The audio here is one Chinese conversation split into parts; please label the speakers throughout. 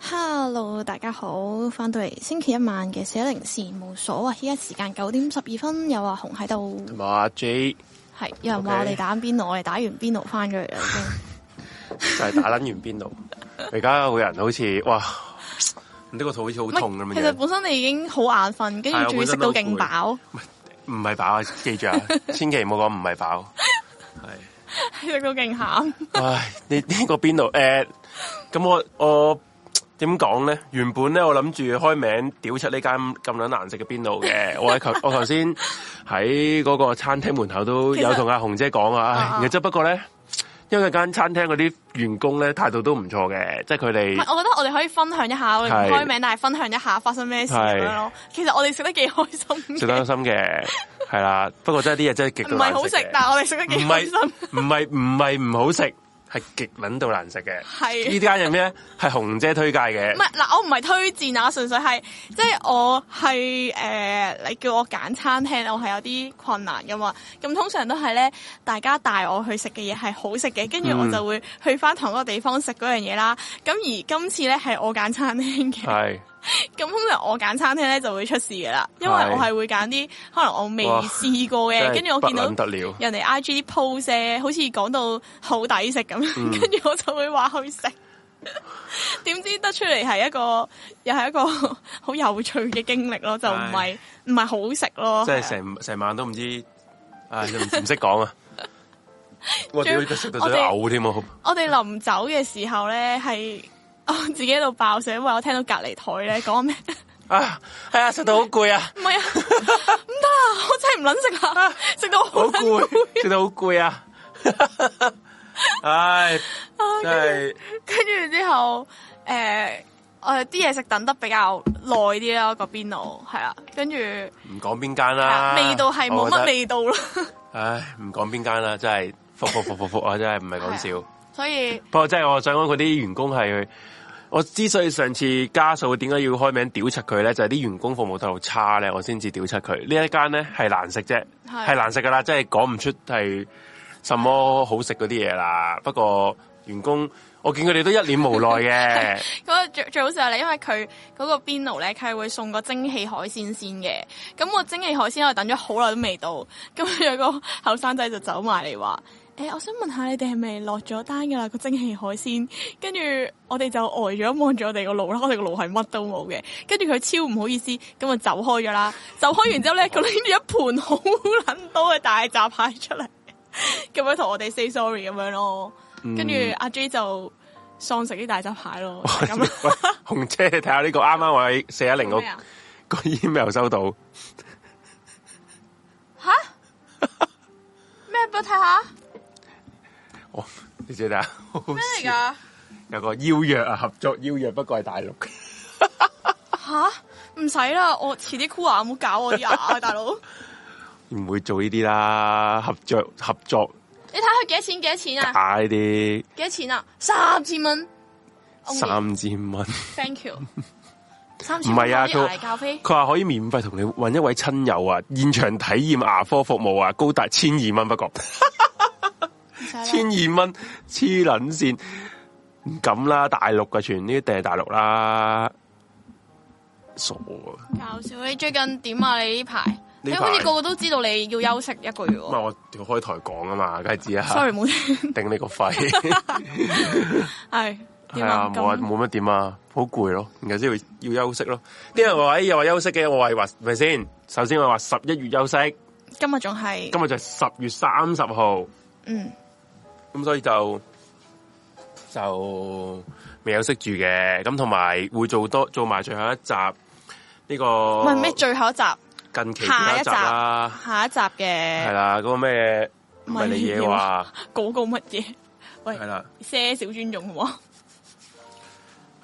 Speaker 1: Hello，大家好，翻到嚟星期一晚嘅寫靈事務所啊！依家時間九點十二分，有阿紅喺度，
Speaker 2: 同埋阿 J
Speaker 1: 係有人話
Speaker 2: OK
Speaker 1: 我哋打緊邊爐，我哋打完邊爐翻咗嚟啦， 已
Speaker 2: 就係打撚完邊 度，而家個人好似哇，呢個肚好似好
Speaker 1: 經
Speaker 2: 痛咁
Speaker 1: 其實
Speaker 2: 樣，
Speaker 1: 本身你已經好眼瞓，跟
Speaker 2: 係啊
Speaker 1: 住仲要食到勁 飽，
Speaker 2: 唔係飽啊！記住啊，千祈唔好講唔係飽。係，
Speaker 1: 食到勁 鹹。
Speaker 2: 唉，呢呢個邊度誒？咁我我點講咧？原本咧我諗住開名屌出呢間咁撚難食嘅邊 度嘅，我喺頭我頭先喺嗰個餐廳門口都有同阿紅姐講啊，唉
Speaker 1: 啊啊
Speaker 2: 然後之後不過咧。因為間餐廳嗰啲員工咧態度都唔錯嘅，即係佢
Speaker 1: 唔
Speaker 2: 哋
Speaker 1: 係我覺得我哋可以分享一下，我哋唔
Speaker 2: 係
Speaker 1: 開名，但係分享一下發生咩事咁樣咯。其實我哋食得幾開心嘅，
Speaker 2: 食得開心嘅，係啦。不過真係啲嘢真係極
Speaker 1: 唔
Speaker 2: 到難
Speaker 1: 係好食
Speaker 2: 嘅，
Speaker 1: 但係我哋食得幾
Speaker 2: 唔
Speaker 1: 開
Speaker 2: 係
Speaker 1: 心。
Speaker 2: 唔係唔係唔好食，係極撚到難食嘅。
Speaker 1: 係
Speaker 2: 呢間係咩？係紅姐推介嘅
Speaker 1: 唔。係嗱，我唔係推薦啊，純粹係即係我係誒、呃你叫我揀餐廳，我係有啲困難噶嘛。咁通常都係咧，大家帶我去食嘅嘢係好食嘅，跟住我
Speaker 2: 嗯
Speaker 1: 就會去翻同一個地方食嗰樣嘢啦。咁而今次咧係我揀餐廳嘅，
Speaker 2: 係
Speaker 1: 咁通常我揀餐廳咧就會出事嘅啦，因為
Speaker 2: 係
Speaker 1: 我係會揀啲可能我未
Speaker 2: 哇
Speaker 1: 試過嘅，跟住我見
Speaker 2: 不撚
Speaker 1: 到
Speaker 2: 得。了，
Speaker 1: 人哋 I G 啲 post 咧，好似講到好抵食咁，跟住、我就會話去食。點知得出嚟係一個，又係一個好有趣嘅經歷咯，就唔係唔係好食咯。
Speaker 2: 即
Speaker 1: 係啊
Speaker 2: 係成成晚都唔知，唉，唔唔識講啊！我
Speaker 1: 最
Speaker 2: 屌，食到
Speaker 1: 我
Speaker 2: 想
Speaker 1: 哋
Speaker 2: 嘔添啊！
Speaker 1: 我哋臨走嘅時候咧，係 我自己喺度爆笑，因為我聽到隔離台咧講咩，
Speaker 2: 啊，係啊，食到好攰啊，
Speaker 1: 唔係啊，唔得啊，我真係唔撚食啊，食到
Speaker 2: 好
Speaker 1: 好撚
Speaker 2: 攰，食到好攰啊！ 唉，真係
Speaker 1: 啊跟住之後，誒、我哋啲嘢食等得比較耐啲啦，個邊爐係啊，跟住係
Speaker 2: 唔講邊間啦
Speaker 1: 啊，味道係冇
Speaker 2: 我覺
Speaker 1: 乜
Speaker 2: 得
Speaker 1: 味道咯，
Speaker 2: 唉，唔講邊間啦，真係服服服服服啊！真係唔係講笑。
Speaker 1: 所以
Speaker 2: 不過真係我想講嗰啲員工係，我之所以上次加數點解要開名屌柒佢咧，就係、啲員工服務態度差咧，我先至屌柒佢。呢一間咧係難食啫，
Speaker 1: 係
Speaker 2: 係難食噶啦，即係講唔出係什麼好食嗰啲嘢啦。不過員工，我見佢哋都一臉無奈嘅，
Speaker 1: 嗰個啊最最好笑係咧，因為佢嗰個邊爐咧，佢係會送個蒸汽海鮮先嘅。咁個蒸汽海鮮我等咗好耐都未到，咁有個後生仔就走埋嚟話：誒、我想問下你哋係咪落咗單㗎啦個蒸汽海鮮？跟住我哋就呆咗望住我哋個爐啦，我哋個爐係乜都冇嘅。跟住佢超唔好意思，咁就走開咗啦。走開完之後咧，佢拎住一盤好撚多嘅大閘蟹出嚟，咁樣同我哋 say sorry 咁樣咯。跟住阿 J 就喪食啲大閘蟹咯，就係 咁啦。啊
Speaker 2: 喂， 紅姐你睇下呢個啱啱我喺四一零個
Speaker 1: 咩啊
Speaker 2: 個 email 收到，
Speaker 1: 吓？咩？啊俾我睇下，
Speaker 2: 我你知唔知啊？好好
Speaker 1: 咩嚟
Speaker 2: 笑
Speaker 1: 噶？
Speaker 2: 有個邀約啊，合作邀約，不過係大陸。
Speaker 1: 吓？唔使啦，我遲啲箍牙，唔好搞我啲牙啊，大佬。
Speaker 2: 唔會做呢啲啦，合作合作
Speaker 1: 你睇下佢幾多錢？幾多錢啊？
Speaker 2: 打呢啲
Speaker 1: 幾多錢啊？三千蚊。Oh,
Speaker 2: 三千蚊，
Speaker 1: Thank you。三
Speaker 2: 唔
Speaker 1: 千蚊
Speaker 2: 係啊，
Speaker 1: 可以捱
Speaker 2: 佢
Speaker 1: 咖啡。
Speaker 2: 佢話可以免費同你搵一位親友啊，現場體驗牙科服務啊，高達千二蚊不過，
Speaker 1: 唔使啦
Speaker 2: 千二蚊黐撚線，唔敢啦，大陸嘅全呢啲定係大陸啦，傻啊！
Speaker 1: 搞笑，你最近點啊？你呢排？
Speaker 2: 呢排啊
Speaker 1: 你好似個個都知道你要休息一個月
Speaker 2: 唔
Speaker 1: 喎。
Speaker 2: 係我要開台講啊嘛，梗係知啊，
Speaker 1: Sorry，冇 聽。
Speaker 2: 頂你個肺，
Speaker 1: 係
Speaker 2: 係
Speaker 1: 點
Speaker 2: 啊
Speaker 1: 啊？，
Speaker 2: 冇啊
Speaker 1: 咁
Speaker 2: 冇乜點啊，好攰咯，然後先會要休息咯。啲人話哎又話休息嘅，我話話咪先，首先我話十一月休息。
Speaker 1: 今日仲係
Speaker 2: 今日就係十月三十號，
Speaker 1: 嗯
Speaker 2: 咁所以就就未有識住嘅，咁同埋會做多做埋最後一集呢、個哦
Speaker 1: 唔係咩？最後一集，
Speaker 2: 近期
Speaker 1: 下
Speaker 2: 嘅
Speaker 1: 一
Speaker 2: 集
Speaker 1: 集
Speaker 2: 啦，
Speaker 1: 下一集
Speaker 2: 係
Speaker 1: 嘅
Speaker 2: 啦，嗰、個咩唔係你嘢話
Speaker 1: 嗰個乜嘢？喂
Speaker 2: 係，啦，
Speaker 1: 些少尊重好啊唔好？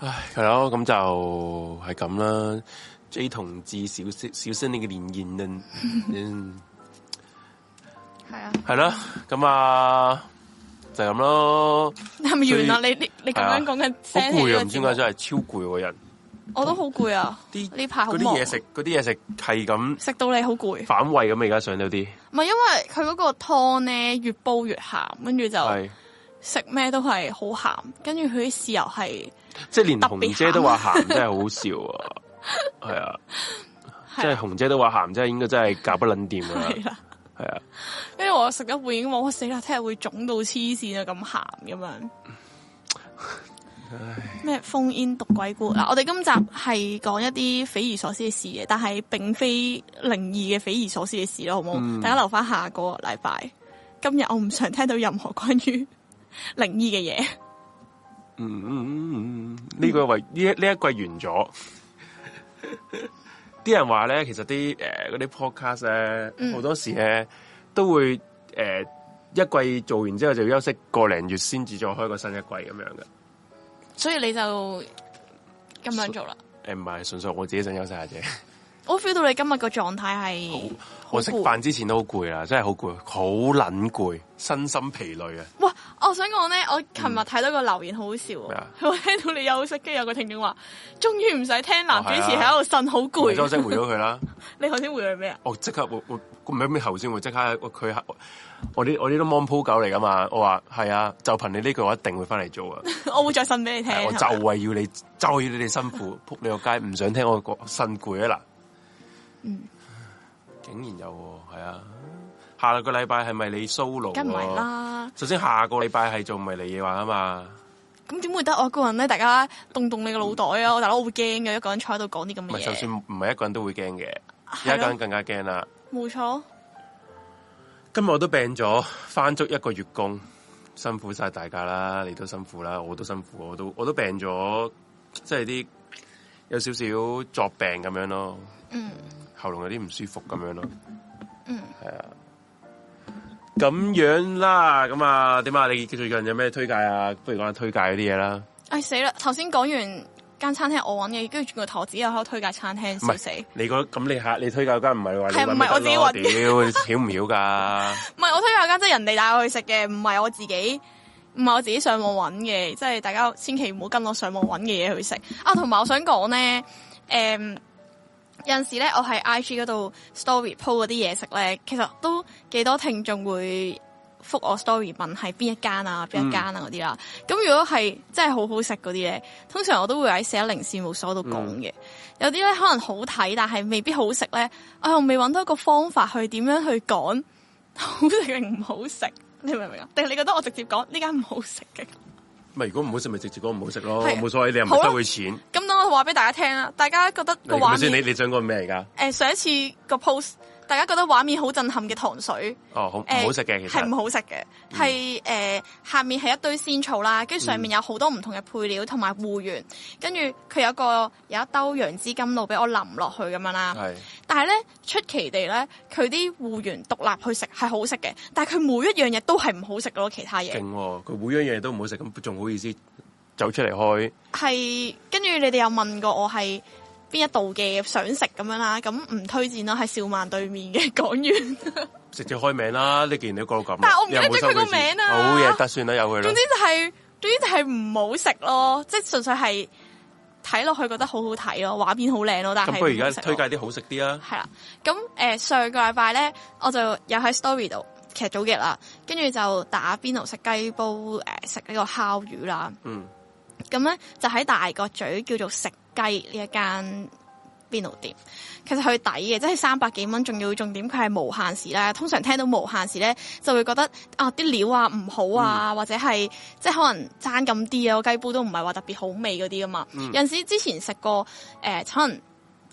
Speaker 2: 唉係咯，咁就係咁啦。J 同志小聲小聲你嘅連言論，嗯
Speaker 1: 係啊。
Speaker 2: 係啦，咁啊就係咁咯，
Speaker 1: 係咪完啦？
Speaker 2: 所
Speaker 1: 你你你咁樣講緊
Speaker 2: 好
Speaker 1: 聲
Speaker 2: 攰啊，唔知
Speaker 1: 氣
Speaker 2: 點解真係超攰喎人。
Speaker 1: 我都好攰啊！
Speaker 2: 啲
Speaker 1: 呢排好
Speaker 2: 嗰啲
Speaker 1: 忙啊
Speaker 2: 嘢食，嗰啲嘢食係咁
Speaker 1: 食到你好攰，唔
Speaker 2: 反胃咁啊！而家上到啲
Speaker 1: 係因為佢嗰個湯咧越煲越鹹，跟住就
Speaker 2: 係
Speaker 1: 食咩都係好鹹，跟住佢啲豉油係
Speaker 2: 即系连
Speaker 1: 特別
Speaker 2: 紅姐都話鹹，真係好笑啊！係啊，即係
Speaker 1: 係
Speaker 2: 紅姐都話鹹，真係應該真係搞不撚掂噶 啦，
Speaker 1: 係啦。
Speaker 2: 係啊，
Speaker 1: 跟住我食一半已經冇，我死啦！聽日會腫到黐線啊，咁鹹咁樣。咩烽煙毒鬼故嗱？我哋今集係講一啲匪夷所思嘅事嘅，但係並非靈異嘅匪夷所思嘅事咯，好唔好？大家留翻下個禮拜。今日我唔想聽到任何關於 靈異嘅嘢。
Speaker 2: 嗯嗯嗯嗯嗯，呢個為呢一呢一季完咗， 啲人話咧，其實啲诶嗰啲 podcast 咧，好多時咧都會诶、呃一季做完之後就休息個零月先至再開個新一季咁樣嘅。
Speaker 1: 所以你就咁樣做啦。
Speaker 2: 诶唔係，純粹我自己想休息下啫。
Speaker 1: 我 feel 到你今日個狀態係
Speaker 2: 我食
Speaker 1: 好攰
Speaker 2: 飯之前都好攰啊啦，真係好攰，好撚攰，身心疲累啊！
Speaker 1: 哇！哦我想講咧，我琴日睇到個留言好好笑
Speaker 2: 咩
Speaker 1: 喎
Speaker 2: 啊，
Speaker 1: 佢話聽到你休息，跟住有個聽眾話：終於唔使聽男主持
Speaker 2: 哦係啊
Speaker 1: 喺度呻好
Speaker 2: 我休
Speaker 1: 攰。
Speaker 2: 息回咗佢 啦。
Speaker 1: 你頭先回佢咩啊？
Speaker 2: 哦我即刻會會唔係咩頭先會即刻我佢我啲我啲都 mon 鋪狗嚟噶嘛，我話係啊，就憑你呢句我一定會翻嚟做啊！
Speaker 1: 我會再呻俾你聽。
Speaker 2: 係啊我 就
Speaker 1: 係咪啊
Speaker 2: 係要你，就係要你哋辛苦，撲你個街，唔想聽我個辛攰啊嗱！
Speaker 1: 嗯
Speaker 2: 竟然有喎，係啊！下個禮拜係咪你 solo？
Speaker 1: 梗唔係。啦。
Speaker 2: 首先下個禮拜係做迷你嘢話啊嘛，
Speaker 1: 咁點會得我一個人咧？大家動動你個腦袋啊！我大佬我會驚嘅，一個人坐喺度講啲咁
Speaker 2: 嗯唔
Speaker 1: 嘅
Speaker 2: 係就
Speaker 1: 嘢。
Speaker 2: 算唔係一個人都會驚嘅，而
Speaker 1: 係
Speaker 2: 家一個
Speaker 1: 咯
Speaker 2: 人更加驚啦。
Speaker 1: 冇錯，
Speaker 2: 今日我都病咗，翻足一個月工，辛苦晒大家啦，你都辛苦啦，我都辛苦，我都我都病咗，即係啲有少少作病咁樣咯，
Speaker 1: 嗯
Speaker 2: 喉嚨有啲唔舒服咁樣咯，
Speaker 1: 嗯，
Speaker 2: 係啊，咁樣啦，咁啊，點啊？你最近有咩推介啊？不如講下推介嗰啲嘢啦，
Speaker 1: 唉哎死啦！頭先講完間餐廳我揾嘅，跟住轉個頭我自己又喺度推介餐廳，
Speaker 2: 唔
Speaker 1: 笑死！
Speaker 2: 係你覺得咁你下你推介嗰間唔係話
Speaker 1: 係
Speaker 2: 你
Speaker 1: 唔係我自己揾
Speaker 2: 自己屌，你曉唔 曉㗎？
Speaker 1: 唔係我推介間即係人哋帶我去食嘅，唔係我自己，唔係我自己上網揾嘅，即係大家千祈唔好跟我上網揾嘅嘢去食。啊，同埋我想講咧，誒、有陣時咧，我喺 IG 嗰度 story po 嗰啲嘢食咧，其實都幾多聽眾會覆我 story 問係邊一間啊、邊一間啊嗰啲啦。咁、如果係真係好好食嗰啲咧，通常我都會喺四一零事務所度講嘅。有啲咧可能好睇，但係未必好食咧，我又未揾到一個方法去點樣去講好食定唔好食，你明唔明啊？定係你覺得我直接講呢間唔好食嘅？
Speaker 2: 咪如果唔好食咪直接講唔好食咯，
Speaker 1: 係啊
Speaker 2: 冇所謂，你又唔
Speaker 1: 好
Speaker 2: 係
Speaker 1: 啊
Speaker 2: 收佢錢，
Speaker 1: 咁等我話俾大家聽啦，大家覺得個
Speaker 2: 你咪
Speaker 1: 畫
Speaker 2: 先你
Speaker 1: 面，誒、
Speaker 2: 你想講咩而家？
Speaker 1: 上一次個 post，大家覺得畫面好震撼嘅糖水，
Speaker 2: 哦，好唔
Speaker 1: 誒
Speaker 2: 好食嘅其
Speaker 1: 係唔
Speaker 2: 實。嗯
Speaker 1: 好食嘅，係誒、下面係一堆仙草啦，跟住上面有好多唔同嘅配料同埋芋圓，跟住佢有個有一兜楊枝甘露俾我淋落去咁樣啦。
Speaker 2: 係
Speaker 1: 但係咧出奇地咧，佢啲芋圓獨立去食係好食嘅，但係佢每一樣嘢都係唔好食咯，其他嘢
Speaker 2: 勁喎，佢每樣嘢都唔好食，咁仲好意思走出嚟開？
Speaker 1: 係跟住你哋有問過我係邊一度嘅想食咁樣啦，咁唔推薦啦，喺兆萬對面嘅港園。
Speaker 2: 直接開名啦！你既然都講到咁啦，啊
Speaker 1: 但係我唔記
Speaker 2: 又
Speaker 1: 得
Speaker 2: 冇
Speaker 1: 咗
Speaker 2: 收
Speaker 1: 佢個
Speaker 2: 錢
Speaker 1: 名啊
Speaker 2: 好嘢得算啦，由佢
Speaker 1: 總之。
Speaker 2: 啦
Speaker 1: 就係、總之就係唔好食咯，即係純粹係睇落去覺得好好睇咯，畫面好靚咯，但係
Speaker 2: 咁不如而
Speaker 1: 唔好食
Speaker 2: 家
Speaker 1: 咯
Speaker 2: 推介啲好食啲啊！
Speaker 1: 係啦，咁誒、呃上個禮拜咧，我就又喺 story 度，其實早幾日啦，跟住就打邊爐食雞煲誒食呢個烤魚啦，
Speaker 2: 嗯，
Speaker 1: 咁咧就喺大角咀叫做食雞呢一間邊爐店，其實佢抵嘅，即係三百幾蚊，仲要重點佢係無限時啦。通常聽到無限時咧，就會覺得啊啲料啊唔好啊，或者係即係可能爭咁啲啊，個雞煲都唔係話特別好味嗰啲噶嘛。有陣時之前食過誒、呃可能。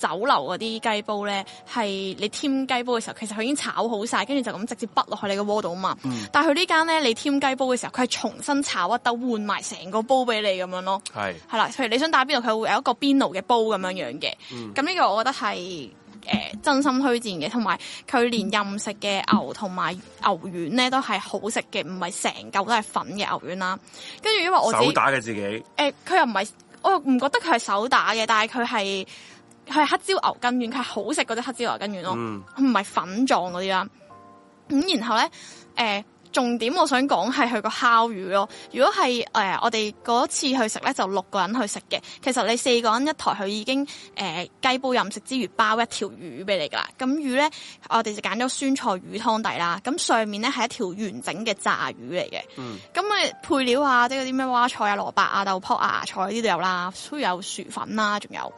Speaker 1: 酒樓嗰啲雞煲咧，係你添雞煲嘅時候，其實佢已經炒好晒，跟住就咁直接畢落去你個鍋度啊嘛。但係佢呢間咧，你添雞煲嘅時候，佢係重新炒一兜，換埋成個煲俾你咁樣咯。
Speaker 2: 係
Speaker 1: 係啦，譬如你想打邊爐，佢會有一個邊爐嘅煲咁樣樣嘅。
Speaker 2: 嗯
Speaker 1: 咁呢、個我覺得係誒、呃真心推薦嘅，同埋佢連任食嘅牛同埋牛丸咧都係好食嘅，唔係成嚿都係粉嘅牛丸啦。跟住因為我自己
Speaker 2: 手打嘅自己，
Speaker 1: 誒，佢、又唔係，我又唔覺得佢係手打嘅，但係佢係佢係黑椒牛筋丸，佢係好哦食嗰啲黑椒牛筋丸咯。
Speaker 2: 嗯，
Speaker 1: 唔係粉狀嗰啲啦。咁然後咧，誒、重點我想講係佢個烤魚咯。如果係誒、呃我哋嗰次去食咧，就六個人去食嘅。其實你四個人一台，佢已經誒、呃、雞煲任食之餘包一條魚俾你㗎啦。咁魚咧，我哋就揀咗酸菜魚湯底啦。咁上面咧係一條完整嘅炸魚嚟嘅。咁咪配料啊，即係嗰啲咩蛙菜啊、蘿蔔啊、豆卜啊、芽菜呢度有啦，都有薯粉啦、仲有。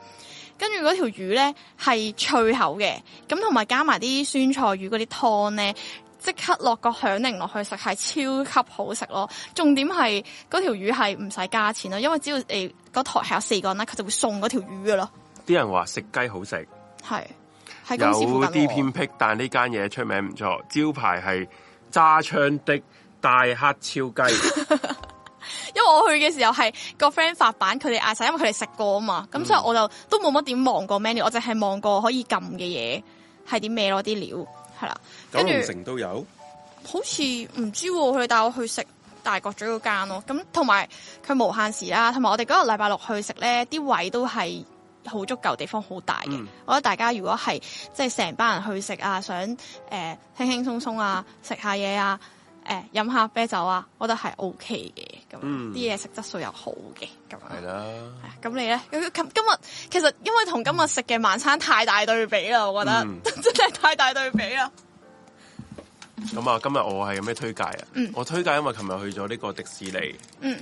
Speaker 1: 跟住嗰條魚咧係脆口嘅，咁同埋加埋啲酸菜魚嗰啲湯咧，即刻落個響鈴落去食係超級好食咯。重點係嗰條魚係唔使加錢咯，因為只要你嗰台係有四個人啦，佢就會送嗰條魚噶咯，
Speaker 2: 啲人話食雞好食，
Speaker 1: 係喺
Speaker 2: 有
Speaker 1: 公司附近
Speaker 2: 啲
Speaker 1: 喎
Speaker 2: 偏僻，但呢間嘢出名唔錯，招牌係揸槍的大黑超 雞，
Speaker 1: 因為我去嘅時候係個 friend 發版，佢哋嗌晒，因為佢哋食過啊嘛，
Speaker 2: 嗯
Speaker 1: 咁、所以我就都冇乜點望過 menu，我淨係望過可以撳嘅嘢係啲咩咯，啲料係啦，
Speaker 2: 九
Speaker 1: 跟
Speaker 2: 龍
Speaker 1: 住
Speaker 2: 城都有。
Speaker 1: 好似唔知喎，佢哋帶我去食大角咀嗰間咯，咁同埋佢無限時啊啦，同埋我哋嗰個禮拜六去食咧，啲位都係。好足夠地方好大嘅，
Speaker 2: 嗯
Speaker 1: 我覺得大家如果係即係成班人去食啊，想誒、呃、輕輕鬆鬆啊，食下嘢啊，誒、飲下啤酒啊，我覺得係 O K 嘅，咁
Speaker 2: 嗯
Speaker 1: 啲嘢食質素又好嘅，咁樣
Speaker 2: 係啦，
Speaker 1: 咁你咧？咁今今日其實因為同今日食嘅晚餐太大對比啦，我覺得、
Speaker 2: 嗯
Speaker 1: 真係太大對比啦。
Speaker 2: 咁啊，今日我係有咩推介啊？我推介，因為琴日去咗呢個迪士尼，
Speaker 1: 嗯，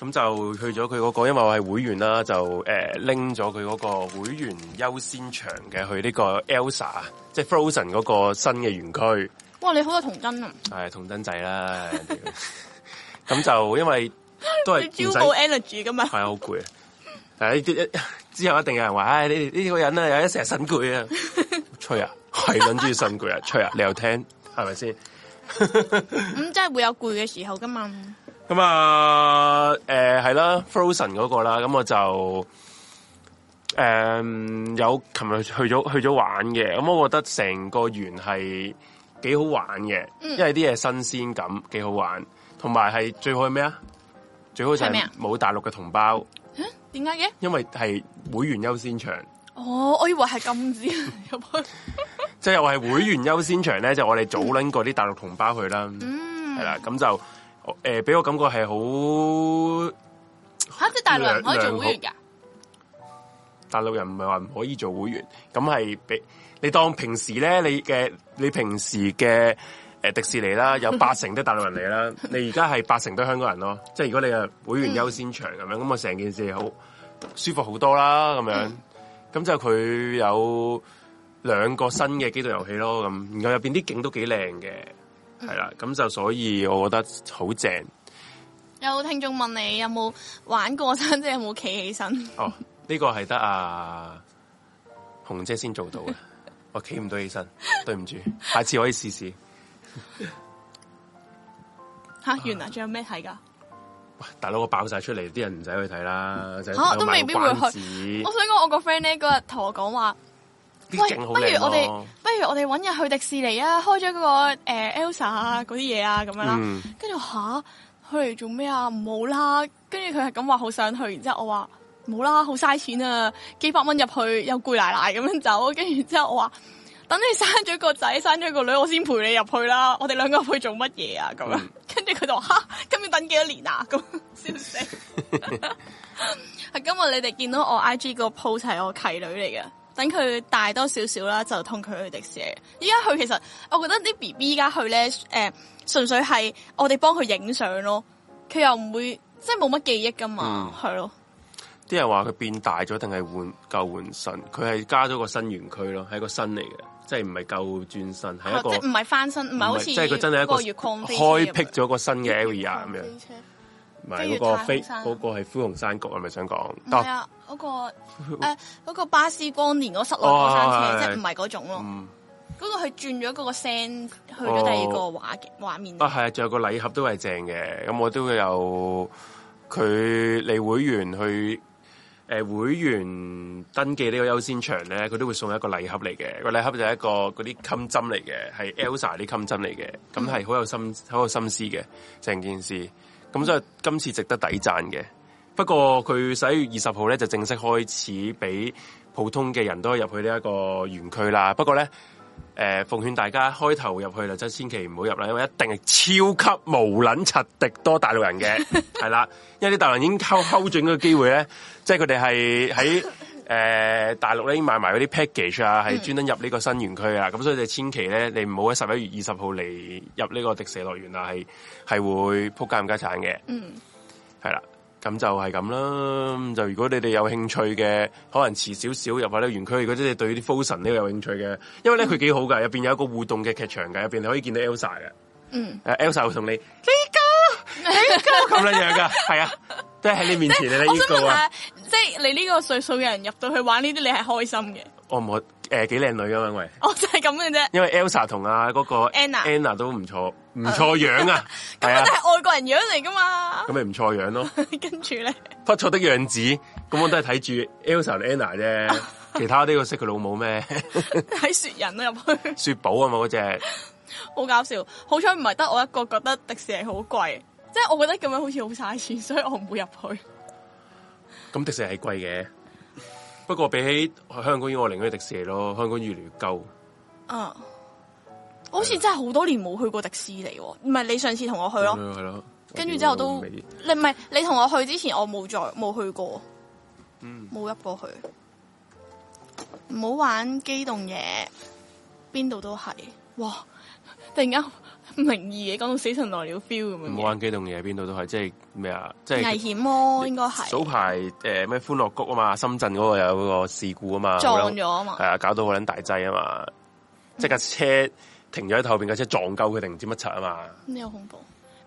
Speaker 2: 咁就去咗佢嗰個，因為我係會員啦，就誒拎咗佢嗰個會員優先場嘅去呢個 Elsa，即係 Frozen 嗰個新嘅園區，
Speaker 1: 哇！你好有童真啊，
Speaker 2: 係童真仔啦。屌 咁就因為都 係
Speaker 1: 你
Speaker 2: 唔
Speaker 1: 超
Speaker 2: 使
Speaker 1: 冇 energy 噶嘛？
Speaker 2: 係啊好攰啊！但係呢啲一之後一定有人話：，唉、呢呢個人啊，有一成日腎攰啊，吹啊，係諗住腎攰啊，吹啊，你又聽係咪先？
Speaker 1: 咁嗯真係會有攰嘅時候噶嘛？
Speaker 2: 咁啊，誒係啦，Frozen 嗰個啦，咁我就誒、有琴日去咗去咗玩嘅，咁我覺得成個園係幾好玩嘅，
Speaker 1: 嗯
Speaker 2: 因為啲嘢新鮮感幾好玩，同埋係最好係咩啊？最好就
Speaker 1: 係咩
Speaker 2: 係
Speaker 1: 啊
Speaker 2: 冇大陸嘅同胞，
Speaker 1: 點解嘅？
Speaker 2: 因為係會員優先場。
Speaker 1: 哦，我以為係禁止 入去。
Speaker 2: 即係我係會員優先場咧，就我哋早撚過啲大陸同胞去啦，
Speaker 1: 嗯，
Speaker 2: 係啦、咁就誒俾、我感覺係好
Speaker 1: 嚇！即係大陸人可以做會員㗎？
Speaker 2: 大陸人唔係話唔可以做會員，咁係俾你當平時咧，你嘅你平時嘅誒、呃迪士尼啦，有八成都大陸人嚟啦，你而家係八成都香港人咯，即係如果你係會員優先場咁樣，咁我成件事好舒服好多啦，咁樣，咁就佢有兩個新嘅機動遊戲咯，咁然後入邊啲景都幾靚嘅，係啦，咁就所以我覺得好正
Speaker 1: 有聽眾問你有冇玩過山車，有冇企起身？
Speaker 2: 哦，呢、個係得啊紅姐先做到嘅， 我企唔到起身，對唔住，下次可以試試。啊
Speaker 1: 嚇！原來仲有咩睇㗎？
Speaker 2: 大佬我爆晒出嚟，啲人唔使去睇啦，就
Speaker 1: 嚇都未必會去
Speaker 2: 去
Speaker 1: 我。想講我個 friend 咧嗰日同我講話。
Speaker 2: 啲景好
Speaker 1: 不如
Speaker 2: 靚
Speaker 1: 我哋
Speaker 2: 咯，
Speaker 1: 不如我哋揾日去迪士尼啊，開咗嗰個誒 Elsa 啊嗰啲嘢啊咁樣啦
Speaker 2: 嗯，
Speaker 1: 跟住吓去嚟做咩啊？唔好啦，跟住佢係咁話好想去，然之後我話冇啦，好嘥錢啊，幾百蚊入去又攰奶奶咁樣走，跟住之後我話等你生咗個仔生咗個女，我先陪你入去啦，我哋兩個入去做乜嘢啊？咁樣
Speaker 2: 嗯，
Speaker 1: 跟住佢就話吓，咁要等幾多年啊？咁笑死！係今日你哋見到我 I G 個 post 係我契女嚟嘅，等佢大多少少啦，就同佢去迪士尼。依家去其實我覺得啲 B B 依家去咧，誒、純粹係我哋幫佢影相咯，佢又唔會即係冇乜記憶噶嘛，係、咯，
Speaker 2: 啲人話佢變大咗定係換舊換新，佢係加咗個新園區咯，係一個新嚟嘅，即係唔係舊轉新，係一
Speaker 1: 哦即係
Speaker 2: 個
Speaker 1: 唔係翻身，唔係好似
Speaker 2: 即係佢真係一
Speaker 1: 嗰
Speaker 2: 個
Speaker 1: 個月光飛車咁
Speaker 2: 開辟咗個新嘅 area 咁樣，
Speaker 1: 飛車
Speaker 2: 唔係
Speaker 1: 飛
Speaker 2: 嗰
Speaker 1: 越
Speaker 2: 個
Speaker 1: 太空
Speaker 2: 飛
Speaker 1: 山
Speaker 2: 嗰個係灰熊山谷係咪想講？
Speaker 1: 唔係啊，嗰、 個誒嗰、個巴斯光年嗰室內過山車，
Speaker 2: 哦係
Speaker 1: 即係唔係嗰種咯。
Speaker 2: 嗯
Speaker 1: 嗰、個佢轉咗嗰個聲，去咗第二個畫嘅畫面。
Speaker 2: 啊，係啊，仲有個禮盒都係正嘅，咁我都會有佢嚟會員去誒、呃、會員登記呢個優先場咧，佢都會送一個禮盒嚟嘅，個禮盒就係一個嗰啲襟針嚟嘅，係 Elsa 啲襟針嚟嘅，咁係好有心好有心思嘅成件事，咁所以今次值得抵讚嘅。不過佢十一月二十號咧就正式開始俾普通嘅人都可以入去呢一個園區啦。不過咧，诶、呃奉勸大家開頭入去就真千祈唔好入啦，因為一定係超級無撚柒敵多大陸人嘅，係啦，因為啲大陸人已經溝溝準個機會咧，即係佢哋係喺诶大陸咧已經買埋嗰啲 package 啊，係專登入呢個新園區啊，咁所以你千祈咧，你唔好喺十一月二十號嚟入呢個迪士尼樂園啊，係係會撲街唔家產嘅。
Speaker 1: 嗯，
Speaker 2: 系啦，咁就係咁啦。咁就如果你哋有興趣嘅，可能遲少少入下呢個園區。如果即係對啲 Fusion 呢個有興趣嘅，因為咧佢幾好噶，入边有一個互動嘅劇場嘅，入边你可以見到 Elsa 嘅。
Speaker 1: 嗯，
Speaker 2: 诶、e l s a 會同你你個你個咁樣樣噶，係啊，即係喺你面前你
Speaker 1: 我
Speaker 2: 呢
Speaker 1: 想
Speaker 2: 個
Speaker 1: 問
Speaker 2: 啊，
Speaker 1: 下，即係你呢個歲數嘅人入到去玩呢啲，你係開心 嘅？
Speaker 2: 我唔可诶几靓女啊噶嘛，因為
Speaker 1: 我就係咁嘅啫。
Speaker 2: 因為 Elsa 同啊嗰個
Speaker 1: Anna
Speaker 2: Anna 都唔錯，唔錯樣啊，係
Speaker 1: 咁我
Speaker 2: 啊
Speaker 1: 都，係外國人樣嚟噶嘛
Speaker 2: 咁。咪唔錯樣咯。
Speaker 1: 跟住咧，
Speaker 2: 不錯的樣子，咁我都係睇住 Elsa 同 Anna 啫， 其他啲我識佢老母咩？
Speaker 1: 睇雪人啊入去，
Speaker 2: 雪寶啊嘛嗰只，
Speaker 1: 好搞笑。好彩唔係得我一個覺得迪士尼好貴，即係我覺得咁樣好似好嘥錢，所以我唔會入去。
Speaker 2: 咁迪士尼係貴嘅，不過比起香港醫院，我寧願去迪士尼咯。香港醫院越嚟越鳩，
Speaker 1: 嗯，我好似真係好多年冇去過迪士尼喎，唔係你上次同我去咯。
Speaker 2: 係咯。
Speaker 1: 跟住之後都，
Speaker 2: 嗯我屌
Speaker 1: 你唔係你同我去之前，我冇再冇去過，
Speaker 2: 嗯
Speaker 1: 冇入過去。唔好玩機動嘢，邊度都係。哇！突然間靈異嘅，講到死神來了 feel 咁樣
Speaker 2: 唔好
Speaker 1: 嘅，
Speaker 2: 玩機動嘢，邊度都係即係咩啊？即
Speaker 1: 嗯危
Speaker 2: 係
Speaker 1: 險咯，應該係
Speaker 2: 早排誒咩歡樂谷啊嘛，深圳嗰個有嗰個事故啊嘛，
Speaker 1: 撞咗啊嘛
Speaker 2: 係啊，搞到好撚大劑啊嘛，即係架車停咗喺後邊，架車撞鳩佢定唔知乜柒啊嘛。
Speaker 1: 呢個恐怖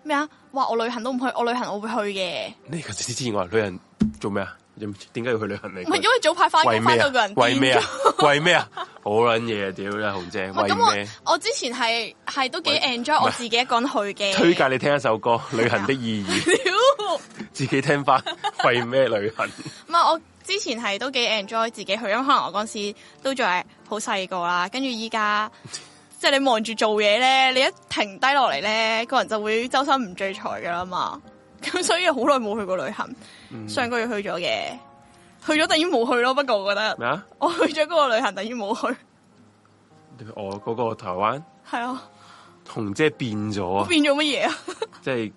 Speaker 1: 咩啊？話我旅行都唔去，我旅行我會去嘅，
Speaker 2: 呢個之前我話旅行做咩啊？點點解要去旅行嚟？
Speaker 1: 唔係因為早排翻
Speaker 2: 為
Speaker 1: 工翻
Speaker 2: 咩
Speaker 1: 到個
Speaker 2: 啊
Speaker 1: 人？
Speaker 2: 為咩
Speaker 1: 癲
Speaker 2: 啊
Speaker 1: 咗？
Speaker 2: 為咩啊？好撚嘢啊！屌啦，紅姐，
Speaker 1: 唔係
Speaker 2: 為咩
Speaker 1: 咁？我我之前係係都幾
Speaker 2: 喂
Speaker 1: enjoy 我自己一個人去嘅，
Speaker 2: 推介你聽一首歌《旅行的意 義》，
Speaker 1: 屌
Speaker 2: 自己聽翻。為咩旅行？
Speaker 1: 唔係我之前係都幾 enjoy 自己去，因為可能我嗰時都仲係好細個啦，跟住依 家即係你望住做嘢咧，你一停低落嚟咧，個人就會周身唔聚財噶啦嘛。咁所以好耐冇去過旅行，
Speaker 2: 嗯
Speaker 1: 上個月去咗嘅，去咗等於冇去咯。不過我覺得
Speaker 2: 咩啊？
Speaker 1: 我去咗嗰個旅行等於冇去，
Speaker 2: 我哦嗰個台灣
Speaker 1: 係啊，
Speaker 2: 紅姐變咗
Speaker 1: 我
Speaker 2: 啊！
Speaker 1: 變咗乜嘢啊？
Speaker 2: 即係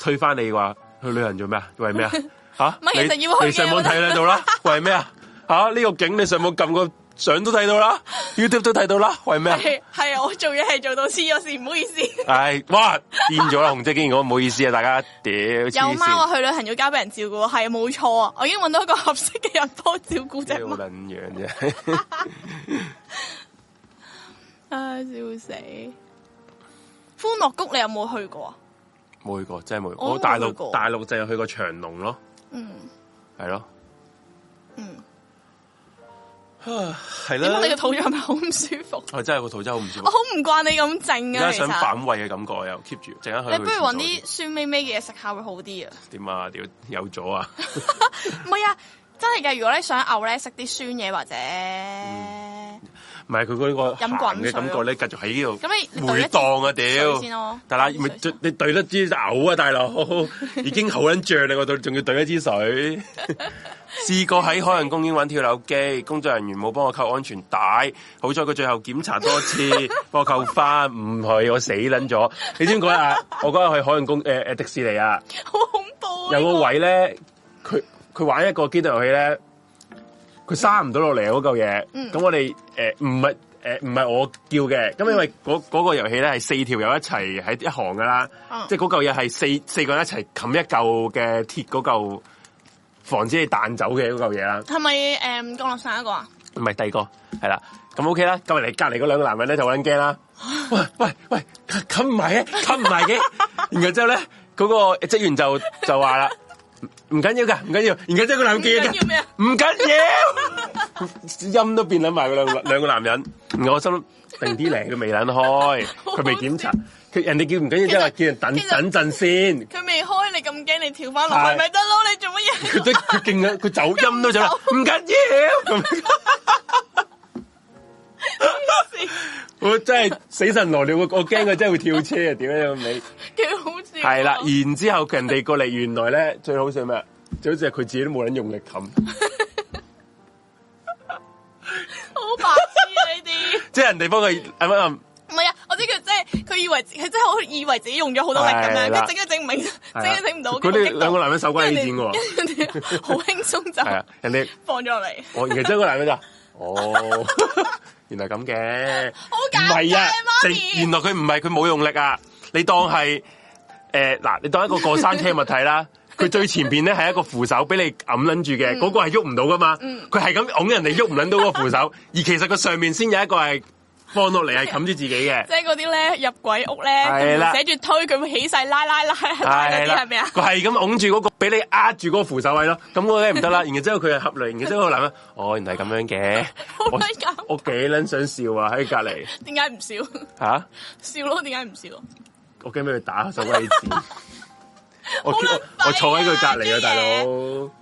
Speaker 2: 推翻你話去旅行做咩啊？為咩啊？吓
Speaker 1: 唔係其
Speaker 2: 你
Speaker 1: 實要去嘅
Speaker 2: 你上網睇得到啦。為咩啊？吓呢個景你上網撳個相都睇到啦，YouTube 都睇到啦。為 咩啊？
Speaker 1: 係係啊，我做嘢係做到黐咗線，唔好意思。
Speaker 2: 唉，哇，癫咗啦！紅姐竟然講唔好意思啊，大家屌黐
Speaker 1: 有
Speaker 2: 線
Speaker 1: 貓啊，去旅行要交俾人照顧，係冇錯啊！我已經揾到一個合適嘅人幫照顧 只
Speaker 2: 屌
Speaker 1: 貓。
Speaker 2: 撚樣啫，
Speaker 1: 啊！笑死！歡樂谷你有冇去過啊？
Speaker 2: 冇去過，真係冇去過。
Speaker 1: 我
Speaker 2: 我
Speaker 1: 都冇
Speaker 2: 大
Speaker 1: 去過
Speaker 2: 陸大陸就係去過長隆咯，
Speaker 1: 嗯
Speaker 2: 係咯，
Speaker 1: 嗯，點解啊你
Speaker 2: 係
Speaker 1: 個
Speaker 2: 啦。
Speaker 1: 肚係咪好唔舒 服？
Speaker 2: 我真係個肚真係好唔舒
Speaker 1: 我
Speaker 2: 服，
Speaker 1: 好唔慣你咁靜
Speaker 2: 而
Speaker 1: 啊！
Speaker 2: 家
Speaker 1: 其
Speaker 2: 想
Speaker 1: 實
Speaker 2: 反胃嘅感覺又 keep 住，陣間去
Speaker 1: 你不如
Speaker 2: 搵
Speaker 1: 揾啲酸味味嘅嘢食下會好 啲啊！
Speaker 2: 點啊？屌有咗啊！
Speaker 1: 唔係啊，真係嘅。如果你想嘔咧，食啲酸嘢或者
Speaker 2: 嗯唔係佢嗰個
Speaker 1: 飲滾
Speaker 2: 鹹嘅感覺咧，繼續喺呢度。
Speaker 1: 咁你你
Speaker 2: 回
Speaker 1: 對一支
Speaker 2: 盪啊
Speaker 1: 水先咯
Speaker 2: 屌！大佬，咪
Speaker 1: 對一支水
Speaker 2: 你對得支嘔啊，大佬，已經好撚脹啦，我對仲要對一 支水。試過喺海洋公園玩跳樓機，工作人員冇幫我扣安全帶，好彩佢最後檢查多 次，幫我扣翻，唔去我死撚咗。你知唔知嗰日啊？我嗰日去海洋公誒誒迪士尼啊，
Speaker 1: 好恐怖啊！
Speaker 2: 有個
Speaker 1: 呢
Speaker 2: 位咧，佢佢玩一個機動遊戲咧，佢生唔到落嚟啊嗰嚿嘢。咁、我哋誒唔係誒唔係我叫嘅，咁因為嗰嗰、個遊戲咧係四條友一齊喺一行噶啦，
Speaker 1: 嗯
Speaker 2: 即係嗰嚿嘢係四四個人一齊冚一嚿嘅鐵嗰嚿，防止你彈走嘅嗰嚿嘢啦。
Speaker 1: 個係咪誒降落傘嗰個啊？
Speaker 2: 唔係第二個，係啦。咁 OK 啦，今日嚟隔離嗰兩個男人咧就好撚驚啦。喂喂喂，冚冚唔埋嘅，冚唔埋嘅。然後之後咧，嗰、個職員就就話啦，唔唔緊要㗎，唔緊要。然後之後佢兩件
Speaker 1: 唔緊要咩啊
Speaker 2: 嘅，唔緊要，音都變撚埋嗰兩個兩個男人。然後我心諗定啲嚟，佢未撚開，佢未檢查，佢人哋叫唔緊要，即係話叫人等
Speaker 1: 其實
Speaker 2: 等陣先。
Speaker 1: 佢未開，你咁驚，你跳翻落去咪得咯？你做乜嘢？
Speaker 2: 佢都佢勁啊！佢走音都走啦，唔緊要咁。我真係死神來了，我我驚佢真係會跳車啊！屌你老味，
Speaker 1: 幾好笑啊。
Speaker 2: 係啦，然之後人哋過嚟，原來咧最好笑咩？啊最好笑係佢自己都冇人用力冚，
Speaker 1: 好白痴啊！呢啲。
Speaker 2: 即即係人哋幫佢啱啱
Speaker 1: 唔係啊，我知佢即係佢以為佢真係好以為自己用咗好多力咁
Speaker 2: 係啦
Speaker 1: 樣，跟住整都整唔明，整都整唔到。
Speaker 2: 佢哋啊兩個男人手瓜
Speaker 1: 關
Speaker 2: 起剪喎，
Speaker 1: 好輕鬆
Speaker 2: 係啊
Speaker 1: 就，
Speaker 2: 人哋
Speaker 1: 放咗落嚟，
Speaker 2: 我而家真係個男人咋？ 哦， 原來咁嘅，
Speaker 1: 好
Speaker 2: 唔
Speaker 1: 簡
Speaker 2: 係
Speaker 1: 單
Speaker 2: 啊
Speaker 1: 啊，媽
Speaker 2: 淨原
Speaker 1: 咪。
Speaker 2: 來佢唔係佢冇用力啊，你當係诶嗱，你當一個過山車物體啦。 佢最前邊咧係一個扶手俾你揞撚住
Speaker 1: 嗯
Speaker 2: 嘅，嗰、個係喐唔到噶嘛。佢係咁拱人哋喐唔撚到嗰個 扶手，而其實佢上面先有一個係放落嚟係冚住自己 嘅。
Speaker 1: 即係嗰啲咧入鬼屋咧，
Speaker 2: 係啦
Speaker 1: 佢寫住推佢會起晒拉拉拉拉
Speaker 2: 係
Speaker 1: 嗰啲
Speaker 2: 啦
Speaker 1: 係咪啊，？
Speaker 2: 佢係咁拱住嗰個俾你壓住嗰個扶手位咯，咁嗰個咧唔得 啦。然後之後佢係合嚟，然後之後個男人，哦，原來係咁樣嘅，
Speaker 1: 好
Speaker 2: 我
Speaker 1: 鬼搞，
Speaker 2: 我幾撚想笑啊！喺隔離
Speaker 1: 點解唔笑？
Speaker 2: 吓，
Speaker 1: 笑咯，點解唔笑？
Speaker 2: 我驚俾佢打手 位置。我
Speaker 1: 好撚啊
Speaker 2: 我我坐喺佢隔離
Speaker 1: 廢
Speaker 2: 啊，
Speaker 1: 啊
Speaker 2: 大佬。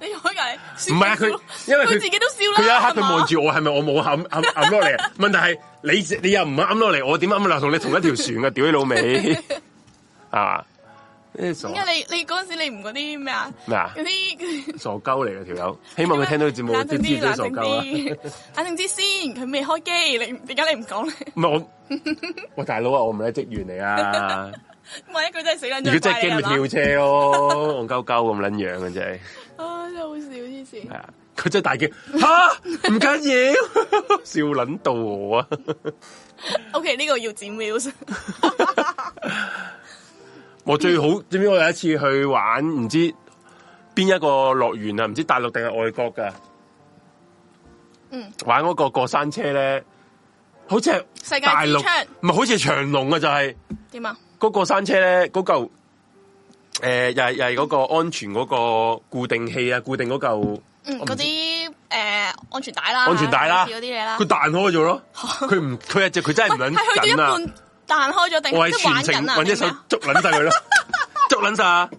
Speaker 1: 你可以係笑
Speaker 2: 唔係啊，佢因為
Speaker 1: 佢自己都笑啦
Speaker 2: 佢有一刻
Speaker 1: 係嘛
Speaker 2: 佢望住我，係咪我冇揞 揞揞落嚟啊？問題係你你又唔肯揞落嚟，我點揞落嚟？同你同一條船啊！屌你老味， 啊！呢啲傻
Speaker 1: 點解你你嗰陣時你唔嗰啲咩啊？
Speaker 2: 咩啊
Speaker 1: 嗰？啲
Speaker 2: 傻鳩嚟嘅條友，希望佢聽到節目
Speaker 1: 冷
Speaker 2: 都
Speaker 1: 靜
Speaker 2: 知自己
Speaker 1: 啲，
Speaker 2: 傻
Speaker 1: 冷
Speaker 2: 鳩啊！
Speaker 1: 靜啲，冷靜啲先。佢未開機，你點解你唔講咧？
Speaker 2: 唔係我，喂大佬啊，我唔係職員 嚟啊！
Speaker 1: 萬一佢真係死撚咗，
Speaker 2: 如果真係
Speaker 1: 怪你係啊
Speaker 2: 驚，咪
Speaker 1: 嘛
Speaker 2: 跳車咯，戇鳩鳩咁撚樣嘅真係，
Speaker 1: 啊！真係好笑黐線
Speaker 2: 係。啊！佢真係大叫吓，唔緊要， 笑撚到 我啊！
Speaker 1: O K，呢個要剪 reels，
Speaker 2: 我最好知唔知？我有一次去玩，唔知邊一個樂園啊？唔知大陸定係外國噶？
Speaker 1: 嗯，
Speaker 2: 玩嗰個過山車咧，好似係
Speaker 1: 世界
Speaker 2: 大陸，
Speaker 1: 之窗
Speaker 2: 唔係好似係長隆啊，就係、
Speaker 1: 點啊？
Speaker 2: 嗰個山車咧，嗰嚿誒又係又係嗰個安全嗰個固定器啊，固定嗰嚿
Speaker 1: 嗯，
Speaker 2: 我唔知
Speaker 1: 嗰啲誒安全帶啦，
Speaker 2: 安全帶啦，
Speaker 1: 嗰啲嘢啦
Speaker 2: 佢，彈開咗咯，佢唔佢係只佢真係唔
Speaker 1: 係係
Speaker 2: 撚
Speaker 1: 去
Speaker 2: 緊
Speaker 1: 到
Speaker 2: 啊
Speaker 1: 一！半彈開咗，定
Speaker 2: 我
Speaker 1: 係
Speaker 2: 係
Speaker 1: 即係玩
Speaker 2: 全程
Speaker 1: 緊啊？
Speaker 2: 揾隻手
Speaker 1: 定咩啊
Speaker 2: 捉撚 晒佢咯，捉撚晒啊，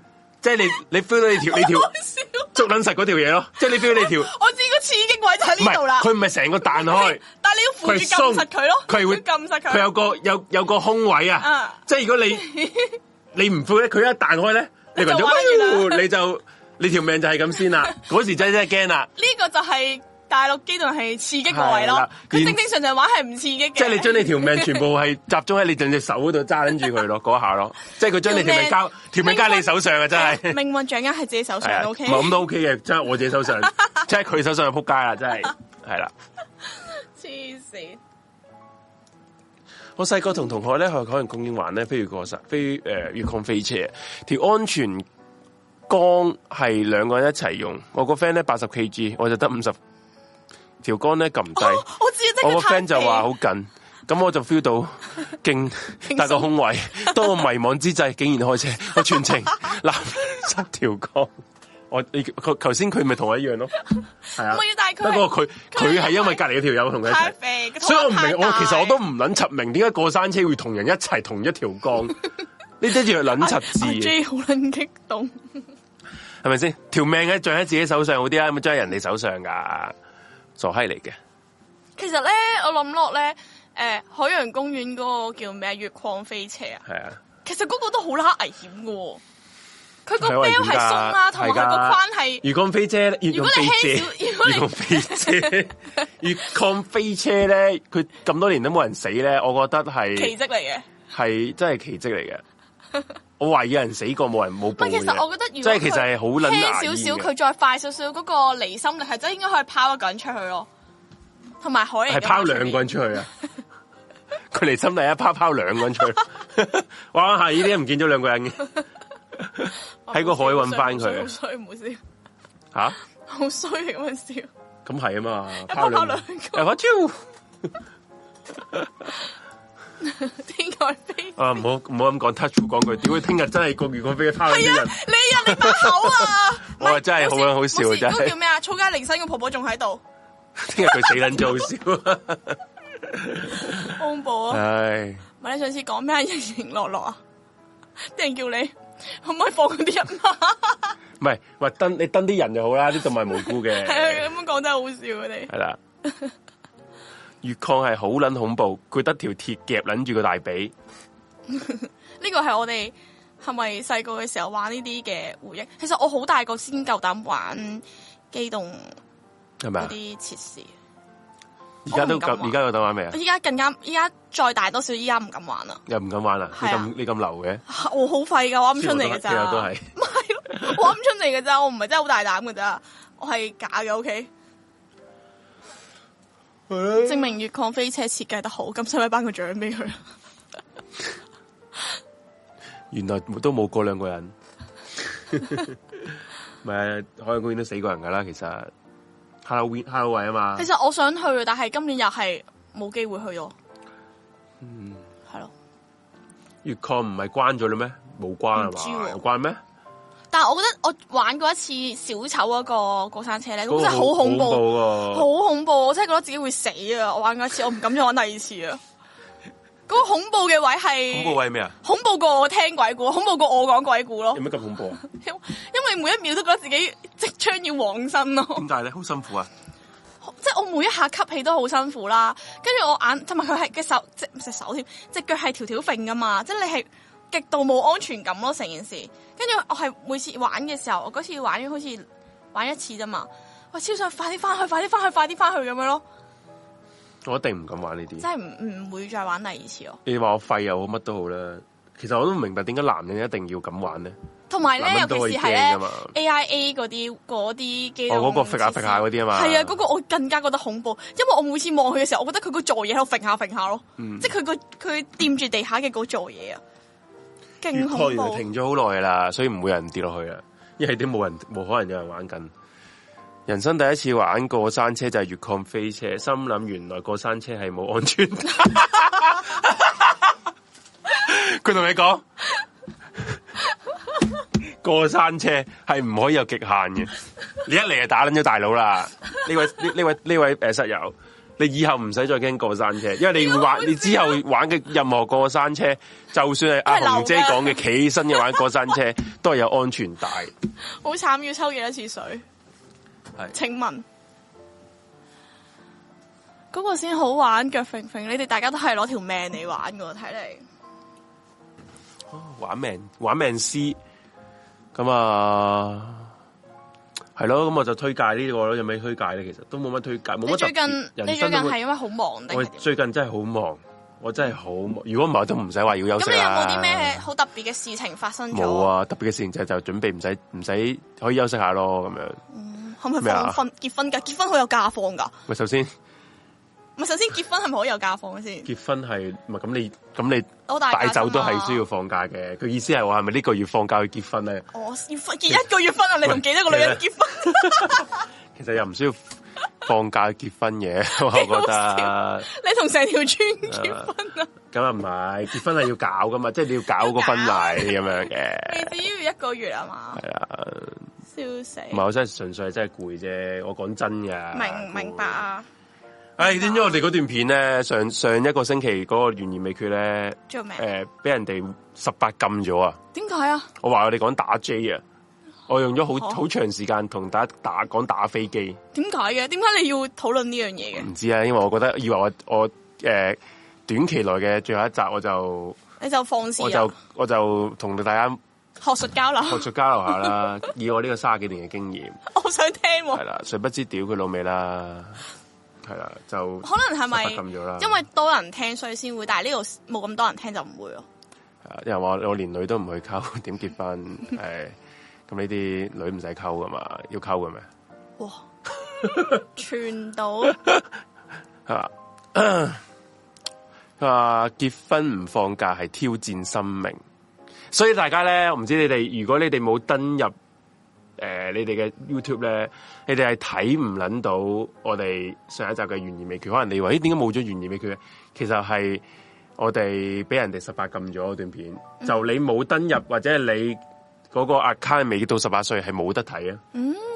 Speaker 2: 即係你你 feel 到 你條你條
Speaker 1: 好笑，
Speaker 2: 捉撚實嗰條嘢咯，即係你 feel 到 你條
Speaker 1: 我知個刺激位就
Speaker 2: 唔
Speaker 1: 喺呢度
Speaker 2: 係
Speaker 1: 啦。
Speaker 2: 佢唔係成個 彈開。
Speaker 1: 但係你要扶住
Speaker 2: 佢
Speaker 1: 撳
Speaker 2: 鬆
Speaker 1: 實佢咯，
Speaker 2: 佢會
Speaker 1: 要撳實佢。
Speaker 2: 佢有個有有個空位啊
Speaker 1: 啊，
Speaker 2: 即係如 果你你唔配咧，佢一彈開咧，你個人
Speaker 1: 就
Speaker 2: 就
Speaker 1: 玩完
Speaker 2: 哎呦你就你條命就係咁 先啦。嗰時真係真係驚啦，
Speaker 1: 呢個就係大陸機動係刺激個位
Speaker 2: 係
Speaker 1: 咯
Speaker 2: 啦，
Speaker 1: 佢
Speaker 2: 然
Speaker 1: 正正常常玩係唔刺激嘅。
Speaker 2: 即係你將你條命全部係集中喺你兩隻手嗰度揸緊住佢咯，嗰下咯，即係佢將你條 命交條命交你手上啊，真係。
Speaker 1: 命運掌握喺自己手
Speaker 2: 係
Speaker 1: 上
Speaker 2: 啊，唔
Speaker 1: ，O K。
Speaker 2: 係咁都 OK 嘅，即係我自己 手上，即係佢手上就撲街啦，真係係啦。
Speaker 1: 黐線，
Speaker 2: 我細個同同學咧去海洋公園玩咧，譬如過山飛誒、呃、越礦飛車，條安全桿係兩個人一齊用。我個 friend 咧八十 kg，我就得五十條桿咧撳低。
Speaker 1: 哦我知即係
Speaker 2: 我個
Speaker 1: 佢太
Speaker 2: friend 就話
Speaker 1: 肥
Speaker 2: 好緊，咁我就 feel 到 勁
Speaker 1: 鬆
Speaker 2: 大個空位。當我迷惘之際，竟然開車， 我全 程攬十條桿。我你佢頭先佢咪同我一 樣咯，係啊
Speaker 1: 唔係，但係佢
Speaker 2: 不過佢
Speaker 1: 佢
Speaker 2: 佢係因為隔離嗰條友同佢一齊
Speaker 1: 太。肥，個肚
Speaker 2: 所以我唔
Speaker 1: 太
Speaker 2: 明，我
Speaker 1: 大
Speaker 2: 其實我都唔撚柒明點解過山車會同人一齊同一條 江，呢啲叫撚柒字
Speaker 1: 阿
Speaker 2: 嘅，
Speaker 1: J 好撚激動，
Speaker 2: 係咪先？條命喺掌喺自己手上好啲啊，有冇掌喺人哋手上噶？傻閪嚟嘅，
Speaker 1: 其實咧，我諗落咧，誒海洋公園嗰個叫咩啊越礦飛車啊，
Speaker 2: 係啊，
Speaker 1: 其實嗰個都好乸危險嘅喎。佢個
Speaker 2: 係危
Speaker 1: bell
Speaker 2: 險㗎
Speaker 1: 係鬆啦，同埋佢個
Speaker 2: 係㗎
Speaker 1: 框係
Speaker 2: 魚缸飛車，魚
Speaker 1: 如
Speaker 2: 缸
Speaker 1: 果你
Speaker 2: 飛
Speaker 1: 輕
Speaker 2: 車
Speaker 1: 少，如果你
Speaker 2: 魚缸飛 車，魚缸飛車咧，佢咁多年都冇人死咧，我覺得
Speaker 1: 奇
Speaker 2: 係
Speaker 1: 蹟嚟嘅。
Speaker 2: 係真係奇蹟嚟嘅。 我懷疑有人死過，冇人冇
Speaker 1: 唔
Speaker 2: 報
Speaker 1: 係，其實我
Speaker 2: 嘅，
Speaker 1: 覺得如
Speaker 2: 即
Speaker 1: 果
Speaker 2: 係其實係好撚
Speaker 1: 輕
Speaker 2: 牙
Speaker 1: 少
Speaker 2: 煙
Speaker 1: 少，
Speaker 2: 嘅
Speaker 1: 佢再快少少，嗰個離心力係真係應該可以拋一個人出去咯。同埋海嚟
Speaker 2: 係
Speaker 1: 嘅
Speaker 2: 拋
Speaker 1: 話
Speaker 2: 兩個人出 去啊！佢嚟心底一拋拋兩個人出去，哇！係呢啲唔見咗兩個人嘅喺個海揾返佢啊
Speaker 1: 好衰，唔好笑，
Speaker 2: 吓，
Speaker 1: 好衰咁樣笑。
Speaker 2: 咁係啊嘛，
Speaker 1: 拋拋
Speaker 2: 兩個
Speaker 1: 兩個
Speaker 2: 係嘛超
Speaker 1: 天外飛
Speaker 2: 啊！唔好唔好咁講，touch wood 講句，屌佢聽日真係個魚缸飛
Speaker 1: 係
Speaker 2: 拋啲
Speaker 1: 啊！
Speaker 2: 人，
Speaker 1: 你啊，你把口啊！唔係
Speaker 2: 我真係好撚好笑啊
Speaker 1: 冇事
Speaker 2: 真係
Speaker 1: 嗰個叫咩啊？草街零生個婆婆仲喺度，
Speaker 2: 聽日佢死撚 咗好笑，
Speaker 1: 好恐怖啊！
Speaker 2: 唉，
Speaker 1: 唔係你上次講咩啊？盈盈落落啊！ 啲人叫你可唔可以放嗰啲人啊？
Speaker 2: 唔係，喂，登你登啲人就好啦，啲動物無辜嘅，
Speaker 1: 係啊，咁樣講真係好笑啊！你
Speaker 2: 係啦。越礦係好撚恐怖，佢得條鐵夾撚住個大髀，
Speaker 1: 呢個係我哋係咪細個嘅時候玩呢啲嘅回憶？其實我好大個先夠膽玩機動
Speaker 2: 係咪
Speaker 1: 嗰
Speaker 2: 啊？
Speaker 1: 啲設施，
Speaker 2: 而家都
Speaker 1: 我唔敢
Speaker 2: 咁，
Speaker 1: 玩
Speaker 2: 而家有得玩未啊？
Speaker 1: 依家更加，依家再大多少，依家唔敢玩啦。
Speaker 2: 又唔敢玩啊？你
Speaker 1: 係啊
Speaker 2: 咁你咁流嘅，
Speaker 1: 我好廢噶，我
Speaker 2: 咁
Speaker 1: 啱出嚟嘅咋。
Speaker 2: 都係。
Speaker 1: 唔係咯， 我啱出嚟嘅咋，我唔係真係好大膽嘅咋，我係假嘅。O K，證 明越礦飛車設計得好，咁使唔使頒個獎俾佢？
Speaker 2: 原來都冇過兩 個人，咪海洋公園都死過人噶啦。其實 Halloween Halloween 啊嘛
Speaker 1: 其，實我想去嘅，但係今年又係冇機會去咯。嗯，係咯。
Speaker 2: 越礦唔係關咗啦咩？冇關啊
Speaker 1: 唔知
Speaker 2: 嘛？
Speaker 1: 喎哎
Speaker 2: 有關咩？
Speaker 1: 但係我覺得我玩過一次小丑嗰個過山車咧，咁真係
Speaker 2: 嗰個
Speaker 1: 好恐怖，好
Speaker 2: 喎！
Speaker 1: 恐怖！我真係覺得自己會死啊！我玩過一次，我唔敢再玩第二次啊！嗰個恐怖嘅位
Speaker 2: 恐怖
Speaker 1: 係
Speaker 2: 位咩啊？
Speaker 1: 恐怖過我聽鬼故，恐怖過我講鬼故咯
Speaker 2: 有。咩咁恐怖啊？
Speaker 1: 因因為每一秒都覺得自己即將要往生咯，
Speaker 2: 點解咧？好辛苦啊！
Speaker 1: 即係我每一下吸氣都好辛苦啦。跟住我眼同埋佢係嘅手，即唔隻手添，隻腳係條條揈噶嘛，即係你係極度冇安全感咯成件事。跟住我係每次玩嘅時候，我嗰次玩好似玩一次啫嘛，我超想快啲翻去，快啲翻去，快啲翻去咁樣咯，
Speaker 2: 我一定唔敢玩呢啲。
Speaker 1: 真係唔唔會再玩第二次咯。
Speaker 2: 你話我廢又好，乜都好啦。其實我都唔明白點解男人一定要咁玩咧。
Speaker 1: 同埋
Speaker 2: 男
Speaker 1: 咧，
Speaker 2: 人
Speaker 1: 尤
Speaker 2: 都
Speaker 1: 其是係
Speaker 2: 會驚㗎
Speaker 1: 咧
Speaker 2: 嘛
Speaker 1: AIA 嗰啲嗰啲機
Speaker 2: 哦嗰個揈下揈下嗰啲啊嘛
Speaker 1: 係啊，嗰、個我更加覺得恐怖，因為我每次望佢嘅時候，我覺得佢個座嘢喺度揈下揈下咯，
Speaker 2: 嗯
Speaker 1: 即係佢個佢掂住地下嘅嗰座嘢啊，
Speaker 2: 越
Speaker 1: 勁
Speaker 2: 礦
Speaker 1: 恐
Speaker 2: 原來
Speaker 1: 怖。
Speaker 2: 停咗好耐啦，所以唔會有人跌落去啊。因為都冇人冇可能有人玩緊。人生第一次玩過山車就係越礦飛車，心諗原來過山車係冇安全帶。 佢同你講，過山車係唔可以有極限嘅。你一嚟就打撚咗大佬啦！呢位呢呢位呢位誒室友，你以後唔使再驚過山車，因為你會玩，你之
Speaker 1: 啊
Speaker 2: 後玩嘅任何過山車，就算係
Speaker 1: 都係
Speaker 2: 阿
Speaker 1: 流啊
Speaker 2: 紅姐
Speaker 1: 㗎
Speaker 2: 講嘅企起身嘅玩過山 車，都係有安全帶。
Speaker 1: 好慘，要抽幾多次水？
Speaker 2: 係
Speaker 1: 請問嗰、個先好玩，腳揈揈，你哋大家都係攞條命嚟玩嘅喎，睇嚟。
Speaker 2: 玩命玩命師，咁啊，係咯，咁我就推介呢、個咯，有咩推介咧？其實都冇乜推介，冇
Speaker 1: 你
Speaker 2: 乜特
Speaker 1: 最近
Speaker 2: 別。
Speaker 1: 你
Speaker 2: 人
Speaker 1: 最
Speaker 2: 生
Speaker 1: 近
Speaker 2: 都
Speaker 1: 係
Speaker 2: 冇
Speaker 1: 因為好忙定
Speaker 2: 我
Speaker 1: 係點？
Speaker 2: 最近真係好忙，我真係好忙。如果唔係都唔使話要休
Speaker 1: 咁
Speaker 2: 息
Speaker 1: 你有
Speaker 2: 啦。
Speaker 1: 冇啲咩好特別嘅事情發生咗？
Speaker 2: 冇啊，特別嘅事情就係就準備唔使唔使可以休息下咯，咁樣。
Speaker 1: 係咪
Speaker 2: 咩啊
Speaker 1: 放婚結婚㗎？結婚可以有假放㗎？
Speaker 2: 喂，首先
Speaker 1: 唔係，首先結婚係咪可以有假放先？
Speaker 2: 結婚係唔係咁你咁你
Speaker 1: 我大
Speaker 2: 擺
Speaker 1: 假
Speaker 2: 酒
Speaker 1: 啫
Speaker 2: 都
Speaker 1: 嘛
Speaker 2: 係需要。放假嘅。佢意思係話係咪呢個月放假去結婚咧？
Speaker 1: 我哦要婚結一個月婚啊！你同幾多個女人結婚？
Speaker 2: 啊其實又唔需要放假去結婚 嘅，我覺 得。啊
Speaker 1: 你同成條村結婚啊？
Speaker 2: 咁啊唔係，結婚係要 搞噶嘛，即係你要搞個婚禮咁樣
Speaker 1: 未
Speaker 2: 嘅。
Speaker 1: 至於一個月啊嘛？
Speaker 2: 係啊，
Speaker 1: 笑死！
Speaker 2: 唔係我真係純粹係真係攰啫，我講真噶。
Speaker 1: 明明白啊？
Speaker 2: 唉，點知我哋嗰段片咧，上上一個星期嗰個懸疑未決咧，
Speaker 1: 做咩？啊
Speaker 2: 诶、俾人哋十八禁咗啊！
Speaker 1: 點解啊？
Speaker 2: 我話我哋講打 J 啊，我用咗好
Speaker 1: 哦
Speaker 2: 好長時間同大家打講打飛機，
Speaker 1: 點解嘅？點解你要討論呢樣嘢嘅？
Speaker 2: 唔知啊，因為我覺得以為我我诶、誒短期內嘅最後一集，我就
Speaker 1: 你就放肆
Speaker 2: 我
Speaker 1: 啊
Speaker 2: 就！我就同大家
Speaker 1: 學術交流，
Speaker 2: 學術交流下啦，以我呢個卅幾年嘅經驗，
Speaker 1: 我想聽
Speaker 2: 係
Speaker 1: 喎。
Speaker 2: 啦，誰不知屌佢老味啦，係啦，就
Speaker 1: 可能係咪
Speaker 2: 十八禁咗啦
Speaker 1: 因為多人聽所以先會？但係呢度冇咁多人聽就唔會咯。
Speaker 2: 有啊人話我連女都唔去溝， 點結婚？誒、咁呢啲女唔使溝噶嘛，要溝嘅咩？
Speaker 1: 哇！傳到
Speaker 2: 係嘛？佢話啊結婚唔放假係挑戰生命，所以大家咧，我唔知你哋，如果你哋冇登入誒、呃你哋嘅 YouTube 咧，你哋係睇唔撚到我哋上一集嘅懸疑未決。可能你話咦點解冇咗懸疑未決嘅？其實係我哋俾人哋十八禁咗嗰段片，就你冇登入或者係你嗰個 account 未到十八歲係冇得睇啊。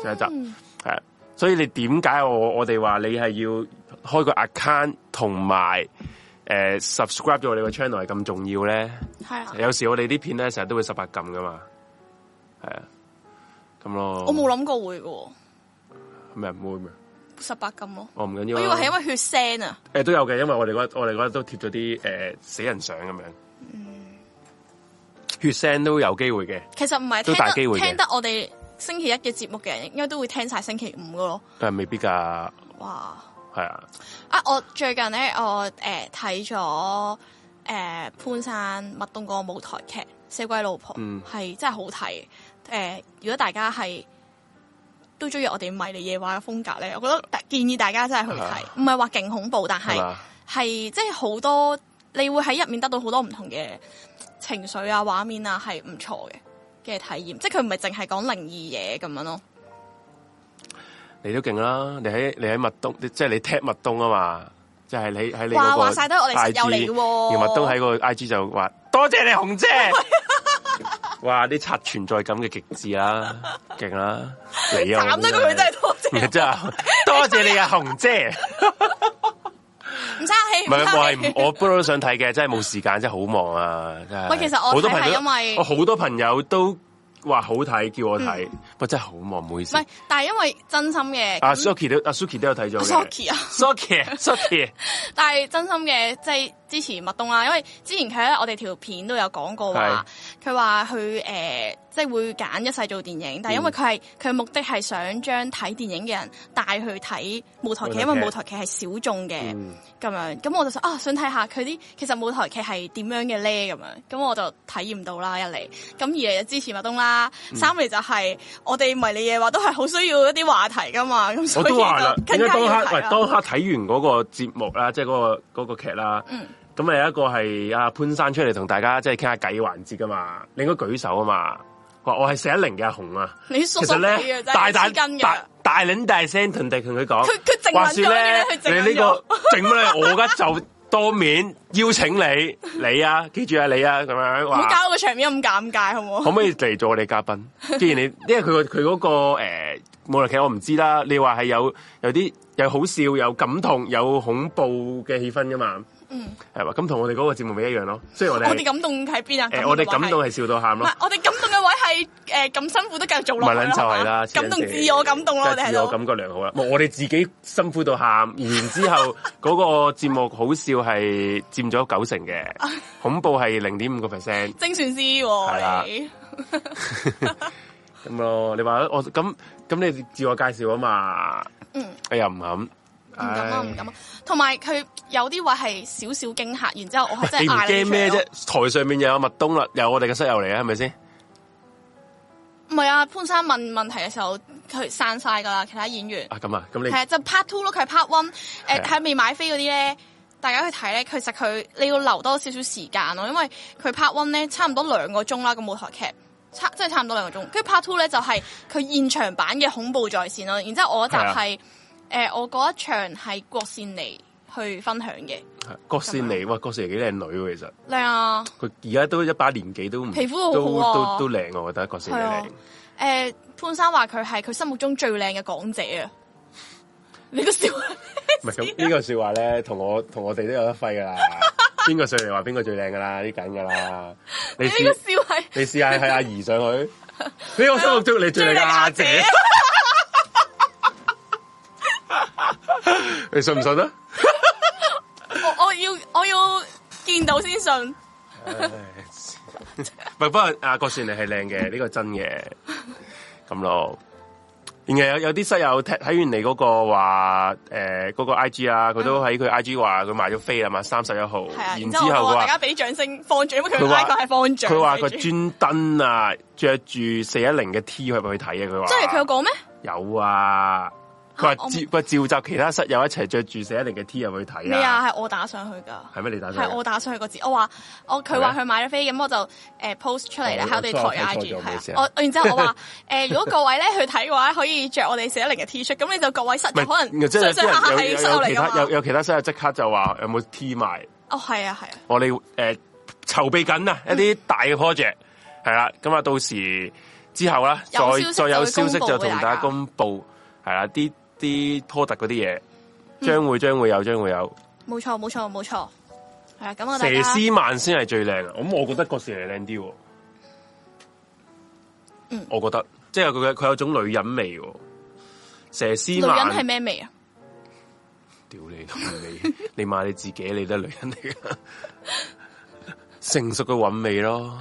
Speaker 2: 上一集係啊，所以你點解我我哋話你係要開個 account 同埋誒 subscribe 咗我哋個 channel 係咁重要咧？
Speaker 1: 係啊！
Speaker 2: 有時我哋啲片咧成日都會十八禁噶嘛，係啊，咁咯。
Speaker 1: 我冇諗過會嘅喎，
Speaker 2: 咩冇咩，
Speaker 1: 十八禁咯。
Speaker 2: 我唔緊要
Speaker 1: 我
Speaker 2: 啦。
Speaker 1: 以為係因為血腥啊，
Speaker 2: 誒都有嘅，因為我哋嗰我哋嗰日都貼咗啲誒死人相咁樣，
Speaker 1: 嗯
Speaker 2: 血腥都有機會嘅，
Speaker 1: 其實唔係
Speaker 2: 都
Speaker 1: 聽
Speaker 2: 大機
Speaker 1: 得
Speaker 2: 會嘅
Speaker 1: 聽得我哋星期一嘅節目嘅人，應該都會聽晒星期五嘅咯。
Speaker 2: 但係未必㗎。
Speaker 1: 哇！
Speaker 2: 係啊，
Speaker 1: 啊！我最近咧，我誒睇咗誒潘山麥東嗰個舞台劇《死鬼老婆》
Speaker 2: 嗯
Speaker 1: 係真係好睇。誒、呃如果大家係都中意我哋迷你夜話嘅風格咧，我覺得大建議大家真係去
Speaker 2: 係啊
Speaker 1: 睇，唔係話勁恐怖，但
Speaker 2: 係
Speaker 1: 係
Speaker 2: 嘛，
Speaker 1: 係即係好多，你會喺入面得到好多唔同嘅情緒啊、畫面啊，係唔錯嘅嘅體驗。即係佢唔係淨係講靈異嘢咁樣咯。
Speaker 2: 你都勁啦，你喺你喺麥東，即係你踢麥東啊嘛，即係你喺你
Speaker 1: 話
Speaker 2: 嗰
Speaker 1: 話晒都係我哋實
Speaker 2: IG
Speaker 1: 友嚟嘅喎
Speaker 2: 而麥東喺個 I G 就話多謝你紅姐， 哇！啲刷存在感嘅極致啦，勁啦，你啊，
Speaker 1: 斬得過佢真係多謝
Speaker 2: 你，真係多謝你啊，紅姐。
Speaker 1: 唔生氣， 唔
Speaker 2: 唔係，我
Speaker 1: 生氣
Speaker 2: 係我不嬲都想睇嘅，真係冇時間，真係好忙啊！真係。
Speaker 1: 喂其實我
Speaker 2: 好多
Speaker 1: 睇係
Speaker 2: 朋友，
Speaker 1: 因為嗯
Speaker 2: 我好多朋友都話好睇，叫我睇，我真係好忙，唔好意
Speaker 1: 唔
Speaker 2: 思
Speaker 1: 係。，嗯但係因為真心嘅
Speaker 2: 阿
Speaker 1: 咁
Speaker 2: Suki 都阿 Suki 啊都有睇咗嘅。
Speaker 1: Suki 啊
Speaker 2: Suki，Suki，
Speaker 1: 但係真心嘅，即係支持麥東啦，因為之前佢喺我哋條片都有講過話，佢話佢誒即係會揀一世做電影，
Speaker 2: 嗯
Speaker 1: 但係因為佢係佢嘅目的係想將睇電影嘅人帶去睇舞台劇，因為
Speaker 2: 舞
Speaker 1: 舞
Speaker 2: 台
Speaker 1: 台劇係小眾嘅
Speaker 2: 嗯
Speaker 1: 咁樣，咁我就想啊想睇下佢啲其實舞台劇係點樣嘅咧咁樣，咁我就體驗到啦一嚟，咁二嚟就支持麥東啦，
Speaker 2: 嗯
Speaker 1: 三嚟就係我哋迷你嘢話都係好需要一啲話題噶嘛，咁
Speaker 2: 我
Speaker 1: 所以
Speaker 2: 都話啦，
Speaker 1: 就
Speaker 2: 點
Speaker 1: 更
Speaker 2: 解
Speaker 1: 加
Speaker 2: 當
Speaker 1: 要啊
Speaker 2: 刻
Speaker 1: 睇
Speaker 2: 喂
Speaker 1: 啦
Speaker 2: 當刻睇完嗰個節目啦，即係嗰個嗰個劇啦，
Speaker 1: 嗯
Speaker 2: 咁有一個係阿潘生出嚟同大家即係傾下偈環節噶嘛，你應該舉手啊嘛，話我係四一零嘅阿紅啊。
Speaker 1: 你縮
Speaker 2: 其實
Speaker 1: 縮地啊，
Speaker 2: 咧，
Speaker 1: 真
Speaker 2: 大
Speaker 1: 係
Speaker 2: 大
Speaker 1: 黐筋
Speaker 2: 大
Speaker 1: 嘅。
Speaker 2: 大撚大聲同地同佢講，
Speaker 1: 佢佢靜
Speaker 2: 話
Speaker 1: 撚
Speaker 2: 說
Speaker 1: 咗
Speaker 2: 咧
Speaker 1: 嘅，佢靜撚咗
Speaker 2: 你呢個靜乜咧？我而家就當面邀請你，你啊，記住啊，你啊，咁樣
Speaker 1: 唔好
Speaker 2: 話，
Speaker 1: 搞個場面咁尷尬，好唔
Speaker 2: 可
Speaker 1: 好？
Speaker 2: 唔可以嚟做我 哋嘉賓？既然你，因為佢個佢嗰個誒舞台劇我唔知啦，你話係有有啲有好笑、有感動、有恐怖嘅氣氛噶嘛？
Speaker 1: 嗯，
Speaker 2: 係嘛？咁同我哋嗰個節目咪一樣咯。雖然
Speaker 1: 我
Speaker 2: 我哋
Speaker 1: 哋
Speaker 2: 係
Speaker 1: 感動喺邊啊？
Speaker 2: 誒，我哋感動
Speaker 1: 嘅位係
Speaker 2: 係笑到喊
Speaker 1: 唔
Speaker 2: 咯
Speaker 1: 係。我哋感動嘅位係诶咁辛苦都繼續做落
Speaker 2: 咪
Speaker 1: 去啦
Speaker 2: 撚就係
Speaker 1: 係
Speaker 2: 啦
Speaker 1: 嘛，感動
Speaker 2: 黐線
Speaker 1: 自我感動咯，我
Speaker 2: 真
Speaker 1: 哋
Speaker 2: 係
Speaker 1: 喺
Speaker 2: 自我
Speaker 1: 度。
Speaker 2: 感覺良好啦。我哋自己辛苦 到喊，然之後嗰個節目好笑係佔咗九成 嘅，恐怖係零點五個 percent
Speaker 1: 精算師
Speaker 2: 係啦
Speaker 1: 喎，你
Speaker 2: 咁咯。你話我咁咁，你自我介紹啊嘛？
Speaker 1: 嗯，
Speaker 2: 哎呀唔肯，唔
Speaker 1: 唔敢啊，唔敢啊！同埋佢有啲位係少少驚嚇，然之後我係真
Speaker 2: 你
Speaker 1: 係
Speaker 2: 唔
Speaker 1: 嗌
Speaker 2: 驚
Speaker 1: 出嚟
Speaker 2: 咩
Speaker 1: 咯嗯
Speaker 2: 啫？？台上面又有麥東啦，有我哋嘅室友嚟啊，係咪先？
Speaker 1: 唔係啊，潘生問問題嘅時候，佢散晒㗎啦，其他演員。
Speaker 2: 啊咁啊，咁你
Speaker 1: 係啊，就 part two 咯，佢係 part one，誒
Speaker 2: 係啊
Speaker 1: 睇未買飛嗰啲咧，大家去睇咧，其實佢你要留多少少時間咯，因為佢 part one 咧差唔多兩個鐘啦，個舞台劇。差即係差唔多兩個鐘，跟住 part two 咧就係、佢現場版嘅恐怖在線咯，然之後我嗰集
Speaker 2: 係啊
Speaker 1: 係誒、呃我嗰一場係郭善妮去分享嘅，
Speaker 2: 啊郭善妮，
Speaker 1: 啊
Speaker 2: 哇，郭善妮幾靚女喎，其實
Speaker 1: 靚啊！
Speaker 2: 佢而家都一把年紀都唔
Speaker 1: 皮膚好
Speaker 2: 都
Speaker 1: 好啊
Speaker 2: 都都靚，我覺得郭善
Speaker 1: 係啊
Speaker 2: 妮靚。
Speaker 1: 誒、潘生話佢係佢心目中最靚嘅港姐啊！你都笑
Speaker 2: 唔係咁呢個说話咧，同我同我哋都有得 揮噶啦。邊個上嚟話邊個最靚噶啦？呢緊噶啦。你
Speaker 1: 你呢個
Speaker 2: 試
Speaker 1: 笑係
Speaker 2: 你試下係阿怡上 去，呢個心目中你最靚嘅阿姐， 你信唔信啊？
Speaker 1: 我我要我要見到先信。
Speaker 2: 唔係不過啊阿郭善妮係靚嘅，呢個真嘅。咁咯。然後有有啲室友睇睇完你嗰個話，誒嗰個 I G 啊，佢都喺佢 I G 話佢買咗飛啦嘛，三十一號。
Speaker 1: 系嗯啊，
Speaker 2: 然
Speaker 1: 然之
Speaker 2: 之
Speaker 1: 後
Speaker 2: 後
Speaker 1: 我話
Speaker 2: 佢話
Speaker 1: 大家俾掌聲放獎，因為佢
Speaker 2: 佢話
Speaker 1: icon 係放獎。
Speaker 2: 佢話 佢
Speaker 1: 記住
Speaker 2: 專登啊，着住四一零嘅 T 入去睇啊！佢話
Speaker 1: 即係佢有講咩？
Speaker 2: 有啊，佢話
Speaker 1: 啊我
Speaker 2: 召佢話召集其他室友一齊着住四一零嘅 T 入去
Speaker 1: 咩
Speaker 2: 睇啊！
Speaker 1: 啊？係我打上去㗎，
Speaker 2: 係咩？你打啊上
Speaker 1: 係我打上去個字。我話我佢話佢買咗飛，咁我就誒 post 出嚟咧
Speaker 2: 哦
Speaker 1: 喺我哋
Speaker 2: 我我
Speaker 1: 台
Speaker 2: 睇錯
Speaker 1: IG
Speaker 2: 咗唔好意思
Speaker 1: 係
Speaker 2: 啊
Speaker 1: 啊。我然之後我話 誒，如果各位咧去睇嘅話，可以着我哋四一零嘅 T 恤，咁你就各位室
Speaker 2: 唔
Speaker 1: 友可
Speaker 2: 然後
Speaker 1: 能
Speaker 2: 即係有
Speaker 1: 上上下下
Speaker 2: 啲人
Speaker 1: 係
Speaker 2: 有
Speaker 1: 室友
Speaker 2: 有有
Speaker 1: 嚟
Speaker 2: 其他
Speaker 1: 㗎
Speaker 2: 有
Speaker 1: 嘛。
Speaker 2: 有其他室友即刻就話有冇 T 埋？
Speaker 1: 哦，係啊，係啊，
Speaker 2: 我哋誒籌備緊啊
Speaker 1: 嗯
Speaker 2: 一啲大嘅 project 係啦，咁啊到時之後啦，再
Speaker 1: 有消息
Speaker 2: 再
Speaker 1: 就
Speaker 2: 有消
Speaker 1: 會
Speaker 2: 息就
Speaker 1: 公佈俾
Speaker 2: 同
Speaker 1: 大家
Speaker 2: 大家公布係啦，啲啲 product 嗰啲嘢
Speaker 1: 嗯
Speaker 2: 將會將會有將會有。
Speaker 1: 冇錯，冇錯，冇錯。係啊，咁我大
Speaker 2: 佘
Speaker 1: 家
Speaker 2: 詩曼先係最靚啊！咁我覺得個佘係靚啲喎。
Speaker 1: 嗯
Speaker 2: 我覺得即係佢嘅佢有種女人味喎。佘
Speaker 1: 女
Speaker 2: 詩
Speaker 1: 人
Speaker 2: 曼
Speaker 1: 係咩味啊？
Speaker 2: 屌你 老味！你買你自己，你都係女人嚟噶。成熟嘅韻味咯。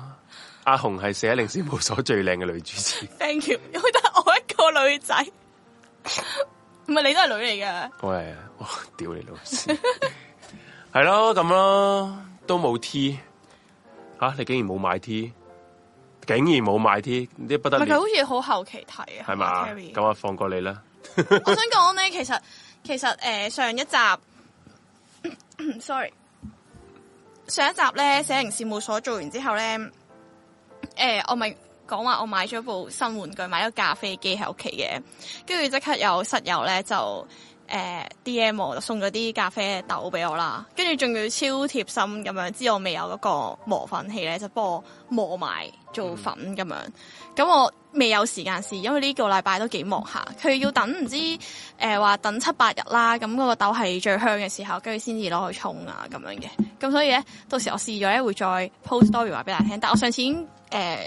Speaker 2: 阿紅係四一零事務所最靚嘅女主持，
Speaker 1: Thank you，因為得我一個女仔，唔係你都係女嚟嘅。
Speaker 2: 我係啊哇屌你老屎，系咯咁咯，都冇 T 吓、你竟然冇買 T，竟然冇買 T，呢不得
Speaker 1: 唔係佢
Speaker 2: 了
Speaker 1: 好似好後期睇啊，
Speaker 2: 係嘛？
Speaker 1: Terry
Speaker 2: 咁啊，放過你啦，
Speaker 1: 我想講咧，其實其實诶、呃上一集嗯，sorry，上一集咧寫靈事務所做完之後咧，诶、我咪講話我買咗部新玩具，買咗咖啡機喺屋企嘅，跟住即刻有室友咧就。誒、D 呃 M 我就送咗啲咖啡豆俾我啦，跟住仲要超貼心咁樣，知我未有嗰個磨粉器咧，就幫我磨埋做粉咁樣。咁我未有時間試，因為呢個禮拜都幾忙下，佢要等唔知誒話、等七八日啦，咁嗰個豆係最香嘅時候，跟住先至攞去沖啊咁樣嘅。咁所以咧，到時我試咗咧會再 post story 話俾大家聽。但我上次已經誒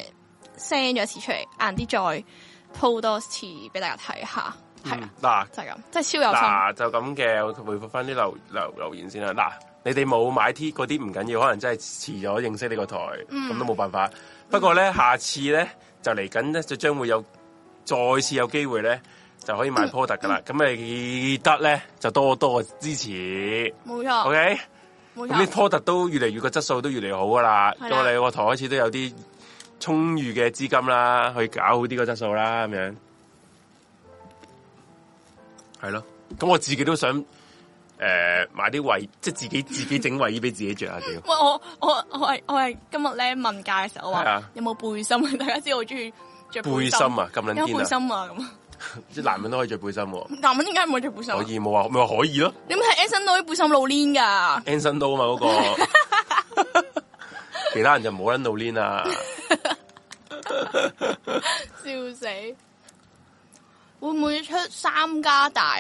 Speaker 1: send 咗一次出嚟，晏啲再 post 多次俾大家睇下，係啊啦
Speaker 2: 嗯，嗱
Speaker 1: 就係咁，即係超有心。
Speaker 2: 嗱就咁嘅，我回覆翻啲留留留言先啦。嗱，你哋冇買 T 嗰啲唔緊要，可能真係遲咗認識呢個台，咁、都冇辦法。不過咧，下次咧就嚟緊咧，就將會有再次有機會咧，就可以買 product 噶啦。咁、你得咧就多多支持
Speaker 1: 冇錯，
Speaker 2: ，OK？
Speaker 1: 冇
Speaker 2: 咁啲
Speaker 1: 錯，
Speaker 2: product 都越嚟越個質素都越嚟越好噶啦。
Speaker 1: 係
Speaker 2: 咁
Speaker 1: 啦
Speaker 2: 我哋個台開始都有啲充裕嘅資金啦，去搞好啲個質素啦，咁樣係咯。咁我自己都想诶、呃、买啲衛，即係 自己自己整衛衣俾自己着啊！屌，
Speaker 1: 喂，我我我係我係今日咧問價嘅時候，我
Speaker 2: 係
Speaker 1: 話
Speaker 2: 啊
Speaker 1: 有冇背心？ 大家知道我中意着
Speaker 2: 背心啊，咁撚
Speaker 1: 有冇背
Speaker 2: 癲啊！
Speaker 1: 心啊咁。
Speaker 2: 即係男人都可以着背心喎，
Speaker 1: 男人點解唔會着背心啊？
Speaker 2: 可以冇話咪話可以咯
Speaker 1: 你有冇睇 Anson 啲背心露鏈噶？
Speaker 2: ，Anson 都啊嘛嗰 個，其他人就冇撚啊到 l 啦。
Speaker 1: 笑死！會唔會出三加大？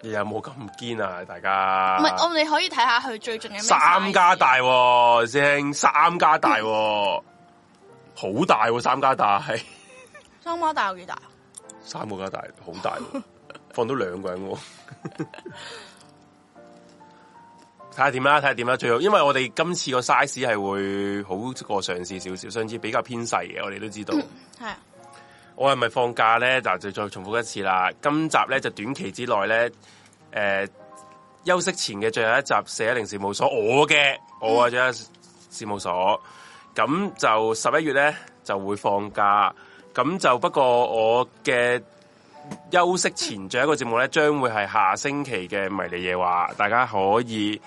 Speaker 2: 你有冇咁堅啊？大家
Speaker 1: 唔係、我哋可以睇下佢最近嘅咩
Speaker 2: 三加
Speaker 1: size
Speaker 2: 大喎、師兄，三加大喎、好大喎、三加大 係
Speaker 1: 三加大有幾大？
Speaker 2: 三個加大，好大、喎，放到兩個人喎、 睇下點啦，睇下點啦，最好，因為我哋今次個 size 係會好過上次少少，上次比較偏細嘅，我哋都知道。
Speaker 1: 係啊，
Speaker 2: 我係咪放假咧？嗱，就再重複一次啦。今集咧就短期之內咧，诶、休息前嘅最後一集四一零事務所，我嘅我啊，最後一事務所。咁就十一月咧就會放假。咁就不過我嘅休息前最後一個節目咧，將會係下星期嘅迷你夜話，大家可以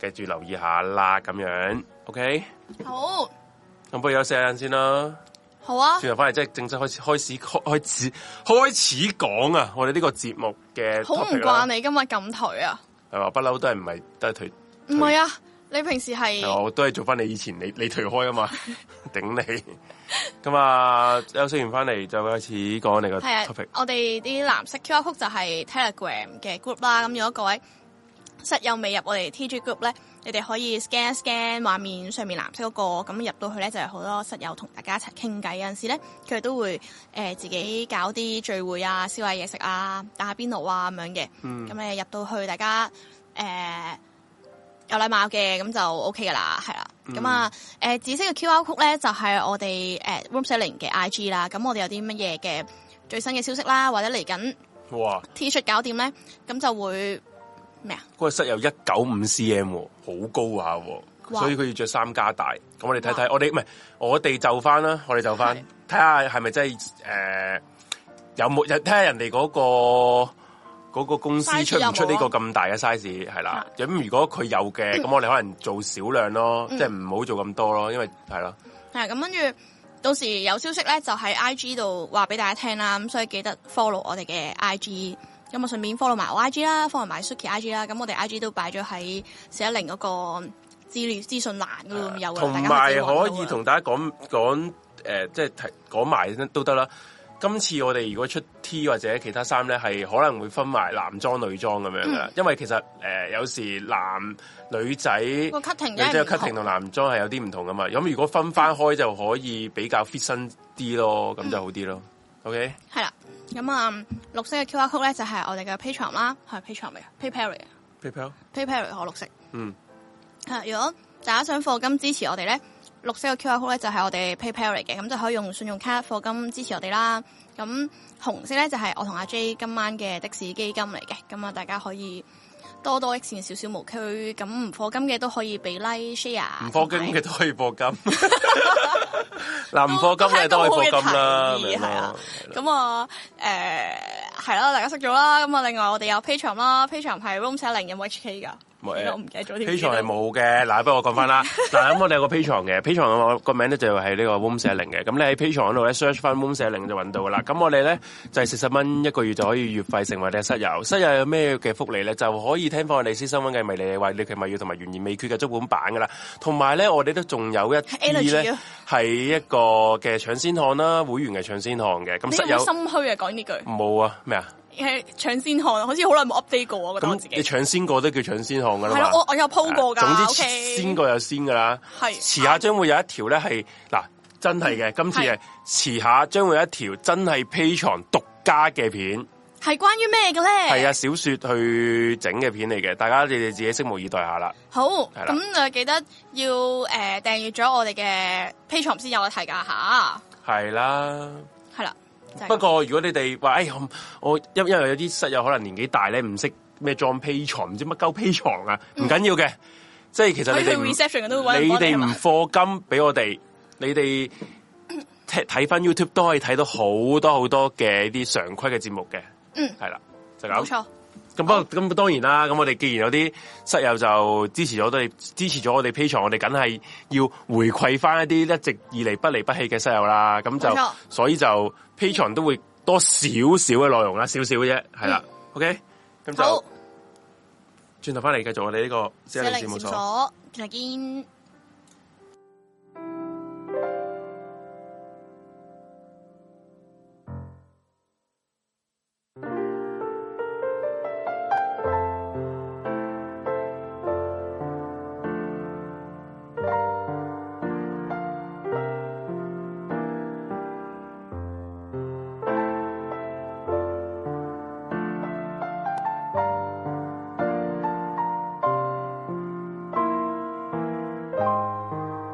Speaker 2: 繼續留意下啦。咁樣，OK，
Speaker 1: 好
Speaker 2: 咁不如休息一陣先啦。
Speaker 1: 好啊，
Speaker 2: 轉頭翻嚟，即係正式開始開始開始開始講啊！我哋呢個節目嘅
Speaker 1: 好唔慣你今日咁頹啊！
Speaker 2: 係嘛？不嬲都係唔係都係退，
Speaker 1: 唔係啊，你平時係
Speaker 2: 係啊我都係做翻你以前你你退開啊 嘛，頂你！咁啊，休息完翻嚟就開始講你個
Speaker 1: 係啊
Speaker 2: topic，。
Speaker 1: 我哋啲藍色 QR code 就係 Telegram 嘅 group 啦。咁如果各位室友未入我哋 TG group 咧，你哋可以 scan 一 scan 畫面上面藍色嗰、個，咁入到去咧就係好多室友同大家一齊傾偈。有陣時咧，佢哋都會誒、呃自己搞啲聚會啊、燒下嘢食啊、打下邊爐啊咁樣嘅。咁、你入到去，大家誒。呃有禮貌嘅，咁就 O K 噶啦，係啦。咁啊，誒、紫色嘅 Q R code 咧，就係、我哋誒、Room 呃四零嘅 I G 啦。咁我哋有啲乜嘢嘅最新嘅消息啦，或者嚟緊
Speaker 2: 哇！
Speaker 1: T 恤搞掂咧，咁就會咩啊？
Speaker 2: 嗰個室友一九五 cm，喎好高下喎，
Speaker 1: 哇
Speaker 2: 所以佢要着三加大。咁我哋睇
Speaker 1: 哇
Speaker 2: 睇，我哋唔係我哋就翻啦，我哋就翻
Speaker 1: 係
Speaker 2: 睇下係咪真係誒、呃有冇有睇下人哋嗰、個嗰、個公司
Speaker 1: Size
Speaker 2: 出
Speaker 1: 有
Speaker 2: 唔
Speaker 1: 冇
Speaker 2: 出呢個咁大嘅 size 係
Speaker 1: 啊
Speaker 2: 啦。咁如果佢有嘅，咁我哋可能做少量咯，
Speaker 1: 嗯
Speaker 2: 即係唔好做咁多咯，因為係咯，
Speaker 1: 係啊咁跟住到時有消息咧，就喺 I G 度話俾大家聽啦。咁所以記得 follow 我哋嘅 I G。咁我順便 follow 埋我 I G 啦，follow 埋 Suki I G 啦。咁我哋 I G 都擺咗喺四一零嗰個資料資訊欄嗰度嗯有㗎啦啊
Speaker 2: 呃啊同
Speaker 1: 大
Speaker 2: 埋
Speaker 1: 家
Speaker 2: 可
Speaker 1: 自己揾到㗎啦
Speaker 2: 以
Speaker 1: 啊
Speaker 2: 同大家講講誒，即係提講埋都得啦。今次我哋如果出 T 或者其他衫咧，係可能會分埋男裝女裝咁樣噶
Speaker 1: 嗯
Speaker 2: 啦，因為其實誒、呃有時男女仔
Speaker 1: 個 cutting
Speaker 2: 女
Speaker 1: 真係唔
Speaker 2: 仔嘅
Speaker 1: 同
Speaker 2: cutting 同男裝係有啲唔同噶嘛。咁如果分翻開就可以比較 fit 身啲咯，
Speaker 1: 嗯
Speaker 2: 咁就好啲咯。OK，
Speaker 1: 係啦。咁啊，綠色嘅 QR code 咧就係我哋嘅 Patreon 啦，係 Patreon 嚟嘅，PayPal 嚟嘅。
Speaker 2: PayPal
Speaker 1: PayPal 可綠色。
Speaker 2: 嗯
Speaker 1: 啊，如果大家想課金支持我哋咧，綠色嘅 QR code 咧就係我哋 PayPal 嚟嘅，咁就可以用信用卡課金支持我哋啦。咁紅色咧就係我同阿 J 今晚嘅的士基金嚟嘅，咁啊大家可以多多益善少少無區，咁唔課金嘅都可以俾 like share。
Speaker 2: 唔課金嘅都可以課金， 嗱唔
Speaker 1: 都
Speaker 2: 課金嘅都可以課
Speaker 1: 都係一
Speaker 2: 金啦，明
Speaker 1: 個好嘅提議係啊
Speaker 2: 嘛？
Speaker 1: 咁啊，誒係啦，大家識咗啦。咁啊，另外我哋有 Patreon 啦，Patreon 係 Room 四零有冇 HK 㗎？
Speaker 2: 冇
Speaker 1: 死啦
Speaker 2: 誒
Speaker 1: 我唔記得咗
Speaker 2: p
Speaker 1: 添。
Speaker 2: a t r o n 係冇嘅，嗱，不過我講 翻啦，嗱，咁我哋有個 Patron 嘅，Patron 個名咧就係呢個 Room 舍零嘅，咁你喺 Patron 嗰度咧 search 翻 Room 舍零就揾到噶啦，咁我哋咧就係四十蚊一個月就可以月費成為你嘅室友，室友有咩嘅福利咧就可以聽翻我哋先生溫嘅迷你話你嘅迷語同埋懸而未決嘅足本版噶啦，同埋咧我哋都仲有一啲
Speaker 1: Energy
Speaker 2: 咧
Speaker 1: 啊
Speaker 2: 係一個嘅搶先看啦，會員嘅搶先看嘅，咁
Speaker 1: 你
Speaker 2: 室
Speaker 1: 有冇
Speaker 2: 友
Speaker 1: 心虛啊？講呢句
Speaker 2: 冇啊咩啊？
Speaker 1: 係搶先看，好似好耐冇 update 過，我覺得我
Speaker 2: 咁
Speaker 1: 自己
Speaker 2: 你。搶先過都叫搶先看噶啦
Speaker 1: 係
Speaker 2: 嘛
Speaker 1: 咯，我我有 po 過㗎。
Speaker 2: 啊總
Speaker 1: o
Speaker 2: 之
Speaker 1: k
Speaker 2: 先過有先噶啦。
Speaker 1: 係嗯
Speaker 2: 遲下將會有一條咧係嗱，真係嘅，今次係遲下將會有一條真係 P 床獨家嘅片，
Speaker 1: 係關於咩嘅咧？
Speaker 2: 係啊，小說去整嘅片嚟嘅，大家你哋自己拭目以待下啦。
Speaker 1: 好，
Speaker 2: 係啦
Speaker 1: 咁就記得要誒訂閱咗我哋嘅 Patreon 先有得睇㗎嚇，
Speaker 2: 係啦，
Speaker 1: 係啦。就係咁
Speaker 2: 不過如果你哋話，哎呀，我我因因為有啲室友可能年紀大咧，唔識咩裝 P 床，唔知乜鳩 P 床啊，唔緊要嘅，即係其實
Speaker 1: 可以
Speaker 2: 你
Speaker 1: 去
Speaker 2: 哋唔
Speaker 1: reception 都嗯會揾
Speaker 2: 你
Speaker 1: 我
Speaker 2: 哋
Speaker 1: 係
Speaker 2: 唔
Speaker 1: 嘛
Speaker 2: 課金俾我哋，你哋 睇睇翻 YouTube 都可以睇到好多好多嘅啲常規嘅節目嘅。
Speaker 1: 嗯
Speaker 2: 係啦，就
Speaker 1: 冇
Speaker 2: 咁。
Speaker 1: 錯，
Speaker 2: 咁不過咁當然啦，咁我哋既然有啲室友就支持咗我哋，支持咗我哋 P 床，我哋梗係要回饋翻一啲一直以嚟不離不棄嘅室友啦。咁
Speaker 1: 冇錯
Speaker 2: 就所以就 P 床都會多少少嘅內容啦，少少嘅啫，係啦。OK，咁
Speaker 1: 嗯好
Speaker 2: 就，轉頭翻嚟繼續我哋呢個四
Speaker 1: 四
Speaker 2: 零事
Speaker 1: 零
Speaker 2: 務
Speaker 1: 事務
Speaker 2: 所。
Speaker 1: 所，轉頭見。
Speaker 3: Hãy subscribe cho kênh Ghiền Mì Gõ Để không bỏ lỡ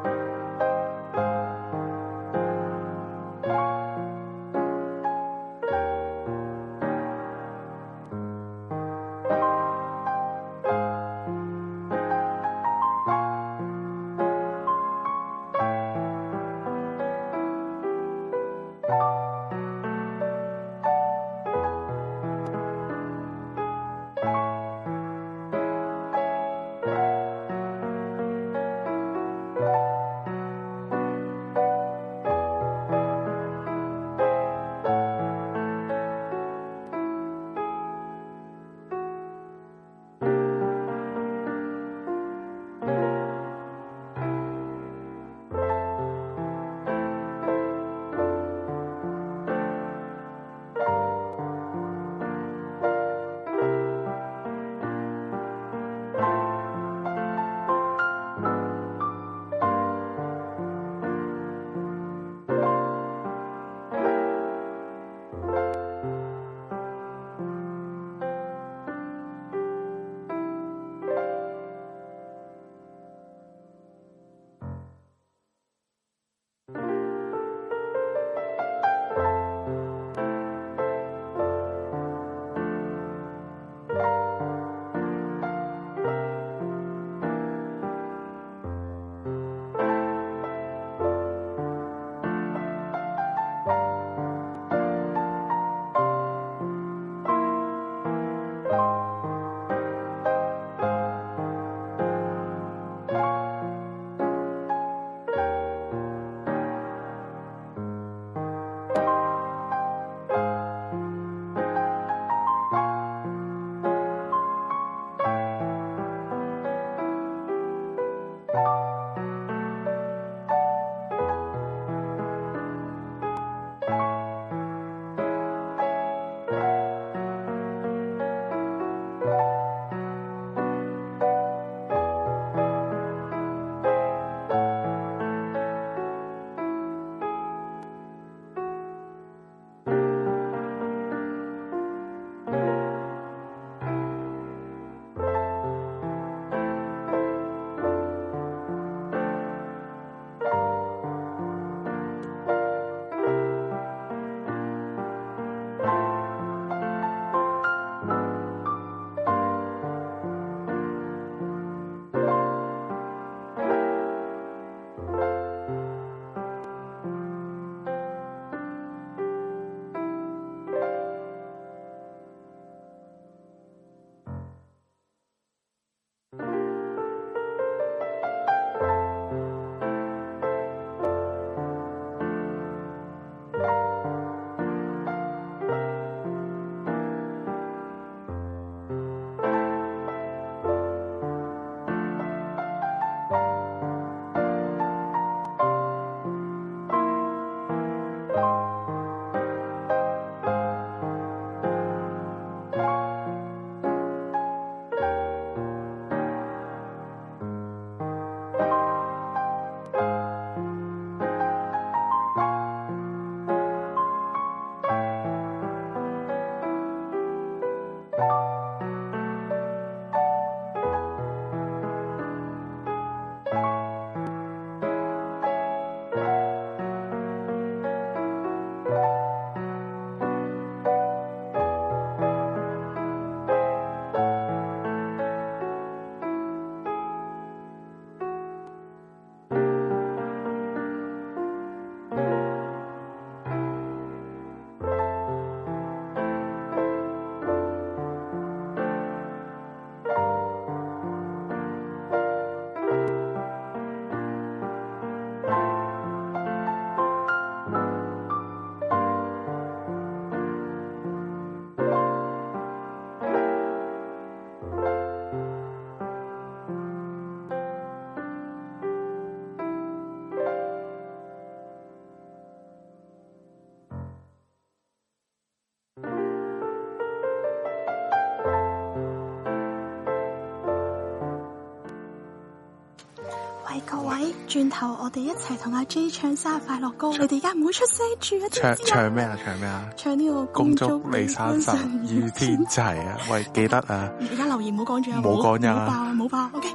Speaker 4: 喂，各位，轉頭我哋一齊同阿 J 唱生日快樂歌，你哋而家唔好出聲住啊！知唔
Speaker 5: 唱
Speaker 4: 知啊
Speaker 5: 唱咩啊？唱咩啊？
Speaker 4: 唱呢個
Speaker 5: 恭
Speaker 4: 祝
Speaker 5: 祝你生辰與天齊 啊！喂，記得啊！
Speaker 4: 而家留言唔好講住啊，
Speaker 5: 唔好講呀
Speaker 4: 唔好爆啊，唔好爆啊，OK。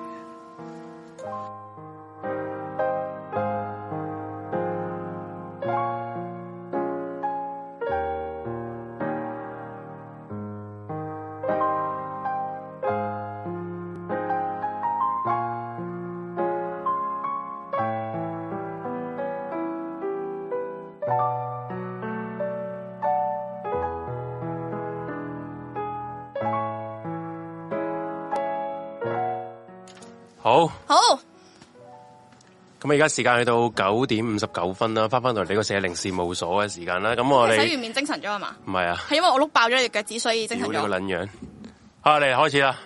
Speaker 2: 好，
Speaker 3: 好，
Speaker 2: 咁啊而家時間去到九點五十九分啦，翻翻到嚟呢個社靈事務所嘅時間啦。咁我
Speaker 3: 洗
Speaker 2: 哋
Speaker 3: 完面精神咗啊嘛？
Speaker 2: 唔係啊，
Speaker 3: 係因為我碌爆咗你隻腳趾，所以精
Speaker 2: 屌
Speaker 3: 神
Speaker 2: 呢個
Speaker 3: 咗。
Speaker 2: 撚樣。好，我哋開始啦。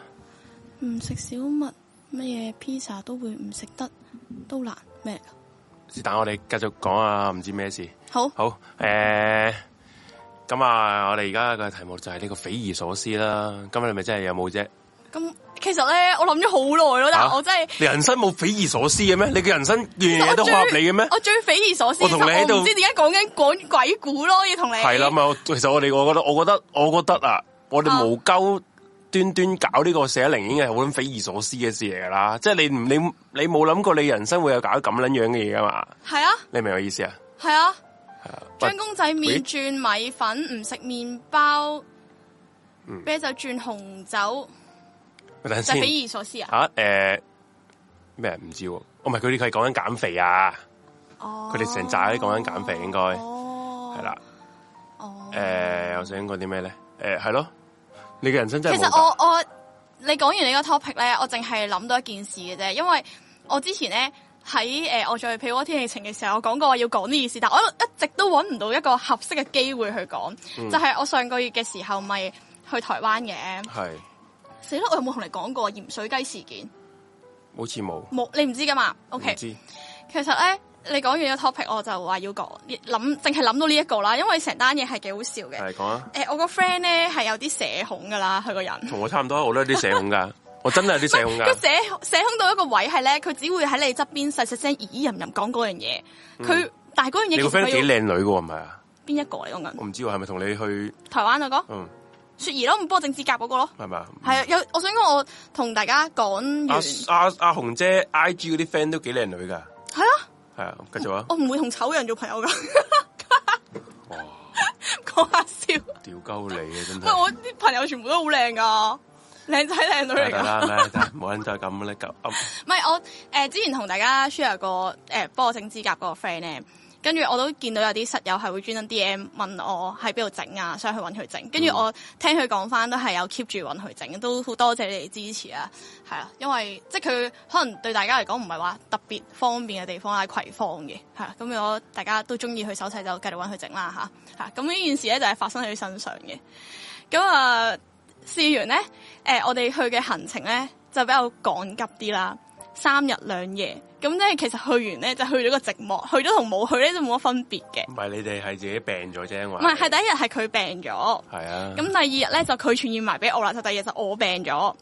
Speaker 3: 唔食小麥，乜嘢 pizza 都會唔食得，都難咩嚟㗎？
Speaker 2: 是但，我哋繼續講啊，唔知咩事。
Speaker 3: 好，
Speaker 2: 好，诶、咁啊，我哋而家嘅題目就係呢個匪夷所思啦。今日你咪真係有冇啫？
Speaker 3: 咁其實咧，我諗咗好耐咯，但
Speaker 2: 啊
Speaker 3: 係我真係。
Speaker 2: 你人生冇匪夷所思嘅咩？你嘅人生樣樣嘢都好合理嘅咩？
Speaker 3: 我最匪夷所思，
Speaker 2: 我
Speaker 3: 我
Speaker 2: 同
Speaker 3: 同
Speaker 2: 你喺度
Speaker 3: 唔知點解講緊講鬼故咯，要同你
Speaker 2: 係啦，咪我其實我哋，我覺得，我覺得，我覺得啊，我哋
Speaker 3: 啊
Speaker 2: 無鳩端端搞呢個社靈已經係好撚匪夷所思嘅事嚟噶啦。即係你唔你你冇諗過你人生會有搞咁撚樣嘅嘢噶嘛？
Speaker 3: 係啊
Speaker 2: 你明我意思啊？
Speaker 3: 係啊，
Speaker 2: 係啊，
Speaker 3: 將公仔
Speaker 2: 喂
Speaker 3: 麵轉米粉，唔食麵包，
Speaker 2: 嗯
Speaker 3: 啤酒轉紅酒，
Speaker 2: 喂等陣
Speaker 3: 就係匪
Speaker 2: 先。
Speaker 3: 夷所思啊！
Speaker 2: 啊，诶、咩唔知喎？哦，唔係佢哋佢係講緊減肥啊，
Speaker 3: 佢
Speaker 2: 佢哋成扎都講緊減肥應該
Speaker 3: 哦，
Speaker 2: 係啦。
Speaker 3: 哦，
Speaker 2: 诶、我想講啲咩咧？诶、係咯，你嘅人生真
Speaker 3: 其
Speaker 2: 係
Speaker 3: 實
Speaker 2: 冇
Speaker 3: 我
Speaker 2: 㗎
Speaker 3: 我你講完呢個 topic 咧，我淨係諗到一件事嘅啫，因為我之前咧喺诶我做被窩天氣晴嘅時候，我講過話要講呢件事，但我一直都揾唔到一個合適嘅機會去講，
Speaker 2: 嗯
Speaker 3: 就係我上個月嘅時候咪去台灣嘅，
Speaker 2: 係
Speaker 3: 死啦！我有冇同你講過鹽水雞事件？
Speaker 2: 好似冇，
Speaker 3: 冇，你唔知噶嘛
Speaker 2: 唔
Speaker 3: ？OK，
Speaker 2: 知
Speaker 3: 其實咧。你講完呢個 topic，我就話要講諗，淨係諗到呢一個啦，因為成單嘢係幾好笑嘅。
Speaker 2: 係講啊，
Speaker 3: 誒、我個 friend 咧係有啲社恐噶啦，佢個人。
Speaker 2: 同我差唔多，我都有啲社恐 㗎，我真係有啲社恐
Speaker 3: 佢
Speaker 2: 㗎。
Speaker 3: 社社空到一個位係咧，佢只會喺你側邊細細聲咦咦吟吟講嗰樣嘢。佢、但係嗰樣
Speaker 2: 嗯你
Speaker 3: 嘢
Speaker 2: 個
Speaker 3: 其
Speaker 2: friend
Speaker 3: 實
Speaker 2: 幾
Speaker 3: 佢要
Speaker 2: 靚女㗎喎，唔係啊？
Speaker 3: 邊一個嚟講緊？
Speaker 2: 我唔知喎，係咪同你去
Speaker 3: 台灣嗰個
Speaker 2: 嗯
Speaker 3: 雪兒咯，唔幫我整指甲嗰個咯。
Speaker 2: 係咪啊？
Speaker 3: 係啊，有我想講，我同大家講
Speaker 2: 阿
Speaker 3: 完，係
Speaker 2: 阿阿紅姐 I G 嗰啲 friend 都幾靚女㗎，
Speaker 3: 啊，
Speaker 2: 係啊，繼續啊，
Speaker 3: 我唔會同醜人做朋友噶，
Speaker 2: 哇，
Speaker 3: 講下笑。
Speaker 2: 屌鳩你啊，真
Speaker 3: 喂，
Speaker 2: 係
Speaker 3: 我。啲朋友全部都好靚噶，靚仔靚女嚟
Speaker 2: 得
Speaker 3: 噶。
Speaker 2: 啦，得啦得啦冇人再咁啊啦，咁
Speaker 3: 唔係我誒、呃之前同大家 share 過誒幫我整指甲嗰個 friend 咧，跟住我都見到有啲室友係會專登 D M 問我喺邊度整啊，想去揾佢整。跟住我聽佢講翻都係有 keep 住揾佢整，都好多謝你哋支持啊，係啊，因為即係佢可能對大家嚟講唔係話特別方便嘅地方啦，係葵芳嘅係啦。咁如果大家都中意佢手勢，就繼續揾佢整啦嚇嚇。咁呢件事咧就係發生喺佢身上嘅。咁啊試完咧，誒、我哋去嘅行程咧就比較趕急啲啦。三日兩夜，咁咧其實去完咧就去咗個寂寞，去咗同冇去咧都冇乜分別嘅。
Speaker 2: 唔係你哋係自己病咗啫，我
Speaker 3: 唔係，係第一日係佢病咗，
Speaker 2: 係啊，
Speaker 3: 咁第二日咧就佢傳染埋俾我啦，就第二日就我病咗，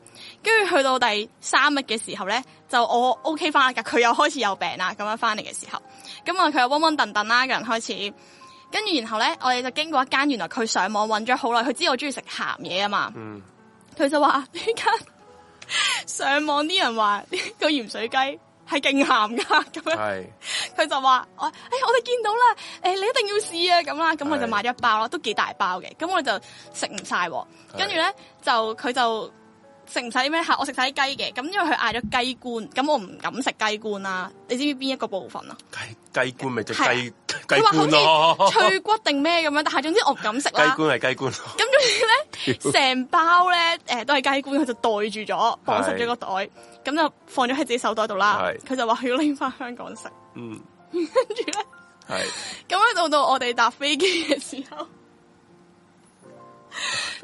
Speaker 3: 跟住去到第三日嘅時候咧，就我 OK 翻啦，佢又開始有病啦，咁樣翻嚟嘅時候，咁啊佢又昏昏頓頓啦，個人開始，跟住然後咧我哋就經過一間原來佢上網揾咗好耐，佢知我中意食鹹嘢啊嘛，
Speaker 2: 嗯
Speaker 3: 佢就話呢間上網啲人話呢個鹽水雞係勁鹹噶咁樣。
Speaker 2: 係
Speaker 3: 佢就話：我誒、哎我哋見到啦，誒、你一定要試啊咁啦，咁我
Speaker 2: 係
Speaker 3: 就買咗一包啦，都幾大包嘅，咁我就食唔晒喎。
Speaker 2: 係
Speaker 3: 跟住咧就佢就食唔晒啲咩嚇，我食晒啲雞嘅，咁因為佢嗌咗雞冠，咁我唔敢食雞冠啦。你知唔知邊一個部分啊？
Speaker 2: 雞雞冠咪隻
Speaker 3: 係啊
Speaker 2: 雞雞
Speaker 3: 佢話
Speaker 2: 冠
Speaker 3: 好
Speaker 2: 咯
Speaker 3: 似，啊脆骨定咩咁樣，但係總之我唔敢 食
Speaker 2: 雞
Speaker 3: 啦。
Speaker 2: 冠係雞冠咯，
Speaker 3: 咁總之咧，成包咧誒、都係雞冠，佢就袋住咗，綁實咗個袋，咁就放咗喺自己手袋度啦
Speaker 2: 係。
Speaker 3: 佢就話佢要拎翻香港食，
Speaker 2: 嗯
Speaker 3: 跟住咧。
Speaker 2: 係
Speaker 3: 咁樣到到我哋搭飛機嘅時候，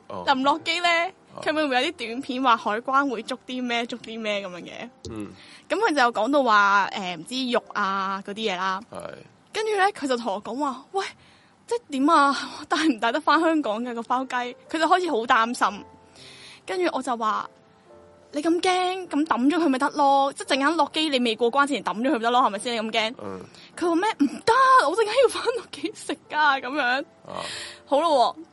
Speaker 2: 哦
Speaker 3: 臨落機咧，佢咪會有啲短片話海關會捉啲咩捉啲咩咁樣嘅。
Speaker 2: 嗯
Speaker 3: 咁佢就講到話誒唔知肉啊嗰啲嘢啦，
Speaker 2: 係
Speaker 3: 跟住咧佢就同我講話，喂，即係點啊？ 帶唔帶得翻香港嘅個包雞？佢就開始好擔心。跟住我就話你咁驚，咁抌咗佢咪得咯？即係陣間落機，你未過關之前抌咗佢咪得咯？係咪先？你咁驚？
Speaker 2: 嗯
Speaker 3: 佢話咩唔得，我陣間要翻屋企食噶咁樣。
Speaker 2: 啊，
Speaker 3: 好咯、喎，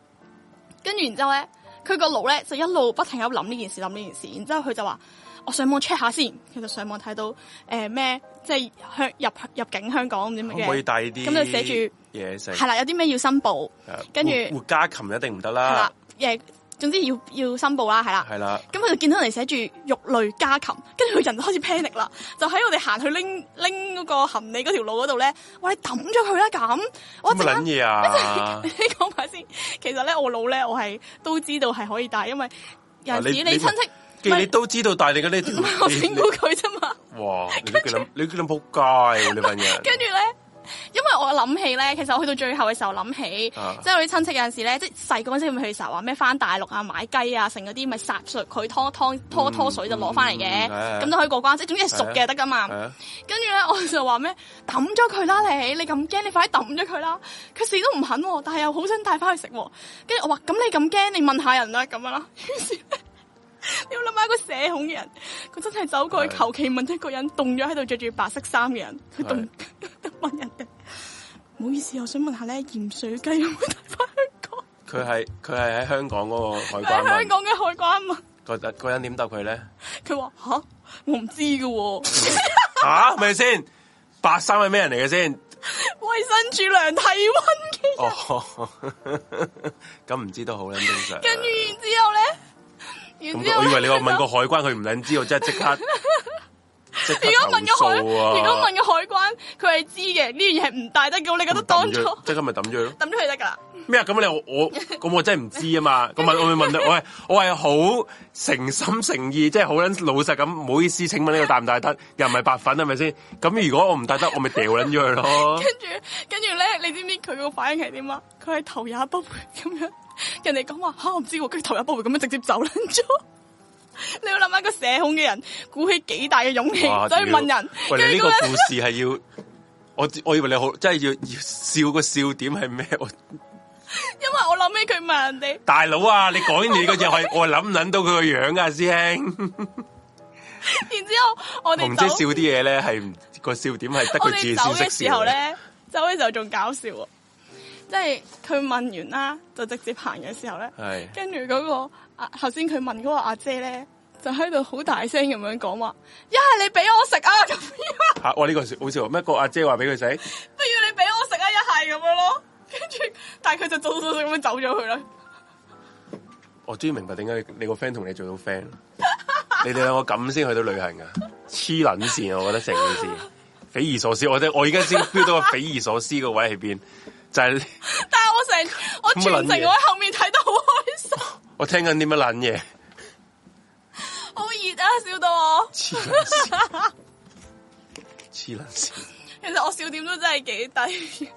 Speaker 3: 跟住然之後咧，佢個腦咧就一路不停喺度諗呢件事，諗呢件事。然之後佢就話：我上網 check 下先。佢就上網睇到誒咩、即係香入入境香港唔知
Speaker 2: 可
Speaker 3: 咩
Speaker 2: 唔可以
Speaker 3: 嘅，
Speaker 2: 帶啲
Speaker 3: 咁就寫住
Speaker 2: 嘢食？
Speaker 3: 係啦，有啲咩要申報，
Speaker 2: 係
Speaker 3: 跟住
Speaker 2: 活活家禽一定唔得
Speaker 3: 係啦
Speaker 2: 啦，，
Speaker 3: 誒總之要要申報啦，係啦。
Speaker 2: 係啦，
Speaker 3: 咁佢就見到人哋寫住肉類家禽，跟住佢人就開始 panic 啦， 就喺我哋行去拎拎嗰個行李嗰條路嗰度咧，我哋抌咗佢啦咁，我
Speaker 2: 咁咪
Speaker 3: 一陣間
Speaker 2: 撚嘢啊！
Speaker 3: 你 講埋先，其實咧我腦咧我係都知道係可以帶，因為有陣時
Speaker 2: 啊你
Speaker 3: 你親
Speaker 2: 既然你
Speaker 3: 戚咪
Speaker 2: 都知道，但係你嗰啲
Speaker 3: 我整蠱佢啫嘛，
Speaker 2: 哇！你都幾諗，你都幾諗仆街喎！你份人，
Speaker 3: 跟住咧。因為我諗起咧，其實我去到最後嘅時候諗起，
Speaker 2: 啊
Speaker 3: 即係我啲親戚有陣時咧，即係細個嗰陣時咪去成日話咩翻大陸啊買雞啊剩嗰啲，咪殺水佢拖拖拖拖水就攞翻嚟嘅，
Speaker 2: 嗯嗯係
Speaker 3: 咁、就可以過關。即係總之係熟嘅得㗎嘛。
Speaker 2: 係啊
Speaker 3: 跟住咧，我就話咩抌咗佢啦，你你咁驚，你快啲抌咗佢啦！佢死都唔肯喎，但係又好想帶翻去食喎。跟住我話：咁你咁驚，你問下人啦，咁樣啦。 於是咧，你要諗下一個社恐嘅人，佢真係走過去
Speaker 2: 係
Speaker 3: 求其問一個人，凍咗喺度着住白色衫嘅人，佢凍 問人哋：唔好意思，我想問下咧，鹽水雞有冇帶翻香港？
Speaker 2: 佢係佢係喺香港嗰個海
Speaker 3: 佢喺香
Speaker 2: 關問
Speaker 3: 港嘅海關問，
Speaker 2: 個人個人點答佢 咧？
Speaker 3: 佢話：吓，我唔知嘅喎，
Speaker 2: 吓，啊咪先？白衫係咩人嚟嘅 先？
Speaker 3: 衞生署量體温嘅。
Speaker 2: 哦， 咁唔知都好撚正常。
Speaker 3: 跟住然之後咧，然之
Speaker 2: 咁
Speaker 3: 後
Speaker 2: 我
Speaker 3: 呢
Speaker 2: 以為你 話問個海關，佢唔撚知道，即係即刻即刻
Speaker 3: 如果問
Speaker 2: 投
Speaker 3: 個海，
Speaker 2: 訴啊！
Speaker 3: 如果問個海關，佢係知嘅呢樣嘢唔帶得嘅，你覺得當初
Speaker 2: 咁抌咗
Speaker 3: 抌
Speaker 2: 即刻咪抌咗佢咯。
Speaker 3: 咗佢得㗎啦？
Speaker 2: 咩啊？咁你我我咁我真係唔知啊嘛。咁問我咪問你，我係我係好誠心誠意，即係好撚老實咁，唔好意思，請問呢個帶唔帶得？又唔係白粉係咪先？咁如果我唔帶得，我咪掉撚咗 佢咯。
Speaker 3: 跟住跟住咧，你知唔知佢個反應係點啊？佢係頭也不回咁樣，人哋講話啊吓我唔知喎，跟住頭也不回咁樣直接走撚咗。 你要諗下個社恐嘅人，鼓起幾大嘅勇氣
Speaker 2: 哇
Speaker 3: 走去
Speaker 2: 屌
Speaker 3: 問人，
Speaker 2: 喂，你呢
Speaker 3: 跟住
Speaker 2: 個
Speaker 3: 咁樣
Speaker 2: 故事係要我我以為你好，真係要要笑個笑點係咩？我
Speaker 3: 因為我諗起佢問人哋。
Speaker 2: 大佬啊，你講完你個嘢，我我諗唔諗到佢個樣啊，師兄。
Speaker 3: 然之後
Speaker 2: 紅
Speaker 3: 我哋
Speaker 2: 姐
Speaker 3: 走
Speaker 2: 笑啲嘢咧，係唔個笑點係得
Speaker 3: 我
Speaker 2: 佢自己
Speaker 3: 哋走
Speaker 2: 先識
Speaker 3: 嘅時
Speaker 2: 笑
Speaker 3: 候
Speaker 2: 嘅。
Speaker 3: 咧，走嘅時候仲搞笑喎，即係佢問完啦，就直接行嘅時候咧，
Speaker 2: 係
Speaker 3: 跟住嗰個啊頭先佢問嗰個阿姐咧，就喺度好大聲咁樣講話，一係你俾我食啊，咁樣
Speaker 2: 吓、啊，哇！呢、個好笑，咩個阿姐話俾佢食。
Speaker 3: 不如你俾我食啊，一係咁樣咯，跟住但係佢就早早咁樣走咗去啦，
Speaker 2: 我終於明白點解你個 friend 同你做到 friend，你哋兩個咁先去到旅行噶，黐撚線啊！我覺得成件事匪夷所思，我真我而家先 feel 到個匪夷所思個位喺邊，就係、
Speaker 3: 但係我成我全
Speaker 2: 乜撚嘢
Speaker 3: 程我喺後面睇得好開心，
Speaker 2: 我聽緊啲乜撚嘢，
Speaker 3: 好熱啊，笑到我，
Speaker 2: 黐撚線，黐撚線，
Speaker 3: 其實我笑點都真係幾低，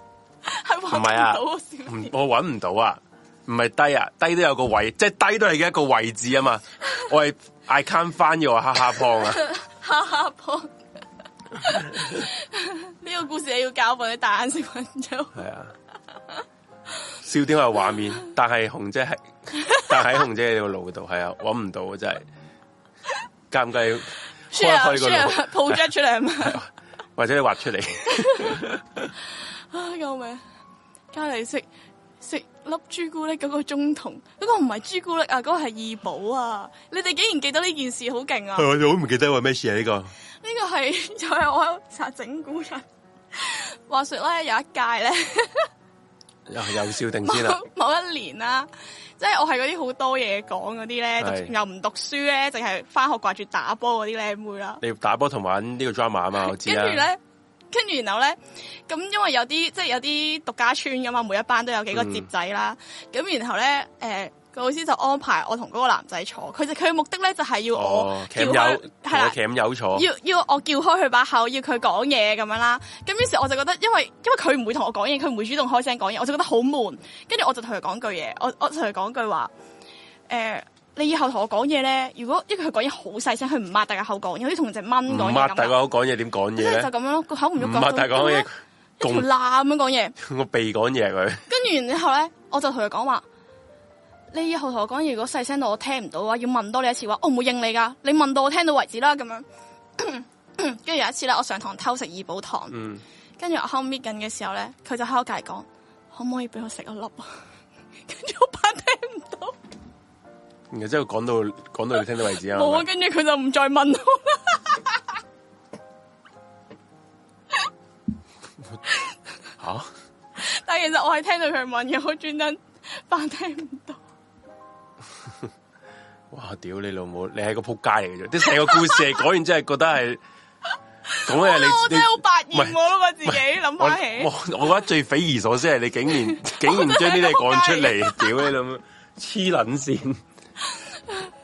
Speaker 3: 係
Speaker 2: 唔
Speaker 3: 搵
Speaker 2: 係啊
Speaker 3: 到我笑點。
Speaker 2: 唔我揾唔到啊，唔係低啊，低都有個位，即係低都係嘅一個位置啊嘛，我係 I can't find you 啊哈哈胖啊，
Speaker 3: 哈哈婆。 呢個故事你要教訓你大眼小朋友，
Speaker 2: 係啊，笑點係畫面，但係紅姐 係，但係喺紅姐個腦度係啊，搵唔到啊真係，尷尬，開
Speaker 3: share 啊
Speaker 2: 開個
Speaker 3: share
Speaker 2: 腦，
Speaker 3: project 出嚟係啊咪？
Speaker 2: 或者你畫出嚟，
Speaker 3: 啊救命！隔離食食粒朱古力嗰個中童，嗰、個唔係朱古力啊，嗰、個係怡寶啊！你哋竟然記得呢件事，好勁啊！
Speaker 2: 我好唔記得話咩事啊呢個，
Speaker 3: 呢個係 又係我喺度查整蠱人。話說咧，有一屆咧。
Speaker 2: 又又笑定
Speaker 3: 某
Speaker 2: 先 啦，
Speaker 3: 某一年啦、即係我係嗰啲好多嘢講嗰啲咧，
Speaker 2: 係
Speaker 3: 讀又唔讀書咧，淨係翻學掛住打波嗰啲靚妹啦。
Speaker 2: 你打波同玩呢個 drama 啊嘛，我知
Speaker 3: 跟住
Speaker 2: 啊，
Speaker 3: 咧，跟住然後咧，咁因為有啲即係有啲獨家村噶嘛，每一班都有幾個接仔啦。咁、
Speaker 2: 嗯
Speaker 3: 然後咧，誒、個老師就安排我同嗰個男仔坐，佢就佢嘅目的咧就係要我
Speaker 2: 哦，
Speaker 3: 叫
Speaker 2: 鉗
Speaker 3: 佢
Speaker 2: 友同
Speaker 3: 啦
Speaker 2: 個鉗友坐，
Speaker 3: 要要我叫開佢把口，要佢講嘢咁樣啦。咁於是我就覺得，因為因為佢唔會同我講嘢，佢唔會主動開聲講嘢，我就覺得好悶。跟住我就同佢講句嘢，我我同佢講句話，誒、你以後同我講嘢咧，如果因為佢講嘢好細聲，佢唔擘大個口講，有啲同隻蚊
Speaker 2: 唔擘
Speaker 3: 講嘢咁
Speaker 2: 大個
Speaker 3: 啊。
Speaker 2: 口講嘢點講嘢
Speaker 3: 即係
Speaker 2: 咧
Speaker 3: 就？咁樣咯，個口唔
Speaker 2: 唔
Speaker 3: 喐
Speaker 2: 擘大個口講嘢，
Speaker 3: 一條
Speaker 2: 共
Speaker 3: 罅咁樣講嘢。
Speaker 2: 個鼻講嘢佢，
Speaker 3: 跟住然之後咧，我就同佢講話：你以後同我講嘢，如果細聲到我聽唔到嘅話，要問多你一次話，我唔會應你噶，你問到我聽到為止啦，咁樣。 跟住有一次咧，我上堂偷食怡寶糖，
Speaker 2: 嗯，
Speaker 3: 跟住我後搣緊嘅時候咧，佢就喺我隔籬講，可唔可以俾我食一粒啊？ 跟住我怕聽唔到，
Speaker 2: 然後之後講到講到你聽到為止啊，
Speaker 3: 冇
Speaker 2: 係
Speaker 3: 啊！
Speaker 2: 咪
Speaker 3: 跟住佢就唔再問我啦。
Speaker 2: 吓，
Speaker 3: 但係其實我係聽到佢問嘅，我專登扮聽唔到。
Speaker 2: 哇！屌你老母，你係個仆街嚟嘅啫，啲成個故事係講完之後覺得係講嘅
Speaker 3: 我
Speaker 2: 你
Speaker 3: 真係好白
Speaker 2: 唔係
Speaker 3: 眼我咯，我自己諗
Speaker 2: 我
Speaker 3: 翻起。
Speaker 2: 我我覺得最匪夷所思係你竟 然竟然將呢啲嘢講出嚟，屌你老母，黐撚線！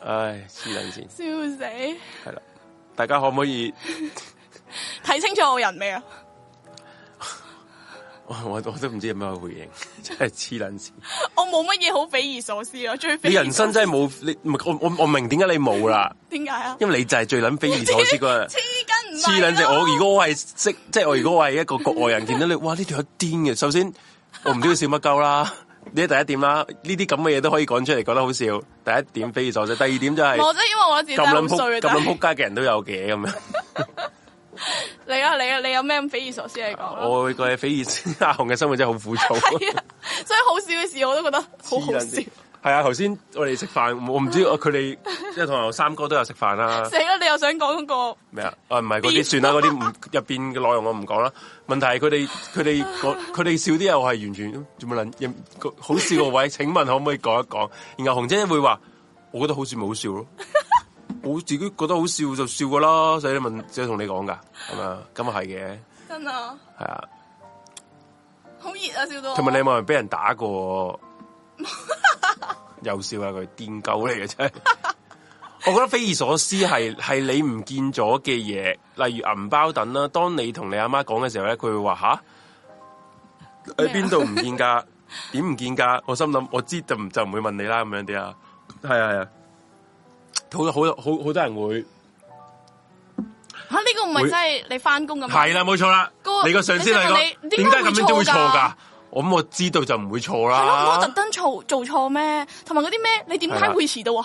Speaker 2: 唉，黐撚線，
Speaker 3: 笑死！
Speaker 2: 係啦，大家可唔可以？
Speaker 3: 睇清楚我人未啊？
Speaker 2: 我我我都唔知有咩回應， 真係黐撚線。
Speaker 3: 我冇乜嘢好匪夷所思啊！最匪
Speaker 2: 你
Speaker 3: 夷
Speaker 2: 人
Speaker 3: 所
Speaker 2: 生
Speaker 3: 思
Speaker 2: 真係冇你，唔係我我我明點解你冇啦，
Speaker 3: 點解啊？
Speaker 2: 因為你就係最撚匪夷所思嗰人。
Speaker 3: 黐筋唔係啊
Speaker 2: 黐撚線！
Speaker 3: 咯
Speaker 2: 我如果我係識，即係我如果我係一個局外人，見到 你，哇呢條友癲嘅。首先，我唔知佢笑乜鳩啦， 呢第一點啦。呢啲咁嘅嘢都可以講出嚟，覺得好笑。第一點匪夷所思，第二點就係
Speaker 3: 我真係因為我自己真
Speaker 2: 咁撚
Speaker 3: 係好
Speaker 2: 撲
Speaker 3: 衰
Speaker 2: 咁
Speaker 3: 啊！但
Speaker 2: 撚撲
Speaker 3: 係
Speaker 2: 街嘅人都有嘅 咁樣。
Speaker 3: 你啊你啊你有咩咁匪夷所思你講啊啦？
Speaker 2: 我會覺得匪夷 阿紅嘅生活真係好枯燥。
Speaker 3: 係啊， 所以好少嘅事我都覺得好好笑。
Speaker 2: 係啊，頭先我哋食飯，我唔知我佢哋即係同我三哥都有食飯啦。
Speaker 3: 死啦！你又想講嗰個
Speaker 2: 咩啊？啊，唔係嗰啲算啦，嗰啲唔入邊嘅內容我唔講啦。問題係佢哋佢哋講佢哋笑啲嘢，我係完全做乜撚有個好笑個位。請問可唔可以講一講？然後紅姐會話：我覺得好笑咪好笑咯，我自己覺得好笑就笑噶啦。所以你問，即係同你講噶，係咪啊？咁啊係嘅，
Speaker 3: 真啊，
Speaker 2: 係啊。
Speaker 3: 好熱啊，笑到我
Speaker 2: 同埋你有冇人俾人打過？又笑下啊佢癲狗嚟嘅真 係。我覺得匪夷所思係係你唔見咗嘅嘢，例如銀包等啦。當你同你阿媽講嘅時候咧，佢會話吓喺邊度唔見㗎？點唔見㗎？我心諗我知就唔就唔會問你啦，咁樣啲啊。係啊係啊，好好好好多人會
Speaker 3: 嚇呢個唔係真係你翻工咁啊
Speaker 2: 係啊啦，冇錯啦
Speaker 3: 嗰。個
Speaker 2: 你個上司嚟講，
Speaker 3: 你點
Speaker 2: 點
Speaker 3: 解
Speaker 2: 解
Speaker 3: 會
Speaker 2: 咁樣都會錯
Speaker 3: 錯㗎
Speaker 2: 㗎？我咁我知道就唔會錯啦。
Speaker 3: 係咯，唔好特登做做錯咩？同埋嗰啲咩？你點解會遲到啊？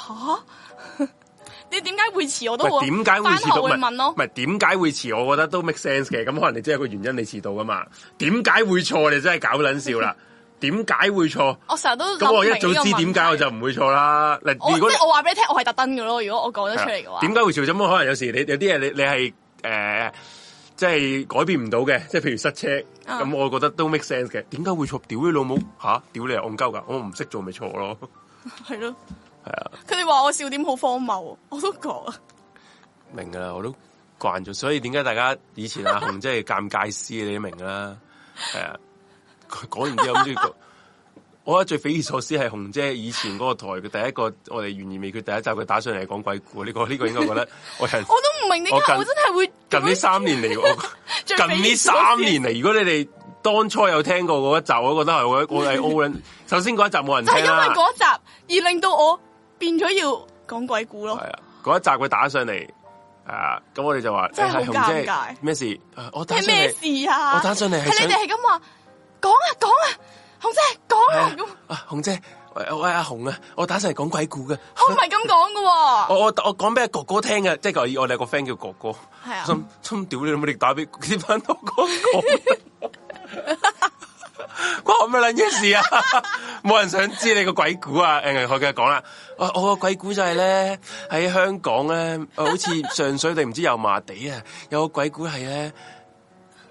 Speaker 3: 嚇！ 你點解會遲？我都
Speaker 2: 喂，
Speaker 3: 會
Speaker 2: 點解會
Speaker 3: 翻
Speaker 2: 遲
Speaker 3: 學
Speaker 2: 到？
Speaker 3: 會問
Speaker 2: 唔
Speaker 3: 咯。
Speaker 2: 係點解會遲？我覺得都 make sense 嘅。咁可能你真係有個原因你遲到噶嘛？點解會錯？你真係搞撚笑 啦！點解會錯？
Speaker 3: 我成日都
Speaker 2: 咁
Speaker 3: 諗
Speaker 2: 我一
Speaker 3: 明呢個
Speaker 2: 早知點解
Speaker 3: 問題
Speaker 2: 我就唔會錯啦。
Speaker 3: 我
Speaker 2: 嗱，
Speaker 3: 即
Speaker 2: 如果啊
Speaker 3: 係我話俾你聽，我係特登嘅咯。如果我講得出嚟嘅話，
Speaker 2: 點解會錯？咁可能有時你有啲嘢你你係誒，即係改變唔到嘅，即係譬如塞車。
Speaker 3: 啊
Speaker 2: 咁我覺得都 make sense 嘅。點解會錯？屌你老母吓！屌你係戇鳩㗎！我唔識做咪錯咯。
Speaker 3: 係咯？
Speaker 2: 係啊，
Speaker 3: 佢哋話我笑點好荒謬，我都覺啊。
Speaker 2: 明噶啦，我都慣咗，所以點解大家以前阿紅真係尷尬師，你都明噶啦，係啊。佢講完之後，跟住個我覺得最匪夷所思係紅姐以前嗰個台嘅第一個，我哋懸而未決第一集，佢打上嚟講鬼故，呢、個呢、個應該覺 得我係
Speaker 3: 我都唔明點
Speaker 2: 我
Speaker 3: 解
Speaker 2: 近
Speaker 3: 我真係會
Speaker 2: 近呢
Speaker 3: 咁樣
Speaker 2: 三年嚟，我
Speaker 3: 最
Speaker 2: 近
Speaker 3: 匪
Speaker 2: 呢
Speaker 3: 夷所思
Speaker 2: 三年嚟，如果你哋當初有聽過嗰一集，我覺得係我 我係 O 撚。首先嗰一集冇人
Speaker 3: 就係因
Speaker 2: 聽啦，
Speaker 3: 為嗰一集而令到我變咗要講鬼故咯
Speaker 2: 係。啊，嗰一集佢打上嚟，啊，咁我哋就話
Speaker 3: 真係好
Speaker 2: 誒紅姐
Speaker 3: 尷尬
Speaker 2: 咩事？啊我打
Speaker 3: 係
Speaker 2: 上
Speaker 3: 咩
Speaker 2: 嚟。
Speaker 3: 事啊？
Speaker 2: 我打上嚟係
Speaker 3: 係
Speaker 2: 想
Speaker 3: 你哋係咁話，講啊講啊，紅姐講
Speaker 2: 係
Speaker 3: 啊
Speaker 2: 啊
Speaker 3: 咁，
Speaker 2: 啊，紅姐，喂喂阿紅啊，我打上嚟講鬼故嘅，
Speaker 3: 我唔係咁講嘅 喎。
Speaker 2: 我我我講俾阿哥哥聽嘅，即係我我哋有個 friend 叫哥哥，
Speaker 3: 係啊
Speaker 2: 心心屌你老母，你打俾呢班哥哥講， 關我咩撚嘢事啊？ 冇人想知你個鬼故啊！誒，我繼續講啦，我我個鬼故就係咧喺香港咧，呃好似上水定唔知油麻地啊，有個鬼故係咧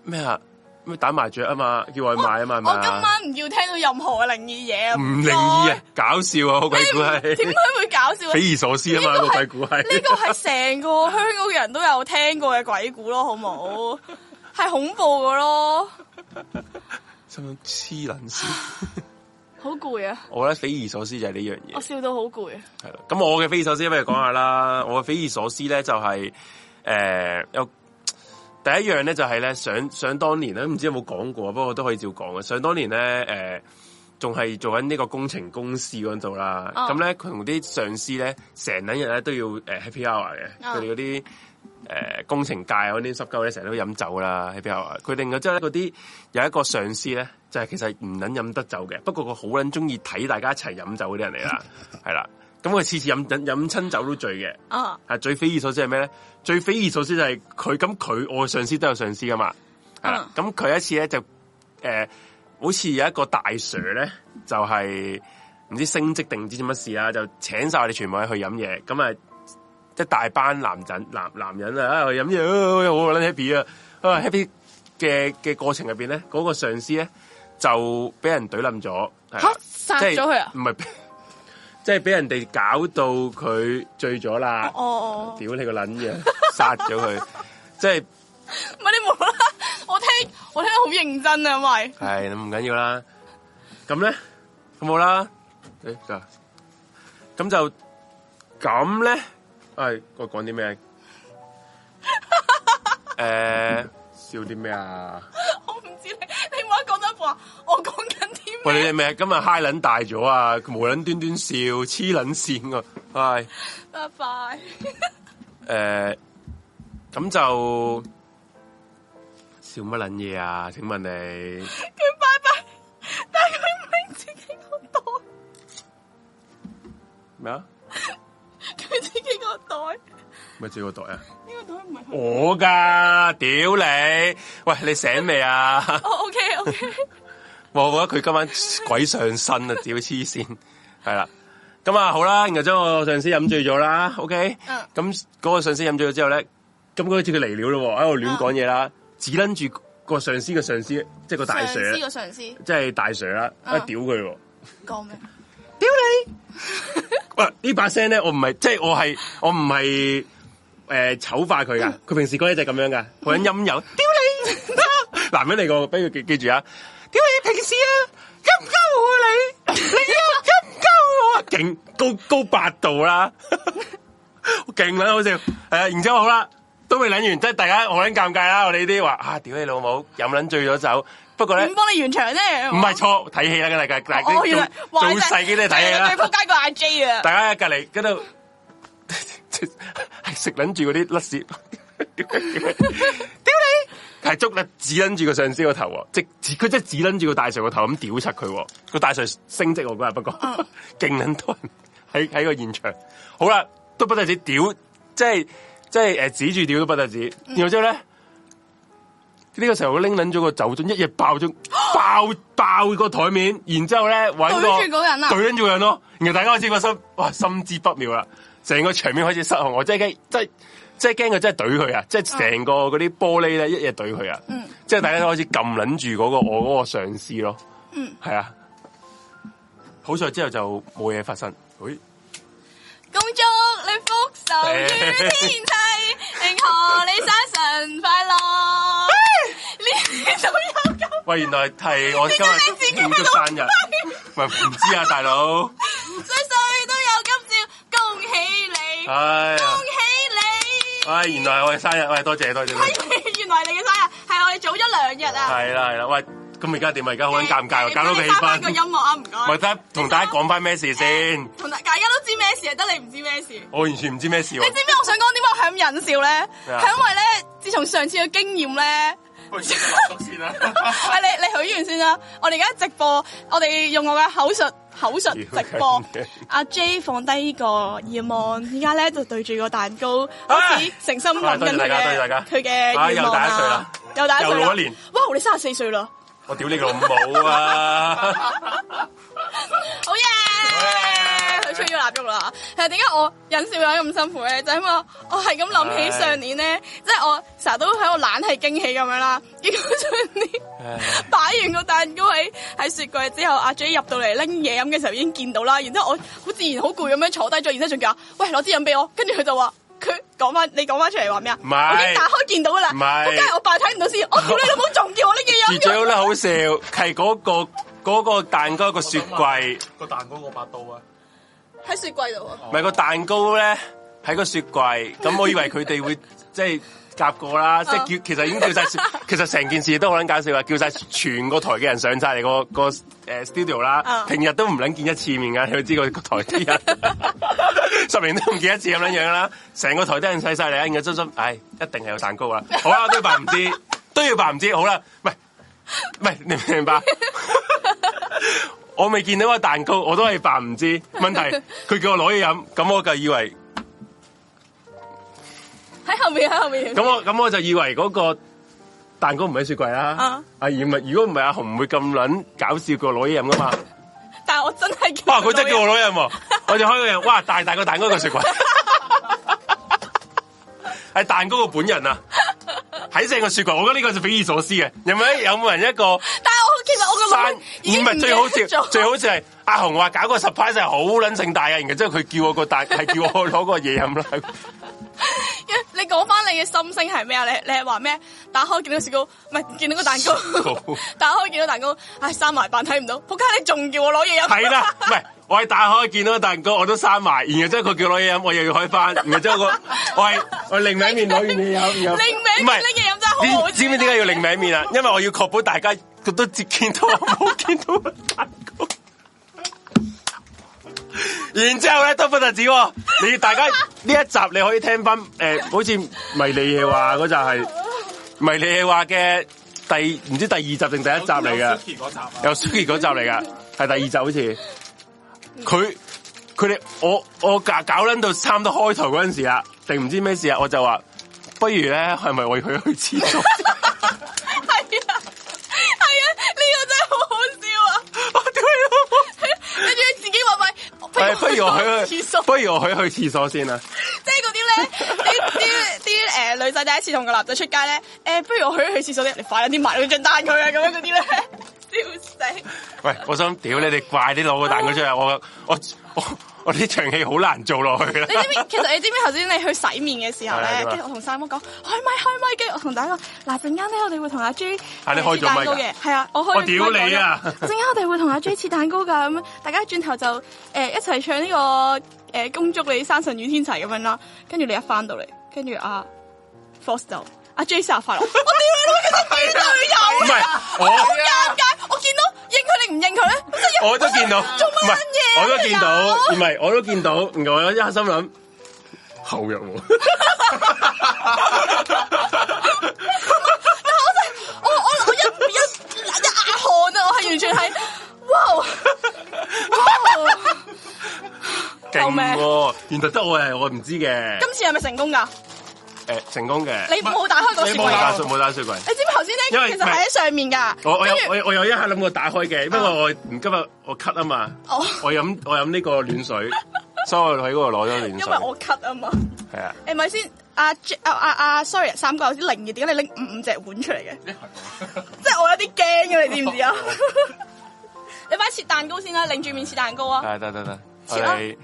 Speaker 2: 咩啊？咩打麻雀啊嘛，叫外賣啊嘛，係咪
Speaker 3: 我
Speaker 2: 啊
Speaker 3: 今晚唔要聽到任何嘅靈異嘢啊！
Speaker 2: 唔
Speaker 3: 該
Speaker 2: 靈異啊，，搞笑啊，個鬼故
Speaker 3: 點解
Speaker 2: 係
Speaker 3: 會搞 笑啊？
Speaker 2: 匪夷所思啊嘛，
Speaker 3: 呢個
Speaker 2: 個
Speaker 3: 係
Speaker 2: 鬼故係
Speaker 3: 呢個係成個香港人都有聽過嘅鬼故咯，好冇？係恐怖嘅咯，
Speaker 2: 心諗黐撚線。
Speaker 3: 好攰啊！
Speaker 2: 我覺得匪夷所思就係呢樣
Speaker 3: 我
Speaker 2: 嘢，
Speaker 3: 笑到好攰啊！
Speaker 2: 係啦。咁我嘅匪夷所思不如講下啦。我嘅匪夷所思咧就係、呃有第一樣咧就係咧想想當年咧，唔知有冇講過，不過都可以照講嘅。想當年咧誒仲係做緊呢個工程公司嗰度啦，
Speaker 3: 哦
Speaker 2: 咁咧佢同啲上司咧成撚日咧都要誒呃 happy hour 嘅，佢
Speaker 3: 哦
Speaker 2: 哋嗰啲诶、呃工程界嗰啲濕鳩咧，成日都飲酒啦喺邊度？佢另外之後咧，嗰啲有一個上司咧，就係、其實唔撚飲得酒嘅，不過佢好撚中意睇大家一齊飲酒嗰啲人嚟啦，係啦。咁佢次次飲飲飲親酒都醉嘅，
Speaker 3: 啊，
Speaker 2: 係最匪夷所思係咩咧？最匪夷所思就係佢咁佢我上司都有上司噶嘛，係啦。
Speaker 3: 嗯
Speaker 2: 咁佢、有一次咧就誒、呃好似有一個大 Sir 咧，就係、唔知升職定唔知做乜事啦，就請晒我哋全部人去飲嘢，咁啊一大班男人男男人啊，啊去飲嘢，啊好撚 happy 啊！啊 happy 嘅嘅過程入邊咧，嗰、個上司咧就俾人懟冧咗，係啦
Speaker 3: 嚇殺咗佢啊
Speaker 2: 即係唔係， 即係俾人哋搞到佢醉咗啦。
Speaker 3: 哦，
Speaker 2: 屌你個撚嘢，殺咗佢！即係
Speaker 3: 唔係你無啦啦，我聽我聽得好認真啊，喂，
Speaker 2: 係唔緊要啦。咁咧，咁好啦。誒嗱咁就咁咧，誒哎我講啲咩？ 誒笑啲咩啊？
Speaker 3: 我唔知你你冇得講得一半，我講緊啲
Speaker 2: 喂，你
Speaker 3: 咩？
Speaker 2: 哋咪今日嗨撚大咗啊！佢無撚端端笑，黐撚線啊！係。
Speaker 3: 拜拜。
Speaker 2: 诶、咁就笑乜撚嘢啊？請問你
Speaker 3: 佢拜拜，但係佢唔係自己個袋，
Speaker 2: 咩啊？
Speaker 3: 佢自己個袋，呢、
Speaker 2: 咪自己個袋啊？
Speaker 3: 個袋唔係佢。
Speaker 2: 我噶，屌你！喂，你醒未啊？
Speaker 3: 哦，OK OK，
Speaker 2: 我覺得佢今晚鬼上身啊！屌黐線，係啦。咁啊，好啦，然後將我上司飲醉咗啦，OK，
Speaker 3: 嗯
Speaker 2: 咁嗰、個上司飲醉咗之後咧，咁嗰次佢嚟料咯喎，喺度亂講嘢啦，只撚住個上司嘅上司，即係個大
Speaker 3: 嗯上司
Speaker 2: Sir，啊
Speaker 3: 個上司
Speaker 2: 即係大 Sir 啦，
Speaker 3: 嗯
Speaker 2: 一屌佢喎。
Speaker 3: 講咩？
Speaker 2: 屌你！喂，呢把聲咧，我唔係，即係我係，我唔係诶醜化佢噶，佢平時嗰啲就係咁樣噶，好撚陰柔。屌你！男人嚟個，俾佢記記住啊！屌你平時啊，陰鳩我你，你啊陰鳩我啊，勁高高八度啦，勁撚好笑。诶、然之后好啦，都未撚完，即係大家好撚尷尬啦。我哋呢啲話啊，屌你老母，飲撚醉咗酒，不過咧
Speaker 3: 點。幫你完場啫？
Speaker 2: 唔係錯，睇戲啦，大家大家
Speaker 3: 哦
Speaker 2: 嗯做
Speaker 3: 原來哇
Speaker 2: 做細啲都係睇啊戲
Speaker 3: 啊
Speaker 2: 啦。
Speaker 3: 最仆街個阿 J 啊！
Speaker 2: 大家喺隔離嗰度 係食撚住嗰啲甩屎，屌你！係捉甩指撚住個上司個頭喎，即指佢真係指撚住個大 Sir 個頭咁屌柒佢喎，個大 Sir 升職我嗰日，不過
Speaker 3: 哦
Speaker 2: 勁撚多人喺喺個現場。好啦，都不得止屌，即係即係誒指住屌都不得止。
Speaker 3: 嗯
Speaker 2: 然後之後咧。呢個時候拎撚咗個酒樽，一夜爆 咗爆爆個台面，然之後咧揾個
Speaker 3: 對住嗰個人啊
Speaker 2: 對撚住個人咯。然後大家開始個心，哇，心知不妙啦！成個場面開始失控，我真係驚，真係即係驚佢真係懟佢啊！即係成個嗰啲玻璃咧，一夜懟佢啊！
Speaker 3: 嗯
Speaker 2: 即係大家都開始撳撚住嗰個我嗰個上司咯。嗯，係啊。好在之後就冇嘢發生。咦
Speaker 3: 恭祝你福壽與天際，慶賀你生辰快樂！呢度有咁，
Speaker 2: 喂，原來 係我今
Speaker 3: 你自己
Speaker 2: 日
Speaker 3: 喺
Speaker 2: 慶
Speaker 3: 度
Speaker 2: 祝生日， 喂，唔知啊，大佬，
Speaker 3: 歲歲都有今朝，恭喜你，恭
Speaker 2: 唉呀。
Speaker 3: 喜
Speaker 2: 唉，原來係我嘅生日，喂，多謝多謝，多謝
Speaker 3: 你！ 原來你嘅生日係我哋早咗兩日啊！
Speaker 2: 係啦係啦，喂，咁而家點啊？而家好撚尷尬，
Speaker 3: 你
Speaker 2: 搞到個氣
Speaker 3: 你翻返個音
Speaker 2: 氛，
Speaker 3: 樂啊，唔
Speaker 2: 咪
Speaker 3: 該。
Speaker 2: 得同大家講翻咩事先？
Speaker 3: 同大大家都知咩事啊，得你唔知咩事。
Speaker 2: 我完全唔知咩事
Speaker 3: 你
Speaker 2: 喎
Speaker 3: 知，唔知我想講點解我係咁忍笑咧？
Speaker 2: 咩啊
Speaker 3: 係因為咧，自從上次嘅經驗 咧。
Speaker 2: 不如先落先啦。
Speaker 3: 喂，哎你你許完先啦，我哋而家直播，我哋用我嘅口述口述直播
Speaker 2: 屌你。
Speaker 3: 阿 J 放低個耳望，依家咧就對住個蛋糕，開始誠心諗緊
Speaker 2: 哎多謝大家多
Speaker 3: 佢
Speaker 2: 謝大
Speaker 3: 嘅
Speaker 2: 家
Speaker 3: 佢嘅願望啦
Speaker 2: 啊。
Speaker 3: 又大一歲
Speaker 2: 又
Speaker 3: 啦，
Speaker 2: 老一年。
Speaker 3: 哇！你三十四歲啦，
Speaker 2: 我屌你個老母 啊！
Speaker 3: 好嘢！佢吹咗蠟燭啦。係點解我忍笑忍咁辛苦咧？就因為我係咁諗起上年咧，即係我成日都喺度懶係驚喜咁樣啦。結果上年。
Speaker 2: 唉
Speaker 3: 擺完個蛋糕喺喺雪櫃之後，阿 J 入到嚟拎嘢飲嘅時候已經見到啦。然之後我好自然好攰咁樣坐低咗，然之後仲叫我喂攞支飲俾我，跟住佢就話佢講翻你講翻出嚟話咩啊？
Speaker 2: 唔係
Speaker 3: 我已經打開見到噶啦，
Speaker 2: 唔係
Speaker 3: 仆街我扮睇唔到先，我屌你老母仲叫我拎嘢
Speaker 2: 而最
Speaker 3: 飲
Speaker 2: 好咧好笑，係嗰個嗰個蛋糕個雪櫃，
Speaker 6: 個蛋糕個八刀啊！
Speaker 3: 喺雪櫃度喎。
Speaker 2: 唔係個蛋糕咧喺個雪櫃，咁我以為佢哋會即係夾過啦，即係叫其實已經叫晒，其實成件事都好撚搞笑啊！叫晒全個台嘅人上晒嚟個個誒 studio 啦，
Speaker 3: 嗯
Speaker 2: 平日都唔撚見一次面噶，你都知個個台啲人十年都唔見一次咁樣樣啦，成個台都人晒晒嚟啦，然後真心，唉，一定係有蛋糕啦，好啦，都要扮唔知， 都要扮唔知，好啦，喂喂，你明唔明白？我未見到個蛋糕，我都係扮唔知。問題佢叫我攞嘢飲，咁我就以為。
Speaker 3: 喺後面喺後面。
Speaker 2: 咁我咁我就以為嗰個蛋糕唔喺雪櫃啦。啊
Speaker 3: 啊，
Speaker 2: 而唔係如果唔係阿紅唔會咁撚搞笑叫我攞嘢飲噶 嘛。
Speaker 3: 但係我真係
Speaker 2: 哇！佢真係叫我
Speaker 3: 攞
Speaker 2: 攞
Speaker 3: 嘢，
Speaker 2: 嘢飲喎，我就開個人，哇！大大個蛋糕個 雪櫃，係蛋糕個本人啊，喺成個雪櫃。我覺得呢個就匪夷所思嘅。有冇有冇人一個
Speaker 3: 但係我其實我個
Speaker 2: 生
Speaker 3: 腦已
Speaker 2: 唔
Speaker 3: 經
Speaker 2: 係最好
Speaker 3: 記得
Speaker 2: 笑，
Speaker 3: 咗
Speaker 2: 最好笑係阿紅話搞個 surprise 係好撚盛大嘅，然後之後佢叫我個蛋係叫我攞個嘢飲 啦。
Speaker 3: 你講翻你嘅心聲係咩啊？你你係話咩？打開見到雪糕，唔係見到個蛋
Speaker 2: 糕
Speaker 3: 糕，打開見到蛋糕，唉，閂埋扮睇唔到，仆街！你仲叫我 攞嘢飲？
Speaker 2: 系啦，唔係我喺打開見到個蛋糕，我都閂埋，然後之後佢叫攞嘢飲，我又要開翻，然後之後個我係我另名面攞完嘢飲，然後
Speaker 3: 另名
Speaker 2: 唔係
Speaker 3: 拎嘢飲真係好好
Speaker 2: 知知唔知點解要另名面啊？因為我要確保大家佢都接見到我冇見到個蛋糕。然之後咧都不特止喎，你大家呢一集你可以聽翻誒、呃好似迷你嘢話嗰集係迷你嘢話嘅第唔知第二集定第一集嚟嘅。
Speaker 5: Suki 嗰集啊
Speaker 2: 有 Suki 嗰集嚟噶，係第二集好似。佢佢哋我我搞搞捻到差唔多開頭嗰陣時啦，定唔知咩事啊？我就話不如咧，係咪我要去去 廁所？
Speaker 3: 係啊，係啊，呢個真係好好笑啊！
Speaker 2: 我屌你
Speaker 3: 你仲要自己話咪，
Speaker 2: 老母！係不如我去
Speaker 3: 廁
Speaker 2: 去，
Speaker 3: 所，
Speaker 2: 不如我去去廁所先啦。
Speaker 3: 即係嗰啲咧，啲啲啲誒女仔第一次同個男仔出街咧，誒、不如我去去廁所啫，你快啲買咗張單佢啊，咁樣嗰啲咧，笑死！
Speaker 2: 喂，我想屌你哋怪啲攞個蛋糕出嚟，我我我我呢場戲好難做落去啦
Speaker 3: 你。知唔知？其實你知唔知頭先你去洗面嘅時候
Speaker 2: 係啊
Speaker 3: 咧，
Speaker 2: 點啊
Speaker 3: 跟住我同三哥講開咪開咪，跟住我同大家講嗱陣間咧，我哋會同阿 J
Speaker 2: 啊係你開咗咪㗎
Speaker 3: 蛋糕嘅，係啊，我開咗
Speaker 2: 我屌你啊
Speaker 3: 咪講咗！陣間我哋會同阿 J 切蛋糕㗎，咁大家轉頭就誒、呃一齊唱呢、個誒、呃恭祝你生辰與天齊咁樣啦。跟住你一翻到嚟，跟住阿 Force 就阿 J 生日快樂，我屌你老母，其實
Speaker 2: 唔
Speaker 3: 邊度有
Speaker 2: 係
Speaker 3: 啊？
Speaker 2: 我
Speaker 3: 我好尷尬，我見到應佢定唔應佢咧，我真
Speaker 2: 我都
Speaker 3: 係
Speaker 2: 見到，
Speaker 3: 做
Speaker 2: 唔
Speaker 3: 乜
Speaker 2: 係
Speaker 3: 嘢啊
Speaker 2: 我都見到，
Speaker 3: 你
Speaker 2: 唔係我都見到，我一心諗後入喎。
Speaker 3: 我我哦我一一一壓汗啊！我係完全係，哇哦哇！哦
Speaker 2: 勁
Speaker 3: 救命
Speaker 2: 喎！原來得我係我唔知嘅。
Speaker 3: 今次係咪成功㗎？
Speaker 2: 誒成功嘅，
Speaker 3: 你冇打開個
Speaker 2: 你
Speaker 3: 雪
Speaker 2: 冇
Speaker 3: 櫃
Speaker 2: 打
Speaker 3: 啊
Speaker 2: 雪？冇打雪櫃。
Speaker 3: 你知唔知頭先
Speaker 2: 因為
Speaker 3: 咧？
Speaker 2: 哦
Speaker 3: 其實係喺上面㗎。
Speaker 2: 我我有
Speaker 3: 跟住啊
Speaker 2: 我我有一下諗過打開嘅，不過我唔今日我咳啊嘛
Speaker 3: 哦，
Speaker 2: 我飲我飲呢個暖 水，所以我喺嗰度攞咗暖
Speaker 3: 因為
Speaker 2: 水。
Speaker 3: 我咳啊嘛。
Speaker 2: 係啊，
Speaker 3: 誒咪先，阿 J 啊啊啊，sorry，三個有啲靈異，點解你拎五五隻碗出嚟嘅？即係我有啲驚嘅，你知唔知 啊？你快切蛋糕先啦，擰住面切蛋糕啊！
Speaker 2: 得得得得，我
Speaker 3: 切啦
Speaker 2: 哋
Speaker 3: 誒、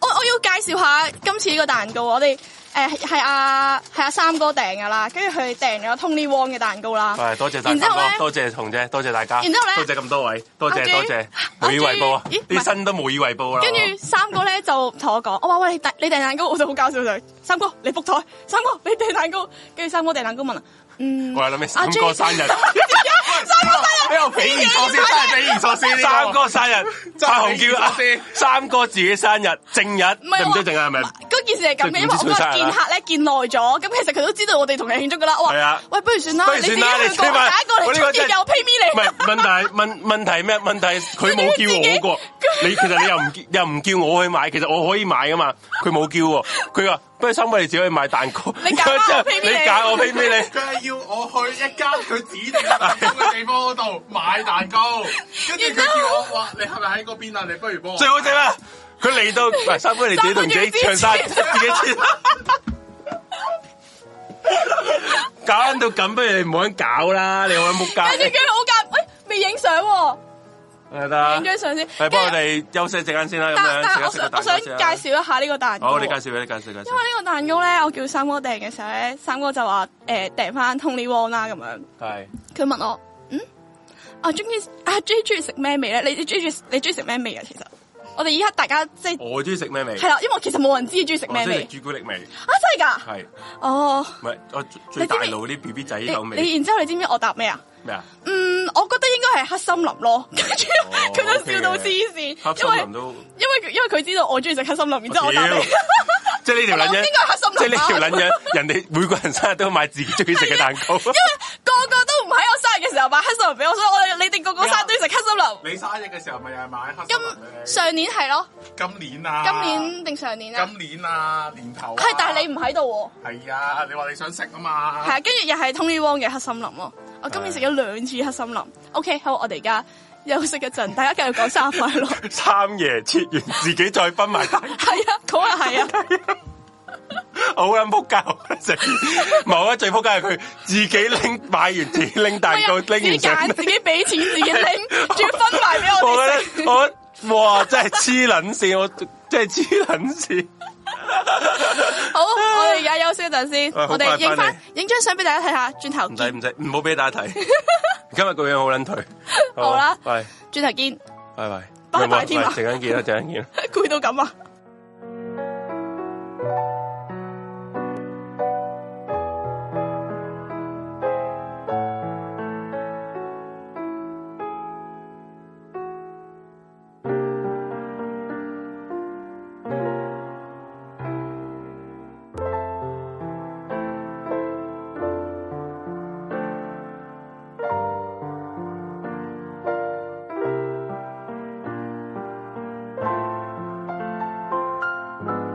Speaker 3: 我我要介紹下今次呢個蛋糕，我哋誒係阿係阿三哥訂噶啦，跟住佢訂咗 Tony Wong 嘅蛋糕啦。
Speaker 2: 係多謝大
Speaker 3: 然之
Speaker 2: 家
Speaker 3: 後咧，
Speaker 2: 多謝紅姐，多謝大家，
Speaker 3: 然之後咧
Speaker 2: 多謝咁多位，多謝
Speaker 3: 阿 J，
Speaker 2: 多謝，
Speaker 3: 阿
Speaker 2: 無
Speaker 3: J，
Speaker 2: 以為報啊！
Speaker 3: 咦唔
Speaker 2: 啲
Speaker 3: 係
Speaker 2: 新都無以為報啦。
Speaker 3: 跟住三哥咧就同我講，我話喂你訂你訂蛋糕，我就好搞笑就係三哥你 book 台，三哥你訂蛋糕，跟住三哥訂蛋糕問啊，嗯，
Speaker 2: 我係諗起
Speaker 3: 阿
Speaker 2: 三
Speaker 3: J-
Speaker 2: 哥 生日。
Speaker 5: 喺度匪夷所思，真係匪夷所思呢個。
Speaker 2: 三哥生日，
Speaker 5: 真係
Speaker 2: 阿紅叫阿
Speaker 5: 唔知
Speaker 2: 三哥自己生日正日，
Speaker 3: 唔係
Speaker 2: 你唔知正日係咪？
Speaker 3: 嗰件事係咁嘅，因為我
Speaker 2: 即係唔知
Speaker 3: 嗰
Speaker 2: 出晒啦
Speaker 3: 日見客咧見耐咗，咁其實佢都知道我哋同你慶祝噶啦。我
Speaker 2: 係
Speaker 3: 話
Speaker 2: 啊
Speaker 3: 喂，不如算 啦
Speaker 2: 不，如
Speaker 3: 你自己
Speaker 2: 算
Speaker 3: 去
Speaker 2: 啦你
Speaker 3: 過
Speaker 2: 黐埋
Speaker 3: 打過
Speaker 2: 我
Speaker 3: 嚟
Speaker 2: 呢
Speaker 3: 出
Speaker 2: 個真係
Speaker 3: 啲又 pay
Speaker 2: 唔
Speaker 3: me
Speaker 2: 係
Speaker 3: 你。
Speaker 2: 問題問問題咩？問題佢冇叫我嗰個，你其實你又唔叫又唔叫我去買，其實我可以買噶嘛，佢冇叫喎，佢話不如三個你自己去買蛋糕，
Speaker 3: 你揀啦
Speaker 2: 之後
Speaker 3: 我 pay
Speaker 2: 你
Speaker 3: me 你
Speaker 2: 揀我 pay me 你。
Speaker 5: 佢係要我去一間佢指定嘅蛋糕嘅地方嗰度買蛋糕，跟住佢叫我話：你係咪喺嗰邊啊？你不如幫我
Speaker 2: 最好正啦！佢嚟到，喂，三哥你自己同自己唱晒，自己切，搞撚到咁，不如你唔好咁搞啦，你好撚冇
Speaker 3: 跟住
Speaker 2: 搞
Speaker 3: 佢好夾，喂未影相喎，，
Speaker 2: 係得
Speaker 3: 影張 相先。
Speaker 2: 係，
Speaker 3: 跟住
Speaker 2: 哎幫我哋休息一陣間先啦，咁
Speaker 3: 但
Speaker 2: 樣
Speaker 3: 但
Speaker 2: 食
Speaker 3: 我
Speaker 2: 一食個蛋
Speaker 3: 想我
Speaker 2: 糕
Speaker 3: 想
Speaker 2: 先
Speaker 3: 介
Speaker 2: 啦
Speaker 3: 紹一下呢個蛋糕。
Speaker 2: 好，你介紹，你介紹，介
Speaker 3: 因
Speaker 2: 紹，
Speaker 3: 為呢個蛋糕咧，我叫三哥訂嘅時候咧，三哥就話誒訂翻 Tony Wong 啦咁樣。
Speaker 2: 係
Speaker 3: 佢問啊我，嗯，我中意阿 J 中意食咩味咧？你你中意你中意食咩味啊？其實我哋而家大家即係
Speaker 2: 我中意食咩味？
Speaker 3: 係啦，因為其實冇人知中意食
Speaker 2: 我
Speaker 3: 咩
Speaker 2: 中意
Speaker 3: 味
Speaker 2: 食哦朱古力味，
Speaker 3: 啊，真係㗎！
Speaker 2: 係
Speaker 3: 哦，
Speaker 2: 唔係我最最大腦啲 B B 仔
Speaker 3: 你
Speaker 2: 口
Speaker 3: 你
Speaker 2: 味
Speaker 3: 然之後你知唔知我答咩啊？
Speaker 2: 咩啊？
Speaker 3: 嗯，我覺得應該係黑森林咯，跟住佢就笑
Speaker 2: 哦
Speaker 3: 到黐
Speaker 2: 黑
Speaker 3: 線，因
Speaker 2: 森
Speaker 3: 為
Speaker 2: 林啊都
Speaker 3: 因為因為佢知道我中意食黑森林，然之後我答
Speaker 2: 屌
Speaker 3: 你。
Speaker 2: 即係呢條撚
Speaker 3: 我
Speaker 2: 樣
Speaker 3: 諗應該係黑森林，啊
Speaker 2: 即係呢條撚樣，人哋每個人生日都買自己中意食嘅蛋 糕。
Speaker 3: 個個都唔喺我生日嘅時候買黑森林俾我，所以我哋你哋個個生日都要食黑森林。
Speaker 5: 你生日嘅時候咪又係買黑森林
Speaker 3: 今上年係咯，
Speaker 5: 今年啊，
Speaker 3: 今年定上年啊？
Speaker 5: 今年啊，年頭啊
Speaker 3: 係，但係你唔喺度喎。
Speaker 5: 係啊，你話你想食啊嘛，
Speaker 3: 係啊，跟住又係 Tony Wong 嘅黑森林咯。我今
Speaker 2: 啊
Speaker 3: 年食咗兩次黑森林。OK，好，我哋而家休息一陣，大家繼續講生日快 樂。
Speaker 2: 三爺切完自己再分埋蛋糕
Speaker 3: 係啊，好啊， 係啊，
Speaker 2: 好撚仆街，我覺得 成冇啊！最仆街係佢自己拎買完自己拎蛋糕，
Speaker 3: 自
Speaker 2: 拎
Speaker 3: 己
Speaker 2: 完上
Speaker 3: 揀，
Speaker 2: 嚟
Speaker 3: 啊自己俾錢，自己拎， 仲要分埋俾我哋
Speaker 2: 我
Speaker 3: 食。
Speaker 2: 覺得我哇真係黐撚線，我真係黐撚線。
Speaker 3: 好，我哋而家休息一陣先，
Speaker 2: 啊喂好
Speaker 3: 我哋
Speaker 2: 快
Speaker 3: 影
Speaker 2: 返
Speaker 3: 翻
Speaker 2: 嚟
Speaker 3: 影張相俾大家睇下，轉頭
Speaker 2: 唔
Speaker 3: 見
Speaker 2: 使唔使，唔好俾大家 睇。今日個樣好撚頹。啊
Speaker 3: 好啦
Speaker 2: 拜
Speaker 3: 轉頭見，
Speaker 2: 拜拜
Speaker 3: 拜拜添啊
Speaker 2: 陣間見啦，陣間 見啦。
Speaker 3: 攰到咁啊！
Speaker 7: Hãy subscribe cho kênh Ghiền Mì Gõ Để không bỏ lỡ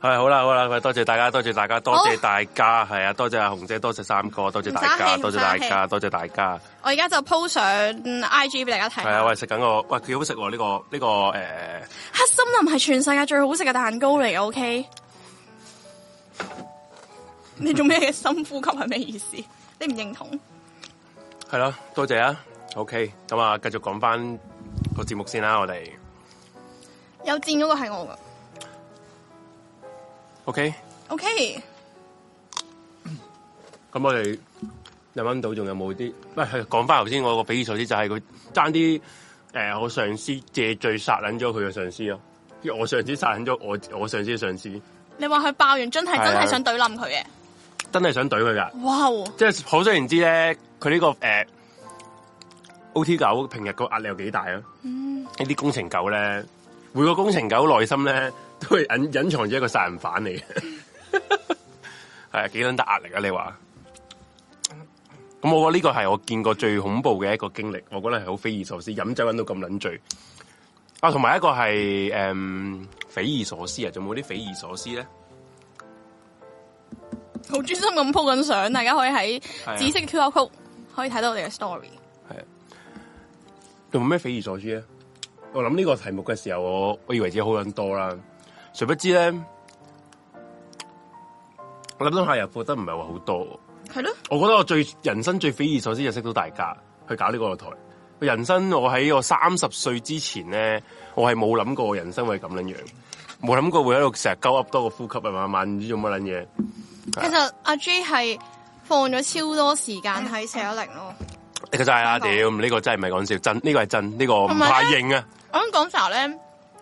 Speaker 2: 系好啦好啦，喂多謝大家，多謝大家，多謝大家，係啊，多謝阿紅姐，多謝三哥，多謝大
Speaker 1: 唔
Speaker 2: 家，
Speaker 1: 爭氣
Speaker 2: 多謝大家，多謝大家，
Speaker 1: 我而家就 po 上 IG 俾大家睇。
Speaker 2: 係啊，喂食緊個，喂幾好食喎呢個呢個诶，
Speaker 1: 黑森林係全世界最好食嘅蛋糕嚟嘅，OK？你做咩嘅深呼吸係咩意思？你唔認同？
Speaker 2: 係咯，多謝啊，OK，咁啊繼續講翻個節目先啦，我哋
Speaker 1: 有箭嗰個係我噶
Speaker 2: OK，
Speaker 1: ，OK？
Speaker 2: 咁我哋諗諗到仲有冇啲？喂，係講翻頭先我個比喻措施就係佢爭啲诶，誒我上司借罪殺撚咗佢嘅上司咯，因為我上司殺撚咗我我上司嘅上司，
Speaker 1: 你話佢爆完樽係真
Speaker 2: 係啊
Speaker 1: 係想懟冧佢嘅，
Speaker 2: 真係想懟佢㗎。
Speaker 1: 哇！
Speaker 2: 即系可想而知咧，佢呢、個个诶、O T 狗平日個壓力有幾大啊？呢啲工程狗咧，每個工程狗內心咧都係隱隐藏住一個殺人犯嚟 嘅，係啊，幾撚大壓力啊？你話？咁我覺得呢個係我見過最恐怖嘅一個經歷，我覺得係好匪夷所思，飲酒飲到咁撚醉啊！同埋一個係诶、嗯匪夷所思啊，仲有冇啲匪夷所思咧？
Speaker 1: 好專心咁 po 緊相，大家可以喺
Speaker 2: 啊
Speaker 1: 紫色嘅 QR code 可以睇到我哋嘅 story。
Speaker 2: 仲有咩匪夷所思咧？我諗呢個題目嘅時候，我我以為自己好撚多啦，誰不知咧，我諗諗下又覺得唔係話好多。
Speaker 1: 係咯，
Speaker 2: 我覺得我最人生最匪夷所思就識到大家去搞呢個台。人生我喺我三十歲之前咧，我係冇諗過我人生會係咁撚樣，冇諗過會喺度成日鳩噏多個呼吸啊，慢慢唔知做乜撚嘢。
Speaker 1: 其
Speaker 2: 啊
Speaker 1: 實阿 J 係放咗超多時間喺四一零咯。
Speaker 2: 呢個真係啦，
Speaker 1: 香港
Speaker 2: 屌！呢個真係唔係講笑，真呢個係真，呢個唔
Speaker 1: 哦同埋
Speaker 2: 怕
Speaker 1: 呢
Speaker 2: 認啊！
Speaker 1: 我咁講就咧，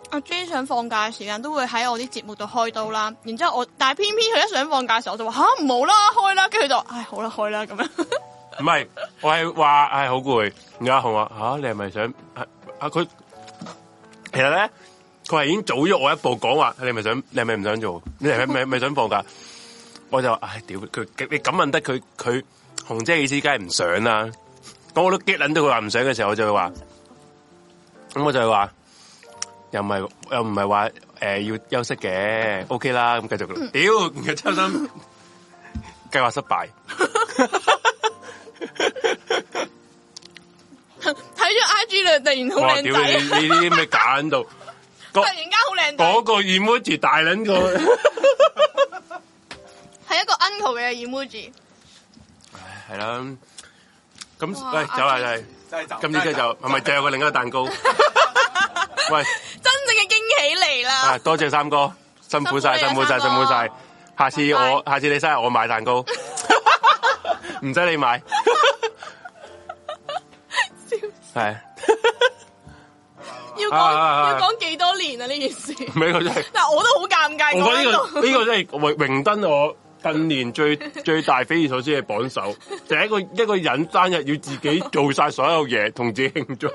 Speaker 1: 阿 J 想放假嘅時間都會喺我啲節目度開刀啦。然之後我，但係偏偏佢一想放假嘅時候，我就話吓唔好啦，開啦。跟住佢就唉好啦，開啦咁樣。
Speaker 2: 唔係，我係話唉好攰。然後阿紅話吓，你係咪想啊啊佢？其實咧，佢係已經早咗我一步講話，你係咪想？你係咪唔想做？你係咪咪咪想放假？我就話唉屌佢，佢你咁問得佢佢紅姐嘅意思，梗係唔想啦。咁我都激撚到佢話唔想嘅時候，我就會話，咁我就會話，又唔係又唔係話诶要休息嘅，OK 啦，咁繼續啦。屌，然後抽心計劃失敗。
Speaker 1: 睇咗 I G 你突然好
Speaker 2: 哇！
Speaker 1: 靚
Speaker 2: 屌你
Speaker 1: 仔，
Speaker 2: 你呢啲咩揀到？
Speaker 1: 突然間好靚仔，
Speaker 2: 嗰個 emoji 大撚過，
Speaker 1: 係一個 uncle 嘅 emoji。
Speaker 2: 係啦。咁
Speaker 1: 哇
Speaker 2: 喂，走啦，
Speaker 1: 阿
Speaker 2: 就
Speaker 1: J
Speaker 2: 係
Speaker 5: 真係走
Speaker 2: 今次就係咪仲有個另一個蛋糕？喂，
Speaker 1: 真正嘅驚喜嚟
Speaker 2: 啊
Speaker 1: 啦！
Speaker 2: 多謝三哥，辛苦晒，辛
Speaker 1: 辛苦
Speaker 2: 苦
Speaker 1: 你
Speaker 2: 晒，
Speaker 1: 啊
Speaker 2: 辛苦晒
Speaker 1: 三。
Speaker 2: 下次我
Speaker 1: 拜
Speaker 2: 下次你生日我買蛋糕，唔使你買。係
Speaker 1: 要講
Speaker 2: 啊啊
Speaker 1: 要
Speaker 2: 啊
Speaker 1: 講幾多年啊呢件事？
Speaker 2: 美個真係。
Speaker 1: 但我都好尷尬，
Speaker 2: 我覺得呢、
Speaker 1: 講
Speaker 2: 個
Speaker 1: 到
Speaker 2: 呢、個真係榮榮登我近年最最大匪夷所思嘅榜首，就係、一個一個人生日要自己做晒所有嘢，同自己慶祝。呢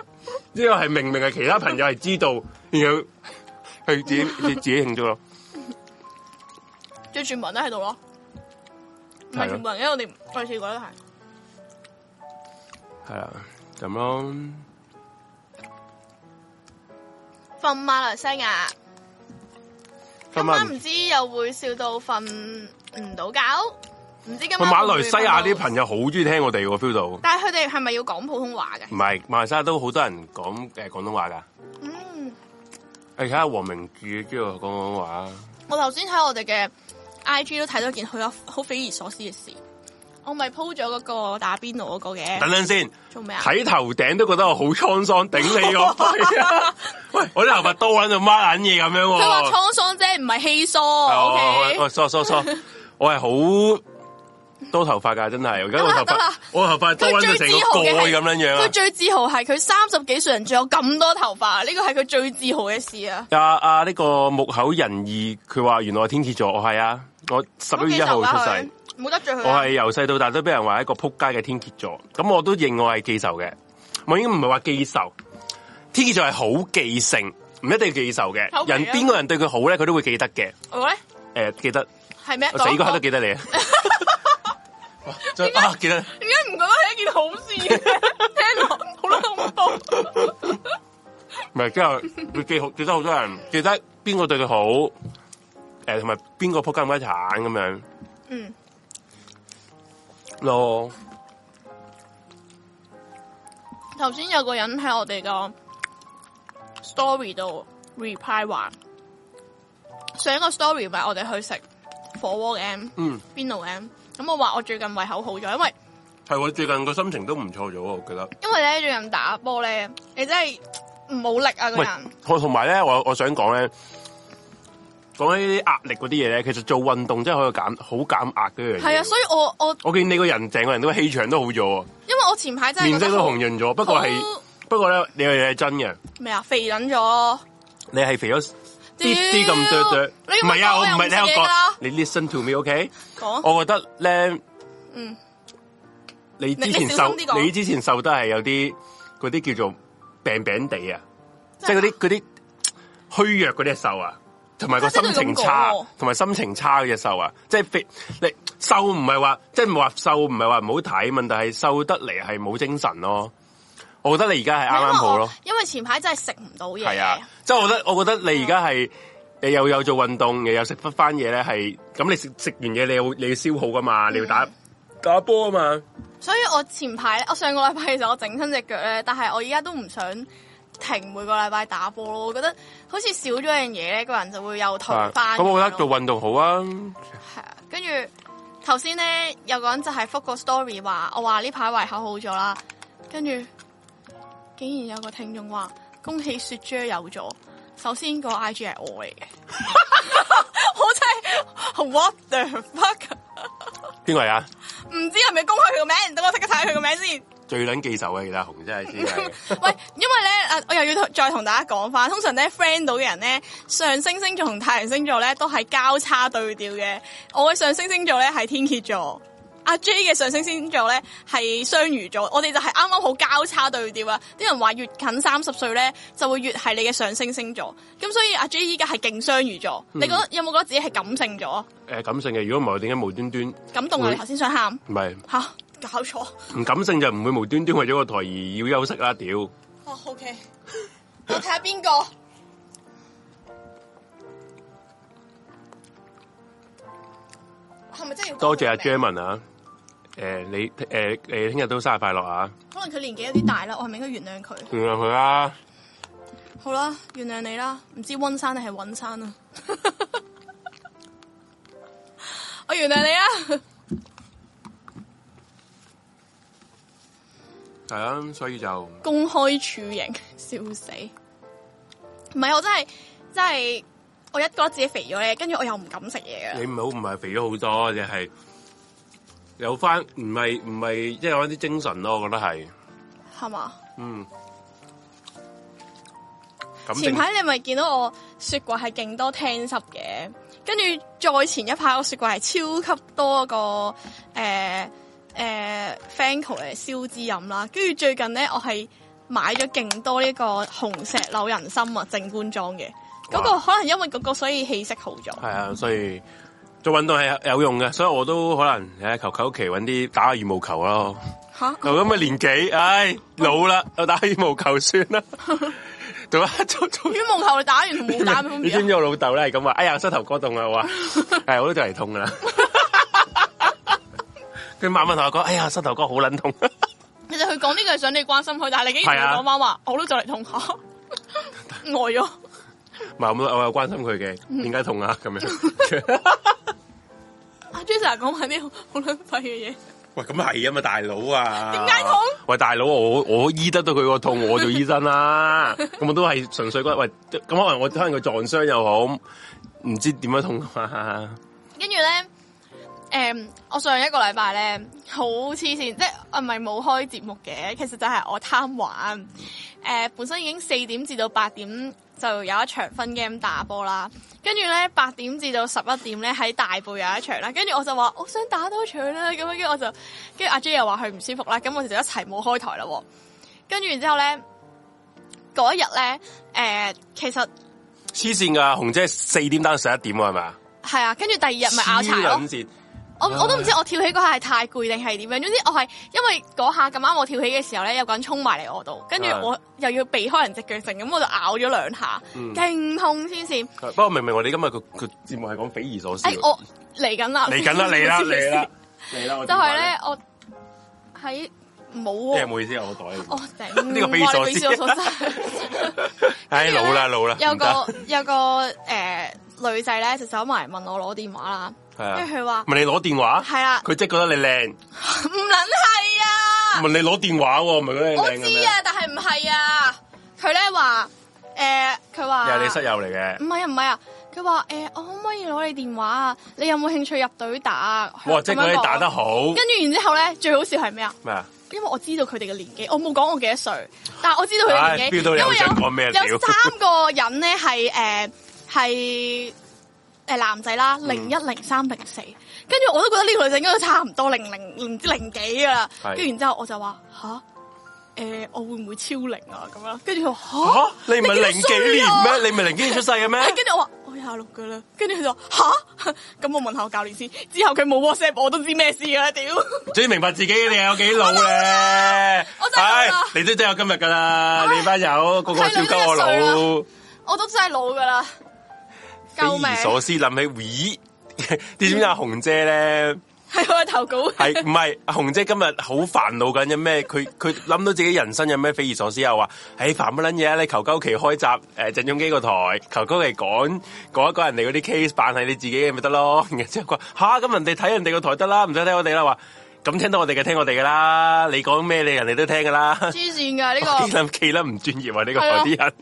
Speaker 2: 個係明明係其他朋友係知道，然後佢 自己自己慶祝咯。
Speaker 1: 最全部人都喺度咯，唔係
Speaker 2: 係咯啊
Speaker 1: 全部人，因為我哋我哋試過都係。
Speaker 2: 係啊，咁咯。
Speaker 1: 瞓馬來西亞，今
Speaker 2: 啊
Speaker 1: 晚啊唔知又會笑到瞓唔到覺，唔知今
Speaker 2: 喂
Speaker 1: 晚
Speaker 2: 啊馬來西亞啲
Speaker 1: 友，
Speaker 2: 朋友好中意聽我哋喎，feel 到。唔
Speaker 1: 但係佢哋係咪要講普通話嘅？
Speaker 2: 係馬來西亞都好多人講誒廣東話㗎。
Speaker 1: 嗯，
Speaker 2: 你睇下黃明志都有講廣東話，
Speaker 1: 我頭先喺我哋嘅 I G 都睇到件好有好匪夷所思嘅事，我咪 po 咗嗰個打邊爐嗰個
Speaker 2: 等
Speaker 1: 嘅，
Speaker 2: 等先。
Speaker 1: 做咩啊？
Speaker 2: 睇頭頂都覺得我好滄桑，頂你個肺 啊！喂，我啲頭髮都喺度孖緊嘢咁樣喎。啊
Speaker 1: 佢話滄桑啫，唔係稀疏，OK
Speaker 2: 哦我。疏疏疏，我係好多頭髮㗎，真係。而家我頭
Speaker 1: 得啦得
Speaker 2: 髮
Speaker 1: 啦，
Speaker 2: 我頭髮多
Speaker 1: 佢
Speaker 2: 緊到
Speaker 1: 最
Speaker 2: 成
Speaker 1: 自
Speaker 2: 個
Speaker 1: 豪嘅
Speaker 2: 蓋
Speaker 1: 係
Speaker 2: 咁樣啊樣
Speaker 1: 佢最自豪係佢三十幾歲人仲有咁多頭髮，呢個係佢最自豪嘅事啊！
Speaker 2: 啊。啊啊！呢個木口仁義，佢話原來我天蝎座，我係啊，我十一月一號
Speaker 1: 好記仇
Speaker 2: 出
Speaker 1: 啊
Speaker 2: 世
Speaker 1: 佢，冇得罪佢
Speaker 2: 我
Speaker 1: 啊。
Speaker 2: 係由細到大都俾人話一個撲街嘅天蝎座，咁我都認我係記仇嘅。我應該唔係話記仇，天蝎座係好記性，唔一定要記仇嘅。
Speaker 1: 口皮啊
Speaker 2: 人邊個人對佢好咧，佢都會記得嘅。
Speaker 1: 我咧
Speaker 2: 诶、記得
Speaker 1: 係咩？
Speaker 2: 我死嗰刻都
Speaker 1: 點
Speaker 2: 記得你啊！哇真係啊，記得
Speaker 1: 解唔覺得係一件好事嘅？聽落好撚恐怖。
Speaker 2: 唔係，之後佢記好，記得好多人，記得邊個對佢好，诶同埋邊個仆街唔街產咁樣
Speaker 1: 嗯，
Speaker 2: 咯。
Speaker 1: 頭先有個人喺我哋個 story 度 reply 話，上一個 story 咪我哋去食火鍋嘅，
Speaker 2: 嗯，
Speaker 1: 邊度嘅？咁我話我最近胃口好咗，因為
Speaker 2: 係我最近個心情都唔錯咗，我覺得。
Speaker 1: 因為咧最近打波咧，你真係冇力啊個
Speaker 2: 喂
Speaker 1: 人。，
Speaker 2: 我同埋咧，我我想講咧，講起啲壓力嗰啲嘢咧，其實做運動真係可以減好減壓嘅一樣嘢。
Speaker 1: 係啊，所以我我
Speaker 2: 我見你個人成個人都氣場都好咗喎，
Speaker 1: 因為我前排真係
Speaker 2: 面
Speaker 1: 覺
Speaker 2: 色
Speaker 1: 得
Speaker 2: 都
Speaker 1: 好
Speaker 2: 紅潤咗。不過係
Speaker 1: 好
Speaker 2: 不過咧，你係真嘅，
Speaker 1: 咩啊？肥撚咗。
Speaker 2: 你係肥咗啲啲咁多多。
Speaker 1: 你要
Speaker 2: 唔係啊，
Speaker 1: 講
Speaker 2: 我唔係
Speaker 1: 又唔
Speaker 2: 聽我
Speaker 1: 自己㗎啦
Speaker 2: 講，你 listen to me，OK？
Speaker 1: 講
Speaker 2: 我覺得咧，
Speaker 1: 嗯，
Speaker 2: 你之前
Speaker 1: 你
Speaker 2: 瘦
Speaker 1: 小心啲，講
Speaker 2: 你之前瘦得係有啲嗰啲叫做病病地啊，即係嗰
Speaker 1: 真係
Speaker 2: 啲嗰啲虛弱嗰啲瘦啊，同埋個
Speaker 1: 真係
Speaker 2: 心
Speaker 1: 咁
Speaker 2: 情
Speaker 1: 講
Speaker 2: 差
Speaker 1: 喎，
Speaker 2: 同埋心情差嘅瘦啊，即係肥你瘦唔係話即係唔係話瘦唔係話唔好睇，問題係瘦得嚟係冇精神咯。我覺得你而家係啱啱好咯。
Speaker 1: 因為我因為前排真係食唔到嘢，
Speaker 2: 系啊，即系我觉得，我觉得你而家系你又有做運動，又有食翻翻嘢咧，係咁你食食完嘢，你要你要消耗噶嘛，你要打、打波啊嘛，
Speaker 1: 所以我前排咧，我上個禮拜其實我整親只腳咧，但係我而家都唔想停每個禮拜打波咯。我覺得好似少咗樣嘢咧，個人就會又退
Speaker 2: 啊
Speaker 1: 翻。
Speaker 2: 咁、我覺得做運動好啊，
Speaker 1: 係啊，跟住頭先咧有個人就係覆個 story 話，我話呢排胃口好咗啦，跟住竟然有個聽眾話恭喜雪姐有咗。首先個 I G 係我嚟嘅， 我真係 what the fuck，
Speaker 2: 邊個係啊？
Speaker 1: 唔知係咪公開佢個名？等我即刻睇佢個名先。
Speaker 2: 最撚記仇嘅其他紅真係先係，
Speaker 1: 喂， 因為咧，誒，我又要再同大家講翻，通常咧 friend 到嘅人咧，上升星座同太陽星座咧都係交叉對調嘅。我嘅上升星座咧係天蝎座，阿 J 嘅上升星座咧係雙魚座，我哋就係啱啱好交叉對調啊！啲人話越近三十歲咧就會越係你嘅上升星座，咁所以阿 J 依家係勁雙魚座，
Speaker 3: 嗯
Speaker 1: 你覺得有冇覺得自己係感性咗？
Speaker 2: 誒感性嘅，如果唔係，我點解無端端唔
Speaker 1: 感動啊！
Speaker 2: 會
Speaker 1: 你頭先想喊
Speaker 2: 係
Speaker 1: 吓，搞錯
Speaker 2: 唔感性就唔會無端端為咗個台而要休息啦，屌！
Speaker 1: 哦，OK，我睇下邊個。係咪真係要講
Speaker 2: 多謝阿
Speaker 1: 佢名
Speaker 2: Jerman 啊，誒、你誒誒聽日都生日快樂啊，
Speaker 1: 可能佢年紀有啲大啦，我係咪應該原諒佢？
Speaker 2: 原諒佢啊啦，
Speaker 1: 好啦，原諒你啦。唔知温山定係尹山 啊？我原諒你啦。啊
Speaker 2: 係啊，所以就。
Speaker 1: 公開處刑， 笑死！唔係我真係真係，我一覺得自己肥咗咧，跟住我又唔敢食嘢啊
Speaker 2: 你！唔好唔係肥咗好多，你係有翻唔係唔係即係有翻啲精神咯，我覺得係，
Speaker 1: 係嘛？
Speaker 2: 嗯。咁
Speaker 1: 前排你咪見到我雪櫃係勁多聽濕嘅，跟住再前一排我雪櫃係超級多個誒誒 Fanco 嘅燒脂飲啦，跟住最近咧我係買咗勁多呢個紅石榴人參啊正官裝嘅，嗰、個
Speaker 2: 哇
Speaker 1: 可能因為嗰個所以氣色好咗，
Speaker 2: 係啊，所以做運動係有用嘅，所以我都可能誒求求其揾啲打下羽毛球咯。
Speaker 1: 吓
Speaker 2: 就咁嘅年紀，唉老啦，我打羽毛球算 啦。做一做做。
Speaker 1: 羽毛球你打完同冇 打有冇分
Speaker 2: 你知
Speaker 1: 別
Speaker 2: 唔
Speaker 1: 啊？
Speaker 2: 知我老豆咧係咁 話？哎呀，膝頭哥痛啊！我話係我都就嚟痛噶啦。佢晚晚同我講：哎呀，膝頭哥好 撚痛。
Speaker 1: 其實佢講呢句係想你關心佢，但係你竟
Speaker 2: 係
Speaker 1: 然
Speaker 2: 啊
Speaker 1: 同我講翻話，我都就嚟痛下， 嚇呆咗。
Speaker 2: 唔係我我有關心佢
Speaker 1: 嗯
Speaker 2: 嘅，點解痛啊？咁 樣，
Speaker 1: 阿 J 成日講埋啲好撚廢嘅嘢。
Speaker 2: 喂，咁係啊嘛，大佬啊，
Speaker 1: 點解痛？
Speaker 2: 喂，大佬，我我醫得到佢個痛，我做醫 生啦。咁我都係純粹覺得，喂，咁可能我可能佢撞傷又好，唔知點樣痛啊嘛。
Speaker 1: 跟住咧，誒、我上一個禮拜咧好黐線，即係我唔係冇開節目嘅，其實就係我貪玩。誒、本身已經四點至到八點就有一場分 game 打波啦，跟住咧八點至到十一點咧喺大埔有一場啦，跟住我就話我想打多場啦，咁樣跟住我就跟住阿 J 又話佢唔舒服啦，咁我哋就一齊冇開台啦喎。跟住然之後咧，嗰一日咧，誒、其實
Speaker 2: 黐線㗎，紅姐四點打到十一點喎，係咪啊？
Speaker 1: 係啊，跟住第二日咪拗柴
Speaker 2: 黐
Speaker 1: 咯
Speaker 2: 撚。線
Speaker 1: 我我都唔知我跳起嗰下係太攰定係點樣，總之我係因為嗰下咁啱我跳起嘅時候咧，有個人衝埋嚟我度，跟住
Speaker 2: 係
Speaker 1: 我又要避開人隻腳程，咁我就咬咗兩下，
Speaker 2: 啊嗯
Speaker 1: 勁痛先線。
Speaker 2: 不過明明我哋今日個個 節目係講匪夷所思
Speaker 1: 哎，
Speaker 2: 喎，
Speaker 1: 我嚟緊啦，
Speaker 2: 嚟緊啦，嚟 啦，嚟啦，嚟啦，我
Speaker 1: 就係
Speaker 2: 係
Speaker 1: 咧，我喺冇
Speaker 2: 你
Speaker 1: 啊
Speaker 2: 係唔好意思啊，我袋
Speaker 1: 我頂
Speaker 2: 呢個匪夷所思
Speaker 1: 哇你匪夷 所思
Speaker 2: 唉
Speaker 1: 跟住呢
Speaker 2: 老啦老啦
Speaker 1: 有
Speaker 2: 唔
Speaker 1: 個
Speaker 2: 得
Speaker 1: 有個誒女仔咧就走埋問我攞電話啦，
Speaker 2: 係啊
Speaker 1: 跟住佢話
Speaker 2: 問你攞電話，
Speaker 1: 係啦
Speaker 2: 佢即係覺得你靚，
Speaker 1: 唔撚係啊！
Speaker 2: 問你攞電話喎，唔係覺得你
Speaker 1: 我
Speaker 2: 靚咁
Speaker 1: 知
Speaker 2: 樣。
Speaker 1: 啊，但係唔係啊？佢咧話誒，佢
Speaker 2: 又
Speaker 1: 話
Speaker 2: 係你室友嚟嘅
Speaker 1: 唔，係啊，唔係啊。佢話誒，我可唔可以攞你電話啊？你有冇興趣入隊打啊？
Speaker 2: 哇！即係
Speaker 1: 咁樣
Speaker 2: 嗰啲打得
Speaker 1: 講。
Speaker 2: 好
Speaker 1: 跟住然之後咧，最好笑係咩啊？
Speaker 2: 咩啊？
Speaker 1: 因為我知道佢哋嘅年紀，我冇講我幾多歲，但係我知道佢哋
Speaker 2: 唉
Speaker 1: 年紀，
Speaker 2: ，feel 到你
Speaker 1: 因
Speaker 2: 又
Speaker 1: 為
Speaker 2: 想講咩
Speaker 1: 有
Speaker 2: 料
Speaker 1: 有三個人咧係誒係誒男仔
Speaker 2: 嗯
Speaker 1: 啦，零一零三零四，跟住我都覺得呢個女仔應該都差唔多零零唔知零幾噶啦，跟
Speaker 2: 係
Speaker 1: 住然之後我就話吓，誒、我會唔會超齡啊咁樣？跟住佢話
Speaker 2: 嚇
Speaker 1: 吓，
Speaker 2: 你唔係零
Speaker 1: 幾
Speaker 2: 幾
Speaker 1: 多歲
Speaker 2: 年
Speaker 1: 啊
Speaker 2: 咩？你唔係零幾年出世嘅咩？
Speaker 1: 跟住我話我廿六噶啦，跟住佢就話吓，咁我問下我教練先，之後佢冇 WhatsApp 我都知咩事啦，屌！
Speaker 2: 終於明白自己你有幾老咧
Speaker 1: 我真係老啦！啊
Speaker 2: 唉，你都真有今日噶啦！你班友個個超鳩我
Speaker 1: 係女一
Speaker 2: 老，
Speaker 1: 我都真係老噶啦，救命
Speaker 2: 匪！夷所思諗起，咦？ 你知唔知阿紅姐咧？
Speaker 1: 係我嘅投稿，
Speaker 2: 係唔係？阿紅姐今日好煩惱緊，有咩？佢佢諗到自己人生有咩匪夷所思又話：，唉，煩乜撚嘢啊！你求鳩其開集誒鄭中基個台，求鳩其講講一講人哋嗰啲 case，扮係你自己嘅咪得咯。然之後佢話：吓咁人哋睇人哋個台得啦，唔使睇我哋啦。話咁聽到我哋嘅聽我哋噶啦，你講咩你人哋都聽噶啦。
Speaker 1: 黐線㗎呢
Speaker 2: 幾
Speaker 1: 個，
Speaker 2: 撚幾撚唔專業啊！呢個
Speaker 1: 係啊
Speaker 2: 台啲人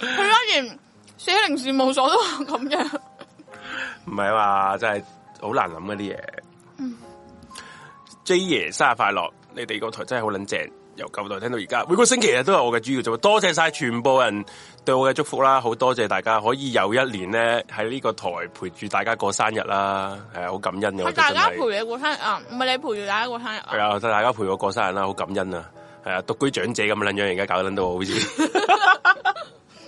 Speaker 1: 佢居然寫零事務所都話咁樣，
Speaker 2: 唔係嘛，真係好難諗嗰啲嘢。J 爺生日快樂！你哋個台真係好撚正，由舊台聽到而家，每個星期日都係我嘅主要做。多謝晒全部人對我嘅祝福啦，好多謝大家可以有一年咧喺呢個台陪住大家過生日啦，係啊好感恩嘅。
Speaker 1: 係
Speaker 2: 我覺得
Speaker 1: 大
Speaker 2: 真
Speaker 1: 家
Speaker 2: 係
Speaker 1: 陪你過生日啊，唔係你陪住大家過生日啊
Speaker 2: 係。啊，大家陪我過生日啦，好感恩啊！係啊，獨居長者咁撚樣，而家搞撚到我好似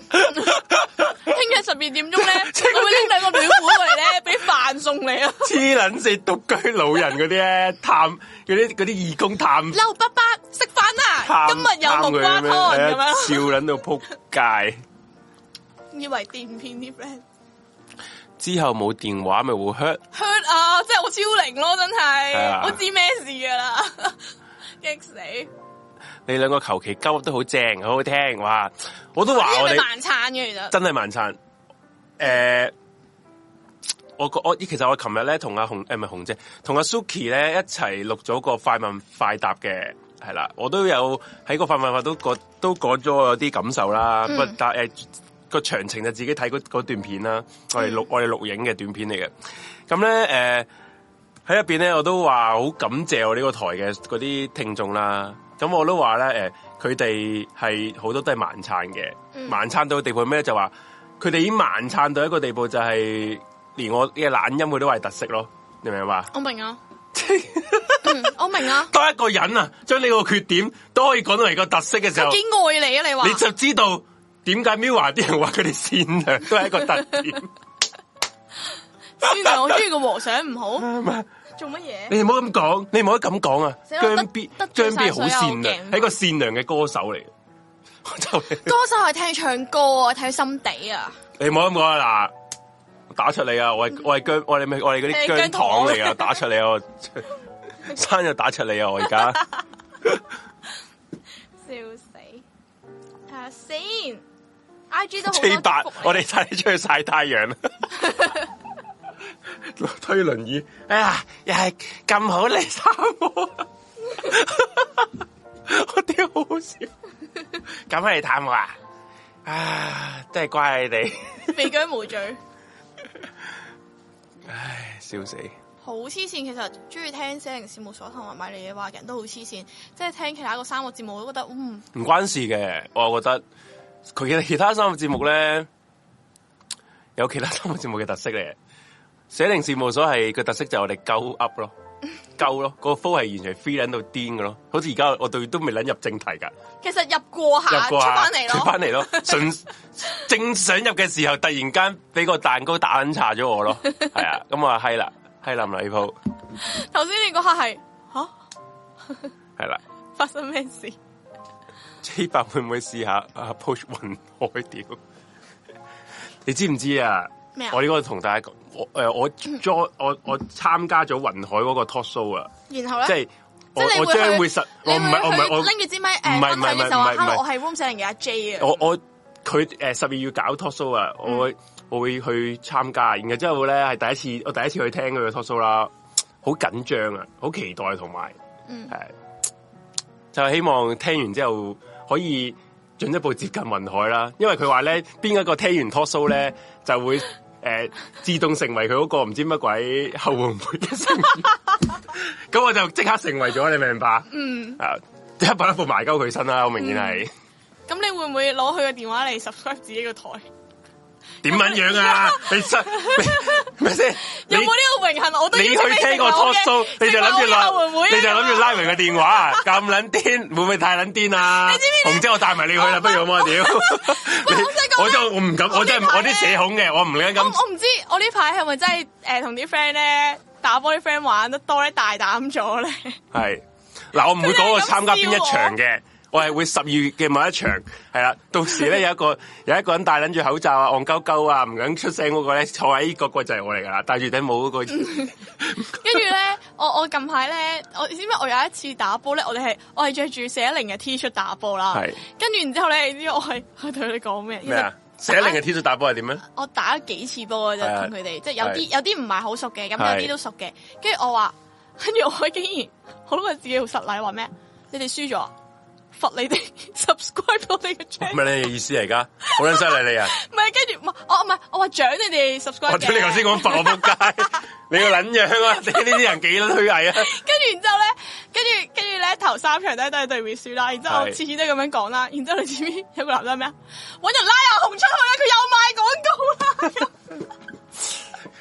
Speaker 1: 聽日十二點鐘咧， 我會拎兩個表妹過嚟 咧，俾飯送你啊！
Speaker 2: 黐撚線獨居老人嗰啲咧探嗰啲嗰啲義工探
Speaker 1: 劉伯伯食飯啦，
Speaker 2: 探
Speaker 1: 今日有木瓜
Speaker 2: 探佢咁
Speaker 1: 湯咁
Speaker 2: 樣
Speaker 1: 樣，
Speaker 2: 係啊笑撚到撲街。
Speaker 1: 以為電片啲 friend
Speaker 2: 之後冇電話咪會 hurt，
Speaker 1: hurt 啊！即係我超齡咯，真
Speaker 2: 係啊
Speaker 1: 係，我知咩事㗎啦， 激死！
Speaker 2: 你兩個求其鳩都好正，好好聽，哇！我都話我
Speaker 1: 呢
Speaker 2: 哋
Speaker 1: 個晚餐嘅其實。
Speaker 2: 真係晚餐。诶、我個我其實我琴日咧同阿紅诶唔係紅姐，同阿 Suki 咧一齊錄咗個快問快答嘅，係啦，我都有喺個快問快答都講都講咗我有啲感受啦，
Speaker 1: 嗯
Speaker 2: 不過但诶個詳情就自己睇嗰嗰段片啦，我哋
Speaker 1: 嗯
Speaker 2: 錄我哋錄影嘅短片嚟嘅，咁咧诶喺入邊咧我都話好感謝我呢個台嘅嗰啲聽眾啦，咁我都話咧诶佢哋係好多都係晚餐嘅，晚餐到嘅地步係咩呢就話。佢哋已經慢撐到一個地步，就係連我嘅懶音佢都係特色咯，你明唔明嘛？
Speaker 1: 我明 啊，嗯，我明啊，
Speaker 2: 當一個人啊，將呢個缺點都可以講到嚟個特色嘅時候
Speaker 1: 佢，幾愛你啊！你話
Speaker 2: 你就知道點解 Miu 啲人話佢哋善良都係一個特點。
Speaker 1: 算啦，我中意個和尚唔 好
Speaker 2: 唔係
Speaker 1: 做乜嘢？
Speaker 2: 啊你唔好咁講，你唔可以咁講啊！
Speaker 1: 死啦
Speaker 2: 姜
Speaker 1: 得
Speaker 2: B
Speaker 1: 得罪
Speaker 2: 姜
Speaker 1: 晒
Speaker 2: B 好善
Speaker 1: 所有
Speaker 2: 良，
Speaker 1: 鏡
Speaker 2: 係一個善良嘅歌手嚟嘅。我就
Speaker 1: 歌手係聽唱歌啊，睇心地啊，
Speaker 2: 你唔好咁講啊！嗱，打出你啊！我係我係姜，我哋咪我哋嗰
Speaker 1: 你係
Speaker 2: 啲
Speaker 1: 姜
Speaker 2: 姜糖嚟啊！
Speaker 1: 糖
Speaker 2: 打出你啊！我 生日打出你啊！我而家。
Speaker 1: 笑死！睇下先，I G 都好多
Speaker 2: J 八
Speaker 1: 祝福，嚟
Speaker 2: 我哋晒出去晒太陽啦。 推輪椅，哎呀，又係咁好嚟三我， 我屌好好 笑，咁嚟探我啊！啊，真係乖你哋，
Speaker 1: 被姜無罪，
Speaker 2: 笑死！
Speaker 1: 好黐線。其實中意聽死靈事務所同埋買你嘢話嘅人都好黐線，即係聽其他嗰三個節目，我都覺得嗯
Speaker 2: 唔關事嘅，我覺得佢嘅 其他三個節目咧，有其他 三個節目嘅特色嚟嘅。寫靈事務所係個特色就係我哋鳩 up 咯，鳩咯，個 flow 係完全 free 撚到癲嘅咯，好似而家我對都未撚入正題㗎，
Speaker 1: 其實入過
Speaker 2: 入
Speaker 1: 啊下出
Speaker 2: 過啊
Speaker 1: 翻嚟
Speaker 2: 出
Speaker 1: 咯
Speaker 2: 翻， 嚟咯，順正想入嘅時候， 突然間俾個蛋糕打撚差咗我咯，係啊，咁啊閪啦，閪冧啦呢鋪，
Speaker 1: 頭先你嗰下係吓
Speaker 2: 系啦。
Speaker 1: 發生咩事？
Speaker 2: J 伯會唔會試下啊 approach 雲海屌？ 你知唔知啊
Speaker 1: 咩啊？
Speaker 2: 我呢個同大家講，我诶、我 join 我我参加咗雲海嗰個 talk show 啊，
Speaker 1: 然後咧，
Speaker 2: 即係我
Speaker 1: 即係你
Speaker 2: 我
Speaker 1: 會去
Speaker 2: 將會實，
Speaker 1: 你
Speaker 2: 我唔係我唔
Speaker 1: 會
Speaker 2: 係
Speaker 1: 去
Speaker 2: 我
Speaker 1: 拎住支咪誒
Speaker 2: 唔
Speaker 1: 分享
Speaker 2: 係唔係
Speaker 1: 嘅時候話
Speaker 2: 唔係唔係
Speaker 1: ，hello，我係 room 四零嘅阿 J 啊。
Speaker 2: 我我佢诶十二月搞 talk show 啊，我
Speaker 1: 嗯
Speaker 2: 會我會去參加，然後之後咧係第一次，我第一次去聽佢嘅 talk show 啦，好緊張啊，好期待同埋
Speaker 1: 嗯
Speaker 2: 诶，就希望聽完之後可以進一步接近雲海啦，因為佢話咧邊一個聽完 talk show 咧就會诶、呃自動成為佢嗰個唔知乜鬼後援會嘅成員 咁我就即刻成為咗，你明白？
Speaker 1: 嗯，
Speaker 2: 啊，即刻擺一部埋鳩佢身啦，好明顯係。
Speaker 1: 咁你會唔會攞佢個電話嚟 subscribe 自己個台？
Speaker 2: 点樣 樣啊？你實咩先？
Speaker 1: 有冇
Speaker 2: 你
Speaker 1: 呢個榮幸？啊我都
Speaker 2: 你
Speaker 1: 邀請
Speaker 2: 去聽
Speaker 1: 成
Speaker 2: 個
Speaker 1: 為我
Speaker 2: talk
Speaker 1: 嘅
Speaker 2: show，你就諗
Speaker 1: 成為
Speaker 2: 住
Speaker 1: 我嘅後援會
Speaker 2: 拉，
Speaker 1: 啊
Speaker 2: 你就諗住拉
Speaker 1: 咁
Speaker 2: 埋個電話啊，咁撚癲，會唔會太撚癲啊？
Speaker 1: 你知唔知
Speaker 2: 紅姐，我帶埋你去啦，不如好唔好啊？屌！
Speaker 1: 喂
Speaker 2: 你
Speaker 1: 我想講啊
Speaker 2: 我真我唔敢，
Speaker 1: 我
Speaker 2: 我真係我
Speaker 1: 呢排
Speaker 2: 啲社
Speaker 1: 呢
Speaker 2: 恐嘅，我唔理啊
Speaker 1: 我
Speaker 2: 咁。
Speaker 1: 我唔知我呢排係咪真係誒同啲 friend 咧打波啲 friend 玩得多咧大膽咗咧？
Speaker 2: 係嗱，我唔會講我參加邊
Speaker 1: 佢哋係咁
Speaker 2: 一場嘅。我係會十二月嘅某一場，係啦，到時咧有一個 有一個人戴撚住口罩啊，戇鳩鳩啊，唔敢出聲嗰個咧，坐喺嗰個就係我嚟噶啦，戴住頂帽嗰 個，
Speaker 1: 跟住咧，我我近排咧，我你知唔知我有一次打波咧，我哋係我係着住四一零嘅 T 恤打波啦。
Speaker 2: 係
Speaker 1: 跟住然之後咧，你知我係我同佢哋講咩？
Speaker 2: 咩啊？寫令嘅 T 恤打波係點 啊咧？
Speaker 1: 我打咗幾次波嘅
Speaker 2: 係啊
Speaker 1: 啫，同佢哋，即係有啲
Speaker 2: 係
Speaker 1: 有啲唔係好熟嘅，咁
Speaker 2: 係
Speaker 1: 有啲都熟嘅。跟住我話，跟住我竟然好覺得自己好失禮，話咩？你哋輸咗啊，罰你哋 subscribe 我哋嘅 channel。
Speaker 2: 咩你嘅意思嚟噶？好撚犀 利你啊！
Speaker 1: 唔係，跟住唔係我唔係我話獎你哋 subscribe
Speaker 2: 我屌你頭先講罰我仆街，你個撚樣 啊！你呢啲人幾撚虛偽啊！
Speaker 1: 跟住然之後咧，跟住跟住咧頭三場咧都係對面輸啦，然之後我
Speaker 2: 係
Speaker 1: 次次都咁樣講啦，然之後你知唔知有個男仔咩啊？揾人拉阿紅出去啦，佢又賣廣告啦。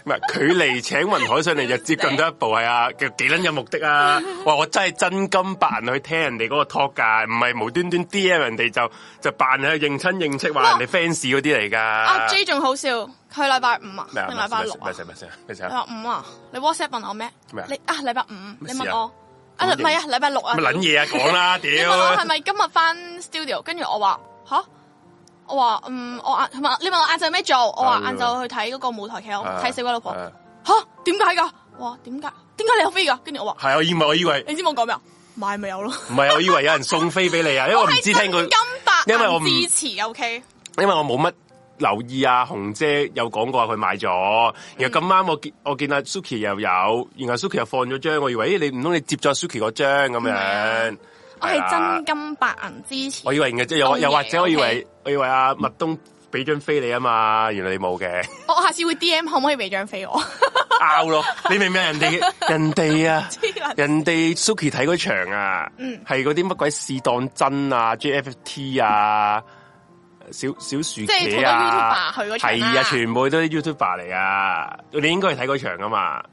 Speaker 2: 唔係距離請雲海上嚟就接近多一步係啊，幾撚有目的啊！哇！我真係真金白銀去聽人哋嗰個 talk 㗎，唔係無端端 DM 人哋就就扮係認親認戚話人哋 fans 嗰啲嚟㗎。
Speaker 1: 阿 J 仲好笑，佢禮拜五啊，
Speaker 2: 啊咩
Speaker 1: 定
Speaker 2: 啊？
Speaker 1: 禮拜六啊
Speaker 2: 咩？事咩事咩事
Speaker 1: 禮拜五啊，你 WhatsApp 問我咩？
Speaker 2: 咩啊
Speaker 1: 你啊禮拜五，
Speaker 2: 咩
Speaker 1: 你
Speaker 2: 事啊
Speaker 1: 問我啊
Speaker 2: 乜嘢
Speaker 1: 唔係啊禮拜六啊，
Speaker 2: 乜撚嘢啊？講啦，
Speaker 1: 你問我係
Speaker 2: 屌！
Speaker 1: 咪今日翻 studio？跟住我話吓，我話嗯我晏，佢問你問我晏晝咩做？我話
Speaker 2: 係喎
Speaker 1: 晏晝去睇嗰個舞台劇，我睇死鬼老婆。
Speaker 2: 啊
Speaker 1: 吓點解㗎？我話點解？點解你有飛㗎？跟住我話
Speaker 2: 係我以為我以為
Speaker 1: 你知我講咩啊？買咪有咯。
Speaker 2: 唔係我以為有人送飛俾你啊，因為我唔知 聽
Speaker 1: 我
Speaker 2: 佢
Speaker 1: 係真。金白銀
Speaker 2: 因為我唔
Speaker 1: 支持 OK。
Speaker 2: 因為我冇乜留意啊，紅姐有講過話佢買咗，然後咁啱我見
Speaker 1: 嗯
Speaker 2: 我見阿 Suki 又有，然後 Suki 又放咗張，我以為咦你唔通你接咗 Suki 嗰張咁
Speaker 1: 係啊
Speaker 2: 樣？
Speaker 1: 我
Speaker 2: 係
Speaker 1: 係
Speaker 2: 啦
Speaker 1: 真，金白銀支持
Speaker 2: 我。以為然後即係又
Speaker 1: 當然
Speaker 2: 又或者我以
Speaker 1: OK
Speaker 2: 為我以為阿麥東俾張飛你啊嘛，原來你冇嘅
Speaker 1: 我我下次會 DM 可唔可以俾張飛我？
Speaker 2: 拗 咯，你明唔明人哋人哋啊？
Speaker 1: 黐撚
Speaker 2: 人哋 Suki 睇嗰場啊，
Speaker 1: 嗯
Speaker 2: 係嗰啲乜鬼試當真啊、JFT 啊、小小薯
Speaker 1: 係好
Speaker 2: 茄
Speaker 1: 多
Speaker 2: 啊，
Speaker 1: YouTuber 去嗰場
Speaker 2: 係
Speaker 1: 啦
Speaker 2: 啊，全部都啲 YouTuber 嚟啊！你應該係睇嗰場噶嘛？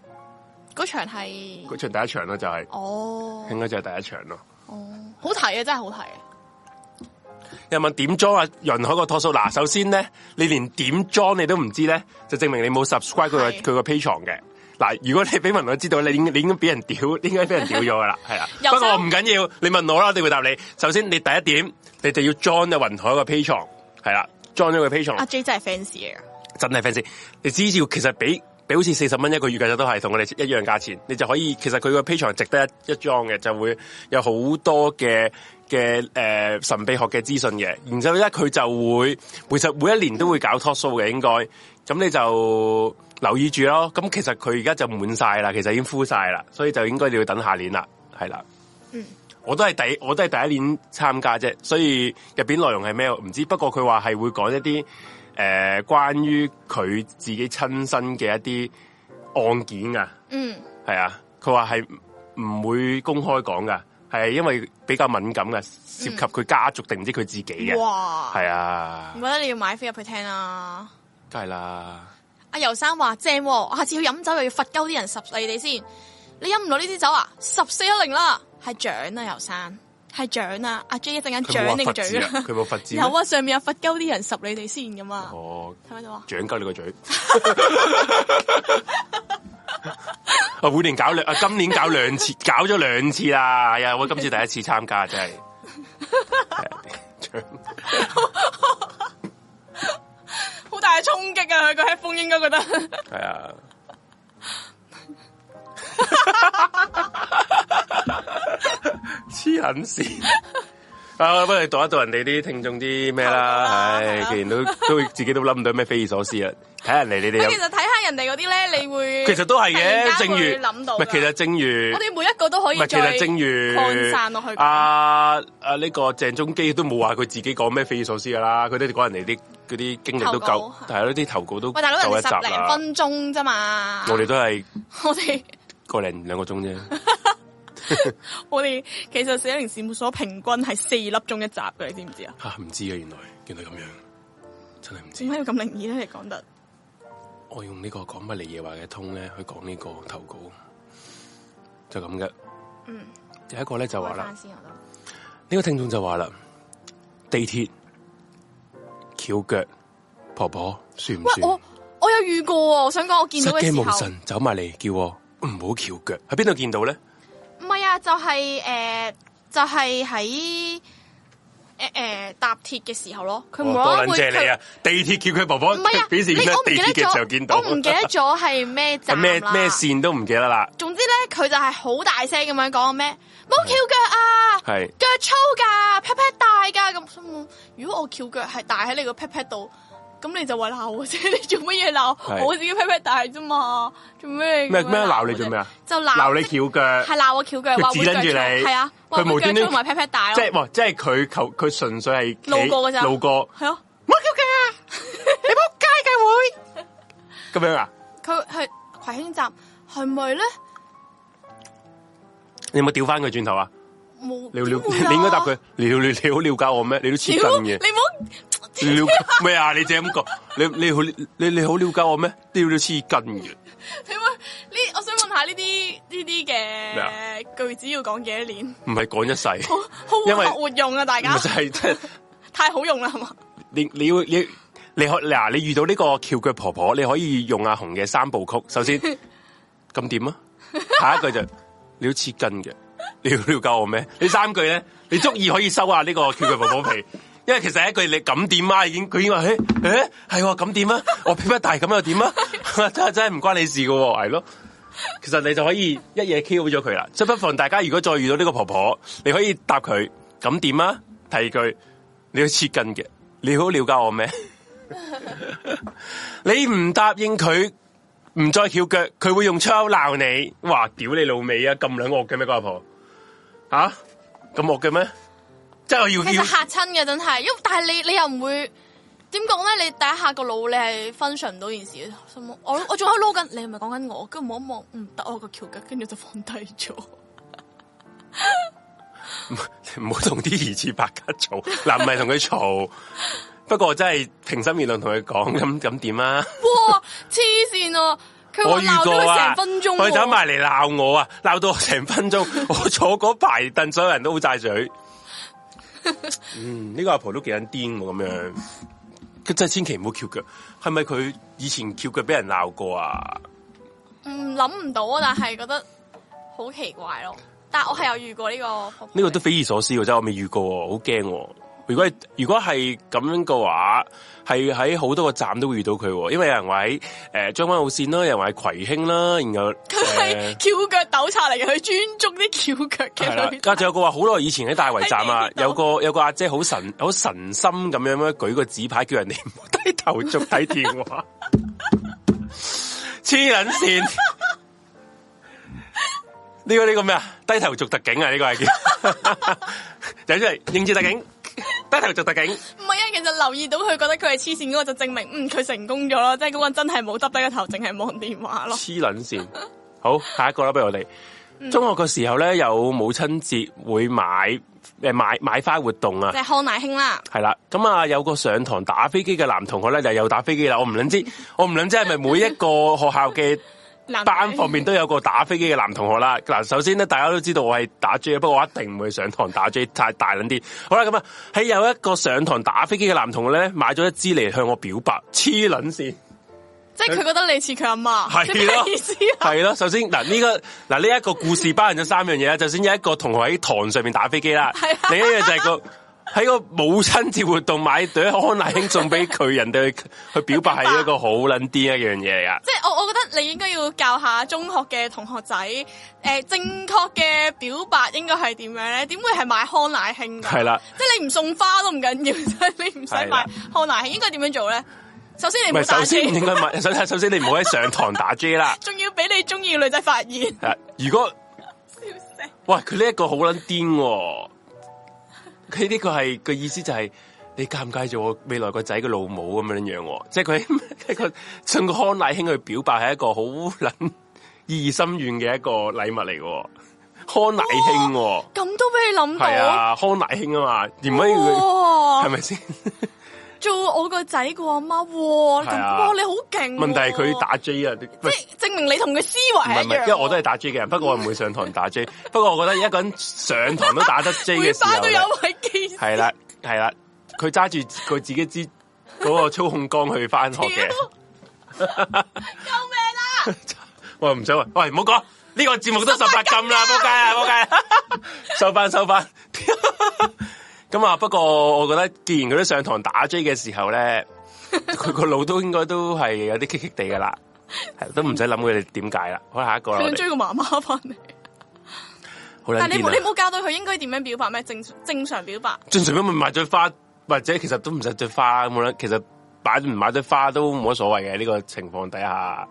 Speaker 1: 嗰場係
Speaker 2: 嗰場第一場咯、就係
Speaker 1: 哦
Speaker 2: 應該就係第一場咯。
Speaker 1: 哦，好睇啊，真係好睇啊！
Speaker 2: 有人問點裝啊？潤海個拖數嗱，首先咧，你連點裝你都唔知咧，就證明你冇 subscribe 佢個
Speaker 1: 係
Speaker 2: 佢個 P 床嘅。嗱，如果你俾文我知道，你應你應該俾人屌，應該俾人屌咗噶啦，係啦。
Speaker 1: 由
Speaker 2: 不過
Speaker 1: 心
Speaker 2: 唔緊要，你問我啦，我哋會答你。首先，你第一點，你就要 join 咗雲海個 P 床，係啦，join 咗個 P 床
Speaker 1: 阿 J 真係 fans 嚟噶，
Speaker 2: 真係 fans。你只要其實俾俾好似四十蚊一個月嘅都係同我哋一樣價錢，你就可以其實佢個 P 床值得一一裝嘅，就會有好多嘅嘅诶神秘學嘅資訊嘅。然之後咧，佢就會其實每一年都會搞 talk show 嘅，應該咁你就留意住咯。咁其實佢而家就滿晒啦，其實已經 full 晒啦，所以就應該你要等下年啦，係啦。我都係第我都係第一年參加啫，所以入邊內容係咩我唔知。不過佢話係會講一啲誒、呃、關於佢自己親身嘅一啲案件啊，
Speaker 1: 嗯，
Speaker 2: 係啊，佢話係唔會公開講噶，係因為比較敏感嘅，涉及佢家族定唔知佢自己嘅，
Speaker 1: 嗯哇，
Speaker 2: 係啊
Speaker 1: 唔，覺得你要買飛入去聽啊！
Speaker 2: 梗係啦，
Speaker 1: 阿游生話正、喎，我下次去飲酒又要罰鳩啲人十你哋先。你飲唔到呢支酒啊？十四一零啦，係獎啊，游生，係獎啊！阿 J 一陣間
Speaker 2: 佢冇
Speaker 1: 獎
Speaker 2: 話
Speaker 1: 你
Speaker 2: 佛
Speaker 1: 個
Speaker 2: 字
Speaker 1: 嘴
Speaker 2: 啊，
Speaker 1: 啦，
Speaker 2: 佢冇佛字咩，
Speaker 1: 有啊，上面有罰鳩啲人十你哋先㗎嘛，
Speaker 2: 哦。
Speaker 1: 睇唔睇到啊？
Speaker 2: 掌鳩你個嘴。 我每年搞兩，啊今年搞兩次，搞咗兩次啦。係啊，我今次第一次參加，真係。係啊
Speaker 1: 好大嘅衝擊啊！佢個 headphone 應該覺得，
Speaker 2: 係啊，黐撚線。啊，不如讀一讀人哋啲聽眾啲咩啦。
Speaker 1: 投稿啦
Speaker 2: 唉
Speaker 1: 係，啊
Speaker 2: 既然都都自己都諗唔到咩匪夷所思啊，睇下人哋你哋有
Speaker 1: 其。實睇下人哋嗰啲咧，你會
Speaker 2: 其實都係
Speaker 1: 突然
Speaker 2: 嘅，
Speaker 1: 間
Speaker 2: 正
Speaker 1: 會
Speaker 2: 如
Speaker 1: 諗到
Speaker 2: 唔
Speaker 1: 㗎，
Speaker 2: 係，其實正如
Speaker 1: 我哋每一個都可
Speaker 2: 唔
Speaker 1: 以
Speaker 2: 係，其
Speaker 1: 再
Speaker 2: 實正如
Speaker 1: 擴散落去講
Speaker 2: 啊啊呢個鄭中基都冇話佢自己講咩匪夷所思噶啦，佢都講人哋啲嗰啲經歷都
Speaker 1: 投
Speaker 2: 夠
Speaker 1: 稿，
Speaker 2: 但係呢啲投稿都
Speaker 1: 喂，大佬人
Speaker 2: 夠
Speaker 1: 哋
Speaker 2: 一
Speaker 1: 十
Speaker 2: 集
Speaker 1: 零
Speaker 2: 啦。
Speaker 1: 分鐘啫嘛，
Speaker 2: 我哋都係
Speaker 1: 我哋
Speaker 2: 個零兩個鐘啫，
Speaker 1: 我哋其實寫零事務所平均係四粒鐘一集嘅，你知唔知啊？
Speaker 2: 吓唔知啊，原來原來咁樣，真係唔
Speaker 1: 點
Speaker 2: 知。
Speaker 1: 解要咁靈異咧？你講得
Speaker 2: 我用呢個講乜嚟嘢話嘅通咧去講呢個投稿，就咁嘅。
Speaker 1: 嗯，
Speaker 2: 有一個咧就話
Speaker 1: 開
Speaker 2: 啦
Speaker 1: 翻。先我都。
Speaker 2: 呢個聽眾就話啦，地鐵翹腳婆婆算唔
Speaker 1: 喂，
Speaker 2: 算
Speaker 1: 啊我？我有遇過喎，我想講我見
Speaker 2: 失
Speaker 1: 到嘅時
Speaker 2: 驚無
Speaker 1: 候，
Speaker 2: 神走埋嚟叫我唔好翹腳，喺邊度見到咧？
Speaker 1: 唔係啊，就係、呃就係喺誒誒搭鐵嘅時候咯，佢
Speaker 2: 我
Speaker 1: 無
Speaker 2: 多
Speaker 1: 啦啦
Speaker 2: 撚
Speaker 1: 會
Speaker 2: 謝你
Speaker 1: 佢
Speaker 2: 啊！地鐵翹腳婆婆
Speaker 1: 唔係啊，
Speaker 2: 幾時
Speaker 1: 你
Speaker 2: 咧？
Speaker 1: 我唔
Speaker 2: 地
Speaker 1: 記
Speaker 2: 鐵
Speaker 1: 得
Speaker 2: 嘅時候見
Speaker 1: 咗，
Speaker 2: 到
Speaker 1: 我唔記得咗係咩
Speaker 2: 係
Speaker 1: 站
Speaker 2: 咩
Speaker 1: 啦
Speaker 2: 咩線都唔記得啦，
Speaker 1: 總之咧，佢就係好大聲咁樣講咩，冇翹腳啊，
Speaker 2: 係
Speaker 1: 腳粗噶，pat pat 大噶咁心諗。如果我翹腳係大喺你個 pat pat 度，咁你就話鬧我啫。 你做乜嘢
Speaker 2: 係
Speaker 1: 鬧？我自己 pat pat 大啫嘛，做咩？
Speaker 2: 咩咩鬧你做咩啊？
Speaker 1: 就
Speaker 2: 鬧
Speaker 1: 鬧
Speaker 2: 你翹腳，
Speaker 1: 係啊鬧我翹腳，
Speaker 2: 佢
Speaker 1: 話
Speaker 2: 指
Speaker 1: 會腳
Speaker 2: 撚住
Speaker 1: 粗
Speaker 2: 你
Speaker 1: 係啊，話
Speaker 2: 佢無
Speaker 1: 會
Speaker 2: 端
Speaker 1: 腳
Speaker 2: 端
Speaker 1: 粗同埋 pat pat 大
Speaker 2: 即
Speaker 1: 咯
Speaker 2: 係，哇即係佢求佢純粹係企
Speaker 1: 路過嘅咋
Speaker 2: 路過
Speaker 1: 係咯，
Speaker 2: 乜翹 腳啊？你仆街嘅會咁樣啊？
Speaker 1: 佢係葵興站係咪咧？
Speaker 2: 你有冇調翻佢轉頭啊？
Speaker 1: 冇，
Speaker 2: 你了
Speaker 1: 點會啊
Speaker 2: 你應該答佢，你了你好了解我咩？你都黐
Speaker 1: 屌
Speaker 2: 筋
Speaker 1: 你
Speaker 2: 嘅，
Speaker 1: 冇
Speaker 2: 你了咩啊？你就咁講，你你好你你好了解我咩？你要黐筋嘅，
Speaker 1: 你會呢？我想問下呢啲呢啲
Speaker 2: 咩啊
Speaker 1: 嘅句子要講幾多年？
Speaker 2: 唔係講一世，
Speaker 1: 哦好
Speaker 2: 因為
Speaker 1: 好活活用啊！大
Speaker 2: 唔
Speaker 1: 家
Speaker 2: 係即係
Speaker 1: 太好用啦，係嘛？
Speaker 2: 你你要你你可嗱，你遇到呢個翹腳婆婆，你可以用阿紅嘅三部曲。首先咁點啊？下一句就 你要黐筋嘅，你要了解我咩？你三句咧，你足以可以收下呢個翹腳婆婆皮。因為其實第一句你咁點啊，已經佢已經話誒誒係喎咁點啊，我屁不大咁又點啊， 真係真係唔關你事㗎喎，係咯。其實你就可以一嘢 Q 咗佢啦。即不妨大家如果再遇到呢個婆婆，你可以答佢咁點啊？第二句你要切近嘅，你好了解我咩？ 你唔答應佢，唔再翹腳，佢會用粗口鬧你。哇！屌你老味啊！咁撚惡嘅咩？嗰個阿婆啊，咁惡嘅咩？即係我要
Speaker 1: 其
Speaker 2: 要
Speaker 1: 實嚇親嘅真係，因為但係你你又唔會點講咧？你第一下個腦你係 function 唔到件事，心諗我我仲喺度撈緊，你係咪講緊我？跟住望一望，唔得我個橋腳，跟住就放低咗。
Speaker 2: 唔好同啲疑似白家嘈，嗱唔係同佢嘈。不過真係平心而論同佢講，咁咁點啊？
Speaker 1: 哇！黐線啊！佢
Speaker 2: 我
Speaker 1: 話
Speaker 2: 遇
Speaker 1: 鬧
Speaker 2: 過
Speaker 1: 咗佢
Speaker 2: 啊
Speaker 1: 成分鐘喎，
Speaker 2: 佢走埋嚟鬧我啊，鬧到我成 分鐘，我坐嗰排凳，所有人都好晒嘴。嗯，呢、個阿婆都幾撚癲喎，咁樣。佢真係千祈唔好翹腳，係咪佢以前翹腳俾人鬧過啊？
Speaker 1: 唔諗唔到啊！但係覺得好奇怪咯。但係我係有遇過呢個服務
Speaker 2: 呢個都匪夷所思喎，真係我未遇過喎，好驚喎。如果係如果係咁樣嘅話，係喺好多個站都會遇到佢喎，因為有人話喺誒將軍澳線啦，有人話喺葵興啦，然後
Speaker 1: 佢係
Speaker 2: 誒
Speaker 1: 翹腳斗察嚟嘅，佢專捉啲翹腳
Speaker 2: 係啦
Speaker 1: 嘅女，仔
Speaker 2: 家仲有個話好耐以前喺大圍站啊
Speaker 1: 喺，地鐵度
Speaker 2: 有個有個阿姐好神好神心咁樣樣舉個紙牌叫人哋唔好低頭族睇電 話，黐捻線！呢、個呢、個咩啊？低頭族特警啊！呢、個係 叫走出嚟應戰特警，低頭族特警。
Speaker 1: 唔係啊，其實留意到佢覺得佢係黐線嗰個，就證明嗯佢成功咗咯，即係嗰個人真係冇耷低個頭，淨係望電話 咯。嗯
Speaker 2: 黐撚線。好，下一個啦，不如我哋。中學嘅時候咧，有母親節會買誒買買花活動啊
Speaker 1: 即，係康乃馨啦，
Speaker 2: 係啦。咁啊，有個上堂打飛機嘅男同學咧，就又打飛機啦。我唔撚知，我唔撚知係咪每一個學校嘅
Speaker 1: 男仔
Speaker 2: 班房面都有個打飛機嘅男同學啦。嗱，首先咧，大家都知道我係打 J，不過我一定唔會上堂打 J，太大撚啲。好啦，咁啊，喺有一個上堂打飛機嘅男同學咧，買咗一支嚟向我表白，黐撚線。
Speaker 1: 即係佢覺得你似佢阿媽，即
Speaker 2: 係
Speaker 1: 係
Speaker 2: 咯
Speaker 1: 咩意思啊？
Speaker 2: 系咯，首先嗱呢、個嗱呢一個故事包含咗三樣嘢啦。首先有一個同學喺堂上面打飛機啦，
Speaker 1: 啊
Speaker 2: 另一樣就係個喺個母親節活動買對康乃馨送俾佢人哋去去表白係一個好撚癲一樣嘢嚟 啊噶。
Speaker 1: 即係我我覺得你應該要教下中學嘅同學仔，誒、正確嘅表白應該係點樣咧？點會係買康乃馨㗎？
Speaker 2: 係啦，
Speaker 1: 即係你唔送花都唔緊要，即係你唔使
Speaker 2: 係啦
Speaker 1: 買康乃馨，應該點樣做咧？首先
Speaker 2: 唔
Speaker 1: 你唔
Speaker 2: 係
Speaker 1: 好打
Speaker 2: 首先唔
Speaker 1: J，
Speaker 2: 應該買，首先首先你唔好喺上堂打 J 啦。
Speaker 1: 仲要俾你中意嘅女仔發現，
Speaker 2: 啊如果
Speaker 1: 笑死！
Speaker 2: 喂佢呢一個好撚癲喎，佢呢個係個意思就係你介唔介意做我未來個仔嘅老母咁樣樣喎？即係佢 一個送個康乃馨去表白係一個好撚意心軟嘅一個禮物嚟嘅喎，康乃馨喎
Speaker 1: 咁都俾你諗
Speaker 2: 係
Speaker 1: 到，
Speaker 2: 啊，康乃馨啊
Speaker 1: 哦
Speaker 2: 嘛，而唔可以佢係
Speaker 1: 哇！
Speaker 2: 咪先？
Speaker 1: 做我個仔個阿媽，哇！咁
Speaker 2: 係啊
Speaker 1: 哇你好勁喎，
Speaker 2: 問題係佢打 J 啊，
Speaker 1: 即係證明你同佢思維
Speaker 2: 唔係
Speaker 1: 係
Speaker 2: 唔
Speaker 1: 一
Speaker 2: 係，
Speaker 1: 樣。
Speaker 2: 因為我都係打 J 嘅人，不過我唔會上堂打 J。不過我覺得一個人上堂都打得 J 嘅
Speaker 1: 梅
Speaker 2: 時
Speaker 1: 花
Speaker 2: 候
Speaker 1: 都
Speaker 2: 呢，
Speaker 1: 有位記者
Speaker 2: 係啦係啦，佢揸住佢自己支嗰個操控桿去翻學
Speaker 1: 屌，
Speaker 2: 嘅。
Speaker 1: 救命啊！
Speaker 2: 我唔想話， 喂唔好講呢個節目都十八禁啦，仆街啊仆街啊， 收翻收翻。 咁啊，不過我覺得，既然佢都上堂打 J 嘅時候咧，佢個腦都應該都係有啲棘棘地噶啦，係都唔使諗佢哋點解啦。好下一個啦，
Speaker 1: 佢
Speaker 2: 我
Speaker 1: 想
Speaker 2: 哋
Speaker 1: 追個媽媽翻嚟，
Speaker 2: 好
Speaker 1: 但
Speaker 2: 撚
Speaker 1: 係你
Speaker 2: 癲
Speaker 1: 冇
Speaker 2: 啊
Speaker 1: 你冇教到佢應該點樣表白咩？正正常表白，
Speaker 2: 正常咁咪買咗花，或者其實都唔使着花咁啦。其實擺唔買咗花都冇乜所謂嘅呢個情況底下。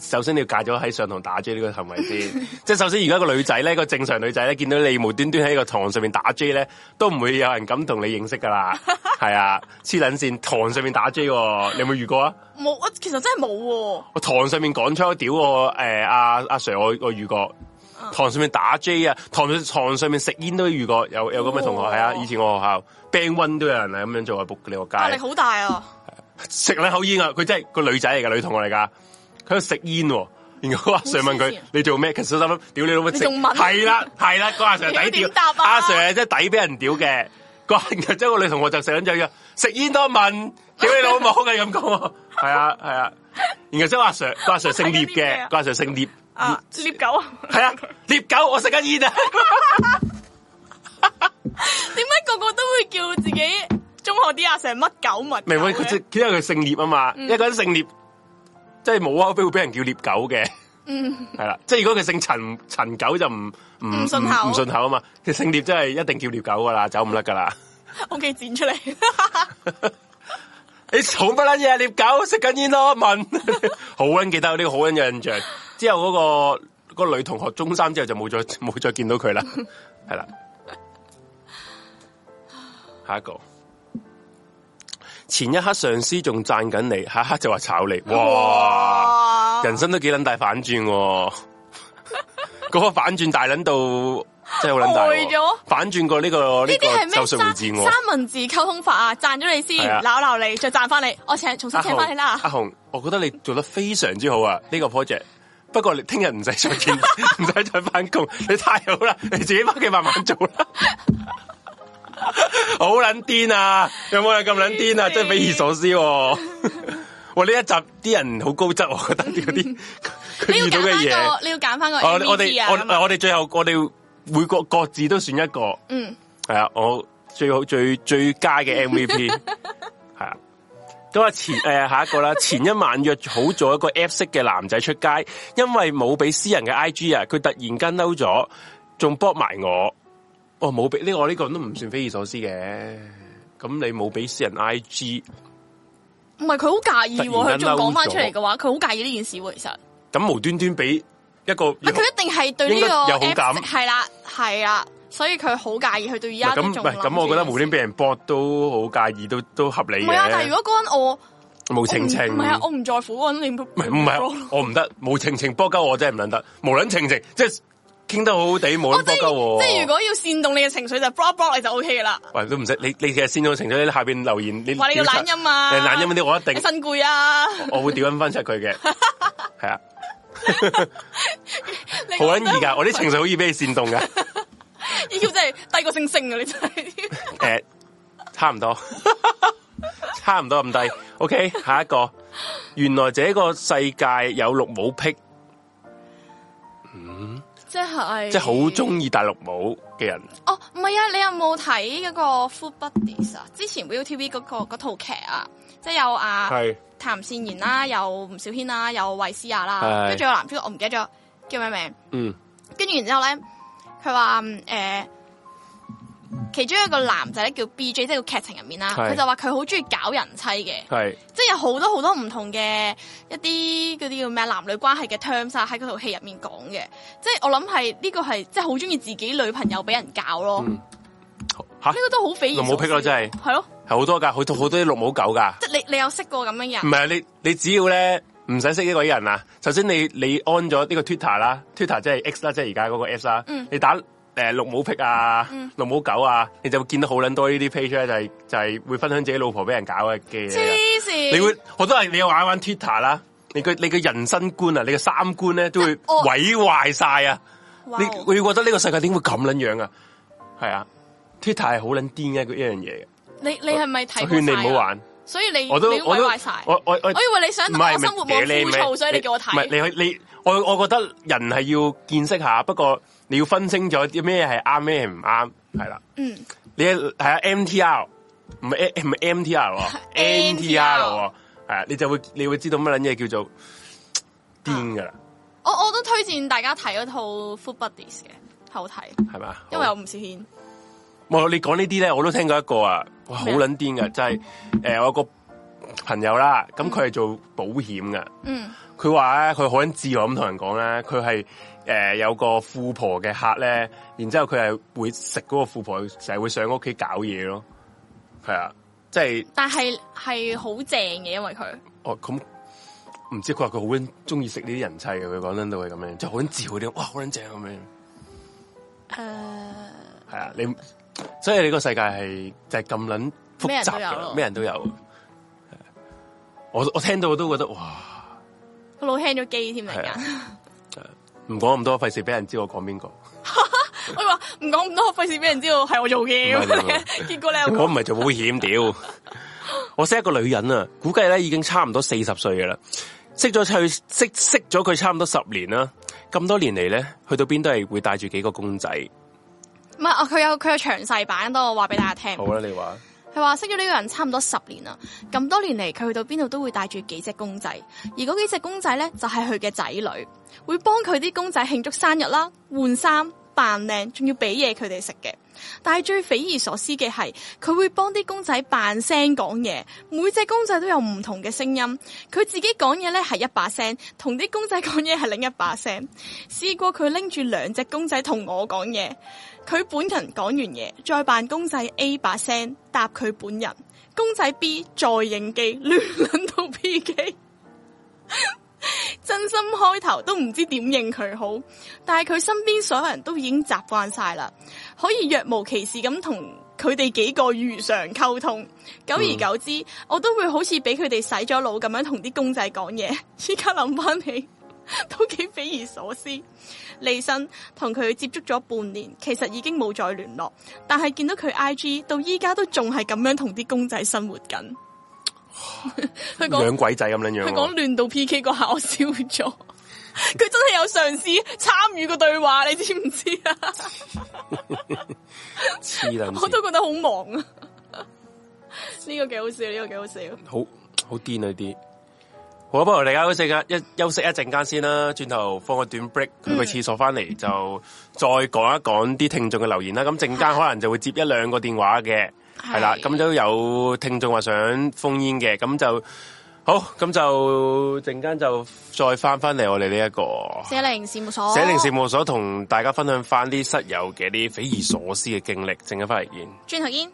Speaker 2: 首先你要戒咗喺上堂打 J 呢個行為先，即係首先而家個女仔咧，個正常女仔咧，見到你無端端喺個堂上面打 J 咧，都唔會有人敢同你認識噶啦。係啊，黐撚線，堂上面打 J，喎你有冇遇過啊？
Speaker 1: 冇我其實真係冇喎。
Speaker 2: 哦我堂上面講粗屌我誒阿阿 Sir，我我遇過。堂上面打 J 啊，堂上堂上面食煙都遇過，有有咁嘅同學係啊，
Speaker 1: 哦
Speaker 2: 以前我學校 band one 都有人係咁樣做啊，仆你個
Speaker 1: 壓力
Speaker 2: 街，
Speaker 1: 好大啊！
Speaker 2: 食兩口煙啊，佢真係個女仔嚟㗎，女同學嚟㗎，佢喺度食煙喎，然後阿 Sir 問
Speaker 1: 黐
Speaker 2: 佢
Speaker 1: 線
Speaker 2: 你做咩？其實心諗屌你老母
Speaker 1: 你
Speaker 2: 食，
Speaker 1: 仲問
Speaker 2: 係啦係啦，個阿 Sir
Speaker 1: 你
Speaker 2: 抵屌
Speaker 1: 點答啊，
Speaker 2: 阿 Sir 真係抵俾人屌嘅，個然後即係個女同學就食緊咗食煙多問，屌你老母嘅咁講喎，係啊係啊，然後即係阿 Sir 個阿 Sir 姓聶
Speaker 1: 睇緊啲咩
Speaker 2: 嘅，
Speaker 1: 啊
Speaker 2: 個阿 Sir 姓聶。
Speaker 1: 啊，獵狗啊！
Speaker 2: 系啊，猎狗，我食緊煙啊！
Speaker 1: 點解個個都會叫自己中學啲阿成乜狗物？
Speaker 2: 明唔明？佢即因為佢姓獵啊嘛，
Speaker 1: 嗯
Speaker 2: 一個人姓獵，即係冇啊口碑會俾人叫獵狗嘅。嗯，系啦，即係如果佢姓陳陳狗就唔唔
Speaker 1: 唔順口
Speaker 2: 唔順口啊嘛。佢姓獵真係一定叫獵狗噶啦，走唔甩噶啦。
Speaker 1: 屋企剪出嚟，
Speaker 2: 你嘈乜撚嘢啊？獵狗食緊煙咯，問 好撚記得呢個好撚有印象。之後嗰、個嗰個女同學中三之後就冇再 冇再見到佢啦，係啦。下一個，前一刻上司仲讚緊你，下一刻就話炒你，哇！
Speaker 1: 哇！
Speaker 2: 人生都幾撚大反轉喎、嗰個反轉大撚到真係好撚大喎、
Speaker 1: 呆咗
Speaker 2: 反轉過呢、個呢、
Speaker 1: 呢啲係
Speaker 2: 個
Speaker 1: 咩
Speaker 2: 咒術回戰
Speaker 1: 三
Speaker 2: 喎、
Speaker 1: 三文治溝通法啊？讚咗你先
Speaker 2: 係啊，
Speaker 1: 鬧鬧你，再讚翻你，我請重新請翻你啦
Speaker 2: 阿。紅，我覺得你做得非常之好啊！呢、個 project，不過你聽日唔使再 見，唔使再翻工，你太好啦！你自己翻屋企慢慢做啦。好撚癲啊！有冇人咁撚癲
Speaker 1: 哎
Speaker 2: 啊？真係匪夷所思、 喎！哇！呢一集啲人好高質，我覺得嗰啲佢
Speaker 1: 你要
Speaker 2: 遇到
Speaker 1: 揀
Speaker 2: 嘅
Speaker 1: 翻
Speaker 2: 嘢。
Speaker 1: 個，你要揀翻個
Speaker 2: 我我
Speaker 1: MVP
Speaker 2: 哋
Speaker 1: 啊！咁
Speaker 2: 我
Speaker 1: 啊
Speaker 2: 我哋最後我哋每個各自都選一個，
Speaker 1: 嗯，
Speaker 2: 係啊，我最好最最佳 嘅 MVP 係啊。咁啊前诶、下一個啦，前一晚約好咗一個 app 識嘅男仔出街，因為冇俾私人嘅 IG 啊，佢突然間嬲咗，仲 b 埋我。哦，冇俾呢個我呢個都唔算匪夷所思嘅。咁你冇俾私人 IG，
Speaker 1: 唔係佢好介意喎，
Speaker 2: 突
Speaker 1: 佢
Speaker 2: 然間
Speaker 1: 仲講翻
Speaker 2: 嬲咗
Speaker 1: 出嚟嘅話，佢好介意呢件事喎。其實，唔
Speaker 2: 咁無端端俾一個
Speaker 1: 係啊佢一定係對呢個
Speaker 2: 應該有好
Speaker 1: app-
Speaker 2: 感
Speaker 1: 係啦，係啦，所以佢好介意，佢到而家都
Speaker 2: 咁唔
Speaker 1: 仲
Speaker 2: 係咁，我覺得無端俾人 b 都好介意，都都合理
Speaker 1: 唔
Speaker 2: 嘅。
Speaker 1: 係啊！但係如果嗰陣我
Speaker 2: 冇情情，
Speaker 1: 唔係啊，我唔在乎嗰陣你唔
Speaker 2: 唔係唔係，我唔得，冇情情波鳩我真係唔撚得，無撚情情，即係傾得好好地，冇
Speaker 1: 哦
Speaker 2: 撚波鳩我。
Speaker 1: 即係如果要煽動你嘅情緒就 block block 你就 O K 噶啦。
Speaker 2: 喂都唔使，你你其實先咗情緒，你下邊留言你
Speaker 1: 話你個
Speaker 2: 屌柒
Speaker 1: 懶音啊
Speaker 2: 你懶音嗰啲我一
Speaker 1: 你
Speaker 2: 定
Speaker 1: 瞓攰啊！
Speaker 2: 我會屌撚翻出 佢嘅，係啊，
Speaker 1: 你啊
Speaker 2: 好撚易㗎，我啲情緒好易俾你煽動㗎，
Speaker 1: EQ 真係低過星星啊！你真係
Speaker 2: 誒差唔多，差唔多咁低。OK，下一個原來這個世界有綠帽癖，
Speaker 1: 即係
Speaker 2: 即係好中意戴綠帽嘅人。
Speaker 1: 哦，唔係啊！你有冇睇嗰個《Food Buddies》啊？之前 ViuTV 嗰、個嗰套劇啊，即係有啊
Speaker 2: 係
Speaker 1: 譚善言啦，有吳小軒啦，有衛詩雅啦，
Speaker 2: 係
Speaker 1: 跟住有男主角我唔記得咗叫咩名，
Speaker 2: 嗯，
Speaker 1: 跟住然之後咧，佢話誒，其中一個男仔咧叫 B J，即係個劇情入面啦，
Speaker 2: 係
Speaker 1: 佢就話佢好中意搞人妻嘅，
Speaker 2: 係
Speaker 1: 即係有好多好多唔同嘅一啲嗰啲叫咩男女關係嘅 terms 啊喺嗰套戲入面講嘅，即係我諗係呢個係即係好中意自己女朋友俾人搞咯。
Speaker 2: 嗯吓
Speaker 1: 呢個都好匪夷所思
Speaker 2: 綠帽癖咯真係
Speaker 1: 係咯，
Speaker 2: 係好多噶，好多好多啲綠帽狗噶。
Speaker 1: 即係你你有識過咁樣
Speaker 2: 唔
Speaker 1: 人？
Speaker 2: 係你你只要咧唔使識呢個人啊，首先你你安咗呢個 Twitter 啦，Twitter 即係 X 啦，即係而家嗰個 S 啦，
Speaker 1: 嗯
Speaker 2: 你打诶綠帽癖啊、綠帽狗啊，你就會見到好撚多呢啲 page 咧，就係就係會分享自己老婆俾人搞嘅嘅嘢啊。
Speaker 1: 黐線！
Speaker 2: 你會好多人你玩玩 Twitter 啦，你個你個人生觀啊，你個三觀咧都會
Speaker 1: 我
Speaker 2: 毀壞晒啊！
Speaker 1: 哦哇哦
Speaker 2: 你會覺得呢個世界點會咁撚樣啊？係啊，Twitter 係好撚癲嘅一樣嘢嘅，
Speaker 1: 你你係咪睇
Speaker 2: 我
Speaker 1: 過晒
Speaker 2: 勸你唔
Speaker 1: 啊
Speaker 2: 好，玩。
Speaker 1: 所以你
Speaker 2: 我都
Speaker 1: 你都
Speaker 2: 我
Speaker 1: 毀
Speaker 2: 都
Speaker 1: 壞晒。
Speaker 2: 我我我
Speaker 1: 我以為你想
Speaker 2: 唔係
Speaker 1: 我生活
Speaker 2: 唔係
Speaker 1: 冇枯燥，所以你叫我
Speaker 2: 唔
Speaker 1: 睇。
Speaker 2: 係你去你我我覺得人係要見識下，不過你要分清楚啲咩係啱，咩係唔啱，係啦。
Speaker 1: 嗯，
Speaker 2: 你係啊 MTR 唔係 M- 唔係 MTR 喎
Speaker 1: NTR
Speaker 2: ，NTR 喎，係啊，你就會你會知道乜撚嘢叫做癲噶啦，
Speaker 1: 我我都推薦大家睇嗰套《Food Buddies》嘅，好睇，
Speaker 2: 係咪啊？
Speaker 1: 因為有吳小軒。
Speaker 2: 我你講呢啲咧，我都聽過一個啊，哇，好
Speaker 1: 咩啊
Speaker 2: 撚癲噶，就係誒我有個朋友啦，咁佢係做保險噶。
Speaker 1: 嗯，
Speaker 2: 佢話咧，佢好撚自我咁同人講咧，佢係誒有個富婆嘅客咧，然之後佢係會食嗰個富婆，成日會上屋企搞嘢咯，係啊，即係
Speaker 1: 但係係好正嘅，因為佢
Speaker 2: 哦咁，唔知佢話佢好撚中意食呢啲人妻嘅，佢講撚到係咁樣，就好撚自豪啲，哇好撚正啊咁樣，
Speaker 1: 誒
Speaker 2: 係啊，你所以你個世界係就係咁撚複雜
Speaker 1: 咩人都有咯
Speaker 2: 嘅，咩人都有，係啊我我聽到我都覺得哇，
Speaker 1: 個腦輕咗機添嚟
Speaker 2: 係
Speaker 1: 㗎。
Speaker 2: 啊，唔講咁多，費事俾人知我講 邊個。
Speaker 1: 我以話唔講咁多，費事俾人知道係我做嘅咁
Speaker 2: 唔係唔係唔
Speaker 1: 樣。 結果你又
Speaker 2: 我
Speaker 1: 講
Speaker 2: 唔係做保險，屌！我識一個女人啊，估計咧已經差唔多四十歲嘅啦，識咗佢識識咗佢差唔多十年啦，咁多年嚟咧，去到邊都係會帶住幾個公仔。
Speaker 1: 唔係，我佢有佢有詳細版，等我話俾大家聽。
Speaker 2: 好啊啦，你話
Speaker 1: 佢話識咗呢個人差唔多十年啦，咁多年嚟佢去到邊度都會帶住幾隻公仔，而嗰幾隻公仔呢，就係佢嘅仔女，會幫佢啲公仔慶祝生日啦、換衫、扮靚，仲要俾嘢佢哋食嘅。但係最匪夷所思嘅係，佢會幫啲公仔扮聲講嘢，每隻公仔都有唔同嘅聲音。佢自己講嘢呢係一把聲，同啲公仔講嘢係另一把聲。試過佢拎住兩隻公仔同我講嘢。佢本人講完嘢，再扮公仔 A 把聲答佢本人，公仔 B 再應機，亂撚到 P K。真心開頭都唔知點應佢好，但係佢身邊所有人都已經習慣晒啦，可以若無其事咁同佢哋幾個如常溝通。久而久之，我都會好似俾佢哋洗咗腦咁樣同啲公仔講嘢。 依家諗翻起， 都幾匪夷所思。利申同佢接觸咗半年，其實已經冇再聯絡，但係見到佢 I G 到依家都仲係咁樣同啲公仔生活緊。佢講
Speaker 2: 養鬼仔咁樣樣
Speaker 1: 佢
Speaker 3: 哦
Speaker 1: 講
Speaker 2: 喎，
Speaker 1: 亂到 P K 嗰下，我笑咗。佢真係有嘗試參與個對話，你知唔知啊？
Speaker 2: 黐撚
Speaker 1: 我
Speaker 2: 線，
Speaker 1: 都覺得好忙啊！呢個幾好笑，呢、個幾好笑。
Speaker 2: 好好癲啊啲。好啊，不如大家休息一一休息一陣間先啦，轉頭放個短 break，去個廁所翻嚟就再講一講啲聽眾嘅留言啦。咁陣間可能就會接一兩個電話嘅。系啦，咁都有聽眾話想封煙嘅，咁就好，咁就陣間就再翻翻嚟我哋呢一個
Speaker 1: 寫零事務所，
Speaker 2: 寫靈事務所，同大家分享翻啲室友嘅啲匪夷所思嘅經歷，陣間翻嚟見。
Speaker 1: 轉頭見。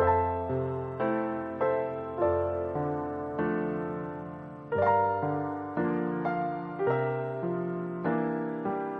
Speaker 8: Hãy subscribe cho kênh Ghiền Mì Gõ Để không bỏ lỡ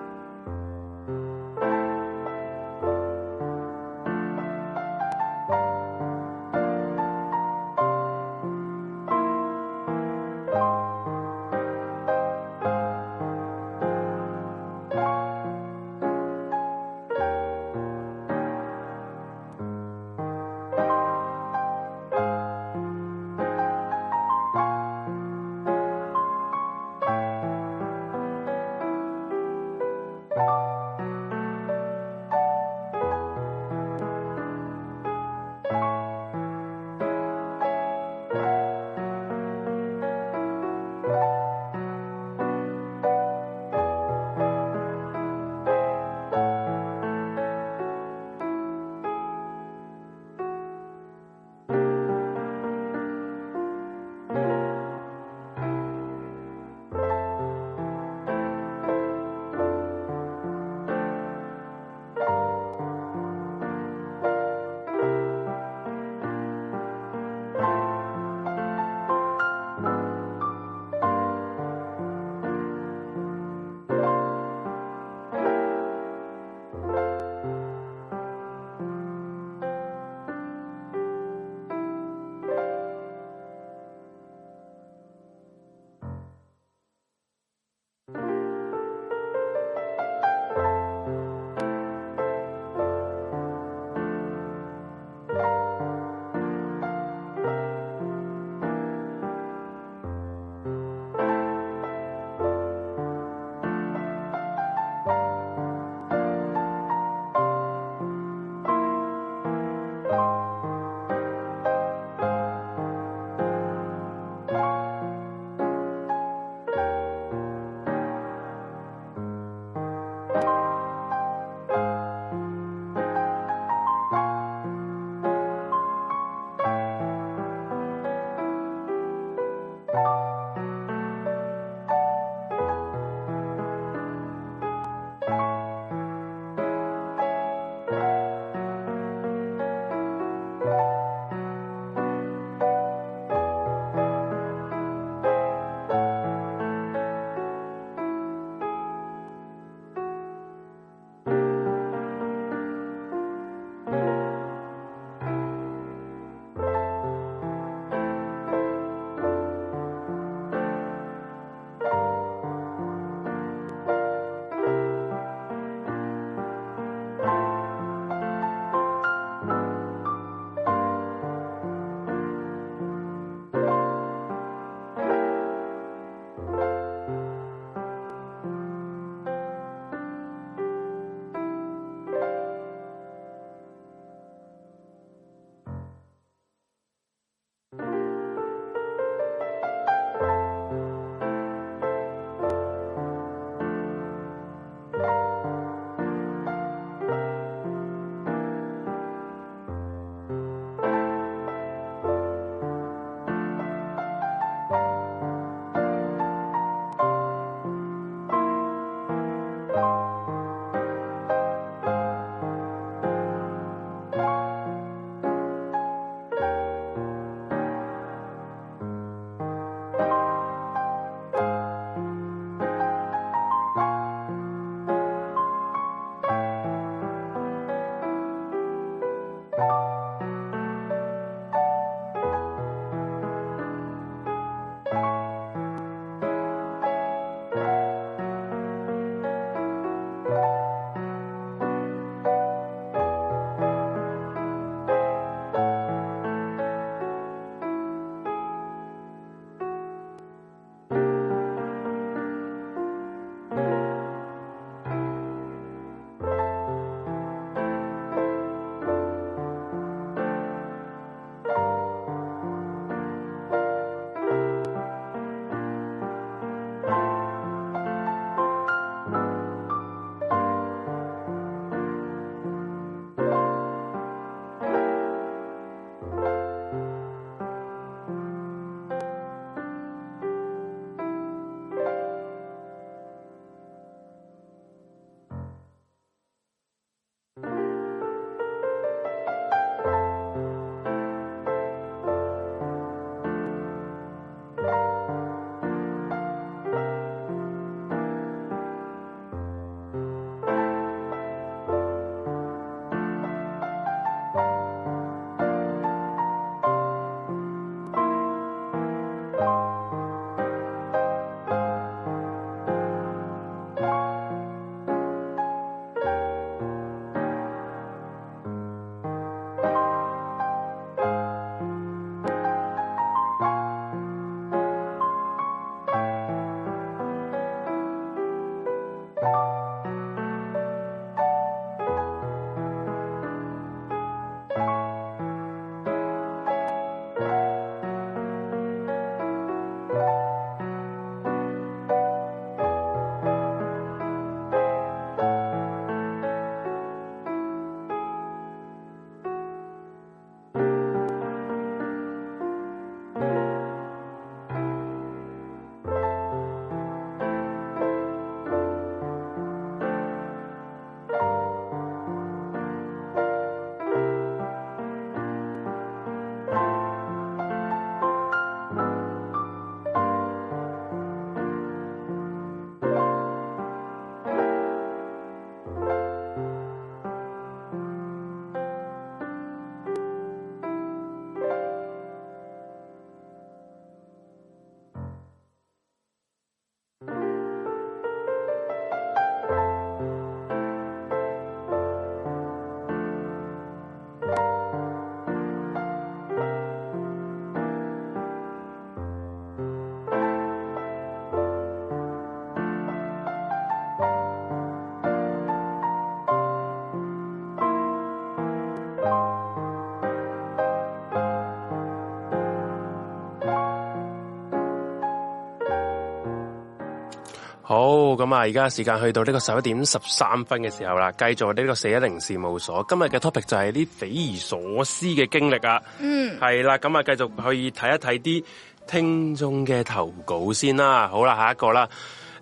Speaker 2: 好，咁啊，而家時間去到呢個十一點十三分嘅時候啦，繼續我哋呢個四一零事務所。今日嘅 topic 就係啲匪夷所思嘅經歷啊。
Speaker 3: 嗯，
Speaker 2: 係啦，咁啊，繼續去睇一睇啲聽眾嘅投稿先啦。好啦，下一個啦。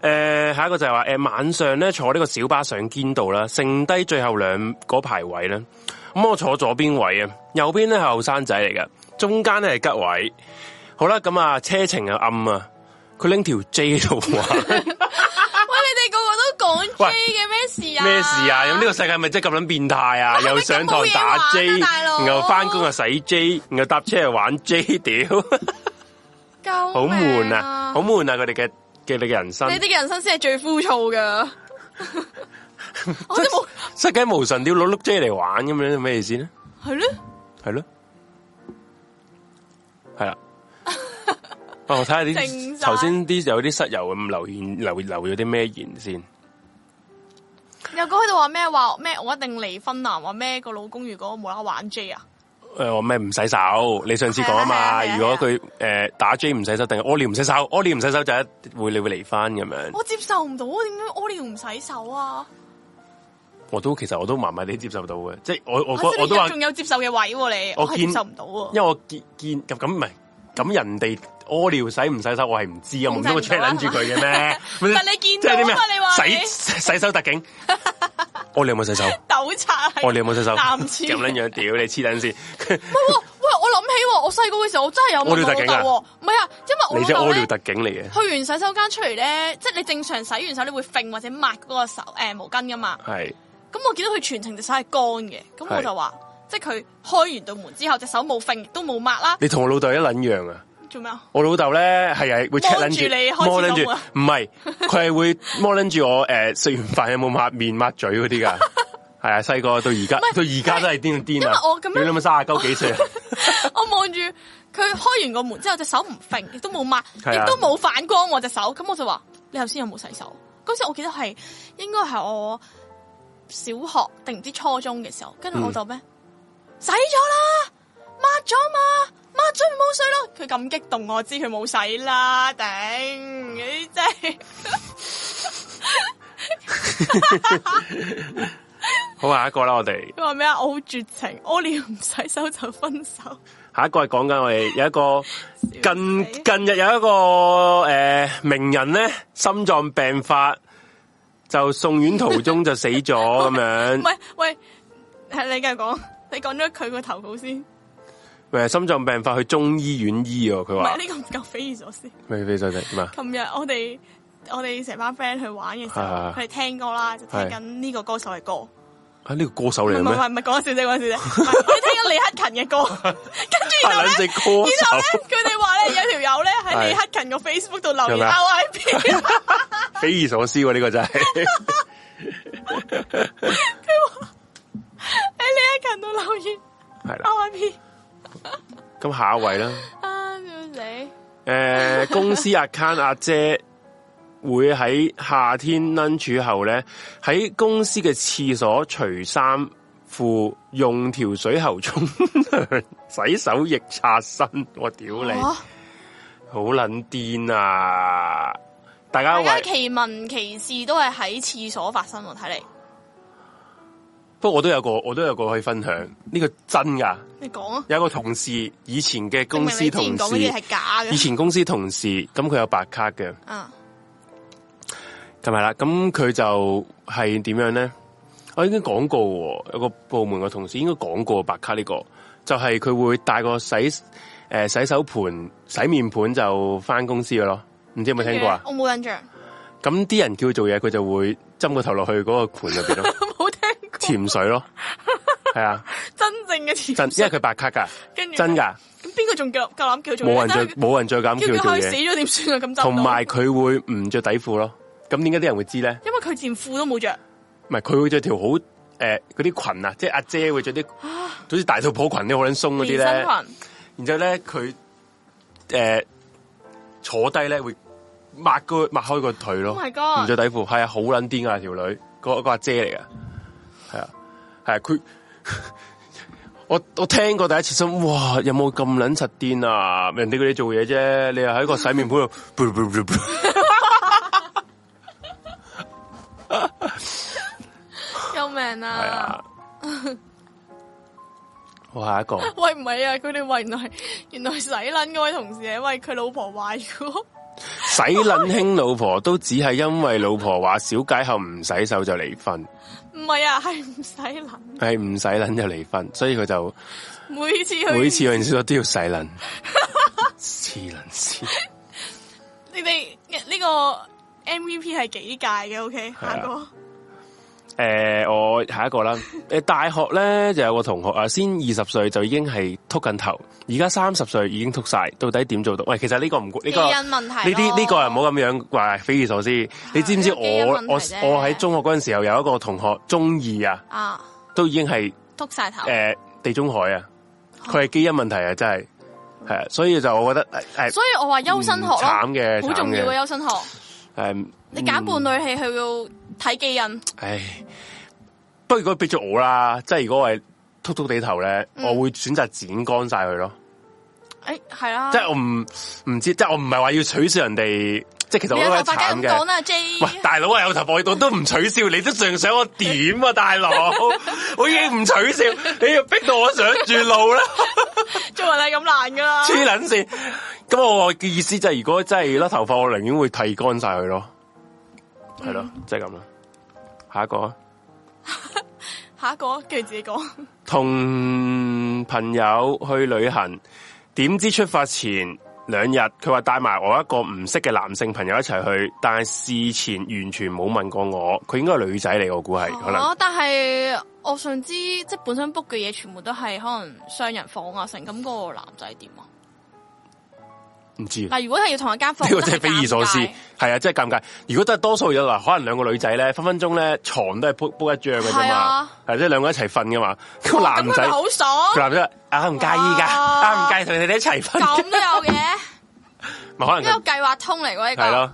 Speaker 2: 誒、下一個就係話誒晚上咧坐呢個小巴上堅道啦，剩低最後兩嗰排位咧。咁我坐左邊位啊，右邊咧係後生仔嚟嘅，中間咧係吉位。好啦，咁啊車程又暗啊，佢拎條 J 度玩。
Speaker 3: 喂，你哋個個都講
Speaker 2: 喂
Speaker 3: J 嘅咩事啊？
Speaker 2: 咩事啊？咁呢個世界咪真係咁撚變態啊？又上堂打 J，
Speaker 3: 咁冇嘢玩啊大佬
Speaker 2: 然後翻工又使 J，然後搭車又玩 J，屌，
Speaker 3: 救
Speaker 2: 好悶
Speaker 3: 悶
Speaker 2: 啊！好悶啊！佢哋嘅嘅你嘅人生
Speaker 3: 你，哋嘅人生先係最枯燥噶。我都冇，
Speaker 2: 世界無神屌攞碌 J 嚟玩咁樣，咩意思呢？
Speaker 3: 係咯，
Speaker 2: 係咯，係 啦。哦，我睇下
Speaker 3: 靜
Speaker 2: 啲
Speaker 3: 晒
Speaker 2: 頭先啲有啲室友咁留言留留咗啲咩言先。
Speaker 3: 有個喺度話咩話咩，我一定離婚啊！話咩個老公如果冇啦玩 J 啊？
Speaker 2: 诶、我咩唔洗手？你上次講啊
Speaker 3: 係啊
Speaker 2: 嘛，
Speaker 3: 係啊係啊
Speaker 2: 如果佢诶、誒打 J 唔洗手，定係屙尿唔洗手？屙尿唔洗手就一會你會離婚咁樣。
Speaker 3: 我接受唔到，點解屙尿唔洗手啊？
Speaker 2: 我都其實我都麻麻地接受到嘅，即係我我
Speaker 3: 我
Speaker 2: 我我都話，
Speaker 3: 仲有接受嘅位喎，你
Speaker 2: 我
Speaker 3: 我係
Speaker 2: 見
Speaker 3: 接受唔到喎。
Speaker 2: 因為我見見咁咁唔係咁人哋屙尿洗唔洗手，我係唔知啊，我唔通
Speaker 3: 控制
Speaker 2: 我
Speaker 3: 唔
Speaker 2: check
Speaker 3: 到啊
Speaker 2: 捻住佢嘅咩？
Speaker 3: 但你見
Speaker 2: 即係啲
Speaker 3: 到啊嘛你話
Speaker 2: 咩
Speaker 3: 你
Speaker 2: 洗洗手特 警，屙尿有冇洗手？
Speaker 3: 斗擦係
Speaker 2: 屙尿有冇洗手？
Speaker 3: 男廁
Speaker 2: 咁撚樣屌你黐撚線，
Speaker 3: 喂喂，我諗起喎，我細個嘅時候，我真係有
Speaker 2: 屙尿特
Speaker 3: 問
Speaker 2: 警啊
Speaker 3: 我老豆喎，唔係啊，因為
Speaker 2: 你
Speaker 3: 我
Speaker 2: 真係
Speaker 3: 老豆
Speaker 2: 屙
Speaker 3: 咧
Speaker 2: 尿特警嚟嘅，
Speaker 3: 去完洗手間出嚟咧，即係你正常洗完手，你會揈或者抹嗰個手誒、呃毛巾噶嘛。
Speaker 2: 係
Speaker 3: 咁我見到佢全程隻手係乾嘅，咁我
Speaker 2: 係
Speaker 3: 就話，即係佢開完道門之後，隻手冇揈亦都冇抹啦，
Speaker 2: 你同我老豆一撚樣啊！
Speaker 3: 做咩啊？
Speaker 2: 我老豆咧係係會 check
Speaker 3: 望
Speaker 2: 撚
Speaker 3: 住你開始
Speaker 2: 摸撚住，
Speaker 3: 諗啊
Speaker 2: 唔係佢係會摸撚住我誒食、完飯有冇抹面抹嘴嗰啲噶，係啊細個到而家
Speaker 3: 係
Speaker 2: 到而家都係癲
Speaker 3: 為
Speaker 2: 癲啊！
Speaker 3: 我咁樣
Speaker 2: 你諗下卅鳩幾歲啊？
Speaker 3: 我望住佢開完個門之後，隻手唔揈，亦都冇抹，
Speaker 2: 係啊
Speaker 3: 亦都冇反光喎隻手，咁我就話：你頭先有冇洗手？嗰時我記得係應該係我小學定唔知初中嘅時候，跟住我就咩、洗咗啦，抹咗嘛，抹咗咪冇水咯。佢咁激動，我知佢冇洗啦，頂你真係
Speaker 2: 好下一個啦，我哋
Speaker 3: 佢話咩啊？我好絕情，屙尿唔洗手就分手。
Speaker 2: 下一個係講緊我哋有一個近近日有一個誒、呃名人咧心臟病發，就送院途中就死咗咁
Speaker 3: 唔
Speaker 2: 樣。
Speaker 3: 係喂，係你繼續講，你講咗佢個投稿先，唔
Speaker 2: 誒心臟病發去中醫院醫喎，佢話
Speaker 3: 係呢個唔夠匪夷所思。
Speaker 2: 咩非洲仔點啊？
Speaker 3: 琴日我哋我哋成班 friend 去玩嘅時候，
Speaker 2: 係係
Speaker 3: 佢哋聽歌啦，就聽
Speaker 2: 係
Speaker 3: 緊呢個歌手嘅歌。唔
Speaker 2: 啊呢個歌手嚟
Speaker 3: 係
Speaker 2: 嘅
Speaker 3: 唔
Speaker 2: 咩？
Speaker 3: 係唔係講笑啫，講笑 啫。佢哋聽緊李克勤嘅歌，跟住然後
Speaker 2: 係撚
Speaker 3: 咧，
Speaker 2: 死歌手
Speaker 3: 然後咧，佢哋話咧有條友咧喺
Speaker 2: 係
Speaker 3: 李克勤個 Facebook 度
Speaker 2: 係
Speaker 3: 留
Speaker 2: 咪
Speaker 3: 言
Speaker 2: 啊
Speaker 3: RIP，
Speaker 2: 匪夷所思喎、呢、個真係
Speaker 3: 喺李克勤度留言
Speaker 2: 係啦。
Speaker 3: RIP，
Speaker 2: 咁下一位啦，
Speaker 3: 啊笑死！
Speaker 2: 诶、公司 account 阿姐會喺夏天 lunch 後咧，喺公司嘅廁所除衫褲，用條水喉沖涼， 洗手液擦身。我屌你，
Speaker 3: 哇
Speaker 2: 好撚癲啊！大家
Speaker 3: 大家
Speaker 2: 喂，
Speaker 3: 奇聞奇事都係喺廁所發生喎，睇嚟
Speaker 2: 不過我都有個，我都有個可以分享，呢、個真噶。
Speaker 3: 你講啊，
Speaker 2: 有一個同事，以前嘅
Speaker 3: 證
Speaker 2: 公
Speaker 3: 明
Speaker 2: 司
Speaker 3: 你之
Speaker 2: 同
Speaker 3: 前講
Speaker 2: 事
Speaker 3: 嗰，啲嘢係假
Speaker 2: 以
Speaker 3: 嘅。
Speaker 2: 前公司同事，咁佢有白卡嘅，
Speaker 3: 啊，
Speaker 2: 咁係啦，咁佢就係點樣咧？我已經講過喎，有個部門嘅同事應該講過白卡呢、個，就係、佢會帶個洗誒、呃洗手盤、洗面盤就翻公司嘅咯。唔知有冇聽過啊？
Speaker 3: 我冇印象，
Speaker 2: 咁啲人叫佢做嘢，佢就會斟個頭落去嗰個盤入邊咯，
Speaker 3: 冇聽過
Speaker 2: 潛水咯，係啊，
Speaker 3: 真正嘅潛
Speaker 2: 真，因為佢白卡㗎，
Speaker 3: 跟住
Speaker 2: 真㗎，
Speaker 3: 咁邊個仲夠夠膽叫做嘢
Speaker 2: 冇人再
Speaker 3: 真係
Speaker 2: 冇人再咁叫
Speaker 3: 叫
Speaker 2: 佢
Speaker 3: 佢
Speaker 2: 做
Speaker 3: 去死
Speaker 2: 嘢，
Speaker 3: 咗點算啊？咁就
Speaker 2: 同埋，佢會唔着底褲咯。咁點解啲人會知咧？
Speaker 3: 因為佢連褲都冇着，
Speaker 2: 唔係佢會着條好诶嗰啲裙啊，即係阿姐會着啲，好似大肚婆裙啲好撚鬆嗰啲
Speaker 3: 連
Speaker 2: 咧。
Speaker 3: 啊身裙
Speaker 2: 然之后咧佢诶坐低咧會抹個抹開個腿咯，
Speaker 3: Oh my
Speaker 2: 唔
Speaker 3: god
Speaker 2: 着底褲係啊，好撚癲啊條女，個個阿姐嚟噶，係啊係啊佢。 我我聽過第一次心，哇！有冇咁撚柒癲啊？人哋嗰啲做嘢啫，你又喺個洗面盆度，
Speaker 3: 正
Speaker 2: 系
Speaker 3: 啦
Speaker 2: 啊。。 我下一个，
Speaker 3: 喂，唔係啊，佢哋話原來 原來洗撚嗰位同事係因為佢老婆壞咗，
Speaker 2: 洗撚兄老婆都只係因為老婆話小解後唔洗手就離婚，
Speaker 3: 唔係啊，係唔洗撚。
Speaker 2: 係唔洗撚就離婚，所以佢就
Speaker 3: 每次去，
Speaker 2: 每次去完廁所都要洗撚，黐撚線。
Speaker 3: 你哋呢個 MVP 係幾屆嘅？OK，
Speaker 2: 啊
Speaker 3: 下一個
Speaker 2: 诶、我下一個啦。诶，大學咧就有個同學啊，先二十歲就已經係秃緊頭，而家三十歲已經秃晒，到底點做到？喂，其實呢個唔呢、個
Speaker 3: 基因問題
Speaker 2: 呢啲呢個
Speaker 3: 咯
Speaker 2: 係唔好咁樣話匪夷所思。你知唔知
Speaker 3: 呢個基因
Speaker 2: 我
Speaker 3: 問題
Speaker 2: 我
Speaker 3: 啫
Speaker 2: 我喺中學嗰阵时候有一個同學中二啊，
Speaker 3: 啊，
Speaker 2: 都已經係
Speaker 3: 篤晒頭，
Speaker 2: 诶、地中海啊，佢係基因問題啊，真係系啊，所以就我覺得诶诶
Speaker 3: 所以我話優生學咯，
Speaker 2: 慘嗯嘅
Speaker 3: 好重要
Speaker 2: 慘
Speaker 3: 嘅
Speaker 2: 嘅
Speaker 3: 優生學。
Speaker 2: 诶，嗯
Speaker 3: 你揀伴侶係佢要睇基 因，
Speaker 2: 唉，不過如果俾咗我啦，即係如果我係秃秃地頭咧，
Speaker 3: 嗯
Speaker 2: 我會選擇剪乾晒佢咯。
Speaker 3: 誒哎係啦，
Speaker 2: 即係我唔唔知，即係我唔係話要取笑人哋，即係其實
Speaker 3: 你
Speaker 2: 我
Speaker 3: 有
Speaker 2: 都係
Speaker 3: 頭髮
Speaker 2: 慘
Speaker 3: 梗係咁講
Speaker 2: 嘅。
Speaker 3: 啦，J，
Speaker 2: 喂，大佬啊，有頭髮到都唔取笑，你都仲想我點啊，大佬？我已經唔取笑，你要逼到我上住路啦，
Speaker 3: 做人係咁難噶啦，
Speaker 2: 黐撚線。咁我嘅意思就係、如果真係甩頭髮，我寧願會剃乾晒佢咯，係咯，即係咁啦。下一個啊。
Speaker 3: 下一個跟住自己講。
Speaker 2: 同朋友去旅行，點知出發前兩日，佢話帶埋我一個唔識嘅男性朋友一齊去，但係事前完全冇問過我，佢應該係女仔嚟，我估係可能
Speaker 3: 哦，但係我想知，即係本身 book 嘅嘢全部都係可能雙人房啊，成咁嗰個男仔點啊？
Speaker 2: 唔知啊。
Speaker 3: 嗱，如果係要同一間 房，
Speaker 2: 呢個真係匪夷所思，
Speaker 3: 真係
Speaker 2: 係啊，真係尷尬。如果都係多數有嗱，可能兩個女仔咧，分分鐘咧床都係 book book 一張嘅啫
Speaker 3: 係
Speaker 2: 嘛
Speaker 3: 啊，
Speaker 2: 係即係兩個一齊瞓噶嘛。個
Speaker 3: 尷尬
Speaker 2: 男
Speaker 3: 哦咁佢咪
Speaker 2: 仔，
Speaker 3: 好
Speaker 2: 佢
Speaker 3: 爽，
Speaker 2: 男仔啊唔介意噶，
Speaker 3: 哇
Speaker 2: 啊唔介意同你哋一齊
Speaker 3: 咁
Speaker 2: 瞓，
Speaker 3: 都有嘅，
Speaker 2: 咪可能
Speaker 3: 呢
Speaker 2: 佢
Speaker 3: 個計劃通嚟喎，呢
Speaker 2: 係
Speaker 3: 個
Speaker 2: 咯。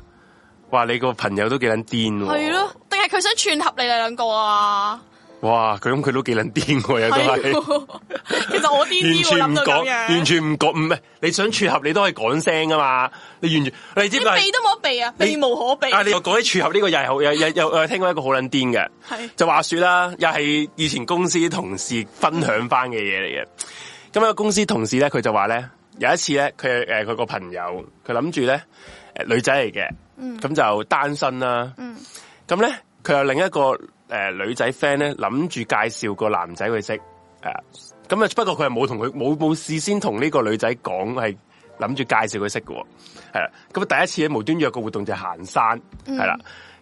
Speaker 2: 哇！你個朋友都幾撚癲喎，
Speaker 3: 啊係咯，哦定係佢想串合你哋兩個啊？
Speaker 2: 哇！佢咁佢都幾撚癲喎， 又都
Speaker 3: 係
Speaker 2: 係
Speaker 3: 喎其實我啲
Speaker 2: 完
Speaker 3: 啲喎
Speaker 2: 全唔
Speaker 3: 諗到咁
Speaker 2: 講，
Speaker 3: 樣，
Speaker 2: 完全唔講，唔係你想撮合你都可以講聲噶嘛？你完全你知唔知
Speaker 3: 你避都冇得避啊，
Speaker 2: 你
Speaker 3: 避無可避，
Speaker 2: 啊？你又講起撮合呢個又係好，又又又又聽過一個好撚癲嘅，
Speaker 3: 係
Speaker 2: 就話說啦，又係以前公司啲同事分享翻嘅嘢嚟嘅。咁有個公司同事咧，佢就話咧，有一次咧，佢誒佢個朋友，佢諗住咧誒女仔嚟嘅，咁、就單身啦。咁咧佢有另一個誒、呃女仔 friend 咧，諗住介紹個男仔佢識誒。咁啊，不過佢係冇同佢冇冇事先同呢個女仔講係諗住介紹佢識嘅喎，係啦。咁啊第一次咧無端約個活動就係行山，
Speaker 3: 嗯
Speaker 2: 係啦。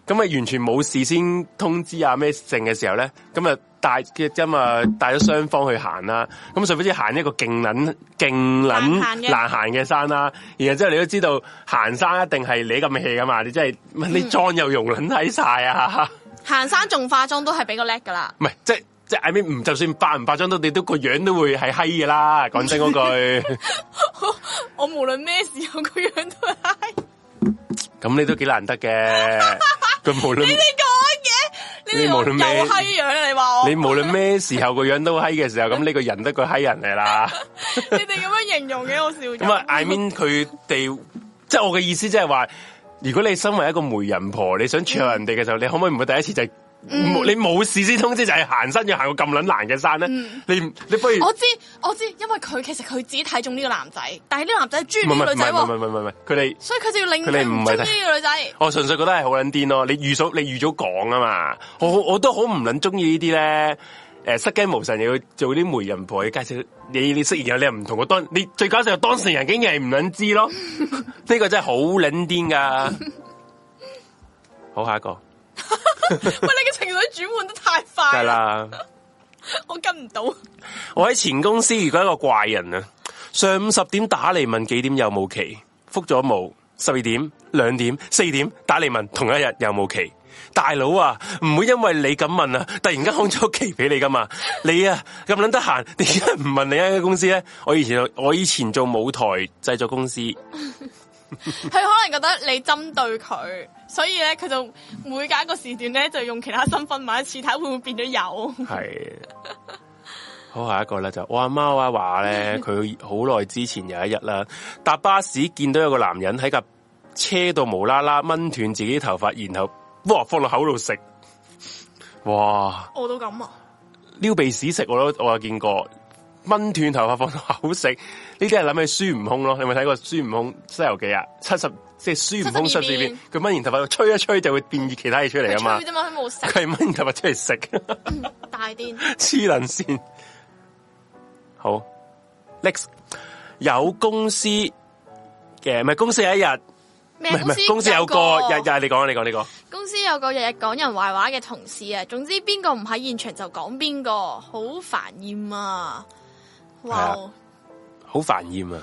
Speaker 2: 咁啊完全冇事先通知啊咩剩嘅時候咧，咁啊帶嘅咁啊帶咗雙方去行啦。咁啊上不知行一個勁撚勁
Speaker 3: 難
Speaker 2: 撚
Speaker 3: 行嘅
Speaker 2: 難行嘅山啦。然後之後你都知道行山一定係你咁 hea 噶嘛，你真係你
Speaker 3: 嗯
Speaker 2: 妝又用撚睇晒啊！
Speaker 3: 行山仲化妝都係比較叻噶啦，
Speaker 2: 唔係，即係即係 I mean，唔就算化唔化妝都，你都個樣都會係閪嘅啦。講真嗰 句，
Speaker 3: 我無論咩時候個樣都係。
Speaker 2: 咁你都幾難得嘅。佢無論
Speaker 3: 你講嘅，
Speaker 2: 你
Speaker 3: 呢
Speaker 2: 無
Speaker 3: 個
Speaker 2: 論咩
Speaker 3: 又閪樣啊啦！你話我，
Speaker 2: 你
Speaker 3: 你
Speaker 2: 無論咩時候個樣都閪嘅時候，咁呢個人得個閪人嚟 啦。
Speaker 3: 哋咁樣形容嘅，我笑咗。
Speaker 2: 咁啊，I mean 佢哋即係我嘅意思，即係話，如果你身為一個媒人婆，你想撮合人哋嘅時候，你可唔可以唔會第一次就係
Speaker 3: 嗯
Speaker 2: 冇你冇事先通知就係行山要行個咁撚難嘅山咧？你唔你不如
Speaker 3: 嗯我知我知，因為佢其實佢自己睇中呢個男仔，但係呢個男仔中意
Speaker 2: 唔係唔係
Speaker 3: 呢
Speaker 2: 唔
Speaker 3: 個女仔
Speaker 2: 係唔係
Speaker 3: 喎，
Speaker 2: 唔係唔係，佢哋。
Speaker 3: 所以佢就要令
Speaker 2: 佢哋
Speaker 3: 佢
Speaker 2: 唔
Speaker 3: 唔
Speaker 2: 係
Speaker 3: 中意呢個 女仔。
Speaker 2: 我哦純粹覺得係好撚癲咯，你預早你預早講啊嘛，我好我都好唔撚中意呢啲咧，誒失驚無神又要做啲媒人婆，要介紹你你識然後你又唔同我當，你最搞笑係當事人竟然係唔撚知咯，呢個真係好撚癲噶。好下一個，
Speaker 3: 喂，你嘅情緒轉換得太
Speaker 2: 梗
Speaker 3: 快
Speaker 2: 係
Speaker 3: 啦，
Speaker 2: 啦。
Speaker 3: 我跟唔到。
Speaker 2: 我喺前公司遇過一個怪人啊，上午十點打嚟問幾點有冇期，覆咗冇；十二點、兩點、四點打嚟問同一日有冇期。大佬啊，唔會因為你咁問啊，突然間空咗期俾你噶嘛？你啊咁撚得閒，點解唔問你一間公司咧？我以前我以前做舞台製作公司，
Speaker 3: 佢可能覺得你針對佢，所以咧佢就每隔一個時段咧就用其他身份買一次，睇下會唔會變咗有。
Speaker 2: 係好下一個啦，就我阿媽阿話 咧，佢好耐之前有一日啦，搭巴士見到有個男人喺架車度無啦啦掹斷自己頭髮，然後哇放落口度食，哇！
Speaker 3: 餓到咁啊！
Speaker 2: 撩鼻屎食我都我有見過，掹斷頭髮放到口食，呢啲係諗起孫悟空咯。你有冇睇過孫悟空《西遊記》啊？七十即係孫悟空
Speaker 3: 七十
Speaker 2: 七
Speaker 3: 二
Speaker 2: 十二變
Speaker 3: 變，
Speaker 2: 佢掹完頭髮吹一吹就會變熱其他嘢出嚟
Speaker 3: 佢
Speaker 2: 啊嘛
Speaker 3: 吹。啫嘛，佢冇食
Speaker 2: 佢係掹完頭髮出嚟食，
Speaker 3: 大 癲。
Speaker 2: 黐撚線。好，next 有公司嘅唔係公司有一日，唔
Speaker 3: 咩
Speaker 2: 係唔係公司有個日日你講啊你講呢個
Speaker 3: 公司有個日日講人壞話嘅同事啊，總之邊個唔喺現場就講邊個，好煩厭啊！哇！
Speaker 2: 係啊好煩厭啊！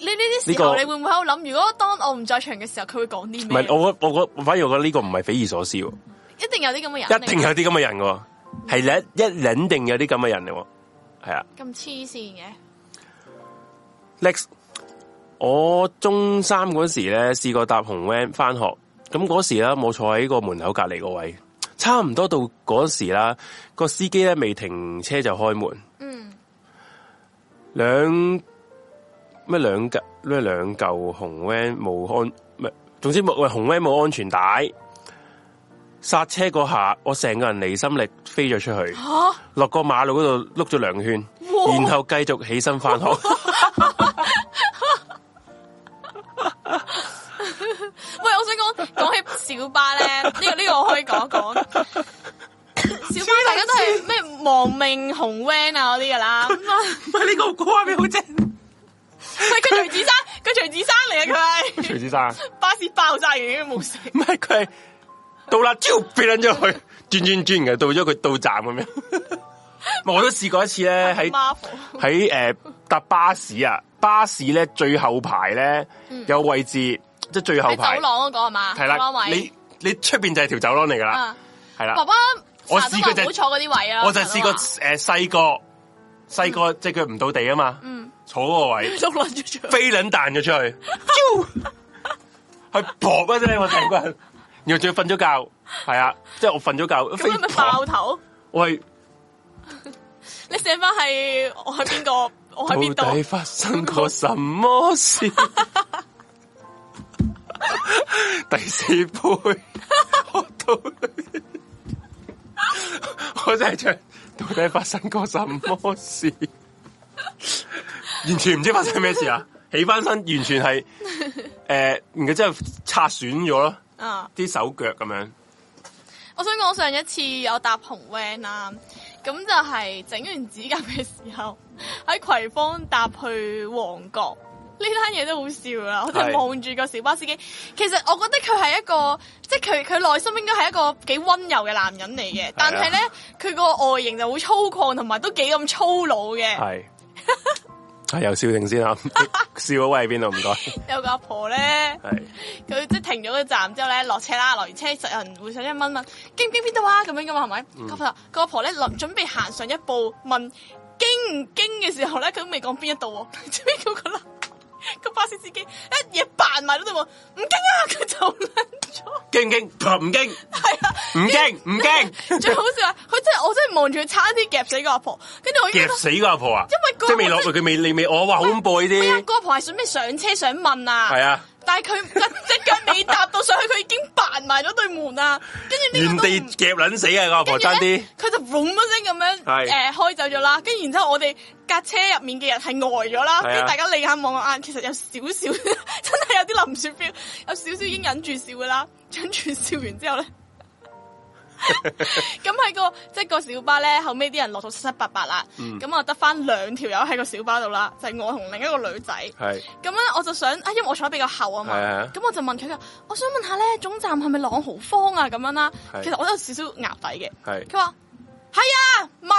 Speaker 3: 你呢啲時
Speaker 2: 呢
Speaker 3: 候，
Speaker 2: 個
Speaker 3: 你會唔會喺度諗？如果當我唔在場嘅時候，佢會講啲
Speaker 2: 唔係
Speaker 3: 咩？
Speaker 2: 我覺我覺我反而我覺得呢個唔係匪夷所思喎。
Speaker 3: 一定有啲咁嘅人，
Speaker 2: 一定有啲咁嘅人嘅喎，係一一肯定有啲咁嘅人嚟喎，係啊。
Speaker 3: 咁黐線嘅。
Speaker 2: Next，我中三嗰時咧試過搭紅 van 翻學，咁嗰時啦，我坐喺個門口隔離個位，差唔多到嗰時啦，個司機咧未停車就開門，
Speaker 3: 嗯，
Speaker 2: 兩咩兩嚿咩兩嚿紅 van 冇安咩，總之冇喂紅 van 冇安全帶，剎車嗰下我成個人離心力飛咗出去。
Speaker 3: 吓
Speaker 2: 落個馬路嗰度碌咗兩圈，
Speaker 3: 哇
Speaker 2: 然後繼續起身 翻學。
Speaker 3: 喂，我想講講起小巴咧，呢、個呢、個我可以講一講。小巴大家都係咩亡命紅 van 啊嗰啲噶啦，咁啊，
Speaker 2: 唔係呢個歌名好正，
Speaker 3: 喂佢徐子珊，佢徐子珊嚟啊佢係
Speaker 2: 徐子 珊，
Speaker 3: 巴士爆炸完已經冇事，
Speaker 2: 唔係佢係到啦，招飛撚咗佢，轉轉轉嘅，到咗佢到站咁樣。 唔係我都試過一次咧，喺
Speaker 3: Marvel
Speaker 2: 喺誒搭巴士啊，巴士咧最後排咧有位置，即係最後
Speaker 3: 嗯喺
Speaker 2: 排
Speaker 3: 走廊嗰個係嘛？
Speaker 2: 係
Speaker 3: 走廊
Speaker 2: 啦，
Speaker 3: 位
Speaker 2: 你你出邊就係條走廊嚟㗎啦，
Speaker 3: 啊，
Speaker 2: 係啦
Speaker 3: 爸。爸
Speaker 2: 我
Speaker 3: 成
Speaker 2: 試
Speaker 3: 日
Speaker 2: 過
Speaker 3: 都話唔
Speaker 2: 就
Speaker 3: 好坐嗰啲位啊，嗯
Speaker 2: 我就試過
Speaker 3: 成日
Speaker 2: 誒細個細個隻腳唔到地啊嘛，
Speaker 3: 嗯
Speaker 2: 坐嗰個位。
Speaker 3: 都話碌撚咗出去，
Speaker 2: 飛撚彈咗出去，啾 係撲一聲我成個人，然後仲要瞓咗覺，係啊，即係我瞓咗覺，飛
Speaker 3: 咁你咪爆
Speaker 2: 撲，
Speaker 3: 頭，
Speaker 2: 我係
Speaker 3: 你醒翻係我喺邊個，我喺邊
Speaker 2: 到底
Speaker 3: 度？
Speaker 2: 發生過什麼 事？第四杯，我到底， 我真係唱，到底發生過什麼事？完全唔知發生咩事啊！起翻身，完全 係诶，呃然後之後擦損咗咯。
Speaker 3: 啊！
Speaker 2: 啲手腳咁樣，
Speaker 3: 我想講上一次我搭紅 van 啦，咁就係整完指甲嘅時候， 喺葵芳搭去旺角。呢單嘢都好笑啦！我哋
Speaker 2: 係
Speaker 3: 望住個小巴司機，其實我覺得佢係一個，即係佢佢內心應該係一個幾温柔嘅男人嚟
Speaker 2: 啊
Speaker 3: 嘅，但係咧佢個外形就好粗犷，同埋都幾咁粗魯嘅。
Speaker 2: 係 係由笑定先啊！笑嗰位喺邊度？唔該，
Speaker 3: 有個阿婆咧，
Speaker 2: 係
Speaker 3: 佢即係停咗個站之後咧，落車啦，落完車實有人會上一蚊問經唔經邊度啊咁樣噶嘛，係咪？個婆個阿婆咧臨準備行上一步問經唔經嘅時候咧，佢都未講邊一度喎，最尾嗰個啦個巴士司機一嘢扮埋嗰度喎，唔經啊，佢就撚咗。
Speaker 2: 驚唔驚？啪唔驚，
Speaker 3: 係啊，
Speaker 2: 唔驚唔驚，
Speaker 3: 最好笑係佢真係我真係望住佢差啲夾死個阿婆，跟住我已經覺
Speaker 2: 夾
Speaker 3: 得
Speaker 2: 死個阿婆啊！
Speaker 3: 因為個
Speaker 2: 即係未落去，佢未你未我哇好恐怖呢
Speaker 3: 咩啊
Speaker 2: 啲，
Speaker 3: 個阿婆係準備上車想問啊，
Speaker 2: 係啊，
Speaker 3: 但係佢一隻腳未踏到上去，佢已經扮埋咗對門啊，跟住
Speaker 2: 原
Speaker 3: 呢個都
Speaker 2: 地
Speaker 3: 唔
Speaker 2: 夾撚死啊個阿婆
Speaker 3: 跟住
Speaker 2: 爭
Speaker 3: 咧
Speaker 2: 啲，，
Speaker 3: 佢就嗡一聲咁樣
Speaker 2: 係
Speaker 3: 誒開走咗啦。跟住然之後，我哋架車入面嘅人係呆咗啦。
Speaker 2: 係啊
Speaker 3: 跟住大家你眼望我眼，其實有少少 真係有啲林雪 feel，有少少已經忍住笑噶啦。忍住笑 完之後咧，咁喺個即係個小巴咧，後尾啲人落到七七八八啦。
Speaker 2: 嗯
Speaker 3: 咁啊，得翻兩條友喺個小巴度啦，就係、我同另一個女仔。
Speaker 2: 係
Speaker 3: 咁咧，我就想啊，因為我坐得比較後啊嘛
Speaker 2: 係啊，
Speaker 3: 咁我就問佢㗎我想問下咧，總站係咪朗豪坊啊？咁樣啦，
Speaker 2: 係
Speaker 3: 其實我都有少少淆底嘅。
Speaker 2: 係
Speaker 3: 佢話係啊，問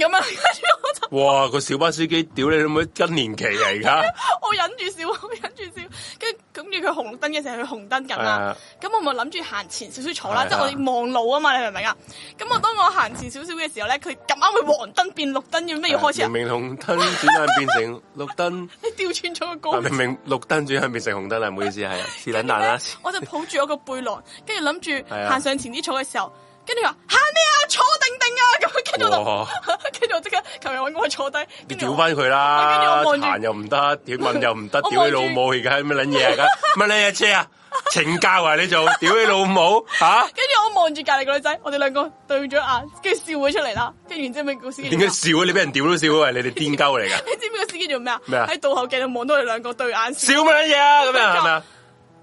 Speaker 3: 咁樣， 跟住我就
Speaker 2: 哇個小巴司機屌你老母更年期嚟㗎，
Speaker 3: 我忍住笑，我忍住笑，跟住跟住佢紅綠燈嘅時候，佢紅燈緊
Speaker 2: 係
Speaker 3: 啦
Speaker 2: 啊，
Speaker 3: 咁我咪諗住行前少少坐啦，
Speaker 2: 係啊
Speaker 3: 即係我哋望路啊嘛，你明唔明啊？咁我當我行前少少嘅時候咧，佢咁啱佢黃燈變綠燈，要咩要開始啊
Speaker 2: 明？明紅燈轉眼變成綠燈，
Speaker 3: 你調轉咗個高
Speaker 2: 啊明明綠燈轉眼變成紅燈啦，唔好意思係啊，是撚蛋啦，
Speaker 3: 我就抱住我個背囊，跟住諗住
Speaker 2: 係啊
Speaker 3: 行上前啲坐嘅時候，跟住話行咩啊，坐定定啊，咁跟住我
Speaker 2: 哇
Speaker 3: 就， 跟住我即刻求其揾我坐低，
Speaker 2: 你
Speaker 3: 跟
Speaker 2: 屌
Speaker 3: 住
Speaker 2: 翻佢
Speaker 3: 跟住
Speaker 2: 啦，
Speaker 3: 我望住
Speaker 2: 彈又唔得，屌問又唔得，
Speaker 3: 我
Speaker 2: 屌
Speaker 3: 望
Speaker 2: 你
Speaker 3: 住
Speaker 2: 老母而家係乜撚嘢啊？而家乜撚嘢車啊？惩教啊你做，屌你老母吓！
Speaker 3: 跟住我望住隔離個女仔，我哋兩個對咗眼，跟住笑咗出嚟啦。跟住然之後，咪個司機
Speaker 2: 点 解笑啊？你俾人屌都笑啊！你哋癫鸠嚟噶，
Speaker 3: 你知唔知個司機做咩啊？
Speaker 2: 咩啊
Speaker 3: 喺倒後鏡度望到我哋兩個對眼 笑，
Speaker 2: 笑乜嘢啊？咁样系咪啊？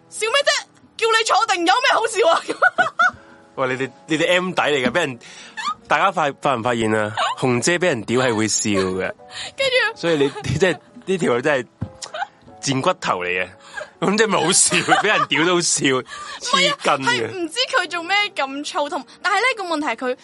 Speaker 3: 笑咩啫？叫你坐定有咩好笑啊？
Speaker 2: 喂，你哋你哋 M 底嚟嘅，俾人 大家发发唔发现啊？红姐俾人屌系会笑嘅，
Speaker 3: 跟住
Speaker 2: 所以你 你真系呢条女真系贱骨头嚟嘅，咁即系咪好笑？俾人屌都好 笑，黐
Speaker 3: 係
Speaker 2: 筋嘅。
Speaker 3: 哎唔知佢做咩咁躁同，但係咧個問題係佢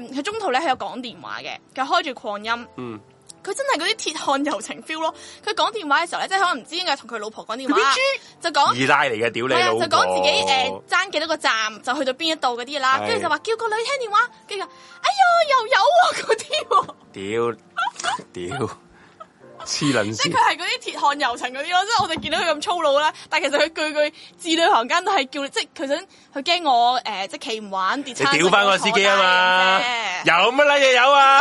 Speaker 3: 誒佢中途咧佢有講電話嘅，佢開住擴音。
Speaker 2: 嗯，
Speaker 3: 佢真係嗰啲鐵漢柔情 feel 咯，佢講電話嘅時候咧，即係可能唔知應該係同佢老婆講電話，就講
Speaker 2: 二奶嚟嘅，屌你
Speaker 3: 係啊，
Speaker 2: 老
Speaker 3: 就
Speaker 2: 母！
Speaker 3: 講自己誒爭幾多個站，就去到邊一度嗰啲啦，
Speaker 2: 係
Speaker 3: 跟住就話叫個女聽電話，跟住就哎呀又有啊嗰啲喎，
Speaker 2: 屌屌黐撚
Speaker 3: 即
Speaker 2: 線
Speaker 3: 係佢！係嗰啲鐵漢柔情嗰啲咯，即係我哋見到佢咁粗魯啦，但係其實佢句句字裏行間都係叫你，即係佢想佢驚我誒即係企唔穩跌
Speaker 2: 你
Speaker 3: 親，
Speaker 2: 屌翻個司機啊嘛
Speaker 3: 坐低咁啫，
Speaker 2: 有乜撚嘢有啊？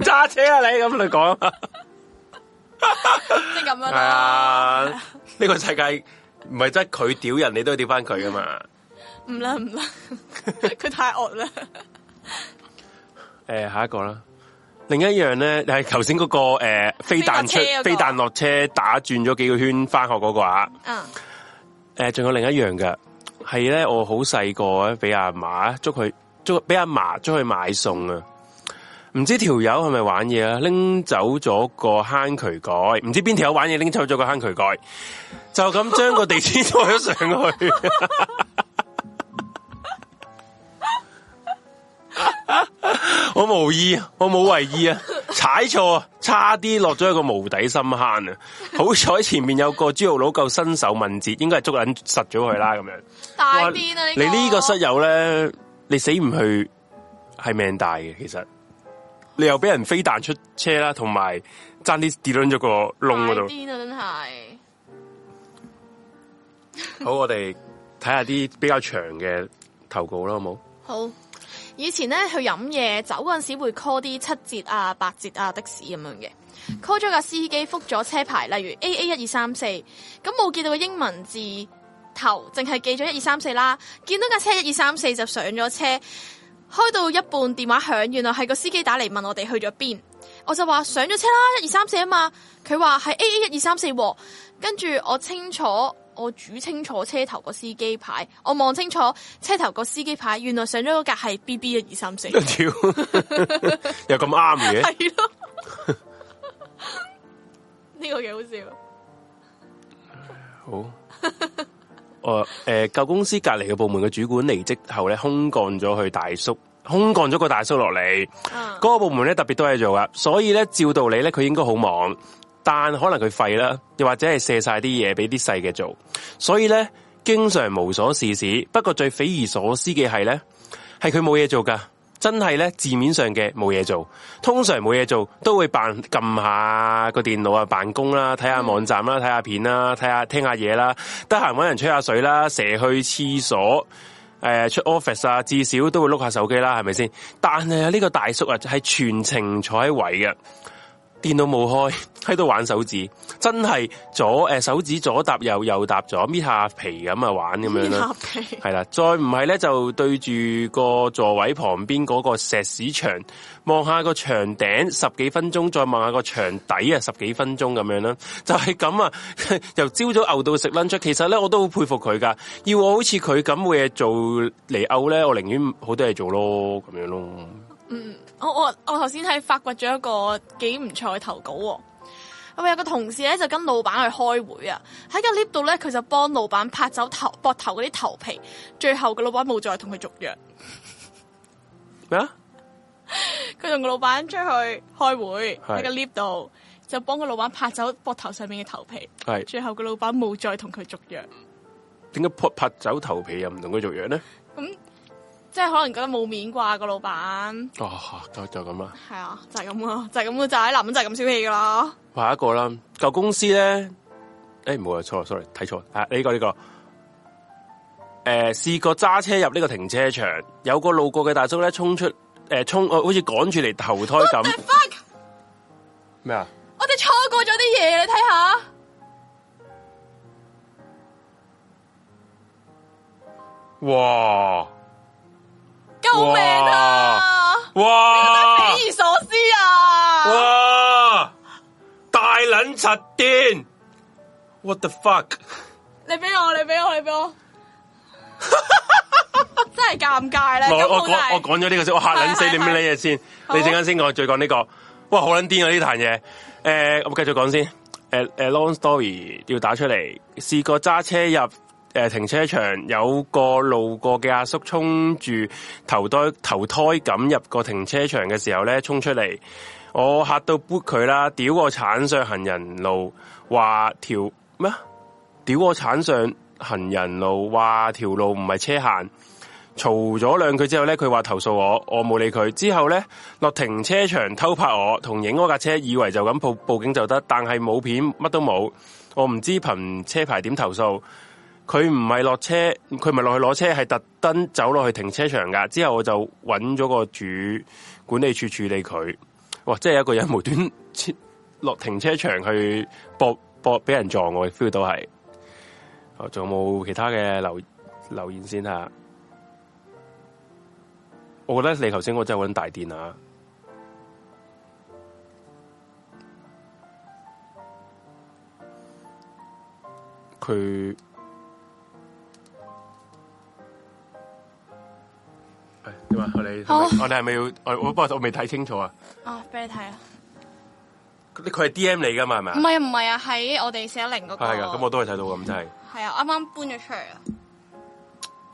Speaker 2: 揸車啊你咁嚟講啊！
Speaker 3: 即係咁樣
Speaker 2: 系
Speaker 3: 啦，
Speaker 2: 啊， 呢個世界唔係得佢屌人，你都要屌翻佢噶嘛？
Speaker 3: 唔啦唔啦，佢太惡啦，
Speaker 2: 诶、下一個啦。另一樣咧，係頭先嗰個诶、呃、飞弹出
Speaker 3: 飛架車嗰個
Speaker 2: 飛彈落車打轉咗幾個圈翻學嗰個啊。
Speaker 3: 嗯
Speaker 2: 诶、仲有另一樣嘅，係咧我好細個咧，俾阿嫲捉佢捉，俾阿嫲捉去買餸啊。唔知條友係咪玩嘢啊？拎走咗個坑渠蓋，唔知邊條友玩嘢拎走咗個坑渠蓋，就咁將個地氈拖咗上去。我無意，我冇為意啊！踩錯啊，差啲落咗一個無底深坑啊！好彩前面有個豬肉佬夠身手敏捷，應該係捉撚實咗佢啦咁樣。
Speaker 3: 大
Speaker 2: 哇
Speaker 3: 癲啊！
Speaker 2: 你呢
Speaker 3: 個
Speaker 2: 個室友咧，你死唔去係命大嘅，其實你又俾人飛彈出車啦，同埋爭啲跌撚咗個窿嗰
Speaker 3: 太
Speaker 2: 度。
Speaker 3: 癲啊！真係
Speaker 2: 好，我哋睇下啲比較長嘅投稿啦，好冇？
Speaker 3: 好。以前咧去飲嘢走嗰陣時會 call 啲七折啊、八折啊的士咁樣嘅，call 咗架司機覆咗車牌，例如 A A 一二三四，咁冇見到個英文字頭，淨係記咗一二三四啦。見到架車一二三四就上咗車，開到一半電話響，原來係個司機打嚟問我哋去咗邊，我就話上咗車啦，一二三四啊嘛，佢話係 A A 一二三四喎，跟住我清楚。我煮清楚車頭個司機牌，我望清楚車頭個司機牌，原來上咗嗰架係 B B 一二三四。
Speaker 2: 屌， 又咁啱嘅，
Speaker 3: 系咯，呢個幾好笑。
Speaker 2: 好。 哦，诶、舊公司隔離嘅部門嘅主管離職後咧，空降咗去大叔，空降咗個大叔落嚟。
Speaker 3: 嗯，
Speaker 2: 嗰個部門咧特別多嘢做噶，啊所以咧照道理咧佢應該好忙，但可能佢廢啦，又或者係卸晒啲嘢俾啲細嘅做，所以咧經常無所事事。不過最匪夷所思嘅係咧，係佢冇嘢做噶，真係咧字面上嘅冇嘢做。通常冇嘢做都會扮撳下個電腦啊，辦公啦，睇下網站啦，睇下片啦，睇下聽下嘢啦，得閒搵人吹下水啦，蛇去廁所。誒、出 office 啊，至少都會碌下手機啦，係咪先？但係呢個大叔啊，係全程坐喺位嘅，電腦冇開， 喺度玩手指，真係左誒、手指左搭右，右搭左，搣下皮咁啊玩咁樣啦。
Speaker 3: 皮
Speaker 2: 系啦，再唔系咧就對住個座位旁邊嗰個石屎牆，望下個牆頂十幾分鐘，再望下個牆底啊十幾分鐘咁樣啦， 就係咁啊！由朝早嘔到食 lunch，其實咧我都好佩服佢噶，要我好似佢咁冇嘢做嚟嘔咧，我寧願好多嘢做咯，咁樣咯。
Speaker 3: 我我我頭先係發掘咗一個幾唔錯嘅投稿喎。咁有個同事咧就跟老闆去開會啊，喺個 lift 度咧佢就幫老闆拍走頭膊頭嗰啲頭皮，最後個老闆冇再同佢續約，
Speaker 2: 咩啊？
Speaker 3: 佢同個老闆出去開會
Speaker 2: 係
Speaker 3: 喺個 lift 度就幫個老闆拍走膊頭上面嘅頭皮，
Speaker 2: 係
Speaker 3: 最後個老闆冇再同佢續約，
Speaker 2: 點解拍拍走頭皮又唔同佢做樣咧？
Speaker 3: 即係可能覺得冇面啩個老闆。
Speaker 2: 哦，就就咁啦。
Speaker 3: 系啊，就系咁啦，就系咁啦，就係男人就係咁小氣噶啦。
Speaker 2: 下一個啦，舊公司咧，诶唔好啊，錯，sorry，睇錯啊，呢、個呢、個，诶、試過揸車入呢個停車場，有個路過嘅大叔咧衝出，诶、衝，哦好似趕住嚟投胎咁，
Speaker 3: Fuck！
Speaker 2: 咩啊？
Speaker 3: 我哋錯過咗啲嘢，你睇下。
Speaker 2: 哇
Speaker 1: 救命啊！
Speaker 2: 哇
Speaker 1: 匪夷所思啊！
Speaker 2: 哇！大捻柒癫！What the fuck？
Speaker 1: 你俾我，你俾我，你俾我， 真系尷尬咧！
Speaker 2: 我
Speaker 1: 咁
Speaker 2: 我
Speaker 1: 好
Speaker 2: 講
Speaker 1: 大
Speaker 2: 我講咗呢個先，我嚇撚死
Speaker 1: 係係
Speaker 2: 你咩嘢先？
Speaker 1: 好
Speaker 2: 你陣間先講，再講呢個。哇，好撚癲啊！呢壇嘢，誒，我繼續講先。誒誒，long story 要打出嚟，試過揸車入誒停車場，有個路過嘅阿叔衝住頭胎頭胎咁入個停車場嘅時候咧，衝出嚟，我嚇到 boot 佢啦，屌我鏟上行人路，話條咩啊？屌我鏟上行人路，話條路唔係車行。嘈咗兩句之後咧，佢話投訴我，我冇理佢。之後咧落停車場偷拍我，同影我架車，以為就咁報報警就得，但係冇片，乜都冇。我唔知憑車牌點投訴。佢唔係落車，佢唔係落去攞車，係特登走落去停車場噶。之後我就揾咗個主管理處處理佢。哇！即係有一個人無端切落停車場去搏搏俾人撞我，feel 到係。哦仲有冇其他嘅留留言先啊吓？我覺得你頭先我真係揾大電啊！佢係點啊？我哋
Speaker 1: 好
Speaker 2: 我哋係咪要？我我不過我未睇清楚啊！
Speaker 1: 啊，俾你睇啊！
Speaker 2: 佢佢係 D M 你噶嘛？係
Speaker 1: 唔係啊，
Speaker 2: 咪啊？
Speaker 1: 唔係啊，喺我哋四一零嗰個
Speaker 2: 係噶，咁我都係睇到咁真係。
Speaker 1: 係啊，啱啱搬咗出嚟啊，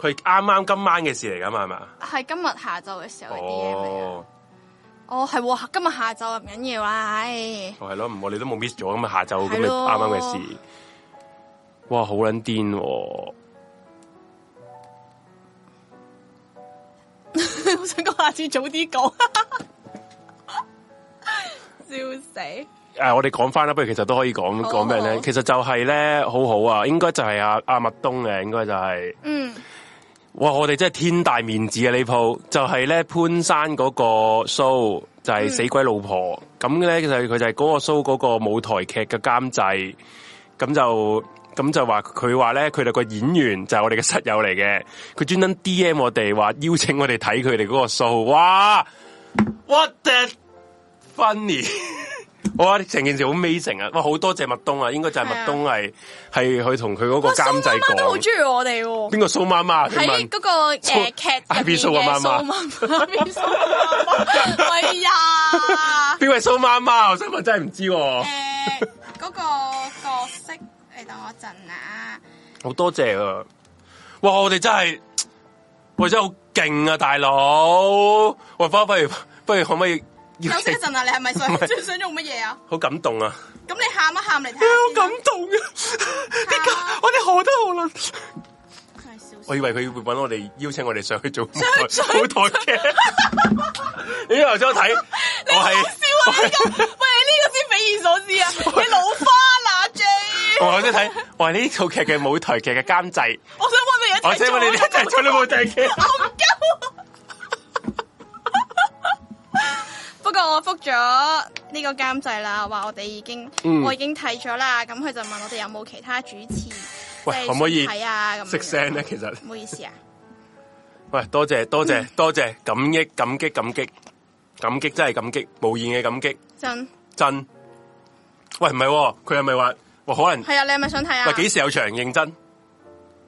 Speaker 2: 佢啱啱今晚嘅事嚟噶嘛？係咪啊？
Speaker 1: 係今日下晝嘅時候嘅 D M 嚟啊。
Speaker 2: 哦，
Speaker 1: 哦，係喎，今日下晝唔緊要啦，唉。
Speaker 2: 哦係咯，唔我哋都冇 miss 咗咁啊！下晝咁
Speaker 1: 係
Speaker 2: 咪
Speaker 1: 咯
Speaker 2: 啱啱嘅事。哇，好撚癲喎！
Speaker 1: 我想講下次早啲講，笑死！
Speaker 2: 誒、我哋講翻啦，不如其實都可以講
Speaker 1: 好
Speaker 2: 講咩
Speaker 1: 好
Speaker 2: 咧
Speaker 1: 好？
Speaker 2: 其實就係咧，好好啊，應該就係阿阿麥東嘅，應該就係、
Speaker 1: 嗯，
Speaker 2: 哇！我哋真係天大面子啊！呢鋪就係咧潘山嗰個 show 就
Speaker 1: 嗯
Speaker 2: 係死鬼老婆咁咧，就係佢就係嗰個 show 嗰個舞台劇嘅監製，咁就咁就話佢話咧佢哋個演員就係我哋嘅室友嚟嘅，佢專登 D M 我哋話邀請我哋睇佢哋嗰個 show，哇！What the funny！哇！成件事好 amazing 啊！哇，好多謝麥東啊，應該就係麥東係係佢同佢嗰個
Speaker 1: 哇
Speaker 2: 監製
Speaker 1: 蘇媽媽都好
Speaker 2: 講。
Speaker 1: 中意我哋喎。
Speaker 2: 邊個蘇媽媽？請
Speaker 1: 喺
Speaker 2: 問
Speaker 1: 嗰個
Speaker 2: 蘇
Speaker 1: 誒劇入面
Speaker 2: Ivy
Speaker 1: 嘅
Speaker 2: 蘇
Speaker 1: 蘇
Speaker 2: 啊
Speaker 1: 媽
Speaker 2: 媽
Speaker 1: 媽，Ivy 蘇 媽媽，哎呀，
Speaker 2: 邊位蘇媽媽？我想問真係唔知喎。
Speaker 1: 誒嗰個角色，你等我一陣 啊，
Speaker 2: 好多謝啊！哇，我哋真係，我哋真係好勁啊，大佬！喂，不不如不如可唔可以
Speaker 1: 休
Speaker 2: 邀
Speaker 1: 息一
Speaker 2: 請？
Speaker 1: 陣啊，你係咪
Speaker 2: 唔
Speaker 1: 想
Speaker 2: 係
Speaker 1: 想用乜嘢啊？
Speaker 2: 好感動啊！
Speaker 1: 咁你喊一喊嚟睇
Speaker 2: 好
Speaker 1: 下
Speaker 2: 感動 啊！啲
Speaker 1: 啊
Speaker 2: 家我哋何德何能？
Speaker 1: 先。真係笑死
Speaker 2: 我以為佢會揾我哋邀請我哋上去做舞台舞台 劇。你頭先我睇，我係
Speaker 1: 笑啊！呢個喂，呢個先匪夷所思啊！你老花啦，J，
Speaker 2: 我頭先睇，我係呢套劇嘅舞台劇嘅監製，
Speaker 1: 我想 揾你一齊做。
Speaker 2: 我想揾你哋一齊做呢部台劇。
Speaker 1: 戇鳩不過我覆咗呢個監製啦，話我哋已經，
Speaker 2: 嗯
Speaker 1: 我已經睇咗啦。咁佢就問我哋有冇其他主持，即係
Speaker 2: 喂可唔可以
Speaker 1: 想睇啊？咁樣
Speaker 2: 識聲咧，其實。
Speaker 1: 唔好意思啊，
Speaker 2: 喂，多謝多謝多謝，感激感激感激感激，真係感激，無言嘅感激，
Speaker 1: 真
Speaker 2: 真。喂，唔係喎，佢係咪話，哇，可能
Speaker 1: 係啊，你係咪想睇啊？
Speaker 2: 喂幾時有場認真？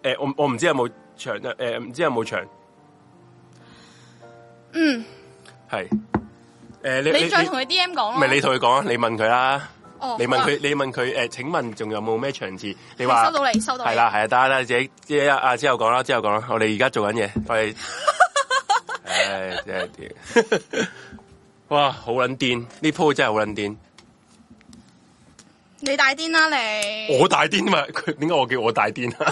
Speaker 2: 诶、我我唔知有冇場诶，唔、知有冇場。
Speaker 1: 嗯，
Speaker 2: 係诶、誒你
Speaker 1: 你再同佢 D M 講
Speaker 2: 唔係
Speaker 1: 咯。
Speaker 2: 你同佢講啊，你問佢啦。
Speaker 1: 哦
Speaker 2: 你問
Speaker 1: 好啊
Speaker 2: 佢，你問佢，诶、請問仲有冇咩場次？你話
Speaker 1: 收到你收到你
Speaker 2: 係啦，係啊，得啦，自己即係啊，之後講啦，之後講啦，我哋而家做緊嘢，我哋，唉，真係屌，哇，好撚癲，呢鋪真係好撚癲，
Speaker 1: 你大癲啦你！
Speaker 2: 我大癲啊嘛，佢點解我叫我大癲啊？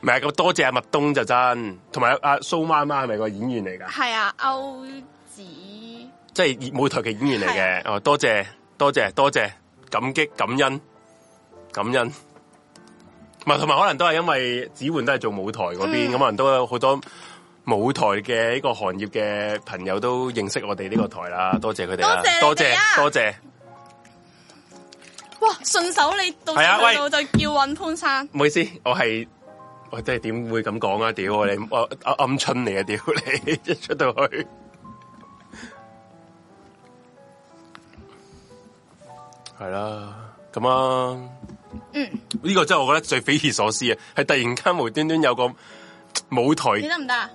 Speaker 2: 唔係咁多謝阿麥東就真，同埋阿蘇媽媽係咪個演員嚟㗎？
Speaker 1: 係啊，歐子
Speaker 2: 即係舞台嘅演員嚟嘅。哦，多謝多謝多謝，感激感恩感恩。唔係，同埋可能都係因為子焕都係做舞台嗰
Speaker 1: 嗯
Speaker 2: 邊，咁、可能都有好多舞台嘅呢個行業嘅朋友都認識我哋呢個台啦。多謝佢哋啦，多
Speaker 1: 多謝你
Speaker 2: 謝
Speaker 1: 哋啊
Speaker 2: 多謝。
Speaker 1: 哇，順手你到
Speaker 2: 係啊啊
Speaker 1: 時去到就叫揾潘生。
Speaker 2: 唔好意思，我係喂，即係點會咁講啊？屌你，我我暗春嚟啊！屌 你，一出到去，係啦，咁啊，嗯，呢個真係我覺得最匪夷所思啊！係突然間無端端有個舞台
Speaker 1: 你得唔得啊？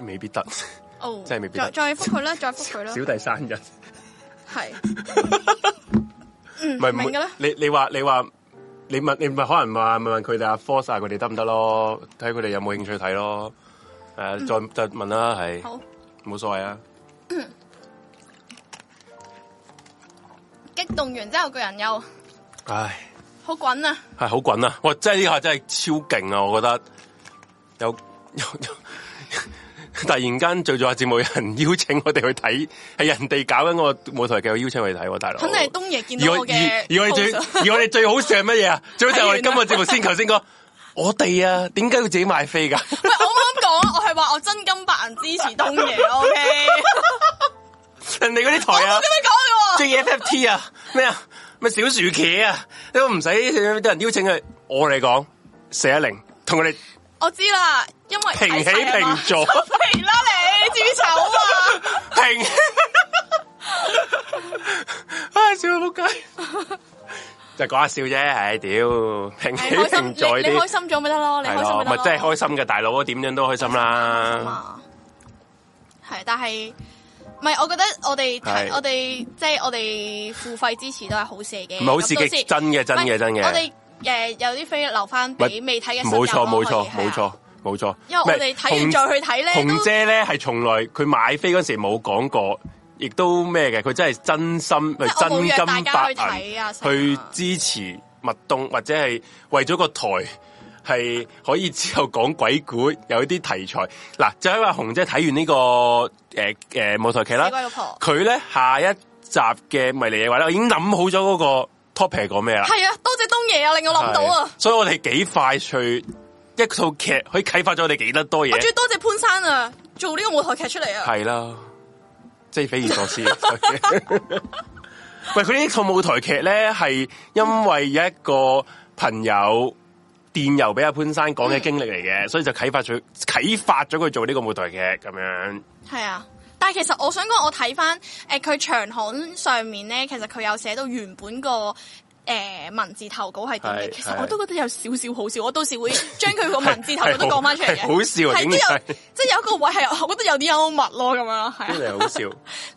Speaker 2: 未必得，
Speaker 1: 哦，
Speaker 2: 真係未必
Speaker 1: 再
Speaker 2: 得
Speaker 1: 再覆佢啦，再覆佢啦
Speaker 2: 小，弟生日，
Speaker 1: 係
Speaker 2: 唔係唔
Speaker 1: 明㗎啦
Speaker 2: 會你你話你話你問你咪可能話咪問佢哋阿 Force 啊佢哋得唔得咯？睇佢哋有冇興趣睇咯。誒、再再問啦，係。
Speaker 1: 嗯好。
Speaker 2: 冇所謂啊，
Speaker 1: 激動完之後，個人又
Speaker 2: 唉，
Speaker 1: 好滾啊！
Speaker 2: 係好滾啊！哇，真係呢下真係超勁啊！我覺得有有有 突然間做咗下節目，有人邀請我哋去睇，係人哋搞緊個舞台劇，邀請我哋睇喎，大佬。
Speaker 1: 肯定係東爺見
Speaker 2: 而
Speaker 1: 到
Speaker 2: 我
Speaker 1: 我
Speaker 2: 而
Speaker 1: 嘅
Speaker 2: 而我哋最
Speaker 1: post
Speaker 2: 而我哋最好笑係乜嘢啊？最好就係我哋今個節目先，頭先講我哋啊，點解要自己買飛㗎？
Speaker 1: 喂，我冇咁講啊，我係話我真金白銀支持東爺，O K，
Speaker 2: 人哋嗰啲台啊
Speaker 1: 咁。樣講嘅喎。
Speaker 2: J F F T 啊，咩啊，咩小薯茄啊，都唔使有人邀請佢。我嚟講四一零，同佢哋
Speaker 1: 我知啦，因為
Speaker 2: 平起
Speaker 1: 睇齊啊嘛
Speaker 2: 平坐
Speaker 1: 平啦你，豬醜啊！
Speaker 2: 平。 唉，笑到仆街，就講下笑啫。唉，屌，平起
Speaker 1: 你開心，
Speaker 2: 平坐
Speaker 1: 你你開
Speaker 2: 啲
Speaker 1: 心咗咪得咯？你
Speaker 2: 係
Speaker 1: 開心
Speaker 2: 咯，
Speaker 1: 咪得
Speaker 2: 咪
Speaker 1: 咯？
Speaker 2: 真係開心嘅，大佬點樣都開心啦。
Speaker 1: 嘛。係，但係唔係？我覺得我哋睇
Speaker 2: 係
Speaker 1: 我哋即係我哋付費支持都係好事嚟嘅，
Speaker 2: 唔係好事
Speaker 1: 咁到時
Speaker 2: 嘅，真嘅真
Speaker 1: 唔係
Speaker 2: 嘅真嘅。
Speaker 1: 我哋誒有啲飛留翻俾未睇嘅室友
Speaker 2: 冇錯
Speaker 1: 咯可
Speaker 2: 冇
Speaker 1: 以
Speaker 2: 錯冇
Speaker 1: 係啊
Speaker 2: 錯冇錯，
Speaker 1: 因為我哋睇完再
Speaker 2: 去。
Speaker 1: 去睇咧，
Speaker 2: 紅
Speaker 1: 都
Speaker 2: 姐咧係從來佢買飛嗰時冇講過，亦都咩嘅，佢真係真心
Speaker 1: 即係我冇
Speaker 2: 真
Speaker 1: 約大
Speaker 2: 金
Speaker 1: 家
Speaker 2: 白
Speaker 1: 去睇
Speaker 2: 銀
Speaker 1: 啊，
Speaker 2: 去支持麥東，或者係為咗個台係可以之後講鬼故有啲題材。嗱，就係話紅姐睇完呢、個誒誒、舞台劇
Speaker 1: 啦，
Speaker 2: 啦
Speaker 1: 死，鬼老婆
Speaker 2: 佢咧下一集嘅迷離夜話咧，我已經諗好咗嗰個 topic 係講咩啦。
Speaker 1: 係啊，多謝東爺啊，令我諗到啊
Speaker 2: 係，所以我哋幾快脆一套劇可以啟發咗我哋幾得多嘢
Speaker 1: 我。仲要多謝潘生啊，做呢個舞台劇出嚟啊，
Speaker 2: 系啦，即系匪夷所思。 喂，佢呢套舞台劇咧，係因為有一個朋友電郵俾阿潘生講嘅經歷嚟
Speaker 1: 嗯
Speaker 2: 嘅，所以就啟發咗啟發咗佢做呢個舞台劇咁樣。
Speaker 1: 係啊。但係其實我想講，我睇翻誒佢長刊上面咧，其實佢有寫到原本個誒、呃文字投稿 係點嘅。
Speaker 2: 係
Speaker 1: 其實
Speaker 2: 係
Speaker 1: 我都覺得有少少好笑，我到 時會將佢個文字投稿都講翻出嚟
Speaker 2: 係
Speaker 1: 嘅。
Speaker 2: 好笑
Speaker 1: 係
Speaker 2: 啊！點
Speaker 1: 都
Speaker 2: 解
Speaker 1: 有即係有一個位係，我 覺得有啲幽默咯咁樣咯，係
Speaker 2: 真
Speaker 1: 啊。
Speaker 2: 係好笑？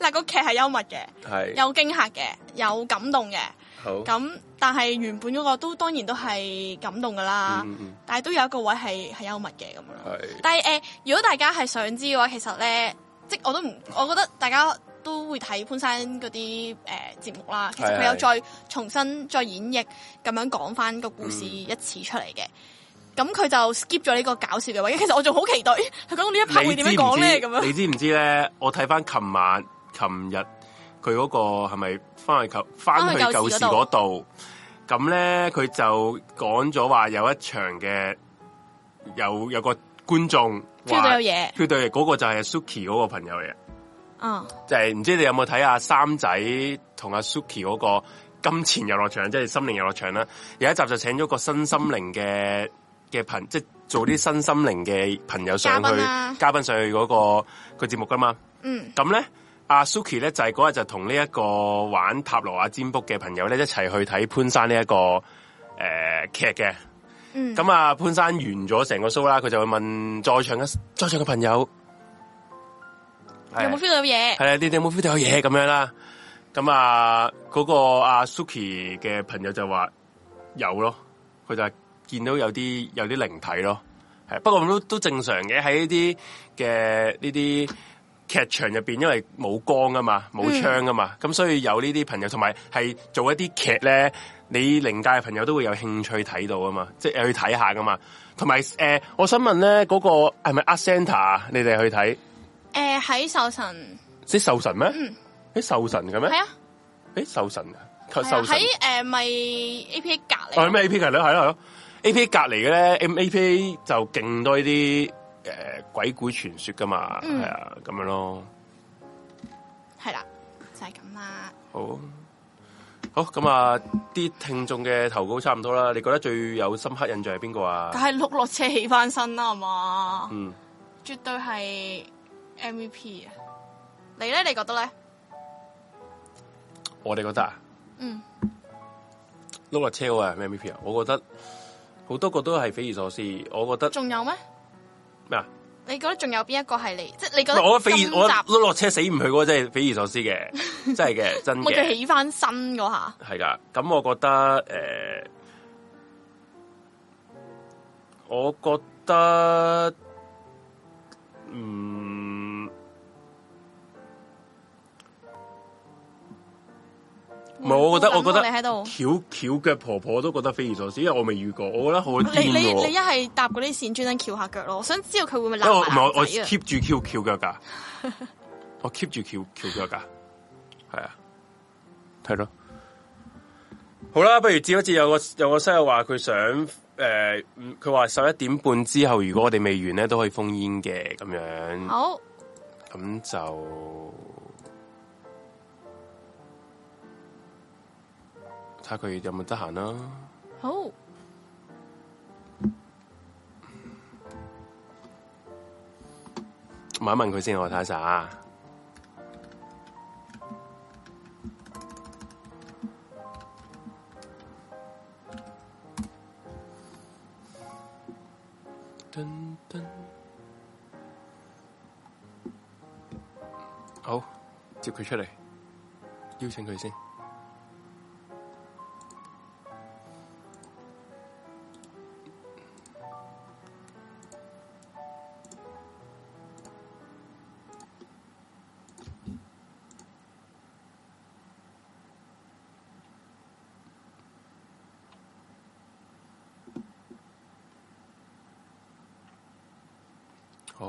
Speaker 1: 嗱個劇係幽默嘅，
Speaker 2: 係
Speaker 1: 有驚嚇嘅，有感動嘅。
Speaker 2: 好
Speaker 1: 咁但係原本嗰個都當然都係感動噶啦，
Speaker 2: 嗯嗯
Speaker 1: 但係都有一個位係係幽默嘅咁樣咯。
Speaker 2: 係
Speaker 1: 但係誒、呃如果大家係想知嘅話，其實咧，即係我都唔，我覺得大家都會睇潘生嗰啲誒節目啦。其實佢有
Speaker 2: 係係
Speaker 1: 再重新再演繹咁樣講翻個故事
Speaker 2: 嗯
Speaker 1: 一次出嚟嘅。咁佢就 skip 咗呢個搞笑嘅位，其實我仲好期待佢講到呢一 part 會
Speaker 2: 你
Speaker 1: 點
Speaker 2: 知
Speaker 1: 樣
Speaker 2: 唔
Speaker 1: 講咧
Speaker 2: 知？
Speaker 1: 咁樣。
Speaker 2: 你知唔知咧？我睇翻琴晚、琴日佢嗰個係咪翻去舊翻去舊時嗰度？咁咧佢就講咗話有一場嘅有有個觀眾
Speaker 1: feel 到
Speaker 2: 話
Speaker 1: 有嘢，
Speaker 2: 佢對嗰個就係 Suki 嗰個朋友嚟嘅，
Speaker 1: 嗯，
Speaker 2: 就係、唔知你有冇睇阿三仔同阿 Suki 嗰個金錢遊樂場，即係心靈遊樂場啦。有一集就請咗個新心靈嘅嘅朋，即係做啲新心靈嘅朋友上
Speaker 1: 嘉
Speaker 2: 去
Speaker 1: 賓啦
Speaker 2: 嘉賓上去嗰、個個節目噶嘛。
Speaker 1: 嗯，
Speaker 2: 咁咧，阿 Suki 咧就係嗰日就同呢一個玩塔羅啊占卜嘅朋友咧一齊去睇潘山呢、一個誒劇嘅。
Speaker 1: 嗯
Speaker 2: 咁啊，潘山完咗成個 show 啦，佢就會問在場嘅在場嘅朋友
Speaker 1: 有冇 feel 到嘢
Speaker 2: 系？啊，你哋有冇 feel 到有嘢咁樣啦？咁啊，嗰、個阿 Suki 嘅朋友就話有咯，佢就係見到有啲有啲靈體咯。係不過咁都都正常嘅，喺呢啲嘅呢啲劇場入邊，因為冇光啊嘛，冇窗啊嘛，咁、所以有呢啲朋友，同埋係做一啲劇咧，你靈界嘅朋友都會有興趣睇到啊嘛，即係去睇下噶嘛。同埋誒，我想問咧，嗰、個係咪 Art Centre 啊？你哋去睇？
Speaker 1: 誒喺壽神
Speaker 2: 即係壽神咩？喺壽神嘅
Speaker 1: 嗯
Speaker 2: 咩
Speaker 1: 係？啊，
Speaker 2: 誒壽神啊，佢
Speaker 1: 係啊
Speaker 2: 壽神
Speaker 1: 喺誒咪 A P A 隔
Speaker 2: 哦，
Speaker 1: 離
Speaker 2: 係咩 A P 隔離係咯係咯，A P 隔離嘅咧，A P 就勁多呢啲誒鬼故傳說噶嘛，
Speaker 1: 嗯
Speaker 2: 係啊咁樣咯，
Speaker 1: 係啦，就係咁啦。
Speaker 2: 好。好咁啊！啲聽眾嘅投稿差唔多啦，你覺得最有深刻印象係邊個啊
Speaker 1: 梗？係碌落車起翻身啦，係嘛？
Speaker 2: 嗯，
Speaker 1: 絕對係 MVP 啊！你咧，你覺得咧？
Speaker 2: 我哋覺得啊，
Speaker 1: 嗯，
Speaker 2: 碌落車嗰個係咩 MVP 啊？我覺得好多個都係匪夷所思。我覺得
Speaker 1: 仲有咩？
Speaker 2: 咩啊？
Speaker 1: 你覺得仲有邊一個係你？即係你覺
Speaker 2: 唔
Speaker 1: 得
Speaker 2: 係我覺得匪夷，
Speaker 1: 今
Speaker 2: 我覺得
Speaker 1: 集
Speaker 2: 碌落車死唔去嗰個真係匪夷所思 嘅，真係嘅，真
Speaker 1: 我佢
Speaker 2: 嘅，
Speaker 1: 起翻身嗰下，
Speaker 2: 係噶。咁我覺得誒、我覺得嗯。唔係，我覺得，我覺得
Speaker 1: 你喺度，
Speaker 2: 翹翹腳婆婆都覺得匪夷所思，因為我未遇過，我覺得好癲
Speaker 1: 你你
Speaker 2: 喎
Speaker 1: 你一係搭嗰啲線專登翹下腳咯，我想知道佢會唔會
Speaker 2: 因為我
Speaker 1: 攬
Speaker 2: 唔
Speaker 1: 埋
Speaker 2: 係我我
Speaker 1: 男仔啊？
Speaker 2: keep 住翹翹腳噶， 我 keep 住翹翹腳噶，係啊，係咯。好啦，不如接一接有個有個室友話佢想誒，嗯佢話十一點半之後，如果我哋未完咧，都可以封煙嘅咁樣，
Speaker 1: 好，
Speaker 2: 咁就睇下佢有冇得閒啦。
Speaker 1: 好，
Speaker 2: 問一問佢先，我睇啊下啥。噔噔，好，接佢出嚟，邀請佢先。好，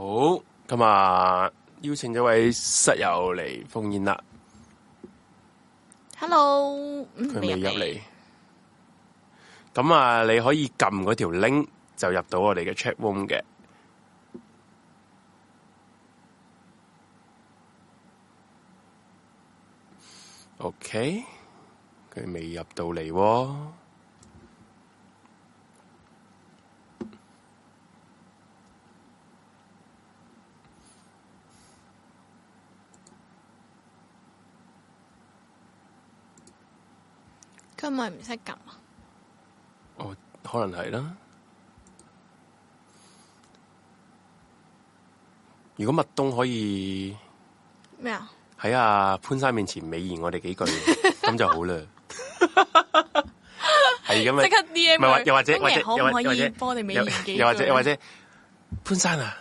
Speaker 2: 咁啊，邀請咗位室友嚟封煙啦，
Speaker 1: Hello，嗯
Speaker 2: 佢未入嚟。咁啊，你可以撳嗰條 link 就入到我哋嘅 chat room 嘅。OK，佢未入到嚟喎。哦
Speaker 1: 佢係咪唔識撳啊？
Speaker 2: 哦，可能係啦。如果麥東可以
Speaker 1: 咩啊？
Speaker 2: 喺阿潘生面前美言我哋 幾句，咁就好啦。係咁啊
Speaker 1: 即刻 D M
Speaker 2: 唔係或又或者
Speaker 1: 今
Speaker 2: 或
Speaker 1: 日
Speaker 2: 者
Speaker 1: 可唔
Speaker 2: 又或
Speaker 1: 可
Speaker 2: 又或
Speaker 1: 以
Speaker 2: 者
Speaker 1: 幫我哋美
Speaker 2: 又
Speaker 1: 言幾句啊
Speaker 2: 又或者又或者潘生啊，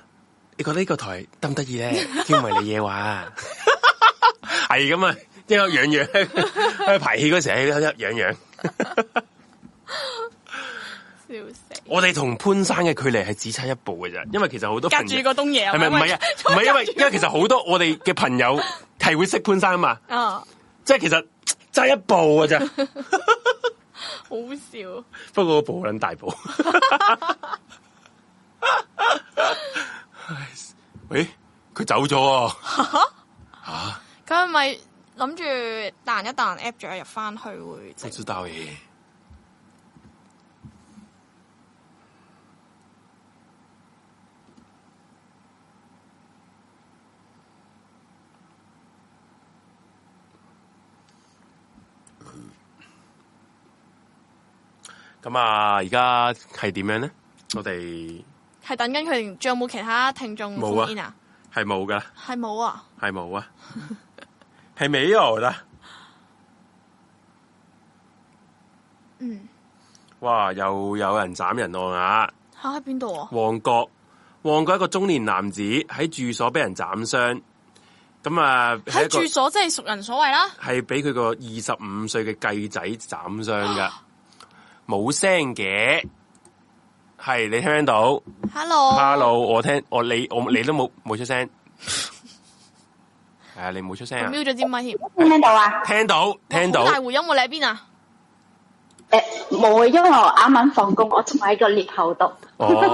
Speaker 2: 你覺得呢個台得唔得意 咧？叫埋你嘢話啊，係咁啊，一個樣樣喺排戲嗰時喺度一樣樣。
Speaker 1: 笑死，
Speaker 2: 我哋同潘生嘅距離係只差一步嘅啫，因為其實好多
Speaker 1: 隔
Speaker 2: 朋友
Speaker 1: 住個東嘢
Speaker 2: 係咪唔 係啊？唔係因為因為其實好多我哋嘅朋友係會識潘生啊嘛，
Speaker 1: 啊，
Speaker 2: 即係其實差一步嘅啫。
Speaker 1: 好笑，啊
Speaker 2: 不過嗰部好撚大部。 喂，佢走咗啊！
Speaker 1: 佢係咪諗住彈一彈 app 咗入翻去會
Speaker 2: 不
Speaker 1: 整？
Speaker 2: 知道耶。咁啊，而家係點樣咧？我哋
Speaker 1: 係等緊佢哋，仲有冇其他聽眾
Speaker 2: 冇啊
Speaker 1: phone in 啊？
Speaker 2: 係冇噶，
Speaker 1: 係冇啊，
Speaker 2: 係冇啊， 係沒有啦。
Speaker 1: 嗯，
Speaker 2: 哇！又有人斬人案啊！
Speaker 1: 吓喺邊度啊？
Speaker 2: 旺角，旺角一個中年男子喺住所俾人斬傷，咁啊係
Speaker 1: 喺
Speaker 2: 一個
Speaker 1: 住所即係熟人所為啦，
Speaker 2: 係俾佢個二十五歲嘅繼仔斬傷 噶，冇聲嘅，係你聽唔聽
Speaker 1: 哦
Speaker 2: 到
Speaker 1: Hello，
Speaker 2: ？Hello，我聽我你我你都冇冇出聲，係啊，你冇出聲
Speaker 1: 我
Speaker 2: 啊，
Speaker 1: 瞄咗支咪添，
Speaker 8: 聽唔聽到啊？
Speaker 2: 聽到聽到
Speaker 1: 好大回音喎，你喺邊啊？
Speaker 8: 誒冇，因為我啱啱放工，我仲喺個 lift 口度， 所以回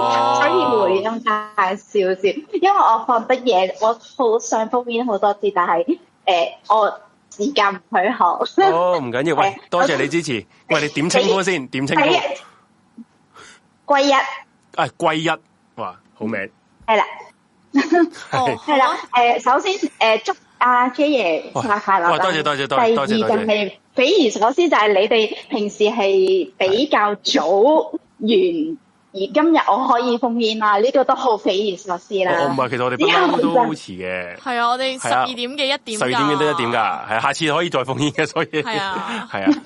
Speaker 2: 哦，
Speaker 8: 音大少少。因為我放得嘢，我好想封面好多次，但係誒、我時間唔許可。
Speaker 2: 哦，唔緊要，喂
Speaker 8: 係，
Speaker 2: 多謝你支持。喂，你點稱呼先？點稱呼
Speaker 8: 第？一，歸一
Speaker 2: 啊，歸一，哇，好名。
Speaker 8: 係啦，
Speaker 2: 啊
Speaker 1: 哦，
Speaker 8: 係啦。誒，首先誒，祝阿 J 爺生日快樂
Speaker 2: 哇
Speaker 8: 啦！
Speaker 2: 多謝多謝多謝
Speaker 8: 第
Speaker 2: 多
Speaker 8: 二
Speaker 2: 謝多謝
Speaker 8: 就係，匪夷所思就係你哋平時係比較早完。而今日我可以封煙啦，呢、個都好匪夷所思啦。
Speaker 2: 我我唔係，其實我哋不嬲都遲嘅，
Speaker 1: 係啊，我哋
Speaker 2: 係
Speaker 1: 十
Speaker 2: 啊
Speaker 1: 二點嘅一點㗎，
Speaker 2: 十二點幾都一點㗎。係啊，下次可以再奉獻嘅，所以
Speaker 1: 係啊
Speaker 2: 係啊，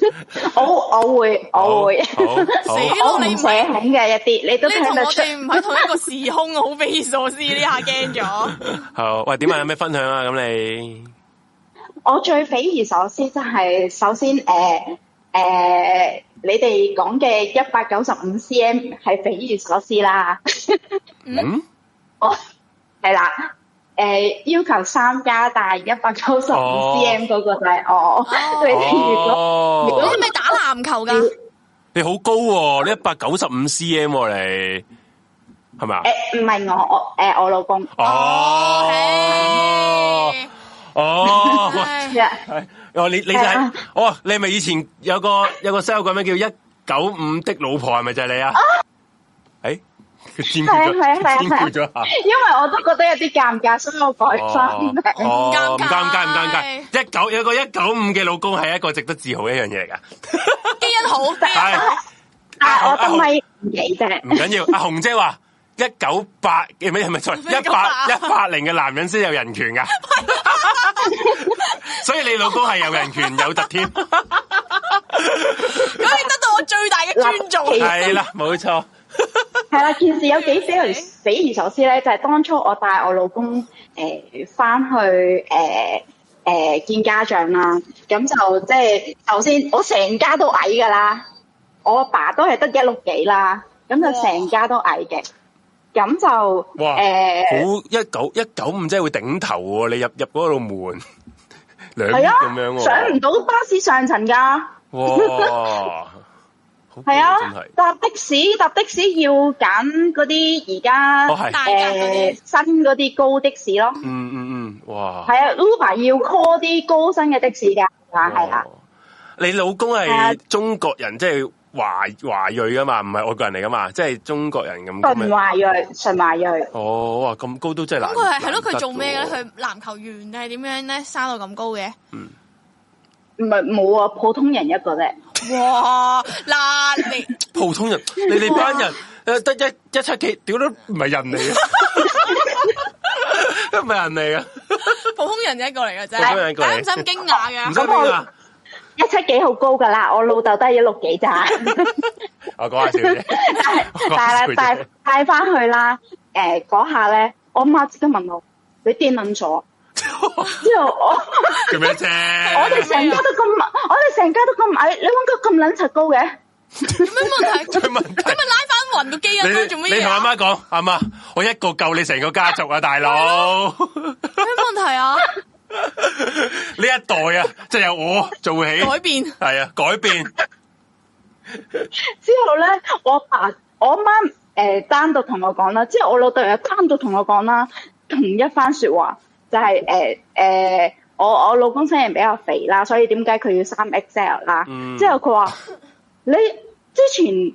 Speaker 8: 我我會
Speaker 2: 好
Speaker 8: 我會，
Speaker 2: 好好
Speaker 1: 死
Speaker 8: 我唔社恐嘅一啲，你都
Speaker 1: 你同
Speaker 8: 聽得
Speaker 1: 我
Speaker 8: 出。
Speaker 1: 哋唔喺同一個時空啊，好匪夷所思呢下驚咗。
Speaker 2: 好。喂，點啊？有咩分享啊？咁你
Speaker 8: 我最匪夷所思就係首先誒誒、呃呃你哋講嘅一百九十五 cm 係匪夷所思啦，
Speaker 2: 嗯，
Speaker 8: 我係啦。誒、要求三加大一百九十五
Speaker 2: 哦
Speaker 8: cm 嗰個就係 我，你哋如果
Speaker 1: 你
Speaker 2: 哦
Speaker 1: 係，咪打籃球㗎？
Speaker 2: 你好高喎，你一百九十五 cm 喎，你係咪啊？
Speaker 8: 誒唔係我我誒、我老公，
Speaker 2: 哦，
Speaker 1: 嘿
Speaker 2: 哦，喂。
Speaker 1: 唉
Speaker 8: 係啊
Speaker 2: 係 哦，你你就
Speaker 8: 係
Speaker 2: 係
Speaker 8: 啊
Speaker 2: 哦，你係咪以前有個有個 sell 個名叫一九五的老婆係咪就係你啊？誒，佢尖叫咗，
Speaker 8: 係啊係啊係啊
Speaker 2: 尖叫咗下。
Speaker 8: 因為我都覺得有啲尷尬，所以我改翻名。
Speaker 2: 哦，
Speaker 1: 唔尷尬
Speaker 2: 唔尷尬，唔尷尬。一九有個一九五嘅老公係一個值得自豪嘅一樣嘢嚟噶。
Speaker 1: 基因好，基因好
Speaker 2: 係
Speaker 8: 但係我都咪唔記啫，
Speaker 2: 唔緊 要。阿紅姐話一九八嘅咩係咪錯？一八一八零嘅男人先有人權 噶，所以你老公係有人權有 特權。
Speaker 1: 咁你得到我最大嘅尊重。
Speaker 2: 係啦，冇錯。
Speaker 8: 係啦，件事有幾匪夷匪夷所思咧，就係、當初我帶我老公誒翻、去誒誒、呃呃見家長啦，咁就即係首先我成家都矮噶啦，我阿爸都係得一六幾啦，咁就成家都矮嘅，咁就
Speaker 2: 哇
Speaker 8: 誒
Speaker 2: 好一九一九五真係會頂頭喎！你入入嗰度 門兩
Speaker 8: 係
Speaker 2: 邊
Speaker 8: 啊
Speaker 2: 咁樣，
Speaker 8: 上唔
Speaker 2: 喎，
Speaker 8: 到巴士上層㗎。
Speaker 2: 哇！好
Speaker 8: 係啊
Speaker 2: 真係，
Speaker 8: 搭的士搭的士要揀嗰啲而家
Speaker 2: 哦係
Speaker 1: 大格嗰
Speaker 8: 誒
Speaker 1: 啲
Speaker 8: 新嗰啲高的士咯。
Speaker 2: 嗯嗯嗯，哇！
Speaker 8: 係啊，Uber 要 call 啲高薪嘅的士㗎，係啦，
Speaker 2: 哇，你老公
Speaker 8: 係啊
Speaker 2: 係中國人，即係華華裔噶嘛，唔係外國人嚟噶嘛，即係中國人咁。咁
Speaker 8: 純
Speaker 2: 樣
Speaker 8: 華裔，純華裔，
Speaker 2: 哦，哇！咁高都真係
Speaker 1: 咁
Speaker 2: 難。
Speaker 1: 佢係係咯，
Speaker 2: 難得
Speaker 1: 佢做咩嘅咧？
Speaker 2: 喎
Speaker 1: 佢籃球員定係點樣咧？生到咁高嘅？
Speaker 8: 唔係冇啊，普通人一個啫。
Speaker 1: 哇！嗱， 你
Speaker 2: 普通人，你哋班人誒得一一七幾，屌都唔係人嚟嘅， 都唔係人嚟
Speaker 1: 普通人一個嚟嘅啫，
Speaker 2: 普通人一個嚟
Speaker 1: 大家唔使咁驚 訝
Speaker 2: 嘅，唔
Speaker 1: 嘅
Speaker 2: 使。邊啊！
Speaker 8: 一七幾好高㗎啦，我老豆都係一六幾咋，
Speaker 2: 我講下笑啫，
Speaker 8: 但係但係帶帶翻去啦，誒嗰下咧，我媽即刻問我：你癲撚咗？之後我
Speaker 2: 做咩
Speaker 8: 我哋
Speaker 2: 啫？
Speaker 8: 成家都咁，我哋成家都咁矮，你揾個咁撚柒高嘅？
Speaker 1: 有咩問題？
Speaker 2: 佢
Speaker 1: 咁
Speaker 2: 問
Speaker 1: 咪
Speaker 2: 題，
Speaker 1: 拉翻雲個基因咯，做乜
Speaker 2: 你你
Speaker 1: 嘢
Speaker 2: 同阿
Speaker 1: 啊？
Speaker 2: 媽講，阿媽，我一個救你成個家族 啊，大佬，
Speaker 1: 有咩問題啊？
Speaker 2: 呢一代啊，即係由我做起，
Speaker 1: 改變
Speaker 2: 係啊，改變，
Speaker 8: 之後咧，我爸我媽誒單獨同我講啦，之後我老豆又單獨同我講啦，同一番説話就係誒誒，我我老公身形比較肥啦，所以點解佢要三 XL 啦？
Speaker 2: 嗯
Speaker 8: 之後佢話你之前誒、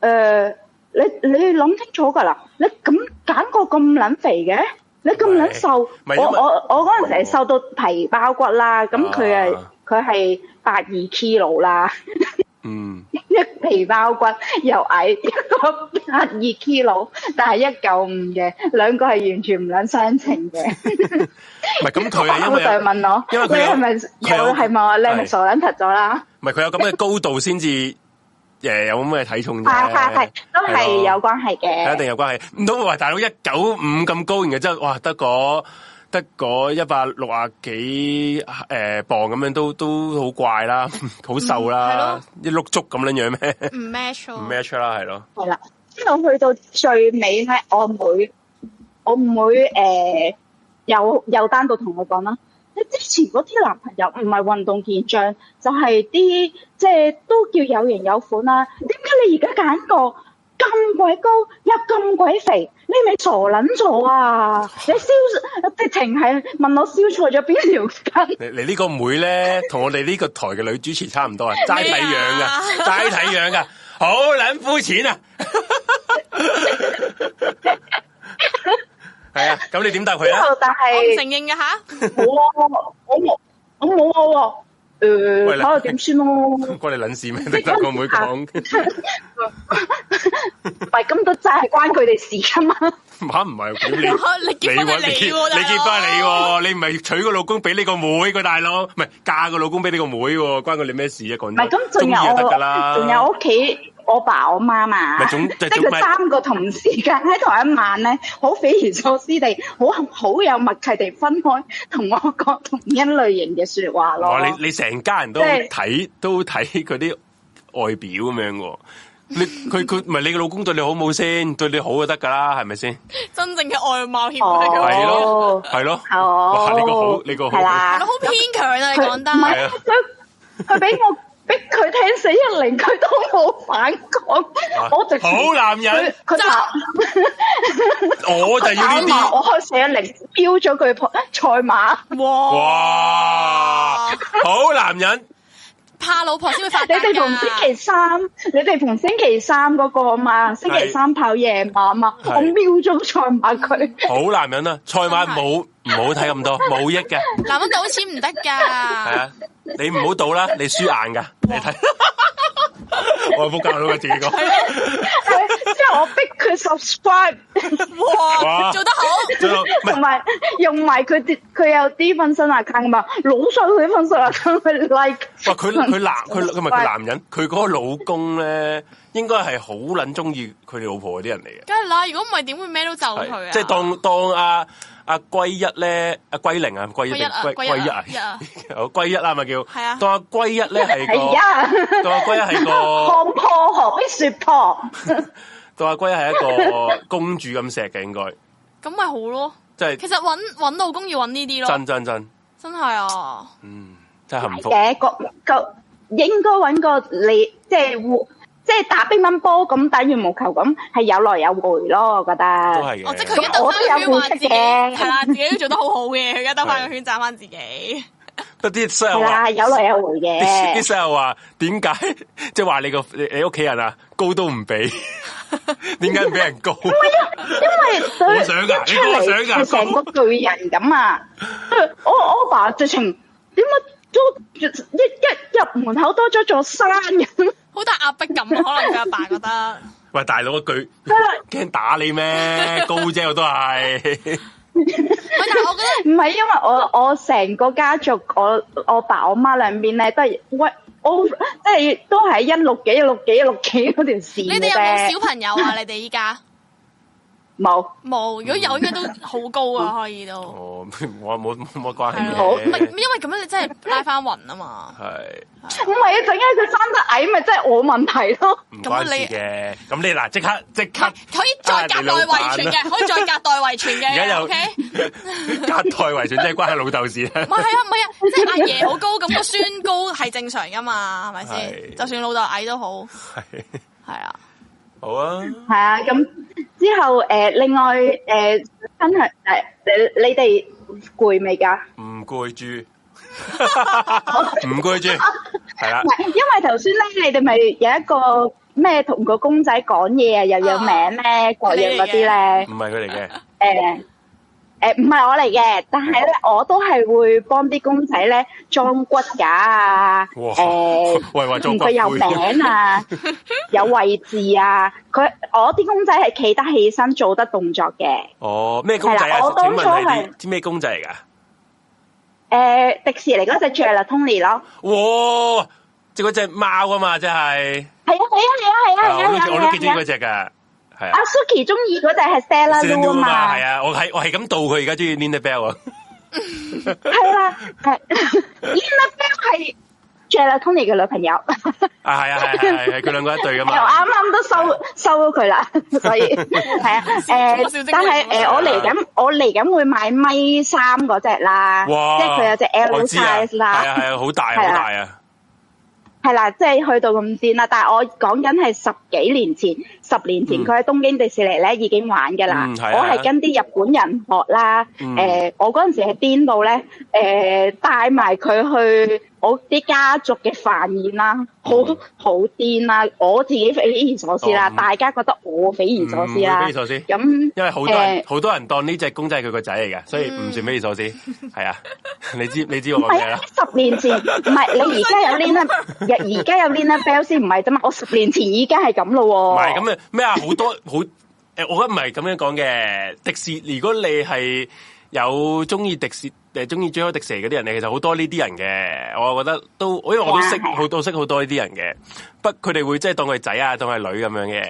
Speaker 8: 呃你你諗清楚㗎啦，你咁揀個咁撚肥嘅？你咁撚瘦，
Speaker 2: 唔係
Speaker 8: 我
Speaker 2: 因為
Speaker 8: 我我嗰陣時係瘦到皮包骨啦，咁佢係
Speaker 2: 啊
Speaker 8: 佢係八二 kilo 啦。
Speaker 2: 嗯，
Speaker 8: 一皮包骨 又矮，一個八二 kilo，但係一九五嘅，兩個係完全唔兩相稱嘅。
Speaker 2: 唔係咁
Speaker 8: 我
Speaker 2: 佢係
Speaker 8: 老
Speaker 2: 因為
Speaker 8: 豆
Speaker 2: 有，
Speaker 8: 問我：
Speaker 2: 因為
Speaker 8: 你
Speaker 2: 佢有
Speaker 8: 係咪
Speaker 2: 佢有
Speaker 8: 有係咪你係咪
Speaker 2: 係
Speaker 8: 傻撚突咗啦？
Speaker 2: 唔係佢有咁嘅高度先至，誒有咁嘅體重啫，
Speaker 8: 係係係，啊都係有關係
Speaker 2: 係一定
Speaker 8: 嘅。
Speaker 2: 有關係。唔通話大佬一九五咁高，然後真係哇得嗰得嗰一百六啊幾誒磅咁樣都都好怪啦， 好瘦啦，一碌竹咁樣樣咩？
Speaker 1: 唔 match
Speaker 2: 唔
Speaker 1: 喎，
Speaker 2: match 啦，係咯。
Speaker 8: 係啦，之後去到最尾咧，我妹我妹誒又又單獨同我講啦。你之前嗰啲男朋友唔係運動健將，就係啲即係都叫有型有款啦。點解你而家揀個咁鬼高又咁鬼肥，你咪傻撚咗啊！你燒直情係問我燒錯咗邊條筋？
Speaker 2: 你你呢個妹咧，同我哋呢個台嘅女主持差唔多啊，齋睇
Speaker 1: 咩
Speaker 2: 樣噶
Speaker 1: 啊，
Speaker 2: 齋睇樣噶，好撚膚淺啊！ 係啊，咁你點答佢
Speaker 8: 之
Speaker 2: 啊？
Speaker 8: 後但
Speaker 1: 我唔承
Speaker 8: 係
Speaker 1: 認嘅吓，
Speaker 8: 冇啊，我冇，我冇啊喎，誒
Speaker 2: 喂
Speaker 8: 睇下點先咯。
Speaker 2: 關你撚事咩？得個妹講，
Speaker 8: 唔係咁都真係關佢哋事噶嘛？
Speaker 2: 吓唔係咁你。
Speaker 1: 你結婚係
Speaker 2: 你
Speaker 1: 你
Speaker 2: 喎
Speaker 1: 喎，
Speaker 2: 你結婚係
Speaker 1: 大
Speaker 2: 你
Speaker 1: 佬
Speaker 2: 喎，你唔係娶個老公俾你個妹個大佬，唔係嫁個老公俾你個妹喎，關佢你咩事啊？講
Speaker 8: 唔
Speaker 2: 唔
Speaker 8: 係咁，仲有
Speaker 2: 得㗎啦，
Speaker 8: 我，仲有屋企我爸我媽嘛，
Speaker 2: 咪
Speaker 8: 即
Speaker 2: 總
Speaker 8: 係
Speaker 2: 就總咪
Speaker 8: 佢三個同時間喺同一晚咧，好匪夷所思地，好好有默契地分開，同我講同一類型嘅説話咯
Speaker 2: 哇！。你你成家人都
Speaker 8: 即係
Speaker 2: 睇都睇佢啲外表咁樣喎。你佢佢唔係你個老公對你好冇先，對你好就得噶啦，係咪先？
Speaker 1: 真正嘅外貌協
Speaker 8: 哦
Speaker 1: 會，
Speaker 2: 係咯，係咯。
Speaker 8: 哦，
Speaker 2: 哇！你個好，你個好
Speaker 8: 係。啦
Speaker 1: 你，好偏強啊！你講得
Speaker 8: 唔
Speaker 2: 係
Speaker 8: 係
Speaker 2: 啊
Speaker 8: 佢佢俾我逼佢聽死一零，佢都冇反
Speaker 2: 啊
Speaker 8: 抗， 我直情
Speaker 2: 好男人，
Speaker 8: 佢佢打
Speaker 2: 我就
Speaker 8: 打
Speaker 2: 要呢
Speaker 8: 埋
Speaker 2: 啲。
Speaker 8: 我開死一零，標咗佢破 賽馬。
Speaker 1: 哇，
Speaker 2: 哇！好男人，
Speaker 1: 怕老婆先會發
Speaker 8: 你
Speaker 1: 達
Speaker 8: 哋同星期
Speaker 1: 㗎。
Speaker 8: 三，你哋同星期三嗰個嘛，星期三跑夜晚嘛，
Speaker 2: 係
Speaker 8: 我瞄咗賽 馬佢，
Speaker 2: 好男人啊！賽馬
Speaker 1: 真係
Speaker 2: 冇唔好 睇咁多，冇益嘅。
Speaker 1: 男人賭錢唔得
Speaker 2: 係
Speaker 1: 㗎，
Speaker 2: 啊，你唔好賭啦，你輸硬噶。 你睇，我仆街佬嘅自己講，
Speaker 8: 之後我逼佢 subscribe，
Speaker 2: 哇
Speaker 1: 哇，做得好，
Speaker 2: 最後唔係
Speaker 8: 同埋用埋佢啲佢有啲分身 account 嘛，攞上佢啲分身 account 去 like。
Speaker 2: 哇！佢佢男佢佢唔係佢男人，佢嗰個老公咧，應該係好撚中意佢哋老婆嗰啲人嚟嘅
Speaker 1: 梗係啦。如果唔係點會咩都就佢
Speaker 2: 係，
Speaker 1: 啊？
Speaker 2: 即係當當阿阿歸一咧，阿歸零啊，歸一定歸
Speaker 1: 歸一啊
Speaker 2: 歸一 啊，哦歸一啊咪叫，
Speaker 1: 係啊
Speaker 2: 當阿歸一咧 係
Speaker 8: 係
Speaker 2: 個，
Speaker 8: 呀，
Speaker 2: 當阿歸一係個，
Speaker 8: 看破何必說破，
Speaker 2: 當阿歸一係一個公主咁錫嘅，應該
Speaker 1: 咁咪好咯。
Speaker 2: 即係
Speaker 1: 其實揾揾老公要揾呢啲咯
Speaker 2: 真，真真，
Speaker 1: 真係啊！
Speaker 2: 嗯，真係幸福。
Speaker 8: 嘅個個應該揾個你即係互即係打乒乓波咁打羽毛球咁，係有來有回咯，我覺得。
Speaker 2: 都係嘅，
Speaker 1: 哦，即係佢而家兜翻個圈話自己係啦，自己都做得好好嘅，佢而家兜翻個圈讚翻自己。
Speaker 2: 不啲西友
Speaker 8: 係
Speaker 2: 話
Speaker 8: 啦，，有來有回嘅。
Speaker 2: 啲啲西友話點解？即係話你個你你屋企人啊，高都唔俾，點解唔俾人高？
Speaker 8: 因為
Speaker 2: 我想㗎
Speaker 8: 佢一出
Speaker 2: 你講我
Speaker 8: 嚟
Speaker 2: 想㗎
Speaker 8: 係成個巨人咁啊！我我爸直情點解都一一入門口多咗座山咁？
Speaker 1: 好大壓迫感，可能佢阿爸覺得
Speaker 2: 喂，大佬一句
Speaker 8: 係啦
Speaker 2: 驚打你咩？高啫，我都係。
Speaker 1: 喂，但係我覺得
Speaker 8: 唔係因為我我成個家族，我我爸我媽兩邊咧都係喂。我即係都係一六幾、一六幾、一六幾嗰條線
Speaker 1: 你哋有
Speaker 8: 嘅
Speaker 1: 冇小
Speaker 8: 啫，
Speaker 1: 朋友啊？你哋依家
Speaker 8: 冇
Speaker 1: 冇，如果有應該都好高啊，可以都
Speaker 2: 哦，我冇冇乜關係
Speaker 1: 係
Speaker 8: 好
Speaker 1: 咯。唔係
Speaker 2: 嘅，
Speaker 1: 因為咁樣你真係拉翻雲啊嘛。
Speaker 2: 係
Speaker 8: 唔係啊！陣間佢生得矮，咪真係我問題咯。
Speaker 2: 唔關事嘅。咁你嗱，即刻即刻
Speaker 1: 可以再隔代遺傳嘅，可以再隔代遺傳嘅。
Speaker 2: 而家又
Speaker 1: OK，
Speaker 2: 隔代遺傳，真係關係老豆事啊！
Speaker 1: 唔係啊，唔係啊，即係阿爺好高，咁個孫高係正常噶嘛，係咪
Speaker 2: 係
Speaker 1: 先？就算老豆矮都好，
Speaker 2: 係
Speaker 1: 係啊。
Speaker 2: 好啊，
Speaker 8: 係啊，咁之後誒、呃另外誒、呃分享誒、呃你你哋攰未㗎？
Speaker 2: 唔攰 住，唔攰住，係啦
Speaker 8: 唔。係，因為頭先咧，你哋咪有一個咩同個公仔講嘢啊，又有名咧，各樣嗰啲咧
Speaker 2: 唔，係佢嚟嘅，
Speaker 8: 誒誒唔係我嚟嘅，但係咧我都係會幫啲公仔咧裝骨架啊，
Speaker 2: 哇
Speaker 8: 誒
Speaker 2: 喂話裝骨
Speaker 8: 嗯佢有名啊，有位置啊，佢我啲公仔係企得起身做得動作嘅。
Speaker 2: 哦，咩公仔啊？
Speaker 8: 係啦我
Speaker 2: 請
Speaker 8: 當
Speaker 2: 問
Speaker 8: 初
Speaker 2: 係
Speaker 8: 係
Speaker 2: 啲啲咩公仔嚟噶？
Speaker 8: 誒迪士尼嗰只雀啦，Tony 咯，
Speaker 2: 哇！即係嗰只貓啊嘛，即係，
Speaker 8: 係啊係啊
Speaker 2: 啊
Speaker 8: 係
Speaker 2: 我
Speaker 8: 啊係啊
Speaker 2: 都
Speaker 8: 係啊
Speaker 2: 我都記住
Speaker 8: 係啊
Speaker 2: 嗰！只噶，係啊
Speaker 8: 阿 Suki 中意嗰只係 Stella
Speaker 2: Sailor
Speaker 8: Lou 啊
Speaker 2: 啊
Speaker 8: 嘛，
Speaker 2: 係啊，我係我係咁導佢而家中意 Linda Bell 啊，
Speaker 8: 係啦， 係 Lina Bell 係 j e l a Tony 嘅女朋 友，
Speaker 2: 啊係啊 係係係係佢兩個一對噶
Speaker 8: 又
Speaker 2: 嘛，
Speaker 8: 啱啊啱都收收咗佢啦，所以係啊，誒，但係誒，我嚟緊我嚟緊會買咪三嗰只啦，即
Speaker 2: 哇！
Speaker 8: 係佢有隻 L
Speaker 2: 我知啊
Speaker 8: size
Speaker 2: 係啊
Speaker 8: 啦，
Speaker 2: 係啊，好大啊
Speaker 8: 係
Speaker 2: 好
Speaker 8: 啊
Speaker 2: 大啊，
Speaker 8: 係係啦，即係去到咁癲啦。但係我講緊係十幾年前，十年前
Speaker 2: 嗯
Speaker 8: 佢喺東京迪士尼咧已經玩㗎啦。
Speaker 2: 嗯係啊
Speaker 8: 我係跟啲日本人學啦。
Speaker 2: 嗯
Speaker 8: 誒，我嗰陣時係癲到咧，誒帶埋佢去我啲家族嘅飯宴啦，好
Speaker 2: 嗯
Speaker 8: 好癲啦！我自己匪夷所思啦，
Speaker 2: 哦
Speaker 8: 大家覺得我匪夷所思啦
Speaker 2: 匪夷。所思，
Speaker 8: 咁
Speaker 2: 因為好多人
Speaker 8: 誒
Speaker 2: 好多人當呢只公仔係佢個仔嚟嘅，所以唔算匪夷所思。 係啊， 你知你知我
Speaker 8: 嗯唔
Speaker 2: 講
Speaker 8: 係
Speaker 2: 咩
Speaker 8: 啊
Speaker 2: 啦？！
Speaker 8: 十年前唔係你而家 有 Lina，而而家有 Lina Bell 先唔係啫嘛。我十年前已經係咁
Speaker 2: 唔
Speaker 8: 咯喎。
Speaker 2: 係咁啊咩啊？好多好诶，我覺得唔係咁樣講嘅。迪士，如果你係有中意迪士诶，中意追開迪士尼嗰啲人，你其實好多呢啲人嘅。我覺得都，因為我都識
Speaker 8: 係啊係啊
Speaker 2: 好多識好多呢啲人嘅。不，佢哋會即係當佢仔啊，當佢女咁樣嘅。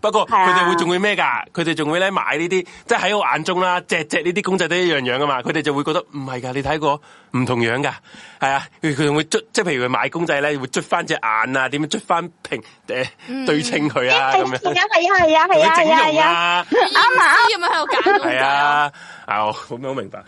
Speaker 2: 不過
Speaker 8: 係啊
Speaker 2: 佢哋會仲會咩㗎？佢哋仲會咧買呢啲，即係喺我眼中啦，隻隻呢啲公仔都一樣樣噶嘛。佢哋就會覺得唔係㗎，你睇過唔同樣㗎，係啊。佢佢仲會捽，即係譬如佢買公仔咧，會捽翻隻眼啊，點樣捽翻平誒、
Speaker 1: 嗯
Speaker 2: 對稱佢啊咁樣，
Speaker 8: 係啊係啊係啊
Speaker 2: 會
Speaker 8: 係啊
Speaker 2: 整容
Speaker 8: 係啊！
Speaker 2: 啊，
Speaker 1: 啱啊，咁樣喺度揀公
Speaker 2: 係
Speaker 1: 仔啊，
Speaker 2: 啊，啊，我好好明白，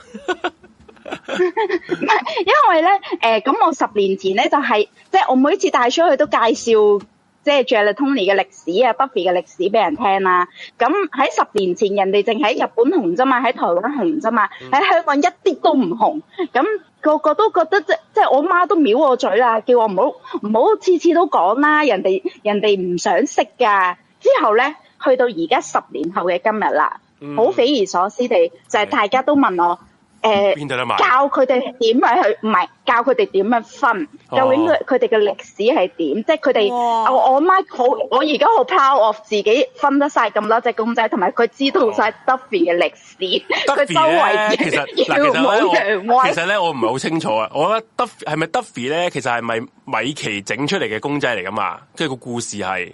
Speaker 8: 唔係， 因為咧誒，咁、我十年前咧就係、即係我每次帶出去都介紹。即係 Gelatoni 嘅歷史啊，Buffy 嘅歷史俾人聽啦。咁喺十年前，人哋淨喺日本紅啫嘛，喺台灣紅啫嘛，喺香港一啲都唔紅。咁個個都覺得即即係我媽都秒我嘴啦，叫我唔好唔好次次都講啦，人哋人哋唔想識㗎。之後咧，去到而家十年後嘅今日啦，
Speaker 2: 嗯
Speaker 8: 好、匪夷所思地就
Speaker 2: 係
Speaker 8: 係、大家都問我誒。
Speaker 2: 邊度有得買？
Speaker 8: 教佢哋點樣去，唔係教佢哋點樣分，
Speaker 2: 哦
Speaker 8: 究竟佢佢哋嘅歷史係點？即係佢哋，
Speaker 1: 哇
Speaker 8: 我我媽好，我而家好 proud of 自己分得晒咁多隻公仔，同埋佢知道晒 Duffy 嘅歷史， 佢
Speaker 2: Duffy
Speaker 8: 周
Speaker 2: 咧，
Speaker 8: 圍
Speaker 2: 其實嗱，其
Speaker 8: 嘅
Speaker 2: 實
Speaker 8: 耀武
Speaker 2: 咧，
Speaker 8: 揚
Speaker 2: 我
Speaker 8: 威
Speaker 2: 其。實咧，我唔係好清楚啊。我覺得 Duffy 係咪 Duffy 咧，其實係咪米奇整出嚟嘅公仔嚟噶嘛？即係個故事係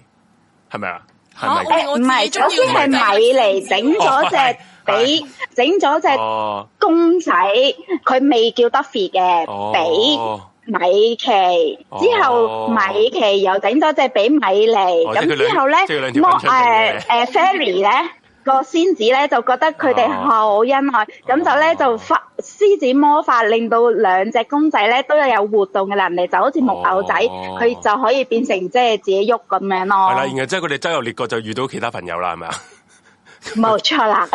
Speaker 2: 係咪啊？係咪
Speaker 1: 嚇
Speaker 2: 㗎？
Speaker 8: 誒
Speaker 1: 我
Speaker 8: 唔
Speaker 1: 自己
Speaker 8: 係，
Speaker 1: 中
Speaker 8: 首
Speaker 1: 意
Speaker 8: 先係米嚟整咗隻俾整咗隻
Speaker 2: 哦
Speaker 8: 公仔，佢未叫 Duffy 嘅，
Speaker 2: 哦，
Speaker 8: 俾米奇，之後
Speaker 2: 哦
Speaker 8: 米奇又整咗隻俾米妮，
Speaker 2: 哦
Speaker 8: 咁
Speaker 2: 即係佢兩
Speaker 8: 之後咧
Speaker 2: 即係佢兩，條
Speaker 8: 魔
Speaker 2: 粉腸嚟
Speaker 8: 誒
Speaker 2: 嘅
Speaker 8: 誒 Fairy 咧個仙子咧就覺得佢哋好恩愛，咁就咧就發施展魔法，令到兩隻公仔咧都有活動嘅能力，就好似木偶仔，
Speaker 2: 哦
Speaker 8: 佢就可以變成即係自己喐咁樣
Speaker 2: 係啦，然
Speaker 8: 咯，
Speaker 2: 後即係佢哋周遊列國就遇到其他朋友啦，係咪啊？
Speaker 8: 冇錯啦。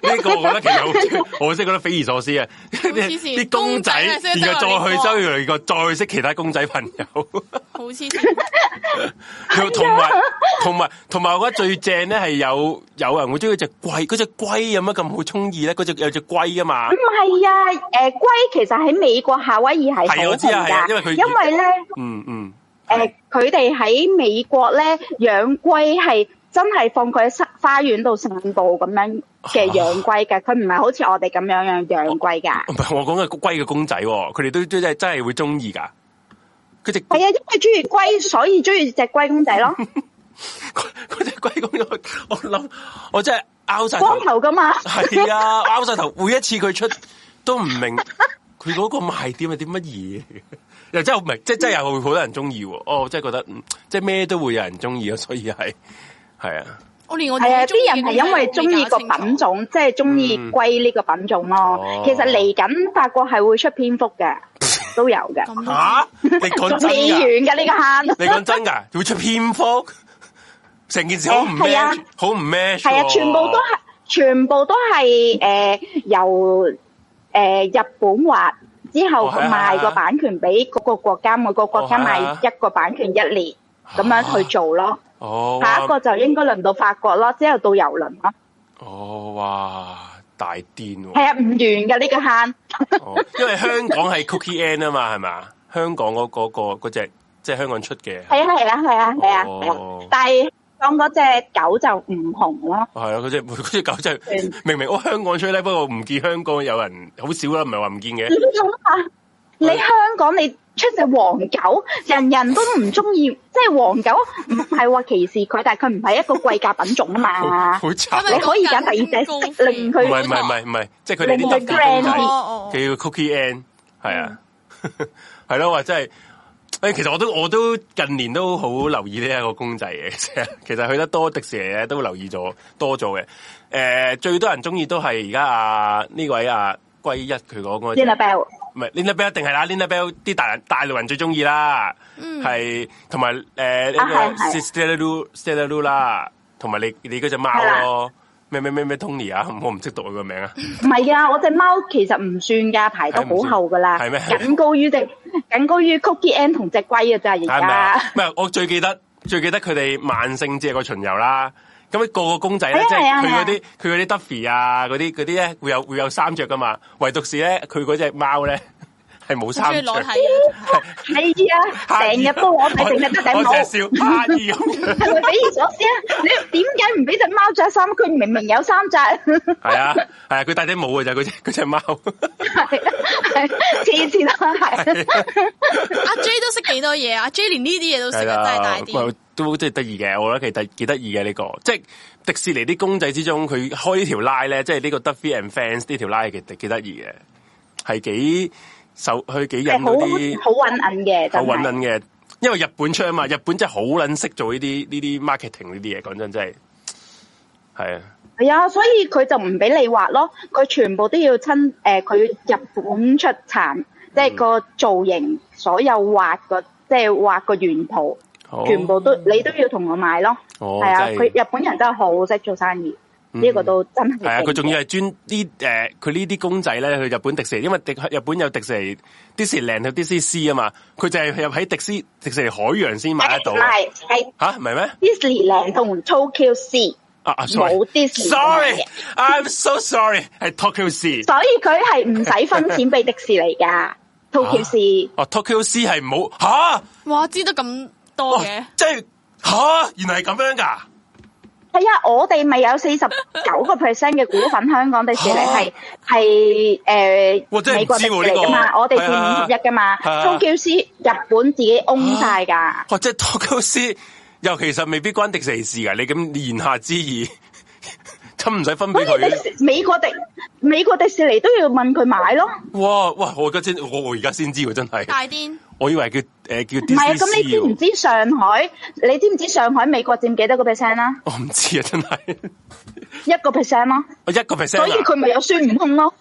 Speaker 2: 呢個我覺得其 實好，我真係覺得匪夷所思啊！
Speaker 1: 黐線
Speaker 2: 啲
Speaker 1: 公
Speaker 2: 公仔，
Speaker 1: 仔係識啊得
Speaker 2: 然後再去
Speaker 1: 周遊
Speaker 2: 周遊列國，再識其他公仔朋友。
Speaker 1: 好黐線， 哎
Speaker 2: 佢同埋同埋同埋，我覺得最正咧係有有人會中意隻龜，嗰隻龜有乜咁好中意咧？嗰隻有隻龜啊嘛
Speaker 8: 唔，係啊，誒龜其實喺美國夏威夷係好
Speaker 2: 係啊我知啊
Speaker 8: 紅
Speaker 2: 係啊
Speaker 8: 㗎，
Speaker 2: 因為佢
Speaker 8: 因為咧。
Speaker 2: 嗯嗯，
Speaker 8: 誒，呃佢哋喺美國咧養龜係真係放佢喺花園度散步咁樣嘅養龜㗎，佢唔係好似我哋咁樣樣養龜㗎。
Speaker 2: 唔係我講嘅龜嘅公仔喎，佢哋都真係真係會中意噶。佢隻
Speaker 1: 哎
Speaker 8: 係啊，因為中意龜，所以中意隻龜公仔咯，
Speaker 2: 嗰隻龜公仔，我諗我真係拗晒頭
Speaker 8: 光，頭㗎嘛。
Speaker 2: 係啊，拗晒頭。每一次佢出都唔明佢嗰個賣點係啲乜嘢，又真係唔明，即係真係有好多人中意喎。哦，我真係覺得，嗯即係咩都會有人中意啊，所以係係啊。
Speaker 1: 我連我自
Speaker 8: 係啊，
Speaker 1: 己中意
Speaker 8: 啲人係因為中意個
Speaker 1: 嘅公
Speaker 8: 品
Speaker 1: 仔都
Speaker 8: 種，即係中意龜呢個品種
Speaker 2: 嗯
Speaker 8: 咯。其實嚟緊法國係會出蝙蝠嘅，都有㗎，
Speaker 1: 未搞清楚咁多
Speaker 2: 吓？你講
Speaker 8: 仲
Speaker 2: 真
Speaker 8: 未
Speaker 2: 㗎？
Speaker 8: 遠㗎呢個坑。
Speaker 2: 你講真㗎？會出蝙蝠？成件事好唔
Speaker 8: 誒係啊
Speaker 2: match，好唔 match
Speaker 8: 係啊，
Speaker 2: 喎
Speaker 8: 全部都係，全部都係誒、呃由誒、呃日本畫之後
Speaker 2: 哦係啊
Speaker 8: 賣個版權俾嗰個國家，每個國家
Speaker 2: 哦係
Speaker 8: 賣
Speaker 2: 啊
Speaker 8: 一個版權一年咁樣去做咯。
Speaker 2: 哦，哇
Speaker 8: 下一個就應該輪到法國咯，之後到遊輪咯。
Speaker 2: 哦，哇，大癲喎！
Speaker 8: 係啊，唔完㗎呢個坑。
Speaker 2: 哦因為香港係 Cookie N 啊嘛，係嘛？香港嗰嗰個嗰只即係香港出嘅，係
Speaker 8: 係啊，係啊，係啊，係啊，係
Speaker 2: 哦
Speaker 8: 啊。但係當嗰隻狗就唔紅咯。
Speaker 2: 啊， 嗰只嗰只狗真係
Speaker 8: 嗯
Speaker 2: 明明我香港出咧，不過唔見香港有人好少啦，唔係話唔見
Speaker 8: 你
Speaker 2: 嘅。
Speaker 8: 諗下， 你香港你出隻黃狗，人人都唔中意，即係黃狗唔係話歧視佢，但係佢唔係一個貴價品種 啊嘛。
Speaker 2: 好
Speaker 1: 係咪
Speaker 2: 慘
Speaker 8: 你可以揀第二隻色，令
Speaker 2: 唔
Speaker 8: 佢
Speaker 2: 係唔係唔係唔係，即係佢哋
Speaker 8: 你
Speaker 2: 啲
Speaker 8: 冇
Speaker 2: 特
Speaker 8: 咁
Speaker 2: 別公
Speaker 8: grand
Speaker 2: 仔
Speaker 8: 啲。
Speaker 1: 哦哦哦，
Speaker 2: 叫 Cookie N，係啊， 係咯，話真係，誒，其實我都我都近年都好留意呢一個公仔嘅， 其實其實去得多迪士尼咧都留意咗多咗嘅，誒、最多人中意都係而家啊呢位啊歸一佢講嗰
Speaker 8: l i
Speaker 2: 隻
Speaker 8: n a b e l
Speaker 2: 唔係 Linda Bell 一定係啦，Linda Bell 啲大人大陸人最中意啦，係同埋誒呢
Speaker 8: 啊係
Speaker 2: 個
Speaker 8: 係
Speaker 2: Stella Lu Stella Lu 啦，同埋你你嗰只貓咯，咩咩咩咩 Tony 啊， 我唔識讀佢個名啊，
Speaker 8: 唔係啊，我只貓其實唔算㗎，排到好後㗎啦，
Speaker 2: 係咩
Speaker 8: 僅高於只 僅高於 Cookie N 同只龜啊咋而
Speaker 2: 係咪啊
Speaker 8: 家。？
Speaker 2: 唔係我最記得最記得佢哋萬聖節有個巡遊啦，咁個個公仔咧
Speaker 8: 係啊，
Speaker 2: 即係
Speaker 8: 係啊
Speaker 2: 佢
Speaker 8: 係
Speaker 2: 嗰
Speaker 8: 啊
Speaker 2: 啲佢嗰啲 Duffy 啊，嗰啲嗰啲咧會有會有衫着噶嘛，唯獨是咧佢嗰隻貓咧係冇
Speaker 1: 中意
Speaker 2: 衫
Speaker 1: 裸體
Speaker 2: 着。
Speaker 1: 嘅，
Speaker 8: 係啊，成日都我睇，成日得頂
Speaker 2: 我
Speaker 8: 帽
Speaker 2: 我。成日笑哈意咁樣。
Speaker 8: 係咪匪夷所思啊？你點解唔俾只貓着衫？佢明明有衫着，
Speaker 2: 系啊，系啊， 佢戴頂帽嘅就嗰只嗰只貓，唔
Speaker 8: 係係黐線啊！係
Speaker 1: 阿 J 都識幾多嘢，啊阿 J 連呢啲嘢都識
Speaker 2: 係
Speaker 1: 啊，真係
Speaker 2: 啦
Speaker 1: 大，
Speaker 2: 唔
Speaker 1: 啲
Speaker 2: 係。都即係得意嘅，我覺得其實幾得意嘅呢個，即係迪士尼啲公仔之中，佢開呢條拉咧，即係呢個 Duffy and Fans 呢條拉其實幾得意嘅，係幾受佢幾引到
Speaker 8: 好
Speaker 2: 啲
Speaker 8: 好穩銀嘅，
Speaker 2: 好
Speaker 8: 真
Speaker 2: 穩
Speaker 8: 係
Speaker 2: 撚嘅，因為日本出啊嘛，日本真係好撚識做呢啲呢啲 marketing 呢啲嘢，講真真係係啊，
Speaker 8: 係啊，所以佢就唔俾你畫咯，佢全部都要親誒，佢日本出產，即係個造型，所有畫個即係畫個原圖，
Speaker 2: 好
Speaker 8: 全部都你都要同我買咯。
Speaker 2: 哦
Speaker 8: 係啊，
Speaker 2: 真係
Speaker 8: 佢日本人真係好識做生意，呢個都真係
Speaker 2: 系啊，佢仲要
Speaker 8: 勁嘅
Speaker 2: 係專啲诶，佢呢啲公仔咧，去日本迪士尼，因為迪日本有迪士尼、迪士尼 land 迪士尼 C 啊嘛，佢就係入喺迪斯迪士尼海洋先買得到啊
Speaker 8: 唔係係
Speaker 2: 吓，唔係咩？
Speaker 8: Disneyland 同 Tokyo C。
Speaker 2: 啊啊
Speaker 8: 冇 Disney嘅
Speaker 2: ，sorry，sorry，I'm so sorry，係 Tokyo C，
Speaker 8: 所以佢係唔使分錢俾迪士尼噶。Tokyo 是
Speaker 2: 哦 Tokyo C 係冇吓，
Speaker 1: 哇，知道咁多
Speaker 2: 哇
Speaker 1: 嘅，
Speaker 2: 即係吓，原來係咁樣㗎，
Speaker 8: 係啊，我哋咪有四十九個 percent 嘅股份，香港迪士尼係係
Speaker 2: 哇
Speaker 8: 誒
Speaker 2: 真係
Speaker 8: 美
Speaker 2: 唔
Speaker 8: 國
Speaker 2: 知
Speaker 8: 迪士
Speaker 2: 喎
Speaker 8: 尼噶
Speaker 2: 呢
Speaker 8: 嘛，
Speaker 2: 個
Speaker 8: 我哋
Speaker 2: 係啊
Speaker 8: 佔五十一噶嘛。
Speaker 2: 係啊
Speaker 8: Tokyo 是日本自己 own 晒噶，
Speaker 2: 哦哇，即係 Tokyo C，又其實未必關迪士尼事㗎，你咁言下之意， 咁唔使分
Speaker 8: 所
Speaker 2: 俾
Speaker 8: 以迪
Speaker 2: 佢。
Speaker 8: 士美國迪美國迪士尼都要問佢買咯。
Speaker 2: 哇哇！我而家先，我我而家先知喎，真 係。
Speaker 1: 大癲。
Speaker 2: 我以為叫诶、叫
Speaker 8: 唔
Speaker 2: D
Speaker 8: 係啊，
Speaker 2: C
Speaker 8: 咁
Speaker 2: C
Speaker 8: 你知唔知上海？你知唔知上海美國佔幾多個 percent 啦？
Speaker 2: 我唔知啊，真係
Speaker 8: 一個 percent 咯，
Speaker 2: 我一個 percent
Speaker 8: 所以佢咪有孫悟空咯。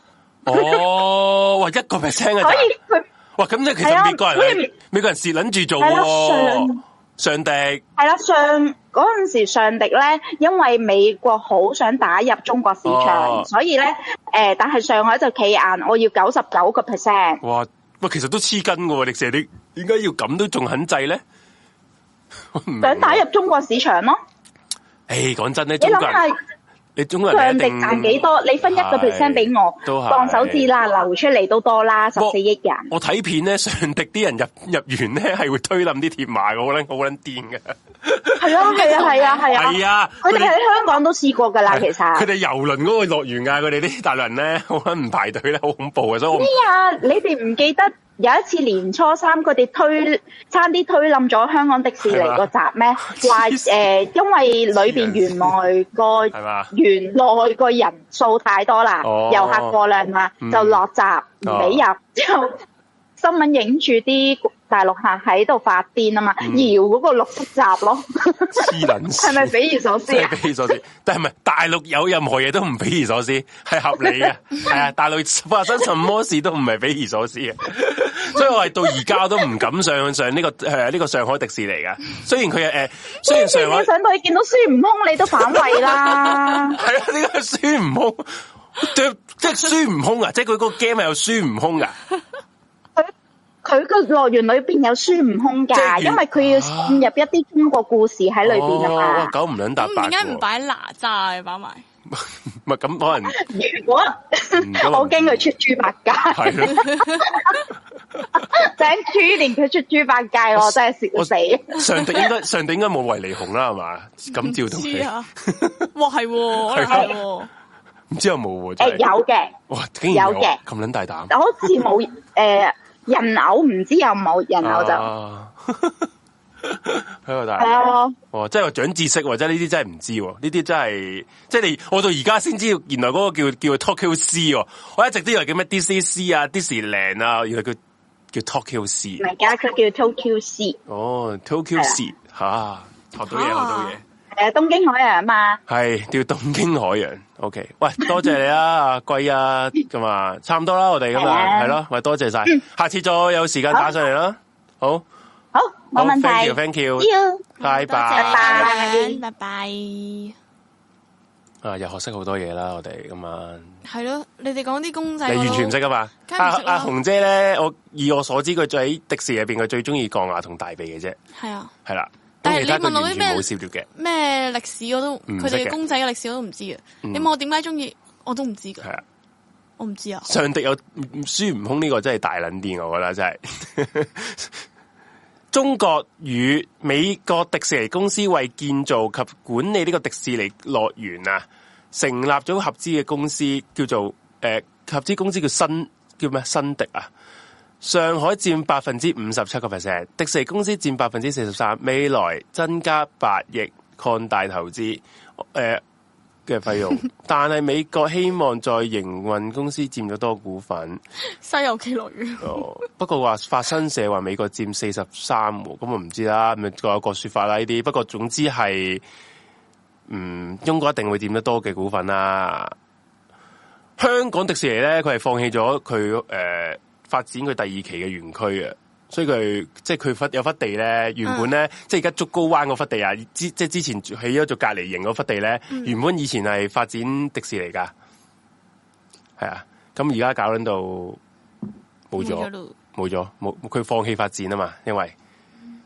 Speaker 2: 哦，哇一個 percent 啊
Speaker 8: 所以
Speaker 2: 咋，
Speaker 8: 佢
Speaker 2: 哇咁即係其
Speaker 8: 係啊
Speaker 2: 實美國人
Speaker 8: 所以
Speaker 2: 係美國人是捻住做嘅喎，上帝
Speaker 8: 係啦，上嗰陣時上迪咧，因為美國好想打入中國市場，
Speaker 2: 哦
Speaker 8: 所以咧誒、呃但係上海就企硬，我要九十九個 percent。
Speaker 2: 哇喂，其實都黐筋嘅喎，迪士尼點解要咁都仲肯制咧？我 唔明
Speaker 8: 想打
Speaker 2: 喎，
Speaker 8: 入中國市場咯，
Speaker 2: 诶講真咧，
Speaker 8: 你
Speaker 2: 中國
Speaker 8: 諗
Speaker 2: 人
Speaker 8: 下
Speaker 2: 你中國人
Speaker 8: 上
Speaker 2: 一
Speaker 8: 迪
Speaker 2: 定
Speaker 8: 賺幾？多？你分一個 percent 俾我
Speaker 2: 都，係
Speaker 8: 當手指啦，流出嚟都多啦，十四億人。
Speaker 2: 我睇片咧，上迪啲人入入完咧係會推冧啲鐵馬嘅，好撚好撚癲嘅。
Speaker 8: 係啊，係啊，係啊，係啊。
Speaker 2: 係啊，
Speaker 8: 佢哋喺香港都試過㗎啦，其
Speaker 2: 佢
Speaker 8: 實。
Speaker 2: 哋遊輪嗰個樂園啊，佢哋啲大陸人咧， 好撚唔排隊咧，好恐怖啊！所以我唔
Speaker 8: 哎呀，你哋唔記得有一次年初三佢哋推差啲推冧咗香港迪士尼個閘咩？ 話
Speaker 2: 黐線
Speaker 8: 誒、因為裏邊原來個
Speaker 2: 係嘛
Speaker 8: 原內個人數太多啦，
Speaker 2: 哦
Speaker 8: 遊客過量啦，
Speaker 2: 嗯
Speaker 8: 就落閘唔俾入，之後新聞影住啲大陸客喺度發癲啊嘛，搖嗰個綠色閘咯，
Speaker 2: 嗯黐撚線，
Speaker 8: 係咪匪夷所思
Speaker 2: 真
Speaker 8: 啊
Speaker 2: 係？匪夷所思？但係唔係大陸有任何嘢都唔匪夷所思，係合理 嘅。係啊，大陸發生什麼事都唔係匪夷所思嘅。 所以我係到而家都唔敢上上呢、個誒呢、個上海迪士尼嘅。雖然佢誒、呃，雖然
Speaker 8: 跟住
Speaker 2: 上海。
Speaker 8: 你上到去見到孫悟空，你都反胃啦
Speaker 2: 係啊，呢個孫悟空，即即係孫悟空啊！即係佢個 game 係有孫悟空啊噶。
Speaker 8: 佢佢個樂園裏邊有孫悟空
Speaker 2: 即係
Speaker 8: 㗎，
Speaker 2: 原
Speaker 8: 因為佢要滲入一啲中國故事喺裏邊
Speaker 2: 哦
Speaker 8: 啊
Speaker 2: 哇
Speaker 8: 嘛。
Speaker 2: 九唔撚搭
Speaker 1: 咁
Speaker 2: 八喎。
Speaker 1: 點解唔擺哪吒嘅擺埋？
Speaker 2: 唔係咁可能。
Speaker 8: 如果
Speaker 2: 咁啊
Speaker 8: 我驚佢出豬八戒，
Speaker 2: 系咯，
Speaker 8: 整豬年佢出豬八戒，我真係
Speaker 2: 我
Speaker 8: 笑死。
Speaker 2: 上帝應該 上帝應該冇維尼熊啦，係嘛？咁照同
Speaker 1: 知
Speaker 2: 你，
Speaker 1: 啊！哇，係喎，可能
Speaker 2: 啊
Speaker 1: 係喎。
Speaker 2: 唔知有冇喎？
Speaker 8: 誒
Speaker 2: 真係
Speaker 8: 有嘅，
Speaker 2: 哇，竟然啊
Speaker 8: 有嘅
Speaker 2: 咁撚大膽，
Speaker 8: 好似冇誒人偶，唔知有冇人偶就係
Speaker 2: 啊 喺度大膽，
Speaker 8: 啊，
Speaker 2: 哇！真係長知識喎，真係呢啲真係唔知喎，呢啲真係即係你我到而家先知道，原來嗰個叫叫 Tokyo C 喎，我一直都以為叫咩 DCC 啊、Disneyland 啊，原來叫叫 Tokyo C
Speaker 8: 唔。係㗎，佢叫啊 Tokyo C，
Speaker 2: 哦，Tokyo C 啊吓，學到嘢，學到嘢。
Speaker 8: 诶東京海洋啊嘛，
Speaker 2: 系叫東京海洋。O、k 喂，多謝 你啊，阿貴啊，咁啊，差唔多啦，我哋咁
Speaker 8: 係
Speaker 2: 啊，
Speaker 8: 啊
Speaker 2: 係咯，喂，多謝
Speaker 1: 嗯
Speaker 2: 晒，下次再有時間打上嚟啦。好，
Speaker 8: 好
Speaker 2: 好
Speaker 8: 冇問
Speaker 2: ，thank
Speaker 8: 題
Speaker 2: you，thank you，
Speaker 8: 要
Speaker 2: 拜拜。
Speaker 8: 拜
Speaker 1: 拜拜。系
Speaker 2: 啊，又學識好多嘢啦，我哋今晚。
Speaker 1: 咯，你哋講啲公仔，
Speaker 2: 你完全唔識噶嘛？
Speaker 1: 梗
Speaker 2: 阿
Speaker 1: 係唔識啦
Speaker 2: 阿紅姐咧，我以我所知，佢喺迪士尼入边，佢最中意降牙同大鼻嘅啫，
Speaker 1: 係啊。
Speaker 2: 係啦。
Speaker 1: 但
Speaker 2: 咁
Speaker 1: 係
Speaker 2: 其他
Speaker 1: 你問
Speaker 2: 佢
Speaker 1: 我
Speaker 2: 完
Speaker 1: 啲咩
Speaker 2: 全冇涉獵嘅，
Speaker 1: 咩歷史我都，
Speaker 2: 嗯唔
Speaker 1: 佢
Speaker 2: 識
Speaker 1: 哋
Speaker 2: 嘅嗯
Speaker 1: 公仔嘅歷史我都唔知嘅。你問我點解中意，我都唔知
Speaker 2: 係
Speaker 1: 㗎，
Speaker 2: 啊。
Speaker 1: 我唔知啊。
Speaker 2: 上迪有嗯孫悟空呢個真係大撚癲，我覺得真係。 中國與美國迪士尼公司為建造及管理呢個迪士尼樂園啊，成立咗合資嘅公司，叫做诶、合資公司叫新叫咩新迪啊。上海佔百分之五十七個 percent，迪士尼公司佔百分之四十三，未來增加八億擴大投資，呃诶、嘅費用，但係美國希望在營運公司佔咗多股份。
Speaker 1: 西遊記樂園
Speaker 2: 哦，不過話法新社話美國佔四十三喎，咁我唔知啦，咪各有各說法啦呢啲。不過總之係，嗯，中國一定會佔得多嘅股份啦。香港迪士尼咧，佢係放棄咗佢诶發展佢第二期嘅園區啊。所以佢即係佢忽有忽地咧，原本咧、即係而家竹篙灣嗰忽地啊，之即係之前起咗做隔離營嗰忽地咧，原本以前係發展迪士尼噶，係啊，咁而家搞撚到冇咗
Speaker 1: 冇。咯
Speaker 2: 冇咗，冇佢放棄發展啊嘛，因為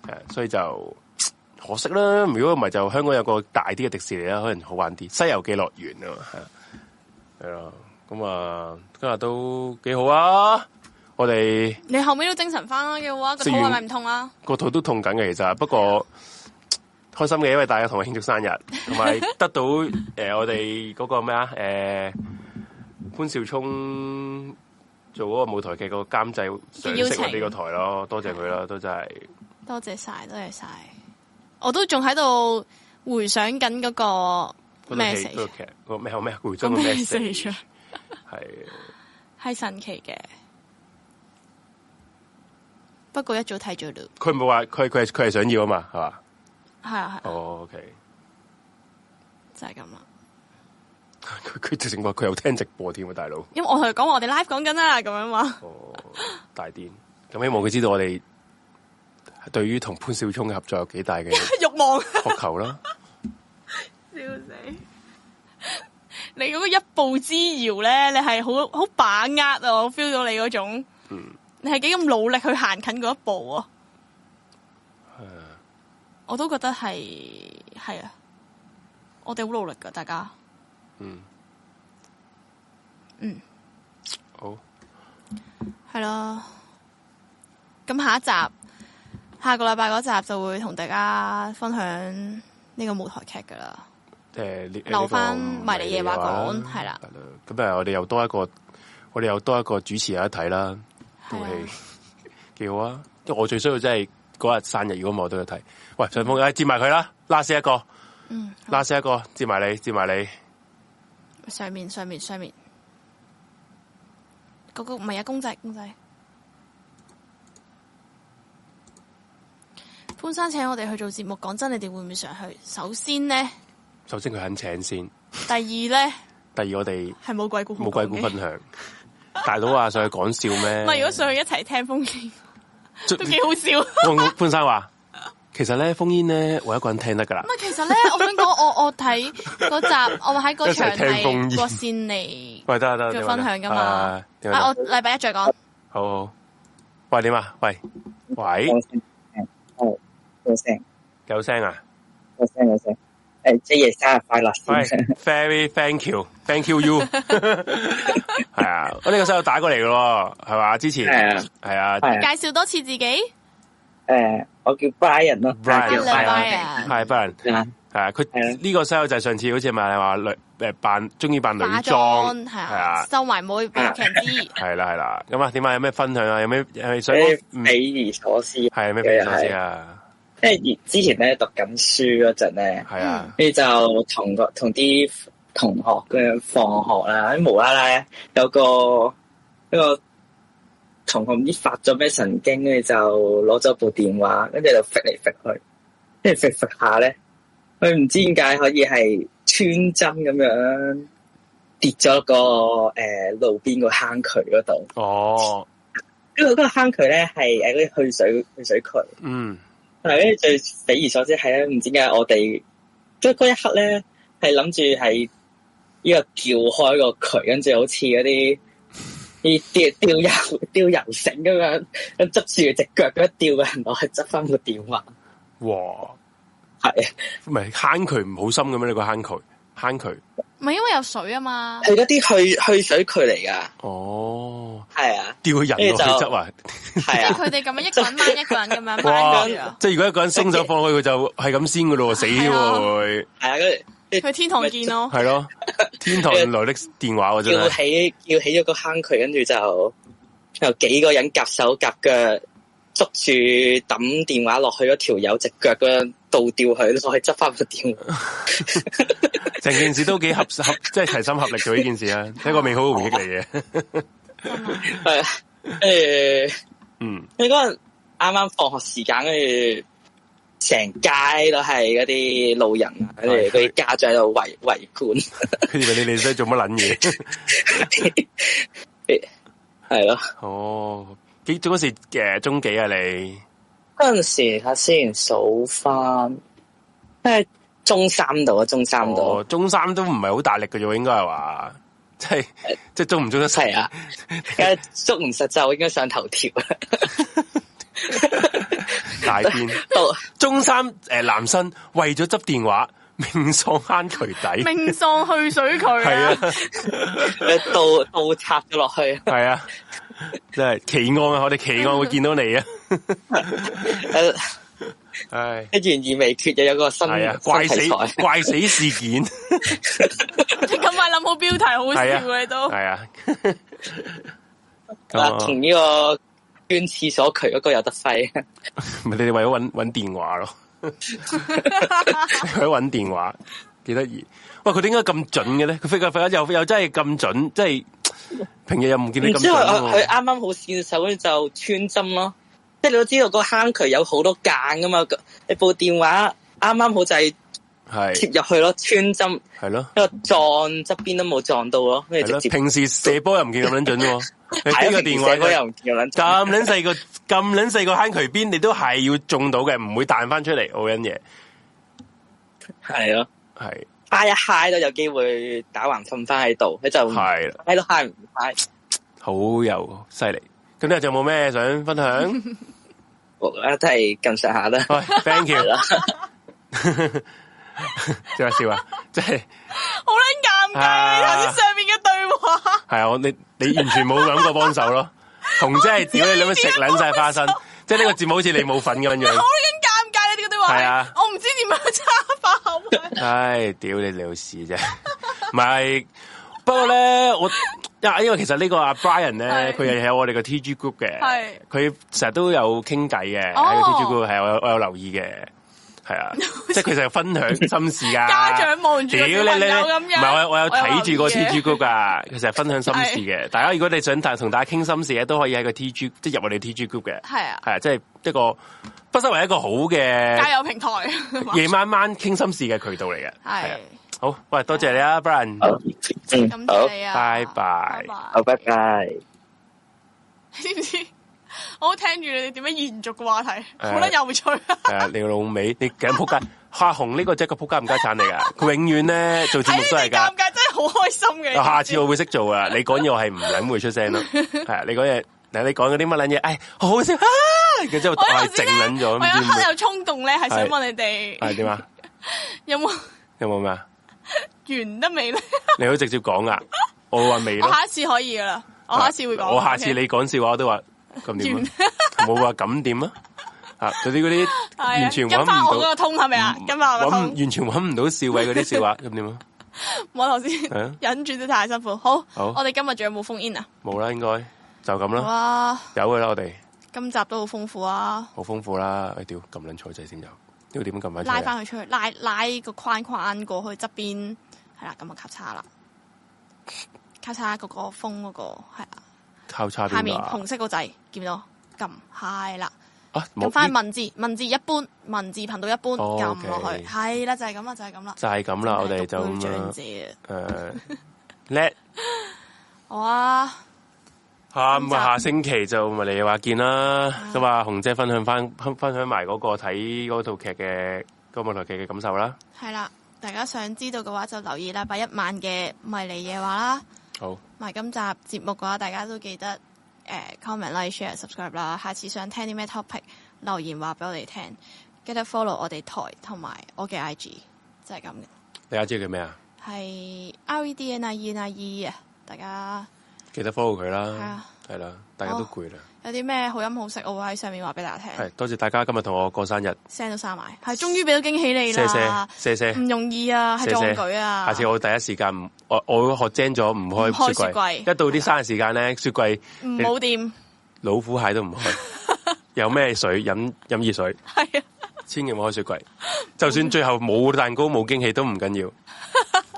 Speaker 2: 诶、誒所以就可惜啦。如果唔係就香港有個大啲嘅迪士尼啦，可能好玩啲。西遊記樂園啊嘛，係啊係咯，咁啊，今日都幾好啊！我哋
Speaker 1: 你後尾都精神翻啦嘅話，個
Speaker 2: 食
Speaker 1: 肚
Speaker 2: 完
Speaker 1: 係咪唔痛啊？
Speaker 2: 個肚都痛緊嘅，其實不 過開心嘅，因為大家同我慶祝生日，同埋得到诶、我哋嗰個咩啊诶潘兆聰做嗰個舞台劇個監製賞
Speaker 1: 邀
Speaker 2: 識我
Speaker 1: 請
Speaker 2: 呢個台 咯，多謝佢啦，都真係。
Speaker 1: 多謝晒，多謝晒。我都仲喺度回想緊嗰個
Speaker 2: 嗰套戲
Speaker 1: message，
Speaker 2: 嗰個劇個咩咩回
Speaker 1: 個
Speaker 2: 中個 message
Speaker 1: message 啊
Speaker 2: 係
Speaker 1: 係神奇嘅。不過一早睇咗咯，
Speaker 2: 佢唔係話佢佢係佢係想要啊嘛係嘛？
Speaker 1: 係啊係啊，
Speaker 2: 哦，OK，
Speaker 1: 就係咁啦。
Speaker 2: 佢佢直情話佢有聽直播添啊，大佬，
Speaker 1: 因為我同佢講話我哋 live 講緊啦，咁樣嘛。
Speaker 2: 哦，大癲！咁希望佢知道我哋對於同潘少聰嘅合作有幾大嘅
Speaker 1: 欲望，
Speaker 2: 渴求啦。
Speaker 1: 笑死！ 你嗰個一步之遙咧，你係好好把握啊！我 feel 到你嗰種，你係幾咁努力去行近嗰一步啊！
Speaker 2: 啊
Speaker 1: 我都覺得係係啊，我哋好努力噶，大家
Speaker 2: 好，
Speaker 1: 係咯。咁下一集，下個禮拜嗰集就會同大家分享呢個舞台劇噶啦。
Speaker 2: 誒呢
Speaker 1: 留返
Speaker 2: 呢個
Speaker 1: 迷你夜話講係啦
Speaker 2: 係啦咁誒，我哋又多一個，我哋又多一個主持有一睇啦，套
Speaker 1: 係
Speaker 2: 戲
Speaker 1: 啊
Speaker 2: 幾好啊！因為我最需要真係嗰日生日，如果唔係我都有睇。喂，順風，誒接埋佢啦，拉死一個。
Speaker 1: 嗯，
Speaker 2: 拉死一個，接埋你，接埋你，
Speaker 1: 上面上面上面，嗰、個唔係啊，公仔公仔。潘生請我哋去做節目，講真，你哋會唔會想去？首先 呢，
Speaker 2: 首先佢肯請先，
Speaker 1: 第二呢，
Speaker 2: 第二我哋
Speaker 1: 係冇鬼故好
Speaker 2: 冇鬼故
Speaker 1: 講嘅
Speaker 2: 分享。大佬話上去講笑咩？
Speaker 1: 唔啊係，如果上去一齊聽風景
Speaker 2: 最
Speaker 1: 都幾好笑。唔
Speaker 2: 我我潘生話，其實咧封煙咧，我一個人聽得噶啦。
Speaker 1: 係，啊其實 呢，我想講，我我睇嗰集，我喺嗰場
Speaker 2: 一齊聽風
Speaker 1: 係
Speaker 2: 煙
Speaker 1: 郭善妮
Speaker 2: 喂，得啊得啊，
Speaker 1: 嘅
Speaker 2: 點啊
Speaker 1: 分享㗎嘛。
Speaker 2: 啊
Speaker 1: 啊，
Speaker 2: 點啊
Speaker 1: 我禮拜一再講。
Speaker 2: 好好。喂，點啊？喂喂，
Speaker 9: 有聲，係有聲，
Speaker 2: 有聲啊？
Speaker 9: 有聲，有聲。誒，J 爺呃生日快樂
Speaker 2: 喂
Speaker 9: 先，
Speaker 2: ，very thank you，thank you you。係啊，我呢個細路打過嚟嘅喎，係嘛？之前
Speaker 9: 係啊
Speaker 2: 係啊
Speaker 9: 係啊
Speaker 1: 介紹多次自己
Speaker 9: 誒，呃我叫 Brian 咯
Speaker 2: Brian
Speaker 9: 叫
Speaker 1: Hello
Speaker 9: Brian，
Speaker 1: Brian
Speaker 2: 啊係不人。
Speaker 9: 係啊
Speaker 2: 系啊，
Speaker 9: 係
Speaker 2: 佢
Speaker 9: 啊
Speaker 2: 呢個細路仔上次好似咪話女诶扮中意扮啊女
Speaker 1: 化
Speaker 2: 裝，
Speaker 1: 妝係
Speaker 2: 係
Speaker 1: 啊，
Speaker 2: 啊，
Speaker 1: 收埋妹俾屋企人知。
Speaker 2: 係啦係啦。咁啊，點啊？有咩分享啊？有咩係咪想
Speaker 9: 誒
Speaker 2: 講？
Speaker 9: 匪夷所思，
Speaker 2: 系咩分享先啊？
Speaker 9: 即係之前咧讀緊書嗰陣咧，
Speaker 2: 係啊，
Speaker 9: 跟住就同個同啲同學咁樣放學啦，喺無啦啦有個一個同學唔知發咗咩神經，跟住就攞咗部電話，跟住就揈嚟揈去，跟住揈揈下咧，佢唔知點解可以係穿針咁樣跌咗落個诶、呃路邊個坑渠嗰度，
Speaker 2: 哦，
Speaker 9: 因為嗰個坑渠咧係诶嗰啲去水去水渠。
Speaker 2: 嗯，
Speaker 9: 係跟住最匪夷所思係咧，唔知點解我哋即係嗰一刻咧，係諗住係呢個撬開個渠，跟住好似嗰啲啲吊吊游 吊游繩咁樣，咁執住只腳咁樣吊個人落去執翻個吊環。
Speaker 2: 哇，
Speaker 9: 係
Speaker 2: 唔係坑渠唔好深嘅咩？你個坑渠，坑渠，
Speaker 1: 唔係因為有水啊嘛，
Speaker 9: 係嗰啲去去水渠嚟㗎，
Speaker 2: 哦，
Speaker 9: 係啊，
Speaker 2: 吊佢人落去
Speaker 9: 呢就
Speaker 2: 執啊！
Speaker 9: 係
Speaker 1: 即係
Speaker 9: 啊。
Speaker 1: 佢哋咁樣一個人掹一個人咁樣
Speaker 2: 哇
Speaker 1: 掹住啊！！
Speaker 2: 即係如果一個人鬆手放開佢就係咁先噶咯，死
Speaker 1: 係啊
Speaker 2: 喎會，
Speaker 9: 係啊，跟住
Speaker 1: 佢天堂見咯，
Speaker 2: 係咯，天堂來 的電話喎真
Speaker 9: 叫
Speaker 2: 係，
Speaker 9: 起叫起咗個坑渠，跟住就有幾個人夾手夾腳捉住抌電話落去嗰條友只腳嗰樣倒吊佢落去執翻個電 話。
Speaker 2: 成件事都幾合合，即係齊心合力做呢件事 啊！一個美好嘅回憶嚟嘅，
Speaker 9: 係啊，誒，
Speaker 2: 嗯，
Speaker 9: 你嗰陣啱啱放學時間，跟住成街都係嗰啲路人啊，跟住嗰啲家長喺度圍圍觀，
Speaker 2: 佢以為你哋真係做乜撚嘢？
Speaker 9: 係咯。
Speaker 2: 哦，幾嗰時誒中幾啊你？
Speaker 9: 嗰陣時睇下先數翻，即係中三度啊，中三度
Speaker 2: 哦，中三都唔係好大力嘅啫喎，應該係話，即係即係中唔中得
Speaker 9: 係啊，而家捉唔實就應該上頭條 啊。
Speaker 2: 大邊。
Speaker 9: 到
Speaker 2: 中三誒男生為咗執電話，命喪坑渠底，
Speaker 1: 命喪去水渠
Speaker 2: 係
Speaker 1: 啊！
Speaker 2: 啊
Speaker 9: 倒倒插咗落去，
Speaker 2: 係啊，真係奇案啊！我哋奇案會見到你啊！
Speaker 9: 诶，
Speaker 2: 唉，
Speaker 9: 呃一懸而未決，又有個新
Speaker 2: 係啊，怪
Speaker 9: 新題
Speaker 2: 死
Speaker 9: 材，
Speaker 2: 怪死事件，
Speaker 1: 你咁快諗好標題，好
Speaker 2: 係
Speaker 1: 笑
Speaker 2: 啊，
Speaker 1: 啊你都
Speaker 2: 係啊，咁
Speaker 9: 嗱，
Speaker 2: 啊
Speaker 9: 同呢個捐廁所渠嗰個有得揮，
Speaker 2: 咪你哋為咗揾揾電話咯， 為咗揾電話，幾得意。喂，佢點解咁準嘅咧？佢忽然忽然又又真係咁準，即係平日又唔見你
Speaker 9: 然
Speaker 2: 咁
Speaker 9: 之
Speaker 2: 準
Speaker 9: 後佢呃
Speaker 2: 喎。
Speaker 9: 佢啱啱好線手，跟住就穿針咯。即係你都知道個坑渠有好多間噶嘛，你部電話啱啱好就係
Speaker 2: 係
Speaker 9: 貼入去咯，穿針，
Speaker 2: 係咯，
Speaker 9: 因為撞側邊都冇撞到咯，跟
Speaker 2: 係
Speaker 9: 住
Speaker 2: 咯。
Speaker 9: 直接
Speaker 2: 平時射波又唔見咁撚準 喎，你
Speaker 9: 係
Speaker 2: 俾個
Speaker 9: 啊
Speaker 2: 電話
Speaker 9: 射波
Speaker 2: 佢
Speaker 9: 又唔見有撚中
Speaker 2: 咁撚細個咁撚細個坑渠邊，你都係要中到嘅，唔會彈翻出嚟好撚嘢。
Speaker 9: 係咯，
Speaker 2: 係
Speaker 9: 嗨一嗨都有機會打橫瞓翻喺度，佢就
Speaker 2: 係啦，
Speaker 9: 嗨都嗨唔嗨。
Speaker 2: 好有犀利。咁你仲有冇咩想分享？
Speaker 9: 我覺得都係咁上下啦。
Speaker 2: 喂，thank you
Speaker 9: 係啦。
Speaker 2: 仲有笑啊！即係。
Speaker 1: 好撚尷
Speaker 2: 啊
Speaker 1: 尬。你頭先上面嘅對話，
Speaker 2: 系啊，我你你完全冇諗過幫手咯，紅姐係屌你兩樣食撚晒花生，即係呢個節目好似你冇份咁樣
Speaker 1: 好
Speaker 2: 樣。
Speaker 1: 撚尷尬你呢個對
Speaker 2: 係
Speaker 1: 話
Speaker 2: 啊，
Speaker 1: 我唔知點樣插爆佢。
Speaker 2: 唉，屌你老屎啫， 唔係。不過咧，我啊因因為其實呢個阿 Brian 咧，
Speaker 1: 係
Speaker 2: 佢係喺我哋個 TG group 嘅
Speaker 1: 係，
Speaker 2: 佢成日都有傾偈嘅喺個
Speaker 1: 哦
Speaker 2: TG group 係我有我有留意嘅，係 啊，即係佢成日分享心事噶。
Speaker 1: 家長望住
Speaker 2: 屌
Speaker 1: 個
Speaker 2: 你
Speaker 1: 小朋
Speaker 2: 你你，
Speaker 1: 友咁
Speaker 2: 唔
Speaker 1: 樣，
Speaker 2: 係我有我有睇住
Speaker 1: 留
Speaker 2: 個
Speaker 1: 意
Speaker 2: T
Speaker 1: 嘅
Speaker 2: G group 啊噶，其實係分享心事嘅。大家如果你想同大家傾心事咧，都可以喺個 T G 即係入我哋 T G group 嘅，
Speaker 1: 係啊，
Speaker 2: 係啊，即係一個不失為一個好
Speaker 1: 交
Speaker 2: 嘅
Speaker 1: 友平台
Speaker 2: 夜晚晚傾心事嘅渠道嚟嘅。係啊
Speaker 1: 係，
Speaker 2: 好，喂，多謝你啊，Brian，
Speaker 9: 好，嗯，
Speaker 1: 感
Speaker 9: 好
Speaker 1: 謝，你啊，
Speaker 2: 拜拜
Speaker 1: 拜拜
Speaker 9: 好，拜拜。
Speaker 1: 你知唔知？我好聽住你哋點樣延續個話題，
Speaker 2: 誒
Speaker 1: 好得有趣啊！
Speaker 2: 係啊，你老尾，你梗仆街，夏紅呢個真係個仆街唔家產嚟㗎，佢永遠咧做節
Speaker 1: 睇
Speaker 2: 目
Speaker 1: 你
Speaker 2: 都
Speaker 1: 哋
Speaker 2: 係㗎
Speaker 1: 尷。尬真係好開心嘅。你知唔知
Speaker 2: 下次我會識做啊！你講嘢我係唔撚會 出聲咯，係啊！你講嘢，嗱你講嗰啲乜撚嘢，唉，好好笑啊！然之後
Speaker 1: 我
Speaker 2: 我係
Speaker 1: 頭
Speaker 2: 靜
Speaker 1: 先咧
Speaker 2: 撚咗，
Speaker 1: 我有
Speaker 2: 唔知
Speaker 1: 一
Speaker 2: 點
Speaker 1: 刻
Speaker 2: 會
Speaker 1: 有衝動咧，係想問你
Speaker 2: 係
Speaker 1: 哋
Speaker 2: 點啊？
Speaker 1: 有冇
Speaker 2: 有冇咩啊？
Speaker 1: 完得未咧？
Speaker 2: 你好直接講啊！我話未
Speaker 1: 我
Speaker 2: 咯，
Speaker 1: 下一次可以噶啦，我下一次會講。
Speaker 2: 我下次
Speaker 1: OK
Speaker 2: 你講笑話我都話咁 點啊？冇話咁點啊？啊！嗰啲嗰啲
Speaker 1: 係啊
Speaker 2: 完全揾
Speaker 1: 跟翻我
Speaker 2: 唔
Speaker 1: 嗰
Speaker 2: 到
Speaker 1: 個，通係咪啊？跟翻我個
Speaker 2: 揾唔
Speaker 1: 通，
Speaker 2: 完全揾唔到笑位嗰啲 笑話，咁點啊？
Speaker 1: 我頭
Speaker 2: 係啊
Speaker 1: 先忍住都太辛苦。好，
Speaker 2: 好啊
Speaker 1: 我哋今日仲有冇封 in 啊？
Speaker 2: 冇啦，應該就咁啦，
Speaker 1: 哇，
Speaker 2: 有嘅啦，我哋
Speaker 1: 今集都好豐富啊！
Speaker 2: 好豐富啦。唉，屌咁撚彩仔先有，屌點咁撚
Speaker 1: 拉
Speaker 2: 彩啊？
Speaker 1: 翻佢出去，拉拉個框框過去側邊，係啦，咁啊咔嚓啦，咔嚓嗰個風嗰、個係啦，啊
Speaker 2: 交叉
Speaker 1: 下
Speaker 2: 邊
Speaker 1: 面
Speaker 2: 啊？
Speaker 1: 紅色個掣見唔見到？撳係啦，
Speaker 2: 啊，冇
Speaker 1: 咁翻
Speaker 2: 呢
Speaker 1: 文字，文字一般，文字頻道一般，
Speaker 2: 哦
Speaker 1: 撳落去，
Speaker 2: OK
Speaker 1: 係啦，就係咁啦，就係咁啦。
Speaker 2: 就係咁啦，我哋就
Speaker 1: 真係獨居
Speaker 2: 咁啦
Speaker 1: 長。者，
Speaker 2: 诶，叻
Speaker 1: 哇！
Speaker 2: 吓
Speaker 1: 咁
Speaker 2: 咁
Speaker 1: 就
Speaker 2: 啊！下星期就咪你話見啦。咁啊，紅姐分享翻分享埋嗰個睇嗰套劇嘅嗰個舞台劇嘅感受啦。
Speaker 1: 係啦，大家想知道嘅話就留意禮拜一晚嘅迷你夜話啦。
Speaker 2: 好，
Speaker 1: 埋今集節目嘅話，大家都記得誒、呃 comment、like、share、subscribe 啦。下次想聽啲咩 topic，留言話俾我哋聽。記得 follow 我哋台同埋我嘅 IG，就係咁嘅。
Speaker 2: 你阿姐叫咩啊？
Speaker 1: 係 R E D N I E N I E 啊！大家
Speaker 2: 記得 follow 佢
Speaker 1: 係
Speaker 2: 啦
Speaker 1: 啊，哦
Speaker 2: 係啦，大家都
Speaker 1: 好
Speaker 2: 攰啦。
Speaker 1: 有啲咩好音好食，我會喺上面話俾大家聽
Speaker 2: 係多謝大家今日同我過生日，
Speaker 1: ，send 到晒埋，係終於俾到驚喜你
Speaker 2: 謝
Speaker 1: 啦
Speaker 2: 謝，謝謝。
Speaker 1: 唔容易啊，係壯舉啊！
Speaker 2: 下次我第一時間唔，我我會學精咗唔
Speaker 1: 唔開
Speaker 2: 開
Speaker 1: 雪
Speaker 2: 雪
Speaker 1: 櫃
Speaker 2: 櫃，一到啲生日時間咧，雪櫃
Speaker 1: 唔好嗯掂，
Speaker 2: 老虎蟹都唔開， 有咩水飲飲熱水，
Speaker 1: 係啊，
Speaker 2: 千祈唔好開雪櫃。就算最後冇蛋糕冇驚喜都唔緊要，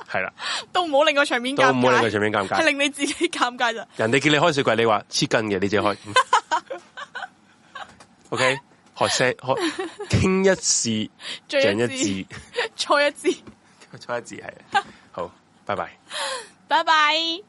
Speaker 2: 係啦，
Speaker 1: 都唔好令個場面
Speaker 2: 都
Speaker 1: 尷
Speaker 2: 唔好令個
Speaker 1: 尬，
Speaker 2: 場面
Speaker 1: 係
Speaker 2: 尷尬。
Speaker 1: 令 你自己尷尬咋。
Speaker 2: 人哋叫你開雪櫃，你話黐筋嘅，你自己開。 嗯 OK，學識學傾一事，
Speaker 1: 最
Speaker 2: 長
Speaker 1: 一
Speaker 2: 一
Speaker 1: 字，
Speaker 2: 智，
Speaker 1: 錯一字，
Speaker 2: 錯一智係。好，拜拜。
Speaker 1: 拜拜。